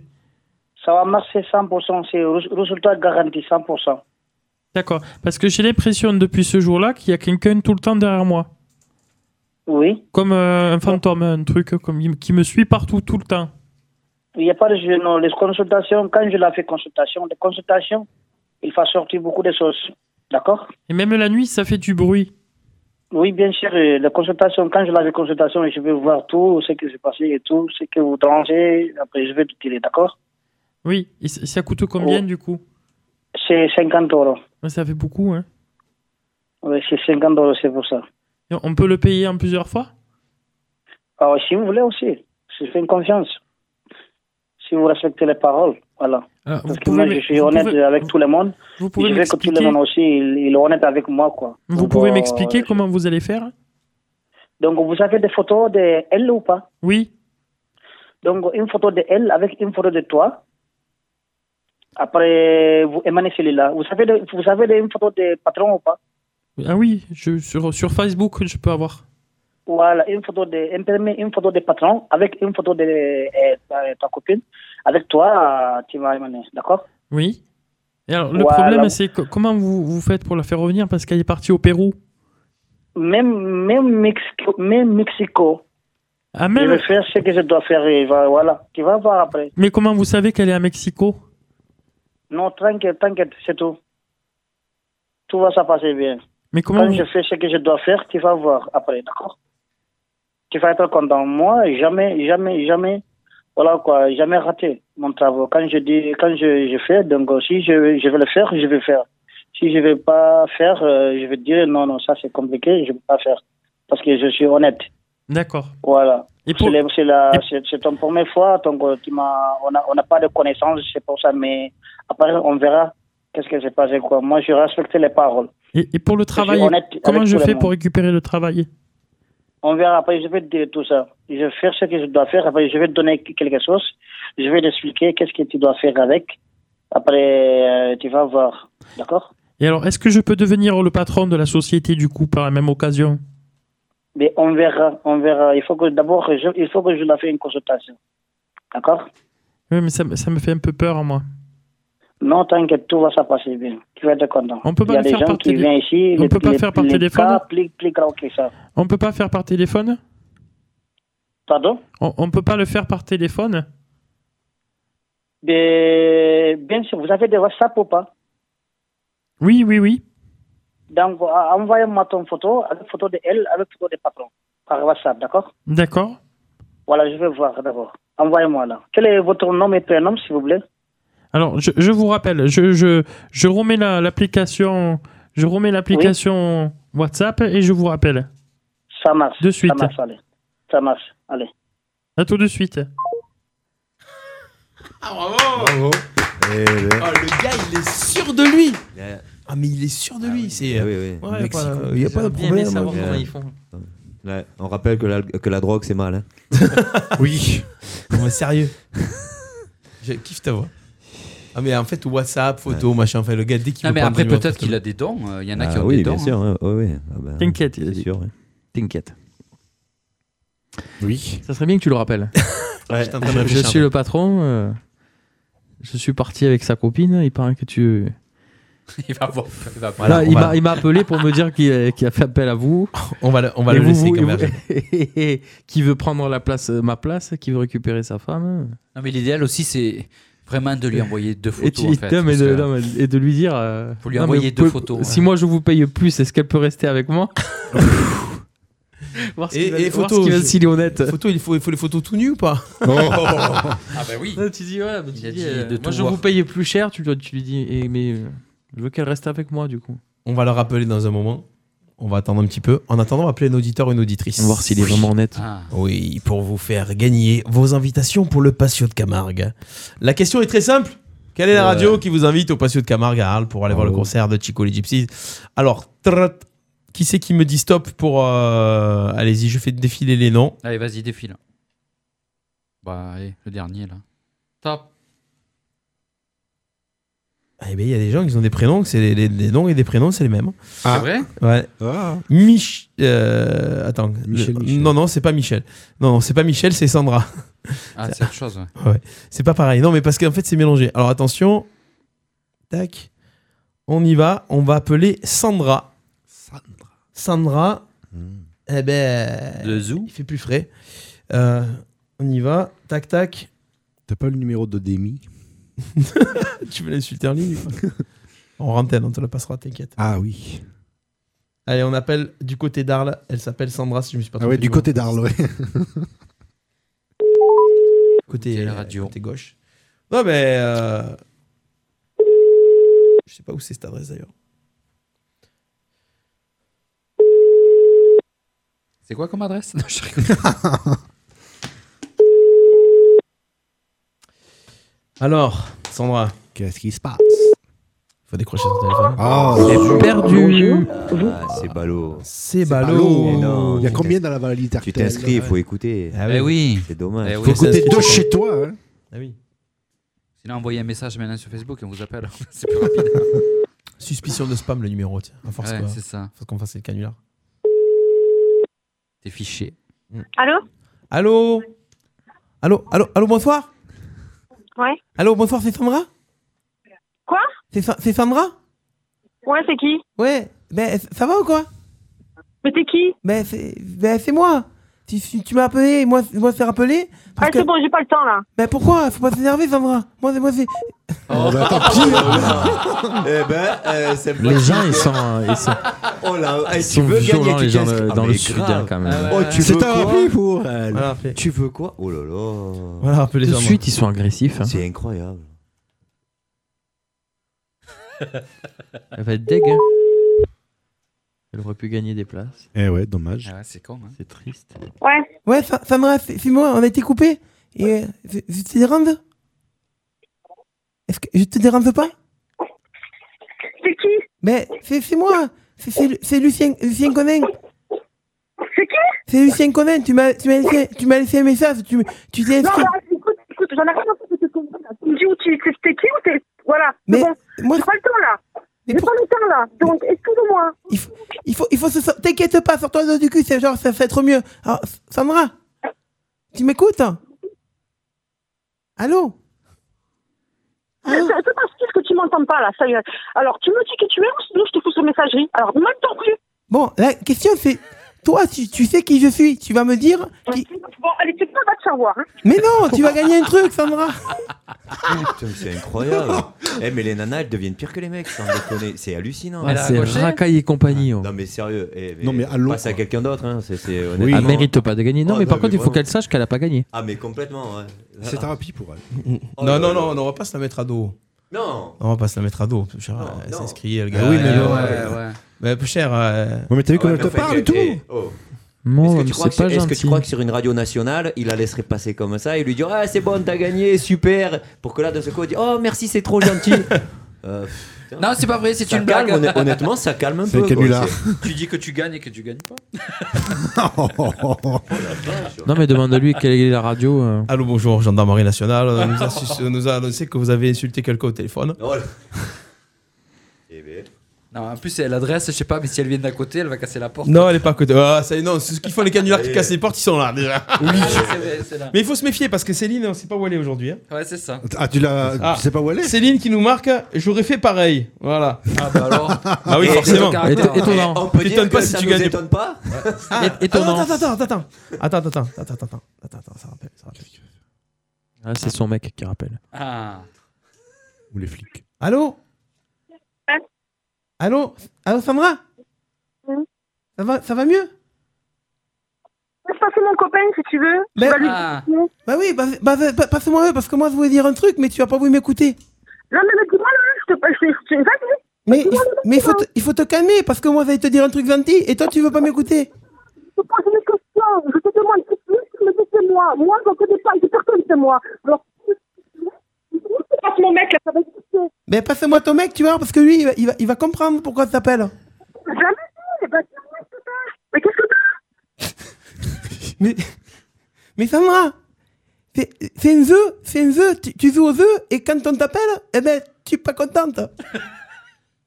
[SPEAKER 24] Ça va marcher 100%, c'est rés- résultat garanti 100%.
[SPEAKER 17] D'accord. Parce que j'ai l'impression depuis ce jour-là qu'il y a quelqu'un tout le temps derrière moi.
[SPEAKER 24] Oui.
[SPEAKER 17] Comme euh, un fantôme, un truc comme, qui me suit partout, tout le temps.
[SPEAKER 24] Il n'y a pas de sujet, non. Les consultations, quand je la fais consultation, les consultations, il faut sortir beaucoup de choses. D'accord
[SPEAKER 17] Et même la nuit, ça fait du bruit.
[SPEAKER 24] Oui, bien sûr, euh, les consultations, quand je la fais consultation, je vais voir tout ce qui s'est passé et tout, ce que vous dérangez, après je vais tout tirer, d'accord
[SPEAKER 17] Oui. Et c- ça coûte combien
[SPEAKER 24] Oh.
[SPEAKER 17] du coup
[SPEAKER 24] C'est 50 euros.
[SPEAKER 17] Ouais, Ça fait beaucoup, hein.
[SPEAKER 24] Oui, c'est 50 euros, c'est pour ça.
[SPEAKER 17] Et on peut le payer en plusieurs fois
[SPEAKER 24] Alors, Bah si vous voulez aussi, je fais une confiance. Si vous respectez les paroles, voilà.
[SPEAKER 17] Alors, Ah, vous
[SPEAKER 24] Parce que
[SPEAKER 17] pouvez
[SPEAKER 24] moi,
[SPEAKER 17] me-
[SPEAKER 24] je suis
[SPEAKER 17] vous
[SPEAKER 24] honnête
[SPEAKER 17] pouvez-
[SPEAKER 24] avec tout le monde.
[SPEAKER 17] vous pouvez
[SPEAKER 24] je veux que tout le
[SPEAKER 17] m'expliquer-
[SPEAKER 24] monde aussi, il, il est honnête avec moi, quoi.
[SPEAKER 17] Vous
[SPEAKER 24] Donc,
[SPEAKER 17] pouvez
[SPEAKER 24] euh,
[SPEAKER 17] m'expliquer comment vous allez faire
[SPEAKER 24] Donc, vous avez des photos d'elle ou pas
[SPEAKER 17] Oui.
[SPEAKER 24] Donc, une photo d'elle avec une photo de toi. Après, vous émanez celui-là. Vous avez, de- vous avez de- une photo de patron ou pas
[SPEAKER 17] Ah oui, je, sur, sur Facebook, je peux avoir.
[SPEAKER 24] Voilà, une photo de imprimé, une photo de patron avec une photo de euh, ta, ta copine. Avec toi, euh, tu vas émaner, d'accord
[SPEAKER 17] Oui. Et alors, le
[SPEAKER 24] Voilà.
[SPEAKER 17] problème, c'est que- comment vous, vous faites pour la faire revenir parce qu'elle est partie au Pérou
[SPEAKER 24] Même, même Mexico, même Mexico.
[SPEAKER 17] Ah,
[SPEAKER 24] Je vais
[SPEAKER 17] même
[SPEAKER 24] faire ce que je dois faire et va- voilà. Tu vas voir après.
[SPEAKER 17] Mais comment vous savez qu'elle est à Mexico
[SPEAKER 24] Non, t'inquiète, t'inquiète, c'est tout. Tout va se passer bien.
[SPEAKER 17] Mais comment
[SPEAKER 24] Quand
[SPEAKER 17] vous...
[SPEAKER 24] je fais ce que je dois faire, tu vas voir après, d'accord Tu vas être content. Moi, jamais, jamais, jamais, voilà quoi, jamais raté mon travail. Quand je dis, quand je, je fais, donc euh, si je, je vais le faire, je vais faire. Si je ne vais pas faire, euh, je vais dire non, non, ça c'est compliqué, je ne peux pas faire. Parce que je suis honnête.
[SPEAKER 17] D'accord.
[SPEAKER 24] Voilà. C'est
[SPEAKER 17] pour-
[SPEAKER 24] la- c'est la- c'est- c'est ton première fois, donc euh, tu m'as- on n'a on n'a pas de connaissances, c'est pour ça, mais après on verra qu'est-ce qui s'est passé. Quoi. Moi, je respecte les paroles.
[SPEAKER 17] Et, et pour le
[SPEAKER 24] suis
[SPEAKER 17] travail,
[SPEAKER 24] honnête
[SPEAKER 17] comment
[SPEAKER 24] avec
[SPEAKER 17] je
[SPEAKER 24] tout le
[SPEAKER 17] fais
[SPEAKER 24] monde.
[SPEAKER 17] pour récupérer le travail
[SPEAKER 24] On verra après, je vais te dire tout ça. Je vais faire ce que je dois faire, après je vais te donner quelque chose, je vais t'expliquer qu'est-ce que tu dois faire avec. Après, euh, tu vas voir. D'accord
[SPEAKER 17] Et alors, est-ce que je peux devenir le patron de la société du coup par la même occasion
[SPEAKER 24] Mais on verra, on verra. Il faut que d'abord, je- il faut que je la fasse une consultation. D'accord
[SPEAKER 17] Oui, mais ça, me- ça me fait un peu peur, moi.
[SPEAKER 24] Non, t'inquiète, tout va se passer bien. Tu vas être content.
[SPEAKER 17] On peut pas
[SPEAKER 24] Il y a
[SPEAKER 17] le
[SPEAKER 24] des
[SPEAKER 17] faire
[SPEAKER 24] gens
[SPEAKER 17] par
[SPEAKER 24] qui
[SPEAKER 17] télé-
[SPEAKER 24] viennent ici.
[SPEAKER 17] On
[SPEAKER 24] les-
[SPEAKER 17] peut pas
[SPEAKER 24] les-
[SPEAKER 17] faire par
[SPEAKER 24] les
[SPEAKER 17] téléphone hein
[SPEAKER 24] cas plus, plus graves que ça.
[SPEAKER 17] On peut pas faire par téléphone
[SPEAKER 24] Pardon
[SPEAKER 17] on, on peut pas le faire par téléphone
[SPEAKER 24] Mais, Bien sûr, vous avez des WhatsApp ou pas
[SPEAKER 17] Oui, oui, oui.
[SPEAKER 24] Donc, euh, envoyez-moi ton photo, avec photo de elle, avec photo de patron. par WhatsApp, d'accord
[SPEAKER 17] D'accord.
[SPEAKER 24] Voilà, je vais voir d'abord. Envoyez-moi là. Quel est votre nom et prénom, s'il vous plaît
[SPEAKER 17] Alors, je, je vous rappelle, je, je, je remets la- l'application je remets l'application WhatsApp et je vous rappelle.
[SPEAKER 24] Ça marche.
[SPEAKER 17] De suite.
[SPEAKER 24] Ça marche, allez. Ça marche, allez.
[SPEAKER 17] À tout de suite.
[SPEAKER 7] Ah, Bravo. Oh, le gars, il est sûr de lui. Ah, mais il est sûr de lui. C'est.
[SPEAKER 11] Eh.
[SPEAKER 7] euh,
[SPEAKER 11] oui.
[SPEAKER 7] Ouais,
[SPEAKER 11] Mexico.
[SPEAKER 7] pas-
[SPEAKER 11] Il y a
[SPEAKER 7] J'aurais
[SPEAKER 11] pas de
[SPEAKER 7] bien aimé
[SPEAKER 11] problème,
[SPEAKER 7] savoir
[SPEAKER 11] hein.
[SPEAKER 7] comment
[SPEAKER 11] Ouais.
[SPEAKER 7] ils font.
[SPEAKER 11] Ouais, on rappelle que la, que la drogue, c'est mal. hein.
[SPEAKER 12] *laughs*
[SPEAKER 7] oui. Non, mais sérieux. Je kiffe ta voix. Ah, mais en fait, WhatsApp, photo, machin. Enfin, le gars, dès qu'il veut
[SPEAKER 8] Non, Ah, mais
[SPEAKER 7] prendre
[SPEAKER 8] après,
[SPEAKER 7] le numéro de
[SPEAKER 8] peut-être
[SPEAKER 7] téléphone.
[SPEAKER 8] qu'il a des dons. euh, Il y en a
[SPEAKER 11] Ah
[SPEAKER 8] qui ont
[SPEAKER 11] oui,
[SPEAKER 8] des
[SPEAKER 11] bien
[SPEAKER 8] dons.
[SPEAKER 11] sûr,
[SPEAKER 8] hein.
[SPEAKER 11] hein. Ouais, ouais. Ah ben,
[SPEAKER 17] T'inquiète,
[SPEAKER 11] c'est sûr. ouais.
[SPEAKER 12] T'inquiète.
[SPEAKER 10] Oui.
[SPEAKER 12] Ça serait bien que tu le rappelles.
[SPEAKER 7] *laughs* Ouais.
[SPEAKER 12] je
[SPEAKER 7] J'étais en train de
[SPEAKER 12] je
[SPEAKER 7] réfléchir
[SPEAKER 12] suis
[SPEAKER 7] un peu.
[SPEAKER 12] le patron. euh, je suis parti avec sa copine. Il paraît que tu.
[SPEAKER 8] *laughs* Il va voir. Il va
[SPEAKER 12] Voilà,
[SPEAKER 8] voir.
[SPEAKER 12] il m'a- il m'a appelé pour me dire qu'il euh, qu'il a fait appel à vous.
[SPEAKER 7] On va le, on va
[SPEAKER 12] Et
[SPEAKER 7] le
[SPEAKER 12] vous-
[SPEAKER 7] laisser
[SPEAKER 12] vous-
[SPEAKER 7] comme
[SPEAKER 12] et vous-
[SPEAKER 7] version.
[SPEAKER 12] et *laughs* qui veut prendre la place, euh, ma place, qui veut récupérer sa femme.
[SPEAKER 8] Non, mais l'idéal aussi, c'est vraiment de lui envoyer deux
[SPEAKER 12] Et,
[SPEAKER 8] photos.
[SPEAKER 12] tu-
[SPEAKER 8] en fait,
[SPEAKER 12] non, mais
[SPEAKER 8] parce
[SPEAKER 12] de,
[SPEAKER 8] que-
[SPEAKER 12] non, mais- et de lui dire. euh,
[SPEAKER 8] Faut lui
[SPEAKER 12] non, mais
[SPEAKER 8] envoyer
[SPEAKER 12] vous
[SPEAKER 8] deux
[SPEAKER 12] pouvez-
[SPEAKER 8] photos,
[SPEAKER 12] Si
[SPEAKER 8] ouais.
[SPEAKER 12] moi je vous paye plus, est-ce qu'elle peut rester avec moi Voir ce
[SPEAKER 13] Et,
[SPEAKER 12] qu'il va-
[SPEAKER 13] et
[SPEAKER 12] voir
[SPEAKER 13] photos,
[SPEAKER 12] ce qu'il va-
[SPEAKER 13] je-
[SPEAKER 12] s'il est honnête.
[SPEAKER 13] Photos, il faut, il faut les photos tout nus ou pas
[SPEAKER 12] *laughs*
[SPEAKER 8] Ah bah oui.
[SPEAKER 12] tu dis, ouais, mais tu
[SPEAKER 8] Il a
[SPEAKER 12] dis,
[SPEAKER 8] dit
[SPEAKER 12] euh,
[SPEAKER 8] de
[SPEAKER 12] moi
[SPEAKER 8] tout
[SPEAKER 12] je
[SPEAKER 8] voir.
[SPEAKER 12] vous paye plus cher, tu, lui- tu lui dis, eh, mais euh, je veux qu'elle reste avec moi du coup.
[SPEAKER 13] On va le rappeler dans un moment. On va attendre un petit peu. En attendant, on va appeler un auditeur ou une auditrice.
[SPEAKER 12] On va voir s'il est
[SPEAKER 13] Oui.
[SPEAKER 12] vraiment honnête.
[SPEAKER 13] Oui, pour vous faire gagner vos invitations pour le patio de Camargue. La question est très simple. Quelle est la
[SPEAKER 12] Ouais.
[SPEAKER 13] radio qui vous invite au patio de Camargue à Arles pour aller voir le concert de Chico et les Gypsies Alors, trrrt, qui c'est qui me dit stop pour... euh, Allez-y, je fais défiler les noms.
[SPEAKER 8] Allez, vas-y, défile. Bah, allez, le dernier, là. Top.
[SPEAKER 13] Ah, Eh bien, il y a des gens qui ont des prénoms, que c'est les, les- les noms et des prénoms, c'est les mêmes.
[SPEAKER 8] Ah. vrai
[SPEAKER 13] Ouais. Mich. euh, attends.
[SPEAKER 8] Michel,
[SPEAKER 13] Le- Non, non, c'est pas Michel. Non, non, c'est pas Michel, c'est Sandra.
[SPEAKER 8] Ah, c'est autre chose,
[SPEAKER 13] ouais. C'est pas pareil. Non, mais parce qu'en fait, c'est mélangé. Alors attention. Tac. On y va. On va appeler Sandra. Sandra.
[SPEAKER 10] Hmm.
[SPEAKER 13] Eh ben.
[SPEAKER 8] Le zoo.
[SPEAKER 13] Il fait plus frais. Euh, on y va. Tac, tac.
[SPEAKER 10] T'as pas le numéro de Demi
[SPEAKER 13] *laughs* tu veux l'insulter en ligne ou pas
[SPEAKER 10] *laughs*
[SPEAKER 13] On
[SPEAKER 7] hein,
[SPEAKER 13] rentelle, on te la passera, t'inquiète.
[SPEAKER 10] Ah oui.
[SPEAKER 13] Allez, on appelle du côté d'Arles. Elle s'appelle Sandra, si je me suis pas
[SPEAKER 10] Ah ouais,
[SPEAKER 13] trompé
[SPEAKER 10] du
[SPEAKER 13] de nom.
[SPEAKER 10] côté d'Arles, ouais.
[SPEAKER 13] Côté, côté gauche. Non, mais. euh, Je sais pas où c'est cette adresse d'ailleurs.
[SPEAKER 8] C'est quoi comme adresse *laughs* Non, je rigole.
[SPEAKER 13] Alors, Sandra.
[SPEAKER 10] Qu'est-ce qui se passe
[SPEAKER 13] Faut décrocher son téléphone.
[SPEAKER 10] Oh,
[SPEAKER 13] perdu.
[SPEAKER 11] Ah, c'est ballot.
[SPEAKER 13] C'est ballot.
[SPEAKER 11] Mais non.
[SPEAKER 10] Il y a combien dans la validité
[SPEAKER 11] Tu t'inscris, il faut écouter.
[SPEAKER 13] Ah oui. Eh
[SPEAKER 8] oui.
[SPEAKER 11] C'est dommage.
[SPEAKER 8] Eh oui. Faut écouter deux *laughs* chez hein.
[SPEAKER 10] toi.
[SPEAKER 13] Ah oui.
[SPEAKER 8] Sinon, envoyez un message maintenant sur Facebook et on vous appelle. *laughs* c'est plus rapide.
[SPEAKER 13] Suspicion de spam, le numéro, tiens. À force
[SPEAKER 8] Ouais,
[SPEAKER 13] quoi.
[SPEAKER 8] c'est ça.
[SPEAKER 13] Faut qu'on fasse le canular.
[SPEAKER 8] T'es fiché.
[SPEAKER 3] Allô
[SPEAKER 13] Allô Allô, allô, allô, bonsoir
[SPEAKER 3] Ouais.
[SPEAKER 13] Allô, bonsoir, c'est Sandra
[SPEAKER 3] Quoi
[SPEAKER 13] C'est Sa- c'est Sandra
[SPEAKER 3] Ouais, c'est qui
[SPEAKER 13] Ouais, ben ça va ou quoi
[SPEAKER 3] Mais t'es qui
[SPEAKER 13] Ben c'est ben, c'est moi. Tu, tu- tu m'as appelé, moi moi c'est rappelé.
[SPEAKER 3] Ouais, c'est bon, j'ai pas le temps là.
[SPEAKER 13] Ben pourquoi Faut pas s'énerver, Sandra. Moi c'est moi c'est.
[SPEAKER 10] ben,
[SPEAKER 11] Ah,
[SPEAKER 13] *laughs*
[SPEAKER 11] Eh ben, euh, c'est
[SPEAKER 12] Les gens, ils
[SPEAKER 11] pratique.
[SPEAKER 12] sont. euh, ils sont- *laughs*
[SPEAKER 11] Oh là,
[SPEAKER 12] ils
[SPEAKER 11] eh, tu
[SPEAKER 12] sont
[SPEAKER 11] veux
[SPEAKER 12] violents,
[SPEAKER 11] gagner,
[SPEAKER 12] les
[SPEAKER 11] tu
[SPEAKER 12] gens
[SPEAKER 11] t'inscris.
[SPEAKER 12] euh,
[SPEAKER 11] Ah,
[SPEAKER 12] dans le
[SPEAKER 11] mais
[SPEAKER 12] sud,
[SPEAKER 11] grave.
[SPEAKER 12] hein, quand même.
[SPEAKER 11] Oh, tu
[SPEAKER 10] C'est
[SPEAKER 11] veux
[SPEAKER 10] un
[SPEAKER 11] quoi
[SPEAKER 10] rappel pour elle.
[SPEAKER 13] Voilà, rappelé.
[SPEAKER 11] Tu veux quoi Oh là là.
[SPEAKER 13] Voilà, rappelez
[SPEAKER 12] Tout de
[SPEAKER 13] Sandra.
[SPEAKER 12] suite, ils sont agressifs. hein.
[SPEAKER 11] C'est incroyable.
[SPEAKER 12] Elle va être deg. hein. Elle aurait pu gagner des places.
[SPEAKER 10] Eh ouais, dommage.
[SPEAKER 8] Ah ouais, c'est con. Hein.
[SPEAKER 12] C'est triste.
[SPEAKER 7] Ah,
[SPEAKER 3] Ouais.
[SPEAKER 13] Ouais, Sa- Sandra, c'est c'est moi, on a été coupé. Et euh, je je te dérange Est-ce que je te dérange pas
[SPEAKER 3] C'est qui
[SPEAKER 13] Ben c'est c'est moi. C'est- C'est Lu- c'est Lucien Lucien Conin.
[SPEAKER 3] C'est qui
[SPEAKER 13] C'est Lucien Conin. Tu m'as tu m'as laissé tu m'as laissé un message. Tu m- tu t'es
[SPEAKER 3] Non,
[SPEAKER 13] inscrit.
[SPEAKER 3] bah, écoute, écoute, j'en ai rien à foutre de ce que tu dis. Tu me dis où tu c'est- t'es qui ou t'es. Voilà. c'est
[SPEAKER 13] Mais
[SPEAKER 3] bon.
[SPEAKER 13] moi-
[SPEAKER 3] J'ai pas le temps là. J'ai pas le temps là. Donc, excuse-moi.
[SPEAKER 13] Il faut, il faut, il faut se sor- T'inquiète pas, sors-toi le dos du cul, c'est genre, ça fait trop mieux. Alors, S- Sandra, tu m'écoutes Allô
[SPEAKER 3] C'est c'est pas possible que tu m'entendes pas là, ça y est. Alors, tu me dis qui tu es ou sinon je te fous sur messagerie. Alors, ne m'entends plus.
[SPEAKER 13] Bon, la question c'est, toi, tu, tu sais qui je suis, tu vas me dire qui...
[SPEAKER 3] Bon, allez, tu peux pas te savoir. hein.
[SPEAKER 13] Mais non, tu vas gagner un truc, Sandra
[SPEAKER 11] Putain, c'est incroyable. *laughs* Eh, mais les nanas, elles deviennent pires que les mecs, sans déconner. C'est hallucinant.
[SPEAKER 12] Ouais, Ah, c'est racaille et compagnie. oh.
[SPEAKER 11] Non, mais sérieux. eh,
[SPEAKER 12] Non, mais allô,
[SPEAKER 11] Passe à quelqu'un d'autre. Hein. C'est, c'est
[SPEAKER 12] Oui,
[SPEAKER 11] honnêtement-
[SPEAKER 12] elle Ah, mérite pas de gagner. Non,
[SPEAKER 11] Oh,
[SPEAKER 12] mais par contre, il faut
[SPEAKER 11] vraiment.
[SPEAKER 12] qu'elle sache qu'elle a pas
[SPEAKER 11] *laughs*
[SPEAKER 12] gagné.
[SPEAKER 11] Ah, mais complètement, ouais. Oh,
[SPEAKER 10] C'est thérapie pour elle.
[SPEAKER 12] Oh,
[SPEAKER 7] non, non, non, non, on va pas se la mettre à dos.
[SPEAKER 11] Non.
[SPEAKER 7] On va pas se la mettre à dos. Cher, elle s'inscrit, le
[SPEAKER 10] Ah
[SPEAKER 7] gars.
[SPEAKER 10] oui, mais
[SPEAKER 7] elle-
[SPEAKER 10] bon,
[SPEAKER 7] elle-
[SPEAKER 10] ouais, ouais.
[SPEAKER 7] Mais plus cher. euh,
[SPEAKER 10] Ouais, mais t'as vu comment
[SPEAKER 11] Ah, Ouais, mais
[SPEAKER 10] elle
[SPEAKER 11] enfin,
[SPEAKER 10] te parle et
[SPEAKER 11] que-
[SPEAKER 10] tout
[SPEAKER 11] eh, oh.
[SPEAKER 12] Moi,
[SPEAKER 11] Est-ce que,
[SPEAKER 12] mais
[SPEAKER 11] tu crois
[SPEAKER 12] c'est
[SPEAKER 11] que,
[SPEAKER 12] pas
[SPEAKER 11] est-ce que tu
[SPEAKER 12] gentil.
[SPEAKER 11] crois que sur une radio nationale, il la laisserait passer comme ça et lui dire Ah, c'est bon, t'as gagné, super Pour que là, de ce coup, il dit Oh, merci, c'est trop
[SPEAKER 12] *laughs*
[SPEAKER 11] gentil. Euh, putain.
[SPEAKER 8] Non, c'est pas vrai, c'est
[SPEAKER 11] Ça
[SPEAKER 8] une
[SPEAKER 11] calme,
[SPEAKER 8] blague.
[SPEAKER 11] honn- Honnêtement, ça calme un
[SPEAKER 8] C'est
[SPEAKER 11] peu.
[SPEAKER 8] un
[SPEAKER 11] quoi.
[SPEAKER 8] canular.
[SPEAKER 11] C'est-
[SPEAKER 8] Tu dis que tu gagnes et que tu gagnes pas.
[SPEAKER 12] Non, mais demande-lui quelle est la radio. euh.
[SPEAKER 7] Allô, bonjour, gendarmerie nationale. On nous a, sus- on nous a annoncé que vous avez insulté quelqu'un au téléphone.
[SPEAKER 8] *laughs* Eh ben. Non, en plus, elle adresse, je sais pas, mais si elle vient d'à côté, elle va casser la porte.
[SPEAKER 7] Non, elle est pas à côté. Ah, ça y est, non, c'est ce qu'ils font les canulars qui cassent les portes, ils sont là déjà. *laughs* Oui.
[SPEAKER 8] Ah, c'est là.
[SPEAKER 7] Mais il faut se méfier parce que Céline, on sait pas où elle est aujourd'hui. hein.
[SPEAKER 8] Ouais, c'est ça.
[SPEAKER 10] Ah, tu l'as.
[SPEAKER 7] Ah,
[SPEAKER 10] Tu sais pas où elle est
[SPEAKER 7] Céline qui nous marque, j'aurais fait pareil. Voilà.
[SPEAKER 8] Ah bah
[SPEAKER 7] *laughs*
[SPEAKER 8] alors.
[SPEAKER 7] Ah oui,
[SPEAKER 12] Et-
[SPEAKER 7] forcément.
[SPEAKER 12] et ton caractère.
[SPEAKER 7] Étonnant.
[SPEAKER 12] On peut
[SPEAKER 7] T'étonnes
[SPEAKER 12] dire
[SPEAKER 7] pas
[SPEAKER 12] que
[SPEAKER 7] si
[SPEAKER 12] ça
[SPEAKER 7] tu
[SPEAKER 12] nous
[SPEAKER 7] gagnes.
[SPEAKER 12] étonne pas. Ouais.
[SPEAKER 7] Ah,
[SPEAKER 12] Et- étonnant.
[SPEAKER 7] Attends, attends, attends, attends. Attends, attends, attends, attends, attends, attends, attends, ça rappelle, ça rappelle.
[SPEAKER 12] Ah, c'est son mec qui rappelle.
[SPEAKER 8] Ah.
[SPEAKER 10] Ou les flics.
[SPEAKER 7] Allô Allô Allô, Sandra ça va, ça va mieux
[SPEAKER 3] Laisse passer mon copain si tu veux. Tu
[SPEAKER 7] Ben-
[SPEAKER 3] vas lui-
[SPEAKER 7] Ah. Bah oui, bah, bah, bah, bah, passe-moi eux, parce que moi je voulais dire un truc, mais tu as pas voulu m'écouter.
[SPEAKER 3] Non, mais, mais dis-moi, là, je te passe.
[SPEAKER 7] Mais, il, f- mais il, faut te, il faut te calmer, parce que moi j'allais te dire un truc gentil, et toi tu veux pas m'écouter.
[SPEAKER 3] Je te pose une question. Je te demande si tu veux, tu me dis c'est moi. Moi, je ne connais pas, je personne c'est moi. Alors, si tu passes mon mec, là, ça va exister.
[SPEAKER 7] Mais passe-moi ton mec, tu vois, parce que lui, il va, il va, il va comprendre pourquoi ça s'appelle.
[SPEAKER 3] Jamais dit, bah, c'est moi, c'est ça. Mais qu'est-ce que t'as
[SPEAKER 7] Mais, mais Sandra, c'est c'est un jeu, c'est un jeu, tu, tu joues au jeu, et quand on t'appelle, eh ben, tu es pas contente.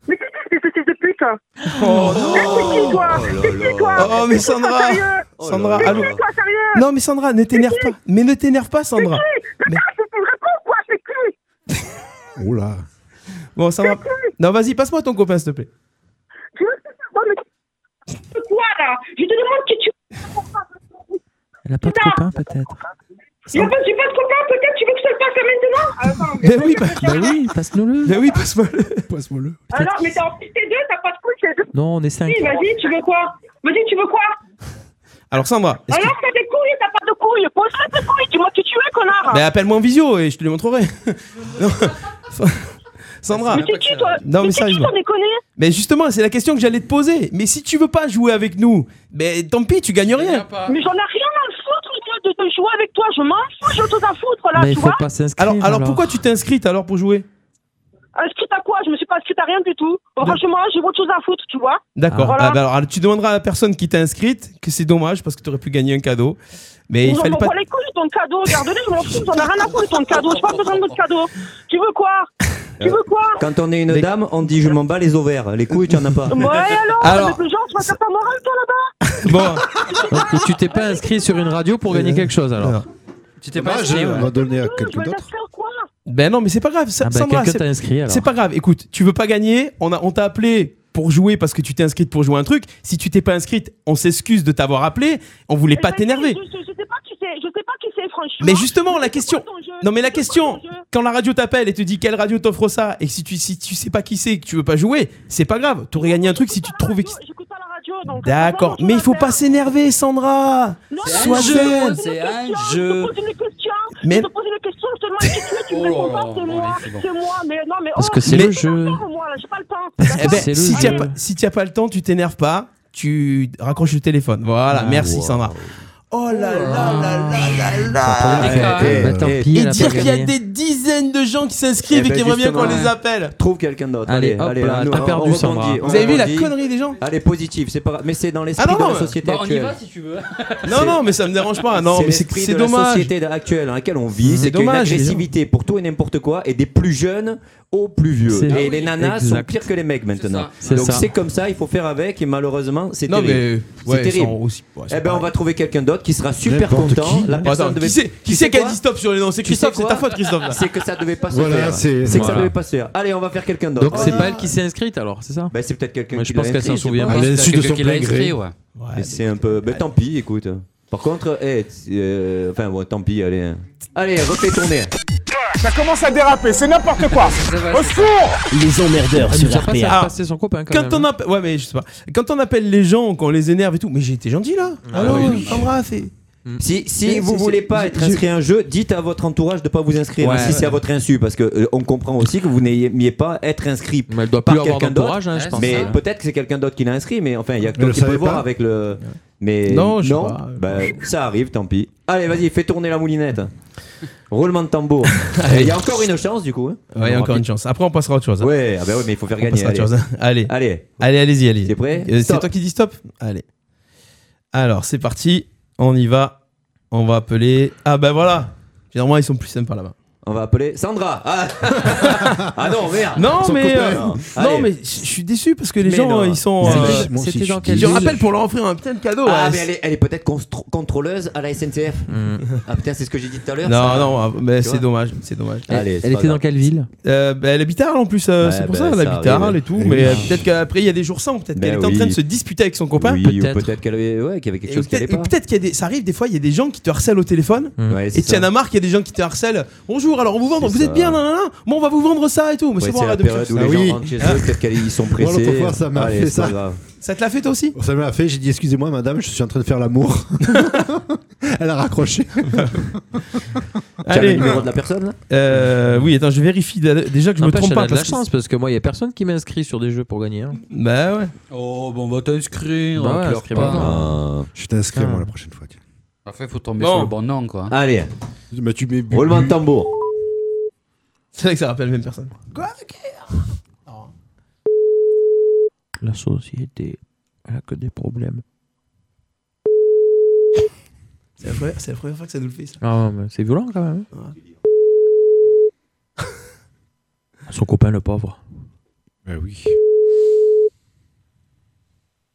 [SPEAKER 3] Mais qu'est-ce que c'est, ce fils de pute
[SPEAKER 7] Oh
[SPEAKER 3] C'est qui, toi C'est qui, toi
[SPEAKER 7] Oh, mais
[SPEAKER 3] C'est qui, toi,
[SPEAKER 7] Sandra
[SPEAKER 3] sérieux
[SPEAKER 7] Sandra,
[SPEAKER 3] C'est qui,
[SPEAKER 7] allô
[SPEAKER 3] toi, sérieux
[SPEAKER 7] Non, mais Sandra, ne t'énerve pas. Mais ne t'énerve pas, Sandra. Mais-
[SPEAKER 10] Oh là.
[SPEAKER 7] Bon, Sandra. Non, vas-y, passe-moi ton copain, s'il te plaît.
[SPEAKER 3] Tu veux que je te demande c'est quoi, là Je te demande qui tu
[SPEAKER 12] Elle a pas de copain, peut-être.
[SPEAKER 3] Je veux pas j'ai pas de copain, peut-être tu veux que je te le passe là, maintenant
[SPEAKER 7] Ben oui, bah,
[SPEAKER 12] oui, passe-nous-le.
[SPEAKER 7] Ben oui, passe-moi-le.
[SPEAKER 10] Passe-moi-le.
[SPEAKER 3] Attends. Alors, Ah mais t'es en plus t'es deux, t'as pas de couilles, t'es deux.
[SPEAKER 12] Non, on est cinq.
[SPEAKER 3] Oui, vas-y, tu veux quoi Vas-y, tu veux quoi
[SPEAKER 7] Alors, Sandra, est-ce que-
[SPEAKER 3] Alors, t'as des couilles, t'as pas de couilles. Pose-moi tes couilles, dis-moi qui tu es, connard.
[SPEAKER 7] Ben, appelle-moi en visio et je te les montrerai. *laughs* Non. Sandra.
[SPEAKER 3] Mais c'est qui, toi
[SPEAKER 7] Non, mais
[SPEAKER 3] c'est qui,
[SPEAKER 7] sérieusement.
[SPEAKER 3] sans déconner
[SPEAKER 7] Mais justement, c'est la question que j'allais te poser. Mais si tu veux pas jouer avec nous, ben tant pis, tu gagnes rien.
[SPEAKER 3] Mais j'en ai rien à foutre de, de, de jouer avec toi, je m'en fous, j'ai autre chose à foutre hein. là, tu vois.
[SPEAKER 7] Alors, alors, pourquoi tu t'es inscrite alors pour jouer
[SPEAKER 3] Inscrite à quoi Euh, Je me suis pas inscrite à rien du tout. Franchement, j'ai autre chose à foutre, tu vois.
[SPEAKER 7] D'accord.
[SPEAKER 3] Voilà.
[SPEAKER 7] Ah, bah, alors, alors, tu demanderas à la personne qui t'a inscrite que c'est dommage parce que tu aurais pu gagner un cadeau. Mais
[SPEAKER 3] Ils
[SPEAKER 7] il
[SPEAKER 3] en
[SPEAKER 7] fallait
[SPEAKER 3] m'en
[SPEAKER 7] pas.
[SPEAKER 3] prend les couilles, ton cadeau, regarde-les, je m'en fous, j'en ai rien à foutre, ton cadeau, j'ai pas besoin de votre cadeau. Tu veux quoi Tu veux quoi
[SPEAKER 11] Quand on est une dame, on dit Je m'en bats les ovaires. Les couilles, tu en as pas. *laughs*
[SPEAKER 7] *laughs*
[SPEAKER 3] Ouais, alors,
[SPEAKER 12] Alors-
[SPEAKER 3] mais plus genre, tu vas faire ta morale, toi, là-bas
[SPEAKER 7] Bon.
[SPEAKER 12] Et tu t'es pas inscrit sur une radio pour gagner quelque chose alors
[SPEAKER 8] Tu t'es
[SPEAKER 10] Euh, Dommage, euh, on va donner à quelqu'un d'autre.
[SPEAKER 7] Ben non, mais c'est pas grave. ça-
[SPEAKER 12] Ah bah,
[SPEAKER 7] Sandra,
[SPEAKER 12] quelqu'un
[SPEAKER 7] c'est-
[SPEAKER 12] t'a inscrit, alors.
[SPEAKER 7] C'est pas grave. Écoute, tu veux pas gagner. On a, on t'a appelé pour jouer parce que tu t'es inscrite pour jouer un truc. Si tu t'es pas inscrite, on s'excuse de t'avoir appelé. On voulait
[SPEAKER 3] Eh ben,
[SPEAKER 7] pas t'énerver.
[SPEAKER 3] Je, je- je sais pas qui c'est, je sais pas qui c'est, franchement.
[SPEAKER 7] Mais justement, la question.
[SPEAKER 3] ton jeu
[SPEAKER 7] Non, mais la question. Quand la radio t'appelle et te dit quelle radio t'offre ça et que si tu, si tu sais pas qui c'est et que tu veux pas jouer, c'est pas grave. T'aurais gagné un truc si tu trouvais qui.
[SPEAKER 3] J'écoute pas la radio, donc.
[SPEAKER 7] D'accord. Mais il faut pas s'énerver, Sandra. Sois zen.
[SPEAKER 8] C'est un
[SPEAKER 3] Je
[SPEAKER 8] jeu.
[SPEAKER 3] te pose une question,
[SPEAKER 7] Mais-
[SPEAKER 3] je te pose une question, je te demande qui tu es, tu me réponds pas, c'est moi, c'est moi, mais non, mais.
[SPEAKER 7] Parce
[SPEAKER 3] oh,
[SPEAKER 7] que c'est
[SPEAKER 3] mais-
[SPEAKER 7] le jeu.
[SPEAKER 3] Moi, là, j'ai pas le temps.
[SPEAKER 7] Eh ben,
[SPEAKER 3] d'accord
[SPEAKER 7] si tu n'as pas, si t'y as pas le temps, tu t'énerves pas, tu raccroches le téléphone. Voilà, merci Sandra. Oh là là là là là
[SPEAKER 11] là. Eh, eh, Bah, tant eh, pis,
[SPEAKER 7] Et
[SPEAKER 11] elle a
[SPEAKER 7] dire
[SPEAKER 11] pas
[SPEAKER 7] qu'il y a
[SPEAKER 11] gagné.
[SPEAKER 7] des dizaines de gens qui s'inscrivent et
[SPEAKER 11] Eh
[SPEAKER 7] qui
[SPEAKER 11] ben,
[SPEAKER 7] aimeraient bien qu'on
[SPEAKER 11] justement,
[SPEAKER 7] les appelle.
[SPEAKER 11] Trouve quelqu'un d'autre.
[SPEAKER 12] Allez,
[SPEAKER 11] Allez,
[SPEAKER 12] hop
[SPEAKER 11] allez,
[SPEAKER 12] là,
[SPEAKER 11] nous,
[SPEAKER 12] t'as
[SPEAKER 11] on-
[SPEAKER 12] perdu,
[SPEAKER 11] on rebondit,
[SPEAKER 12] Sandra.
[SPEAKER 11] on
[SPEAKER 7] Vous avez vu la
[SPEAKER 11] rebondit.
[SPEAKER 7] connerie des gens
[SPEAKER 11] Allez, positif, c'est pas grave. Mais c'est dans l'esprit
[SPEAKER 7] Ah non,
[SPEAKER 11] de
[SPEAKER 7] mais-
[SPEAKER 11] la société
[SPEAKER 7] Bah, on y
[SPEAKER 11] actuelle.
[SPEAKER 7] va si Non, non, mais ça me dérange pas. Non, mais c'est
[SPEAKER 11] l'esprit
[SPEAKER 7] c'est
[SPEAKER 11] de La
[SPEAKER 7] dommage.
[SPEAKER 11] société actuelle dans laquelle on vit,
[SPEAKER 7] C'est
[SPEAKER 11] c'est qu'il y a une
[SPEAKER 7] dommage, les gens.
[SPEAKER 11] agressivité pour tout et n'importe quoi, et des plus jeunes aux plus vieux.
[SPEAKER 7] C'est-
[SPEAKER 11] Et
[SPEAKER 7] Ah oui,
[SPEAKER 11] les nanas sont
[SPEAKER 7] exact.
[SPEAKER 11] pires que les mecs maintenant.
[SPEAKER 7] C'est
[SPEAKER 11] Donc
[SPEAKER 7] ça.
[SPEAKER 11] c'est comme ça, il faut faire avec, et malheureusement, c'est
[SPEAKER 7] Non,
[SPEAKER 11] terrible.
[SPEAKER 7] mais, ouais,
[SPEAKER 11] c'est terrible.
[SPEAKER 7] ils sont aussi- ouais, ils sont
[SPEAKER 11] eh ben, on va trouver quelqu'un d'autre qui sera super
[SPEAKER 7] N'importe
[SPEAKER 11] content.
[SPEAKER 7] qui.
[SPEAKER 11] La personne
[SPEAKER 7] Attends,
[SPEAKER 11] devait-
[SPEAKER 7] qui c'est- qui
[SPEAKER 11] Tu
[SPEAKER 7] c'est
[SPEAKER 11] sais
[SPEAKER 7] qui a
[SPEAKER 11] quoi
[SPEAKER 7] dit stop sur les noms C'est
[SPEAKER 11] Tu sais
[SPEAKER 7] Christophe, c'est
[SPEAKER 11] quoi
[SPEAKER 7] ta faute, Christophe, là.
[SPEAKER 11] C'est que ça devait pas se
[SPEAKER 7] Voilà,
[SPEAKER 11] faire.
[SPEAKER 7] c'est-
[SPEAKER 11] C'est que ça
[SPEAKER 7] Voilà.
[SPEAKER 11] devait pas se faire. Allez, on va faire quelqu'un d'autre.
[SPEAKER 12] Donc c'est pas elle qui s'est inscrite alors, c'est ça
[SPEAKER 11] Ben, c'est peut-être quelqu'un
[SPEAKER 12] Mais
[SPEAKER 11] qui
[SPEAKER 12] je pense
[SPEAKER 11] l'a
[SPEAKER 12] qu'elle s'en
[SPEAKER 11] inscrit,
[SPEAKER 12] souvient
[SPEAKER 11] c'est
[SPEAKER 12] pas.
[SPEAKER 11] pas
[SPEAKER 12] Elle a
[SPEAKER 11] grave.
[SPEAKER 12] su de Quelqu'un son qui l'a plein gré. inscrit, ouais.
[SPEAKER 11] Mais c'est un peu. Ben, tant pis, écoute. Par contre, eh, t- euh, enfin bon, tant pis, allez. hein. Allez, refais tourner.
[SPEAKER 7] Ça commence à déraper, c'est n'importe quoi. Au secours
[SPEAKER 17] Les emmerdeurs
[SPEAKER 7] Elle
[SPEAKER 17] sur
[SPEAKER 7] nous a pas
[SPEAKER 17] RPA.
[SPEAKER 7] fait passer son
[SPEAKER 12] copain
[SPEAKER 7] Quand
[SPEAKER 11] hein.
[SPEAKER 7] on appelle, ouais mais je sais pas. Quand on appelle les gens, qu'on les énerve et tout, mais j'ai été gentil là.
[SPEAKER 11] Ah
[SPEAKER 7] Alors,
[SPEAKER 11] oui, Mm. oui.
[SPEAKER 7] embrasse et-
[SPEAKER 11] Si,
[SPEAKER 7] Eh,
[SPEAKER 11] si
[SPEAKER 7] C'est-
[SPEAKER 11] vous
[SPEAKER 7] c'est-
[SPEAKER 11] voulez pas être inscrit à un jeu, dites à votre entourage de pas vous inscrire.
[SPEAKER 12] Ouais.
[SPEAKER 11] hein, si c'est à votre insu, parce que euh, on comprend aussi que vous n'aimez pas être inscrit
[SPEAKER 12] doit
[SPEAKER 11] par
[SPEAKER 12] plus avoir
[SPEAKER 11] quelqu'un
[SPEAKER 12] d'entourage,
[SPEAKER 11] d'autre.
[SPEAKER 12] hein, je pense.
[SPEAKER 11] mais
[SPEAKER 12] Ouais.
[SPEAKER 11] peut-être que c'est quelqu'un d'autre qui l'a inscrit. Mais enfin, il y a que
[SPEAKER 12] Mais
[SPEAKER 11] toi
[SPEAKER 12] le
[SPEAKER 11] qui peux
[SPEAKER 12] savez
[SPEAKER 11] voir
[SPEAKER 12] pas.
[SPEAKER 11] avec le. Mais
[SPEAKER 12] Non, je sais pas.
[SPEAKER 11] bah, ça arrive, tant pis. Allez, vas-y, fais tourner
[SPEAKER 12] *laughs*
[SPEAKER 11] la moulinette. Roulement de tambour. Il y a encore une chance du coup. hein.
[SPEAKER 7] Ouais, il y a encore une chance. Après, on passera à autre chose. hein.
[SPEAKER 11] Ouais, ah bah ouais, mais il faut faire
[SPEAKER 7] On
[SPEAKER 11] gagner.
[SPEAKER 7] passera à autre
[SPEAKER 11] allez.
[SPEAKER 7] chose. *laughs* Allez.
[SPEAKER 11] Allez.
[SPEAKER 7] Allez, allez-y, allez.
[SPEAKER 11] T'es prêt
[SPEAKER 7] Euh, C'est
[SPEAKER 11] Stop.
[SPEAKER 7] toi qui dis stop Allez. Alors, c'est parti. On y va. On va appeler. Ah ben voilà. Généralement, ils sont plus sympas là-bas.
[SPEAKER 11] On va appeler Sandra.
[SPEAKER 12] *laughs*
[SPEAKER 11] Ah, Ah non, merde.
[SPEAKER 7] Non,
[SPEAKER 11] Son
[SPEAKER 7] mais.
[SPEAKER 11] copain.
[SPEAKER 7] euh,
[SPEAKER 11] Non.
[SPEAKER 7] non,
[SPEAKER 11] Allez.
[SPEAKER 7] mais je je suis déçu parce que les
[SPEAKER 11] Mais
[SPEAKER 7] gens,
[SPEAKER 11] non.
[SPEAKER 7] ils sont.
[SPEAKER 11] C'était-
[SPEAKER 7] euh,
[SPEAKER 11] moi aussi, je suis
[SPEAKER 7] Je
[SPEAKER 11] déçu.
[SPEAKER 7] rappelle pour leur offrir un putain de cadeau.
[SPEAKER 11] Ah,
[SPEAKER 7] ouais.
[SPEAKER 11] mais elle est, elle est peut-être constro- contrôleuse à
[SPEAKER 7] *laughs*
[SPEAKER 11] la SNCF. Ah putain, c'est ce que j'ai dit tout à l'heure.
[SPEAKER 7] Non,
[SPEAKER 11] ça.
[SPEAKER 7] non, ah, mais
[SPEAKER 11] Tu
[SPEAKER 7] c'est
[SPEAKER 11] vois
[SPEAKER 7] dommage, c'est dommage.
[SPEAKER 11] Elle- Allez, c'est elle pas était grave. dans
[SPEAKER 7] quelle ville Elle habite à Arles en plus, euh,
[SPEAKER 11] Ouais,
[SPEAKER 7] c'est pour
[SPEAKER 11] ben,
[SPEAKER 7] ça, elle
[SPEAKER 11] ça
[SPEAKER 7] habite
[SPEAKER 11] arrive.
[SPEAKER 7] à Arles et tout.
[SPEAKER 11] Oui.
[SPEAKER 7] Mais euh, peut-être qu'après, il y a des jours sans, peut-être
[SPEAKER 11] Ben
[SPEAKER 7] qu'elle est en
[SPEAKER 11] oui.
[SPEAKER 7] train de se disputer avec son copain.
[SPEAKER 11] Oui, ou peut-être qu'elle avait, ouais, qu'il y avait quelque
[SPEAKER 7] Et
[SPEAKER 11] chose qui
[SPEAKER 7] Peut-être
[SPEAKER 11] allait pas. Mmh.
[SPEAKER 7] peut-être qu'il y a des, ça arrive des fois, il y a des gens qui te harcèlent au téléphone.
[SPEAKER 11] Ouais, c'est
[SPEAKER 7] Et tiens,
[SPEAKER 11] ça.
[SPEAKER 7] à marre qu'il y a des gens qui te harcèlent. Bonjour, alors on vous vend, vous
[SPEAKER 11] ça.
[SPEAKER 7] êtes bien, hein nanana, bon, on va vous vendre ça et tout. Mais
[SPEAKER 11] Ouais,
[SPEAKER 7] c'est bon,
[SPEAKER 11] c'est la
[SPEAKER 7] arrête de me faire
[SPEAKER 11] période
[SPEAKER 7] ça.
[SPEAKER 11] où les gens
[SPEAKER 7] Ah Oui.
[SPEAKER 11] rentrent chez eux, peut-être qu'ils sont
[SPEAKER 10] Moi,
[SPEAKER 11] pressés. Ah,
[SPEAKER 10] l'autre fois, ça m'a
[SPEAKER 11] Allez,
[SPEAKER 10] fait
[SPEAKER 11] c'est pas
[SPEAKER 10] ça.
[SPEAKER 11] grave.
[SPEAKER 7] Ça te l'a fait toi aussi
[SPEAKER 10] Ça me l'a fait, j'ai dit excusez-moi madame, je suis en train de
[SPEAKER 11] *laughs*
[SPEAKER 10] faire l'amour. Elle a raccroché.
[SPEAKER 11] Tu as le numéro de la personne là
[SPEAKER 7] Euh, oui, attends, je vérifie d'a- déjà que je me
[SPEAKER 12] N'empêche,
[SPEAKER 7] trompe
[SPEAKER 12] elle
[SPEAKER 7] pas.
[SPEAKER 12] a de la
[SPEAKER 7] Parce que
[SPEAKER 12] chance parce que moi, il y a personne qui m'inscrit sur des jeux pour gagner. hein.
[SPEAKER 7] Bah ouais.
[SPEAKER 8] Oh, bon, on va t'inscrire.
[SPEAKER 12] Bah ouais,
[SPEAKER 8] claque
[SPEAKER 12] inscris-moi.
[SPEAKER 8] pas.
[SPEAKER 10] Je t'inscris
[SPEAKER 8] Ah.
[SPEAKER 10] moi la prochaine fois. tiens.
[SPEAKER 8] Après, faut tomber
[SPEAKER 12] Bon.
[SPEAKER 8] sur le bon nom, quoi.
[SPEAKER 11] Allez.
[SPEAKER 10] Mais Bah, tu mets
[SPEAKER 11] Roulement de tambour.
[SPEAKER 7] C'est vrai que ça rappelle même personne.
[SPEAKER 12] La société, elle a que des problèmes.
[SPEAKER 7] C'est la, première- c'est la première fois que ça nous le fait ça.
[SPEAKER 12] Ah, mais c'est violent quand même. Son copain, le pauvre.
[SPEAKER 10] Bah oui.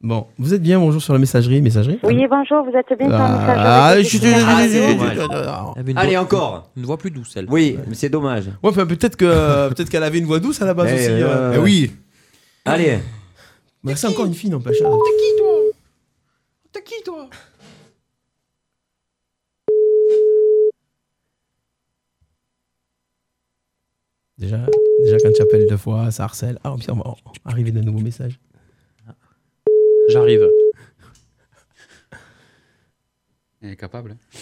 [SPEAKER 7] Bon, vous êtes bien, bonjour sur la messagerie, messagerie
[SPEAKER 16] Oui, bonjour, vous êtes bien sur le message.
[SPEAKER 7] Ah, je suis
[SPEAKER 11] Ah,
[SPEAKER 7] désolé.
[SPEAKER 11] c'est dommage. Allez, encore.
[SPEAKER 12] Une voix plus douce, elle.
[SPEAKER 11] Oui, mais c'est dommage.
[SPEAKER 7] Ouais, enfin, peut-être
[SPEAKER 11] *laughs*
[SPEAKER 7] que peut-être qu'elle avait une voix douce à la base
[SPEAKER 11] Eh,
[SPEAKER 7] aussi.
[SPEAKER 11] ouais,
[SPEAKER 7] euh.
[SPEAKER 11] ouais, ouais. Allez.
[SPEAKER 7] Bah, c'est encore une fille, n'empêche. hein.
[SPEAKER 13] T'es qui toi
[SPEAKER 7] Déjà, déjà quand tu appelles deux fois, ça harcèle. Ah, pire, bon, arrivé d'un nouveau message.
[SPEAKER 12] J'arrive.
[SPEAKER 8] Il est capable. hein.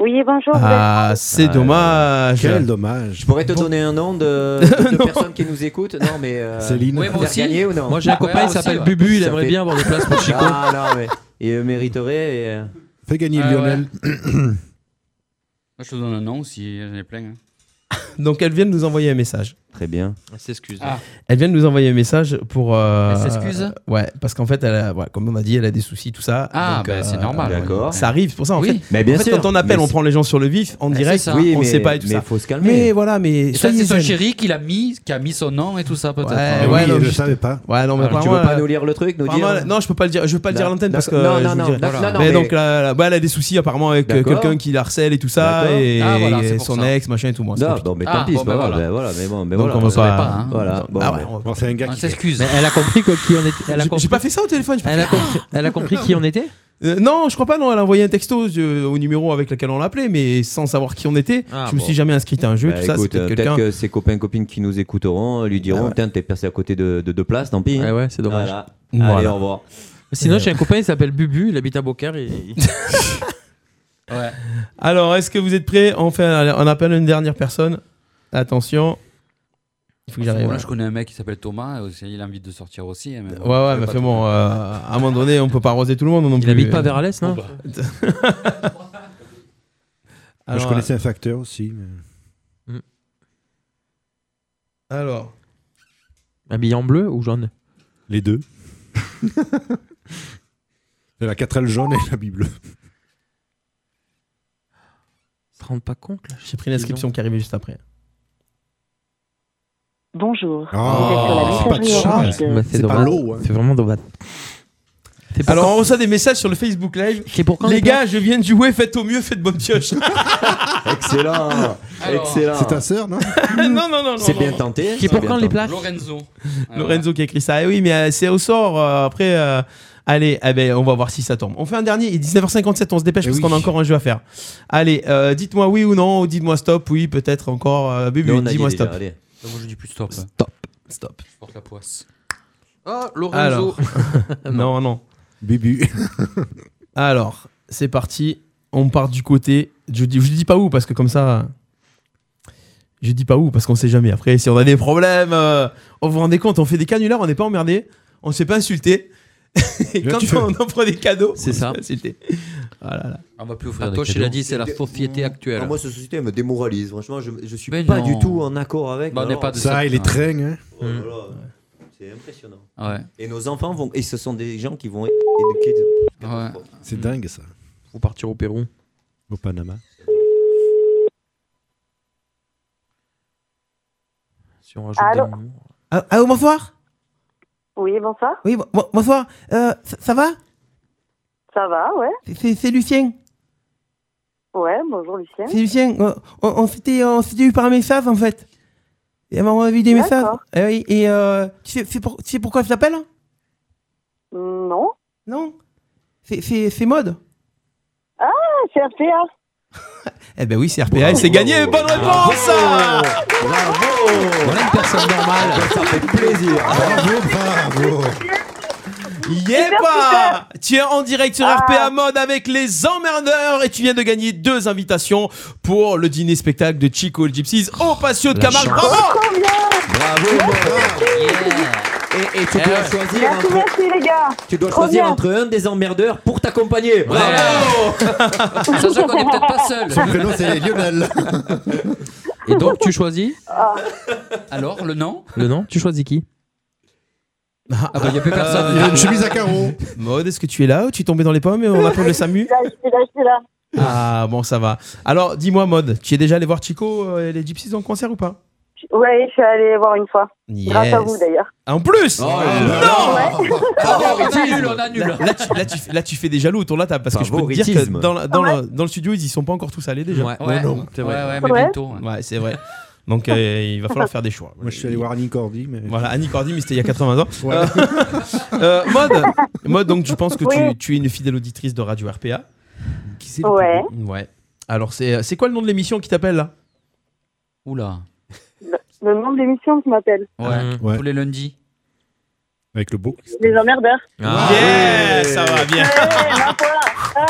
[SPEAKER 16] Oui, bonjour. vous
[SPEAKER 7] Ah, c'est
[SPEAKER 11] Ah,
[SPEAKER 7] dommage.
[SPEAKER 10] Quel dommage.
[SPEAKER 11] Je pourrais te donner un
[SPEAKER 7] *laughs*
[SPEAKER 11] nom de, de personnes qui nous écoutent. Non, mais. euh,
[SPEAKER 10] Céline.
[SPEAKER 11] faire gagner ou non
[SPEAKER 12] Moi, j'ai un copain, il s'appelle Bubu, il
[SPEAKER 11] Ça
[SPEAKER 12] aimerait
[SPEAKER 11] fait-
[SPEAKER 12] bien avoir des places
[SPEAKER 11] *laughs*
[SPEAKER 12] pour Chico.
[SPEAKER 11] Ah, non, mais. Il euh, mériterait. et, euh,
[SPEAKER 10] Fais gagner
[SPEAKER 8] Ah,
[SPEAKER 10] Lionel. *clears throat*
[SPEAKER 8] Moi, je te donne un nom aussi, j'en ai plein. hein.
[SPEAKER 7] Donc, elle vient de nous envoyer un message.
[SPEAKER 11] Très bien.
[SPEAKER 12] Elle s'excuse.
[SPEAKER 8] Ah.
[SPEAKER 7] Elle vient de nous envoyer un message pour. euh,
[SPEAKER 8] Elle s'excuse
[SPEAKER 7] Ouais, parce qu'en fait, elle a- voilà, comme on a dit, elle a des soucis, tout ça.
[SPEAKER 8] Ah,
[SPEAKER 7] Donc,
[SPEAKER 8] bah,
[SPEAKER 7] euh,
[SPEAKER 8] c'est normal.
[SPEAKER 11] D'accord.
[SPEAKER 7] Ça arrive, c'est pour ça en
[SPEAKER 8] Oui.
[SPEAKER 7] fait.
[SPEAKER 11] Mais bien
[SPEAKER 7] en fait,
[SPEAKER 11] sûr.
[SPEAKER 7] quand on appelle,
[SPEAKER 11] Mais
[SPEAKER 7] on
[SPEAKER 11] c'est-
[SPEAKER 7] prend les gens sur le vif, en
[SPEAKER 8] Ah,
[SPEAKER 7] direct,
[SPEAKER 8] c'est ça.
[SPEAKER 11] Oui,
[SPEAKER 7] on
[SPEAKER 11] mais-
[SPEAKER 7] sait pas et tout
[SPEAKER 11] mais
[SPEAKER 7] ça.
[SPEAKER 11] faut se calmer.
[SPEAKER 7] Mais voilà, mais
[SPEAKER 8] Et ça,
[SPEAKER 7] soyez
[SPEAKER 8] c'est son
[SPEAKER 7] zen.
[SPEAKER 8] chéri qui l'a mis, qui a mis son nom et tout ça, peut-être.
[SPEAKER 7] Ouais,
[SPEAKER 8] Ah,
[SPEAKER 7] ouais,
[SPEAKER 10] Oui,
[SPEAKER 7] non,
[SPEAKER 10] je
[SPEAKER 7] juste-
[SPEAKER 10] savais pas.
[SPEAKER 7] Ouais, non, mais
[SPEAKER 11] Alors, tu
[SPEAKER 7] apparemment,
[SPEAKER 11] veux pas
[SPEAKER 7] elle-
[SPEAKER 11] nous lire le truc, nous
[SPEAKER 7] apparemment,
[SPEAKER 8] euh,
[SPEAKER 11] dire
[SPEAKER 7] elle- Non, je peux pas le dire, je veux pas le dire à l'antenne parce que
[SPEAKER 11] D'accord.
[SPEAKER 7] euh,
[SPEAKER 11] Non,
[SPEAKER 7] je
[SPEAKER 11] non,
[SPEAKER 7] vous le
[SPEAKER 11] non,
[SPEAKER 7] dirai.
[SPEAKER 11] non, non,
[SPEAKER 7] mais,
[SPEAKER 11] mais-
[SPEAKER 7] donc là, là, bah, elle a des soucis apparemment avec euh,
[SPEAKER 11] D'accord.
[SPEAKER 7] quelqu'un qui la harcèle et tout ça
[SPEAKER 11] D'accord.
[SPEAKER 7] et,
[SPEAKER 8] Ah, voilà, c'est
[SPEAKER 7] et
[SPEAKER 8] pour
[SPEAKER 7] son
[SPEAKER 8] ça.
[SPEAKER 7] ex machin et tout moi. c'est
[SPEAKER 11] Non,
[SPEAKER 7] compliqué.
[SPEAKER 11] bon, mais
[SPEAKER 8] Ah,
[SPEAKER 11] tant pis,
[SPEAKER 8] bon,
[SPEAKER 11] c'est
[SPEAKER 8] ben
[SPEAKER 11] pas grave.
[SPEAKER 8] voilà.
[SPEAKER 11] ben Voilà, mais bon, mais
[SPEAKER 7] Donc,
[SPEAKER 11] voilà.
[SPEAKER 7] on va
[SPEAKER 11] ça
[SPEAKER 7] pas-
[SPEAKER 11] va
[SPEAKER 8] hein.
[SPEAKER 11] Voilà, bon.
[SPEAKER 7] Ah
[SPEAKER 11] ben.
[SPEAKER 7] ouais, on va-
[SPEAKER 10] Bon, c'est un gars
[SPEAKER 8] On
[SPEAKER 10] qui.
[SPEAKER 8] s'excuse.
[SPEAKER 12] Mais elle a compris que qui on était. Elle a
[SPEAKER 7] J'ai- J'ai
[SPEAKER 12] compris.
[SPEAKER 7] pas fait ça au téléphone. je peux
[SPEAKER 12] Elle
[SPEAKER 7] pas
[SPEAKER 12] a compris, elle a compris qui on était.
[SPEAKER 7] Euh, non, je crois pas, non, elle a envoyé un texto euh, au numéro avec lequel on l'appelait, mais sans savoir qui on était.
[SPEAKER 12] Ah,
[SPEAKER 7] je me
[SPEAKER 12] bon.
[SPEAKER 7] suis jamais inscrit à un jeu,
[SPEAKER 11] Bah,
[SPEAKER 7] tout ça, c'est
[SPEAKER 11] écoute, euh,
[SPEAKER 7] peut-être
[SPEAKER 11] peut-être
[SPEAKER 7] quelqu'un. Ah
[SPEAKER 11] que ses copains copines qui nous écouteront euh, lui diront Tiens, t'es passé à côté de, de deux places, tant pis. hein.
[SPEAKER 12] Ouais, ouais, c'est dommage.
[SPEAKER 11] Voilà.
[SPEAKER 7] Voilà.
[SPEAKER 11] Allez, au revoir.
[SPEAKER 7] Euh,
[SPEAKER 12] Sinon, j'ai un copain, il s'appelle Bubu, il habite à Beaucaire. Et...
[SPEAKER 7] *laughs*
[SPEAKER 8] Ouais.
[SPEAKER 7] Alors, est-ce que vous êtes prêts on, fait un- on appelle une dernière personne. Attention. Il faut que j'arrive.
[SPEAKER 8] Bon, là, je connais un mec qui s'appelle Thomas, aussi, il a envie de sortir aussi. hein, mais bon,
[SPEAKER 7] Ouais, ouais, mais
[SPEAKER 8] je vais
[SPEAKER 7] fait
[SPEAKER 8] pas
[SPEAKER 7] bon, euh, à un moment donné, on peut pas arroser tout le monde non
[SPEAKER 12] Il
[SPEAKER 7] plus.
[SPEAKER 12] habite pas vers l'Est,
[SPEAKER 8] Oh,
[SPEAKER 12] non
[SPEAKER 8] bah.
[SPEAKER 7] *laughs*
[SPEAKER 10] Moi, je
[SPEAKER 7] Alors,
[SPEAKER 10] connaissais un facteur aussi. mais-
[SPEAKER 7] Alors.
[SPEAKER 12] Habillé en bleu ou jaune
[SPEAKER 10] Les
[SPEAKER 7] *laughs*
[SPEAKER 10] deux. la 4L jaune et la Bible.
[SPEAKER 12] Tu te rends pas compte là
[SPEAKER 7] J'ai pris l'inscription qui arrivait juste après.
[SPEAKER 3] Bonjour.
[SPEAKER 10] Oh, c'est pas de
[SPEAKER 7] Ah.
[SPEAKER 10] chance.
[SPEAKER 12] Bah,
[SPEAKER 10] C'est pas
[SPEAKER 12] dommage.
[SPEAKER 10] l'eau. hein.
[SPEAKER 12] C'est vraiment dommage. C'est pas-
[SPEAKER 7] Alors, on reçoit des messages sur le Facebook Live.
[SPEAKER 12] C'est pour quand
[SPEAKER 7] Les gars, je viens de jouer, faites au mieux, faites bonne pioche.
[SPEAKER 11] *laughs* Excellent. Excellent.
[SPEAKER 10] C'est ta sœur,
[SPEAKER 7] *laughs*
[SPEAKER 10] non
[SPEAKER 7] non, non, non, non.
[SPEAKER 11] C'est
[SPEAKER 7] non.
[SPEAKER 11] bien tenté.
[SPEAKER 12] Qui est
[SPEAKER 11] c'est
[SPEAKER 12] pour
[SPEAKER 11] bien
[SPEAKER 12] quand les
[SPEAKER 11] tenté.
[SPEAKER 12] places
[SPEAKER 8] Lorenzo. Ah,
[SPEAKER 7] Lorenzo qui a écrit ça. Eh oui, mais euh, c'est au sort. euh, après, euh, Allez, eh ben, on va voir si ça tombe. On fait un dernier. Il est 19h57, on se
[SPEAKER 11] Eh
[SPEAKER 7] dépêche parce qu'on a encore un jeu à faire. Allez, euh, dites-moi oui ou non, ou dites-moi stop, oui, peut-être encore. euh, Bubu,
[SPEAKER 11] Non, on a dit
[SPEAKER 7] dis-moi
[SPEAKER 11] déjà,
[SPEAKER 7] stop.
[SPEAKER 11] allez.
[SPEAKER 8] Non, moi, je dis plus stop, là.
[SPEAKER 7] Stop. Stop.
[SPEAKER 8] Je porte la poisse.
[SPEAKER 12] Ah,
[SPEAKER 7] *laughs* Alors. non, non. Bubu. *laughs* Alors, c'est parti. On part du côté. Je dis, je dis pas où parce que comme ça. Je dis pas où parce qu'on sait jamais. Après, si on a des problèmes, euh, on vous rendez compte, on fait des canulars, on n'est pas emmerdé, on s'est pas insulté. Et quand on offre des cadeaux, c'est ça. Ah
[SPEAKER 8] On va plus offrir des cadeaux. Dé-
[SPEAKER 11] société
[SPEAKER 8] actuelle.
[SPEAKER 11] Mmh. Ah, moi, cette société elle me démoralise. Franchement, je, je suis
[SPEAKER 8] Mais
[SPEAKER 11] pas
[SPEAKER 8] non.
[SPEAKER 11] du tout en accord avec.
[SPEAKER 8] Bah, on
[SPEAKER 11] mais
[SPEAKER 8] n'est pas
[SPEAKER 11] alors-
[SPEAKER 8] de Ça, cette- il est très, hein.
[SPEAKER 11] Oh là
[SPEAKER 8] Mm.
[SPEAKER 11] là, C'est impressionnant.
[SPEAKER 8] Ouais.
[SPEAKER 11] Et nos enfants vont. Et ce sont des gens qui vont éduquer. de-
[SPEAKER 10] C'est dingue ça.
[SPEAKER 12] Ou partir au Pérou.
[SPEAKER 10] Au Panama.
[SPEAKER 12] Si on rajoute
[SPEAKER 3] Allô
[SPEAKER 12] des mots.
[SPEAKER 13] Ah, allô, bonsoir
[SPEAKER 3] Oui, bonsoir.
[SPEAKER 13] Oui, bon- bon- bonsoir. Euh, ça, ça va
[SPEAKER 3] Ça va, ouais.
[SPEAKER 13] C'est c'est Lucien.
[SPEAKER 3] Ouais, bonjour Lucien.
[SPEAKER 13] C'est Lucien. On, on- on s'était on s'était eu par un message, en fait. Et on avait eu des messages.
[SPEAKER 3] D'accord.
[SPEAKER 13] Eh oui, et euh, tu, sais, c'est pour- tu sais pourquoi je t'appelle
[SPEAKER 3] Non.
[SPEAKER 13] Non C'est- C'est c'est mode
[SPEAKER 3] Ah, c'est RPA.
[SPEAKER 7] Eh ben oui, c'est RPA et c'est gagné. Bonne réponse.
[SPEAKER 12] On a une personne normale.
[SPEAKER 11] Ça fait plaisir.
[SPEAKER 7] Ah.
[SPEAKER 10] Bravo, bravo.
[SPEAKER 7] Yeah pas Tu es en direct sur RPA Mode avec les emmerdeurs et tu viens de gagner deux invitations pour le dîner spectacle de Chico et le Gypsies au patio de
[SPEAKER 11] La
[SPEAKER 7] Camargue.
[SPEAKER 11] chance.
[SPEAKER 7] Bravo
[SPEAKER 11] Bravo, Et, et tu
[SPEAKER 7] Eh.
[SPEAKER 11] dois
[SPEAKER 8] Eh,
[SPEAKER 11] choisir hein.
[SPEAKER 3] Merci,
[SPEAKER 11] entre,
[SPEAKER 3] merci les gars.
[SPEAKER 11] tu dois
[SPEAKER 3] Trop
[SPEAKER 11] choisir
[SPEAKER 3] bien.
[SPEAKER 11] entre un des emmerdeurs pour t'accompagner. Bravo
[SPEAKER 8] *laughs*
[SPEAKER 7] Ah,
[SPEAKER 8] Sachant qu'on n'est
[SPEAKER 3] *laughs*
[SPEAKER 8] peut-être pas seul.
[SPEAKER 11] Son prénom, c'est
[SPEAKER 10] Lionel.
[SPEAKER 12] Et donc, tu choisis
[SPEAKER 8] Ah. Alors, le nom
[SPEAKER 12] le nom Tu choisis qui
[SPEAKER 7] Ah
[SPEAKER 12] bah, y a plus personne.
[SPEAKER 10] Il a une chemise à carreaux.
[SPEAKER 7] Mode, est-ce que tu es là ou tu es tombé dans les pommes et on appelle le
[SPEAKER 12] *laughs*
[SPEAKER 7] SAMU
[SPEAKER 3] Là, je suis là, je suis là.
[SPEAKER 7] Ah bon, ça va. Alors dis-moi Mode, tu es déjà allé voir Chico euh, et les Gypsies en concert ou pas
[SPEAKER 3] Ouais, je suis allée voir une fois. Grâce à
[SPEAKER 7] Yes.
[SPEAKER 3] vous d'ailleurs.
[SPEAKER 7] En plus Non
[SPEAKER 8] on annule, on annule.
[SPEAKER 7] Ah Là, tu, là, tu- là, tu fais des jaloux autour de la table parce que je peux te dire que
[SPEAKER 11] Favoritisme.
[SPEAKER 7] dans, la- dans,
[SPEAKER 11] Ouais.
[SPEAKER 7] le, dans le studio ils y sont pas encore tous allés déjà.
[SPEAKER 12] Ouais, Ouais. non, non, c'est vrai. Ouais, ouais, mais Ouais. bientôt, ouais.
[SPEAKER 7] Ouais, c'est vrai. Donc euh, il va falloir faire des choix.
[SPEAKER 10] Moi, je suis allé voir Annie Cordy, mais.
[SPEAKER 7] Voilà, Annie Cordy, mais c'était il y a 80 ans.
[SPEAKER 10] Ouais.
[SPEAKER 7] Euh, euh, mode, Mode, donc tu penses que tu-
[SPEAKER 3] Oui.
[SPEAKER 7] tu, es une fidèle auditrice de Radio RPA Qui c'est le
[SPEAKER 3] Ouais.
[SPEAKER 7] plus beau Ouais. Alors c'est c'est quoi le nom de l'émission qui t'appelle là
[SPEAKER 8] Oula.
[SPEAKER 3] Le nom de l'émission qui m'appelle.
[SPEAKER 8] Ouais.
[SPEAKER 10] Ouais.
[SPEAKER 8] Tous les lundis.
[SPEAKER 10] Avec le beau.
[SPEAKER 3] Les emmerdeurs.
[SPEAKER 11] Ah.
[SPEAKER 7] Yeah, Ah ça va bien.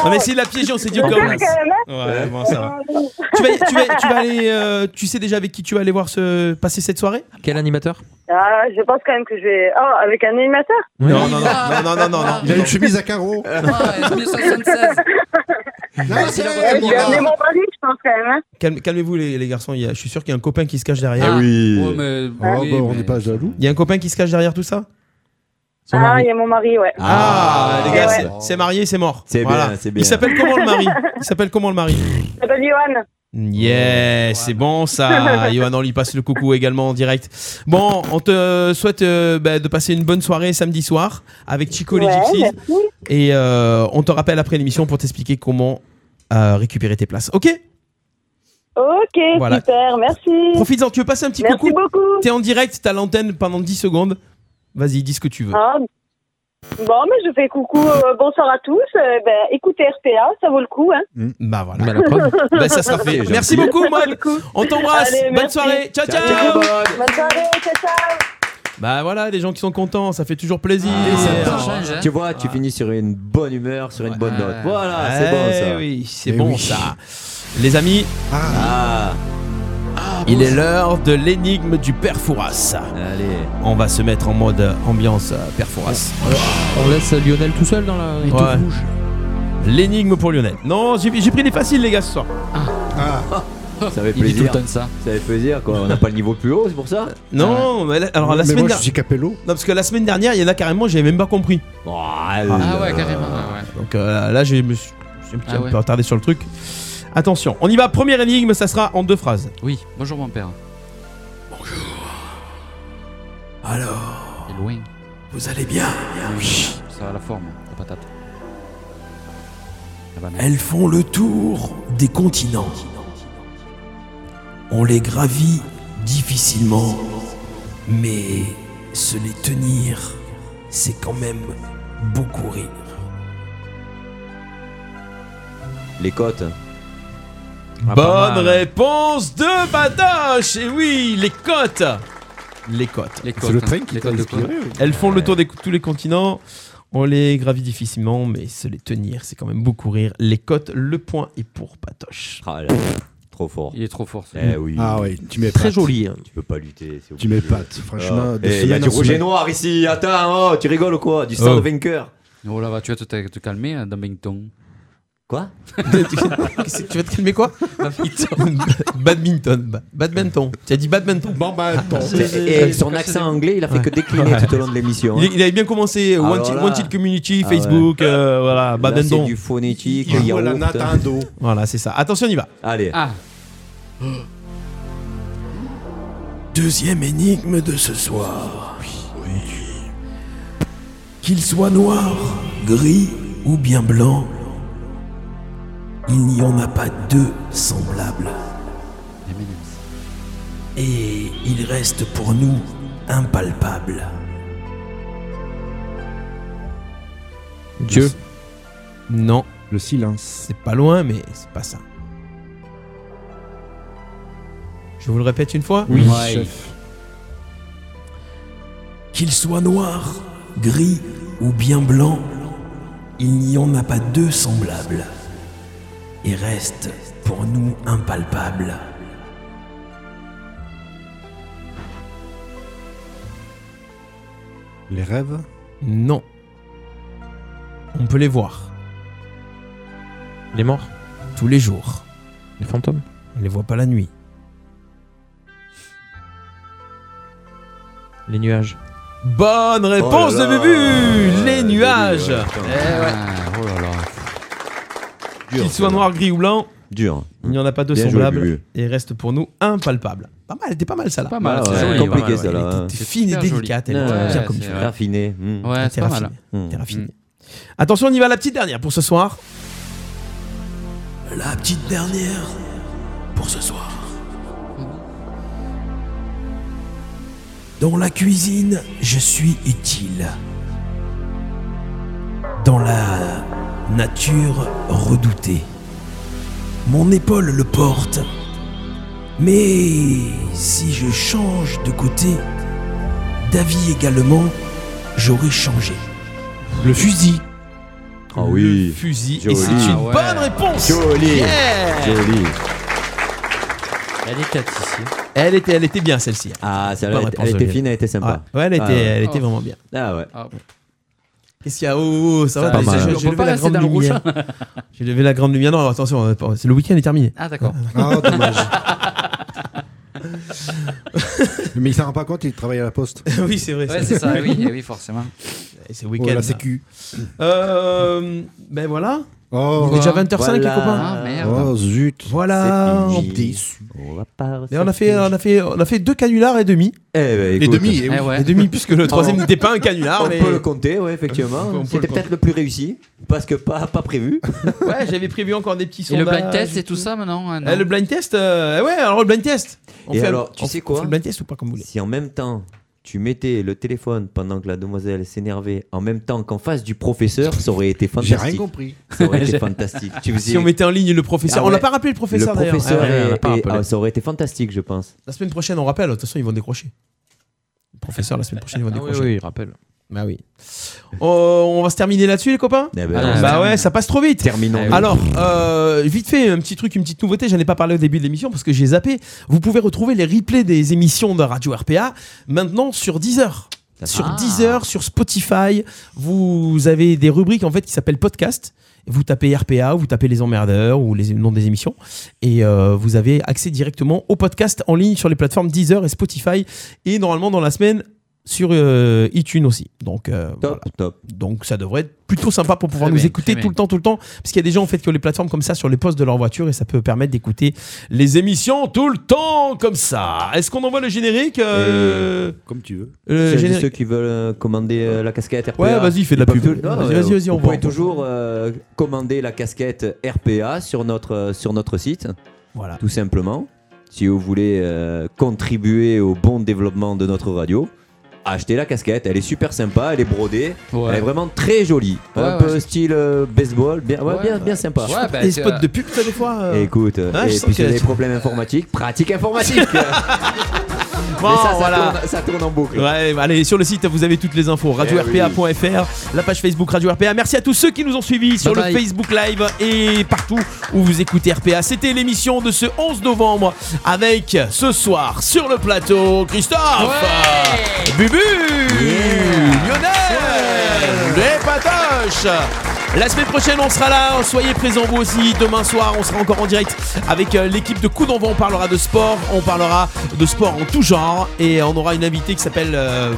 [SPEAKER 7] On a essayé de la piéger, on s'est dit on
[SPEAKER 3] Ok,
[SPEAKER 7] commence.
[SPEAKER 3] quand
[SPEAKER 7] Ouais, bon, ça
[SPEAKER 3] Ah.
[SPEAKER 7] va. Ah. Tu vas, tu vas- tu vas aller, euh, tu sais déjà avec qui tu vas aller voir ce, passer cette soirée
[SPEAKER 12] Quel animateur
[SPEAKER 3] *laughs* Ah, je pense quand même que je vais. Oh, avec un animateur
[SPEAKER 7] non, non, non, non, non,
[SPEAKER 3] *laughs*
[SPEAKER 7] non, non, non.
[SPEAKER 10] Il a une chemise à carreaux.
[SPEAKER 3] Eh, Je vais amener mon mari, je pense quand même. hein.
[SPEAKER 7] Calme- Calmez-vous les, les garçons, il y a- je suis sûr qu'il y a un copain qui se cache
[SPEAKER 11] Eh
[SPEAKER 7] derrière.
[SPEAKER 13] Eh Ah.
[SPEAKER 10] Oh,
[SPEAKER 11] Ah,
[SPEAKER 10] bah, on n'est pas jaloux.
[SPEAKER 7] Il y a un copain qui se cache derrière tout ça
[SPEAKER 3] Ah, il y a mon mari, ouais.
[SPEAKER 7] Ah, les gars,
[SPEAKER 3] Ouais.
[SPEAKER 7] c'est- c'est marié, c'est mort.
[SPEAKER 11] C'est
[SPEAKER 7] Voilà.
[SPEAKER 11] bien, c'est bien.
[SPEAKER 7] Il s'appelle comment le
[SPEAKER 11] *laughs*
[SPEAKER 7] mari Il s'appelle comment le mari
[SPEAKER 3] Ça s'appelle Johan.
[SPEAKER 7] Yes, Mm, c'est bon
[SPEAKER 3] *laughs*
[SPEAKER 7] ça. Johan, on lui passe le coucou également en direct. Bon, on te souhaite euh, bah, de passer une bonne soirée samedi soir avec Chico les
[SPEAKER 3] Ouais,
[SPEAKER 7] Gypsies.
[SPEAKER 3] merci.
[SPEAKER 7] Et euh, on te rappelle après l'émission pour t'expliquer comment euh, récupérer tes places. Ok
[SPEAKER 3] Ok,
[SPEAKER 7] Voilà.
[SPEAKER 3] super, merci.
[SPEAKER 7] Profites-en, tu veux passer un petit
[SPEAKER 3] Merci
[SPEAKER 7] coucou
[SPEAKER 3] beaucoup.
[SPEAKER 7] T'es en direct, t'as l'antenne pendant 10 secondes. Vas-y, dis ce que tu veux.
[SPEAKER 3] Ah. Bon, mais je fais coucou, euh, bonsoir à tous. Euh, ben, écoutez RPA, ça vaut le coup. Hein.
[SPEAKER 7] Bah voilà.
[SPEAKER 12] Mm. la
[SPEAKER 3] *laughs*
[SPEAKER 12] preuve.
[SPEAKER 7] *laughs* Bah, ça sera fait.
[SPEAKER 12] C'est gentil.
[SPEAKER 7] Merci beaucoup,
[SPEAKER 3] Ça vaut
[SPEAKER 7] Maud.
[SPEAKER 3] le coup.
[SPEAKER 7] On t'embrasse.
[SPEAKER 3] Allez,
[SPEAKER 7] Bonne
[SPEAKER 3] merci.
[SPEAKER 7] soirée. Ciao, ciao.
[SPEAKER 3] Bonne soirée, ciao, ciao.
[SPEAKER 7] Bah voilà, des gens qui sont contents, ça fait toujours plaisir.
[SPEAKER 12] Ah,
[SPEAKER 7] Ah.
[SPEAKER 12] hein.
[SPEAKER 7] hein.
[SPEAKER 11] Tu vois, tu finis sur une bonne humeur, sur une bonne note. Voilà, c'est bon
[SPEAKER 7] Euh, Eh
[SPEAKER 11] ça.
[SPEAKER 7] oui, c'est
[SPEAKER 11] Eh
[SPEAKER 7] bon
[SPEAKER 11] oui.
[SPEAKER 7] ça. Les amis,
[SPEAKER 11] Ah.
[SPEAKER 8] Ah,
[SPEAKER 7] il est l'heure de l'énigme du Perforas.
[SPEAKER 11] Allez.
[SPEAKER 7] On va se mettre en mode ambiance euh, Perforas.
[SPEAKER 12] On laisse Lionel tout seul dans la. Il est tout
[SPEAKER 7] Ouais.
[SPEAKER 12] rouge.
[SPEAKER 7] L'énigme pour Lionel. Non, j'ai j'ai pris des faciles les gars ce soir. Ah.
[SPEAKER 11] Ça fait
[SPEAKER 8] Il dit tout le
[SPEAKER 11] plaisir.
[SPEAKER 8] temps ça.
[SPEAKER 11] Ça fait plaisir quoi. On n'a pas le niveau plus haut, c'est pour ça
[SPEAKER 7] Euh,
[SPEAKER 11] Ah.
[SPEAKER 7] Non, mais la- alors la
[SPEAKER 10] mais
[SPEAKER 7] semaine
[SPEAKER 10] moi, je
[SPEAKER 7] dernière.
[SPEAKER 10] suis Capello.
[SPEAKER 7] Non, parce que la semaine dernière, il y en a carrément, j'avais même pas compris.
[SPEAKER 8] Ah ouais, carrément. ouais, ouais.
[SPEAKER 7] Donc euh, là, je me suis je suis un petit
[SPEAKER 8] Ah ouais.
[SPEAKER 7] peu retardé sur le truc. Attention, on y va. Première énigme, ça sera en deux phrases.
[SPEAKER 8] Oui, bonjour mon père.
[SPEAKER 7] Alors,
[SPEAKER 8] C'est loin.
[SPEAKER 7] vous allez bien
[SPEAKER 8] Oui. Ça a la forme, la patate. La banane.
[SPEAKER 7] Elles font le tour des continents. On les gravit difficilement, mais se les tenir, c'est quand même
[SPEAKER 11] beaucoup rire. Les Ah, cotes.
[SPEAKER 7] Bonne
[SPEAKER 10] hein.
[SPEAKER 7] réponse de Badache Et oui, les côtes Les côtes. Les
[SPEAKER 10] C'est le train qui t'a inspiré, oui.
[SPEAKER 7] Elles font le tour de tous les continents. On les gravit difficilement, mais se les tenir, c'est quand même beaucoup rire. Les côtes, le point est pour Patoche.
[SPEAKER 11] Trop fort.
[SPEAKER 8] Il est trop fort.
[SPEAKER 11] Eh oui.
[SPEAKER 10] Ah ouais, tu m'épates.
[SPEAKER 11] Très joli, hein. Tu peux pas lutter.
[SPEAKER 10] Tu m'épates, franchement. de
[SPEAKER 11] Oh. Eh, Il y a
[SPEAKER 10] semaine
[SPEAKER 11] du
[SPEAKER 10] en
[SPEAKER 11] rouge et
[SPEAKER 10] semaine.
[SPEAKER 11] noir ici. Attends, oh, tu rigoles ou quoi Du sang de vainqueur.
[SPEAKER 8] Oh là, va, tu vas te, te calmer, hein, Dumbington. *laughs*
[SPEAKER 11] Quoi
[SPEAKER 7] Qu'est-ce que- tu vas te calmer quoi Badminton. Ba- Badminton. Tu as dit badminton.
[SPEAKER 11] Et son accent anglais, il a fait que décliner tout au long de l'émission. hein.
[SPEAKER 7] Il, il avait bien commencé euh,
[SPEAKER 11] Ah,
[SPEAKER 7] Wanted,
[SPEAKER 11] voilà.
[SPEAKER 7] Wanted Community,
[SPEAKER 11] Ah,
[SPEAKER 7] Facebook,
[SPEAKER 11] ouais.
[SPEAKER 7] euh, voilà,
[SPEAKER 11] Là,
[SPEAKER 7] badminton.
[SPEAKER 11] c'est du phonétique,
[SPEAKER 7] Il-
[SPEAKER 11] yaourt.
[SPEAKER 7] Voilà, Nintendo. Voilà, c'est ça. Attention, on y va.
[SPEAKER 11] Allez.
[SPEAKER 8] Ah.
[SPEAKER 13] Deuxième énigme de ce soir. Qu'il soit noir, gris ou bien blanc, il n'y en a pas deux semblables. Et il reste pour nous impalpable.
[SPEAKER 7] Dieu. Non.
[SPEAKER 10] Le silence.
[SPEAKER 7] C'est pas loin, mais c'est pas ça. Je vous le répète une fois
[SPEAKER 13] Oui, Ouais. chef. Qu'il soit noir, gris ou bien blanc, il n'y en a pas deux semblables. Et reste pour nous impalpable.
[SPEAKER 11] Ah.
[SPEAKER 10] Les rêves *laughs*
[SPEAKER 7] Non. On peut les voir.
[SPEAKER 12] Les morts
[SPEAKER 7] Tous les jours.
[SPEAKER 12] Les fantômes
[SPEAKER 7] On les voit pas la nuit.
[SPEAKER 12] Les nuages
[SPEAKER 7] Bonne réponse
[SPEAKER 12] Oh là
[SPEAKER 7] de
[SPEAKER 12] là.
[SPEAKER 7] Bubu Les nuages
[SPEAKER 12] ouais, putain.
[SPEAKER 7] Eh ouais.
[SPEAKER 8] oh là là.
[SPEAKER 7] Qu'il
[SPEAKER 11] Dur,
[SPEAKER 7] soit
[SPEAKER 11] celle-là.
[SPEAKER 7] noir, gris ou blanc,
[SPEAKER 11] Dur.
[SPEAKER 7] il n'y en a pas deux
[SPEAKER 11] Bien joué,
[SPEAKER 7] semblables
[SPEAKER 11] Bubu.
[SPEAKER 7] et reste pour nous impalpable. Pas mal, elle était pas mal ça là.
[SPEAKER 8] Pas mal,
[SPEAKER 11] Ah ouais,
[SPEAKER 8] c'est joli,
[SPEAKER 11] compliqué,
[SPEAKER 8] ouais, ouais,
[SPEAKER 11] ça, là,
[SPEAKER 8] elle était-
[SPEAKER 11] hein.
[SPEAKER 8] t'es
[SPEAKER 7] T'es fine et
[SPEAKER 8] super jolie.
[SPEAKER 7] délicate, elle est
[SPEAKER 8] Ouais,
[SPEAKER 7] bien comme
[SPEAKER 8] c'est
[SPEAKER 7] tu
[SPEAKER 8] vrai.
[SPEAKER 7] veux.
[SPEAKER 11] Raffiné. Mm. hmm.
[SPEAKER 8] Ouais,
[SPEAKER 7] T'es
[SPEAKER 8] c'est pas mal.
[SPEAKER 7] raffiné, t'es raffiné. Attention, on y va, la petite dernière pour ce soir.
[SPEAKER 13] La petite dernière pour ce soir. Dans la cuisine, je suis utile. Dans la nature redoutée. Mon épaule le porte. Mais si je change de côté, d'avis également, j'aurais changé.
[SPEAKER 10] Le fusil.
[SPEAKER 11] Ah oui.
[SPEAKER 7] Fusil.
[SPEAKER 11] Joli.
[SPEAKER 7] Et c'est une
[SPEAKER 11] Ah ouais.
[SPEAKER 7] bonne réponse.
[SPEAKER 11] Joli.
[SPEAKER 7] Yeah.
[SPEAKER 11] Joli.
[SPEAKER 8] Elle est ici.
[SPEAKER 7] Elle était, elle était bien celle-ci.
[SPEAKER 11] Ah, celle-là,
[SPEAKER 7] Bonne
[SPEAKER 11] elle-
[SPEAKER 7] réponse,
[SPEAKER 11] elle était
[SPEAKER 7] Olivier.
[SPEAKER 11] fine, elle était sympa.
[SPEAKER 7] Ouais, ouais, elle était,
[SPEAKER 11] Ah ouais.
[SPEAKER 7] elle était vraiment bien.
[SPEAKER 11] Ah ouais.
[SPEAKER 7] Qu'est-ce qu'il y a Oh, oh, ça va
[SPEAKER 11] Pas
[SPEAKER 7] j'ai-
[SPEAKER 11] mal.
[SPEAKER 7] j'ai-
[SPEAKER 11] On
[SPEAKER 7] J'ai
[SPEAKER 11] peut
[SPEAKER 7] levé
[SPEAKER 11] pas
[SPEAKER 7] la
[SPEAKER 11] rester
[SPEAKER 7] grande
[SPEAKER 11] dans le hein.
[SPEAKER 7] lumière. *laughs* J'ai levé la grande lumière. Non, attention, on a pas- c'est le week-end est terminé.
[SPEAKER 8] Ah, d'accord.
[SPEAKER 10] Ah,
[SPEAKER 7] *laughs*
[SPEAKER 10] dommage. Mais il s'en rend pas compte, il travaille à la poste.
[SPEAKER 7] *laughs* oui, c'est vrai.
[SPEAKER 8] Ouais, c'est ça, oui, eh oui, forcément.
[SPEAKER 7] Et c'est week-end.
[SPEAKER 10] Oh, la
[SPEAKER 7] là.
[SPEAKER 10] sécu.
[SPEAKER 7] Euh, ben voilà.
[SPEAKER 10] Oh.
[SPEAKER 7] Il est déjà 20h05, les
[SPEAKER 11] Voilà.
[SPEAKER 7] copains.
[SPEAKER 8] Ah, merde.
[SPEAKER 10] Oh zut.
[SPEAKER 7] Voilà.
[SPEAKER 11] C'est
[SPEAKER 7] On,
[SPEAKER 11] fini. On va pas
[SPEAKER 10] Oh,
[SPEAKER 7] mais on a fait, euh, Ah, on a fait, on a fait deux canulars et demi.
[SPEAKER 11] Eh ben,
[SPEAKER 10] Les
[SPEAKER 11] écoute,
[SPEAKER 10] demi, eh oui.
[SPEAKER 8] Eh ouais.
[SPEAKER 7] Et demi, puisque le troisième
[SPEAKER 11] Oh.
[SPEAKER 7] n'était pas un canular.
[SPEAKER 11] On
[SPEAKER 7] mais...
[SPEAKER 11] peut le compter, ouais, effectivement.
[SPEAKER 7] peut
[SPEAKER 11] C'était
[SPEAKER 7] le
[SPEAKER 11] peut-être le plus réussi, parce que pas, pas prévu.
[SPEAKER 7] Ouais, j'avais prévu encore des petits
[SPEAKER 8] Et
[SPEAKER 7] sondages.
[SPEAKER 8] le blind test et tout ça maintenant hein, non
[SPEAKER 7] Eh, le blind test, euh, ouais, alors le blind test. *laughs* On
[SPEAKER 11] Et
[SPEAKER 7] fait-
[SPEAKER 11] alors, tu
[SPEAKER 7] on-
[SPEAKER 11] sais
[SPEAKER 7] on
[SPEAKER 11] quoi
[SPEAKER 7] fait le blind test ou pas comme vous voulez.
[SPEAKER 11] Si en même temps, tu mettais le téléphone pendant que la demoiselle s'énervait, en même temps qu'en face du professeur, ça aurait
[SPEAKER 7] *laughs*
[SPEAKER 11] été
[SPEAKER 10] J'ai
[SPEAKER 11] fantastique.
[SPEAKER 10] rien compris.
[SPEAKER 11] Ça aurait été fantastique. Tu faisais-
[SPEAKER 7] Si on mettait en ligne le professeur,
[SPEAKER 11] Ah
[SPEAKER 7] on l'a
[SPEAKER 11] ouais.
[SPEAKER 7] pas rappelé le professeur
[SPEAKER 11] Le
[SPEAKER 7] d'ailleurs.
[SPEAKER 11] professeur,
[SPEAKER 7] Ah ouais, on
[SPEAKER 11] et-
[SPEAKER 7] l'a pas
[SPEAKER 11] et-
[SPEAKER 7] rappelé.
[SPEAKER 11] ah, ça aurait été fantastique, je pense.
[SPEAKER 7] La semaine prochaine, on rappelle. De toute façon, ils vont décrocher. Le professeur, la semaine prochaine, ils vont
[SPEAKER 12] Ah oui,
[SPEAKER 7] décrocher.
[SPEAKER 12] oui, il rappelle.
[SPEAKER 7] Bah oui. Oh, on va se terminer là-dessus, les copains
[SPEAKER 11] Eh ben,
[SPEAKER 12] Ah,
[SPEAKER 11] on- eh
[SPEAKER 7] Bah ouais, ça passe trop vite.
[SPEAKER 11] Terminons.
[SPEAKER 7] Alors, euh, vite fait, un petit truc, une petite nouveauté. J'en ai pas parlé au début de l'émission parce que j'ai zappé. Vous pouvez retrouver les replays des émissions de Radio RPA maintenant sur Deezer. Sur
[SPEAKER 8] Ah.
[SPEAKER 7] Deezer, sur Spotify, vous avez des rubriques en fait qui s'appellent podcast. Vous tapez RPA, vous tapez les emmerdeurs ou les noms des émissions et euh, vous avez accès directement au podcast en ligne sur les plateformes Deezer et Spotify et normalement dans la semaine sur euh, iTunes aussi. Donc euh,
[SPEAKER 11] Top, top.
[SPEAKER 7] donc ça devrait être plutôt sympa pour pouvoir
[SPEAKER 8] Très
[SPEAKER 7] nous
[SPEAKER 8] bien,
[SPEAKER 7] écouter
[SPEAKER 8] très
[SPEAKER 7] tout le temps, tout le temps. Parce qu'il y a des gens en fait qui ont les plateformes comme ça sur les postes de leur voiture et ça peut permettre d'écouter les émissions tout le temps comme ça. Est-ce qu'on envoie le générique euh,
[SPEAKER 10] Comme tu veux.
[SPEAKER 7] le
[SPEAKER 11] Celles et
[SPEAKER 7] générique
[SPEAKER 11] ceux qui veulent euh, commander euh, la casquette RPA.
[SPEAKER 7] Ouais, vas-y, fais de la
[SPEAKER 11] ils peuvent
[SPEAKER 7] pub.
[SPEAKER 11] tout- non,
[SPEAKER 7] Vas-y,
[SPEAKER 11] euh,
[SPEAKER 7] vas-y, vas-y, on
[SPEAKER 11] vous pouvez
[SPEAKER 7] voit.
[SPEAKER 11] toujours euh, commander la casquette RPA sur notre, euh, sur notre site,
[SPEAKER 7] Voilà.
[SPEAKER 11] tout simplement. Si vous voulez euh, contribuer au bon développement de notre radio, achetez la casquette. Elle est super sympa, elle est brodée,
[SPEAKER 8] Ouais.
[SPEAKER 11] elle est vraiment très jolie.
[SPEAKER 8] Ouais,
[SPEAKER 11] un
[SPEAKER 8] ouais,
[SPEAKER 11] peu style euh, baseball, bien, ouais, bien, bien sympa.
[SPEAKER 2] Je
[SPEAKER 7] bah,
[SPEAKER 2] fais des spots de pub, ça, des fois. euh.
[SPEAKER 11] Écoute, euh,
[SPEAKER 2] Ah, je
[SPEAKER 11] et
[SPEAKER 2] sens
[SPEAKER 11] puis
[SPEAKER 2] que-
[SPEAKER 11] c'est des problèmes informatiques, pratique informatique.
[SPEAKER 2] Bon,
[SPEAKER 11] Mais ça, ça
[SPEAKER 2] voilà.
[SPEAKER 11] tourne- ça tourne en
[SPEAKER 7] *laughs*
[SPEAKER 11] boucle.
[SPEAKER 7] Ouais, bah, allez, sur le site, vous avez toutes les infos. Radio-RPA.fr, la page Facebook Radio RPA. Merci à tous ceux qui nous ont suivis sur
[SPEAKER 2] bye.
[SPEAKER 7] le Facebook Live et partout où vous écoutez RPA. C'était l'émission de ce 11 novembre avec ce soir sur le plateau Christophe, Bubu, Lionel, les patoches. La semaine prochaine, on sera là. Soyez présents vous aussi. Demain soir, on sera encore en direct avec euh, l'équipe de Coup d'envoi. On parlera de sport, on parlera de sport en tout genre et on aura une invitée qui s'appelle euh,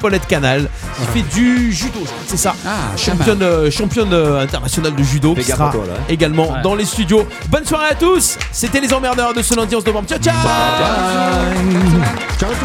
[SPEAKER 7] Paulette Canal qui
[SPEAKER 11] Ah.
[SPEAKER 7] fait du judo, je crois que c'est ça. championne euh, championne euh, internationale de judo qui
[SPEAKER 11] Fais gaffe
[SPEAKER 7] sera
[SPEAKER 11] à toi, là, hein.
[SPEAKER 7] également
[SPEAKER 11] Ouais.
[SPEAKER 7] dans les studios. Bonne soirée à tous. C'était les emmerdeurs de ce lundi 11 novembre. Ciao ciao.
[SPEAKER 11] Ciao, ciao.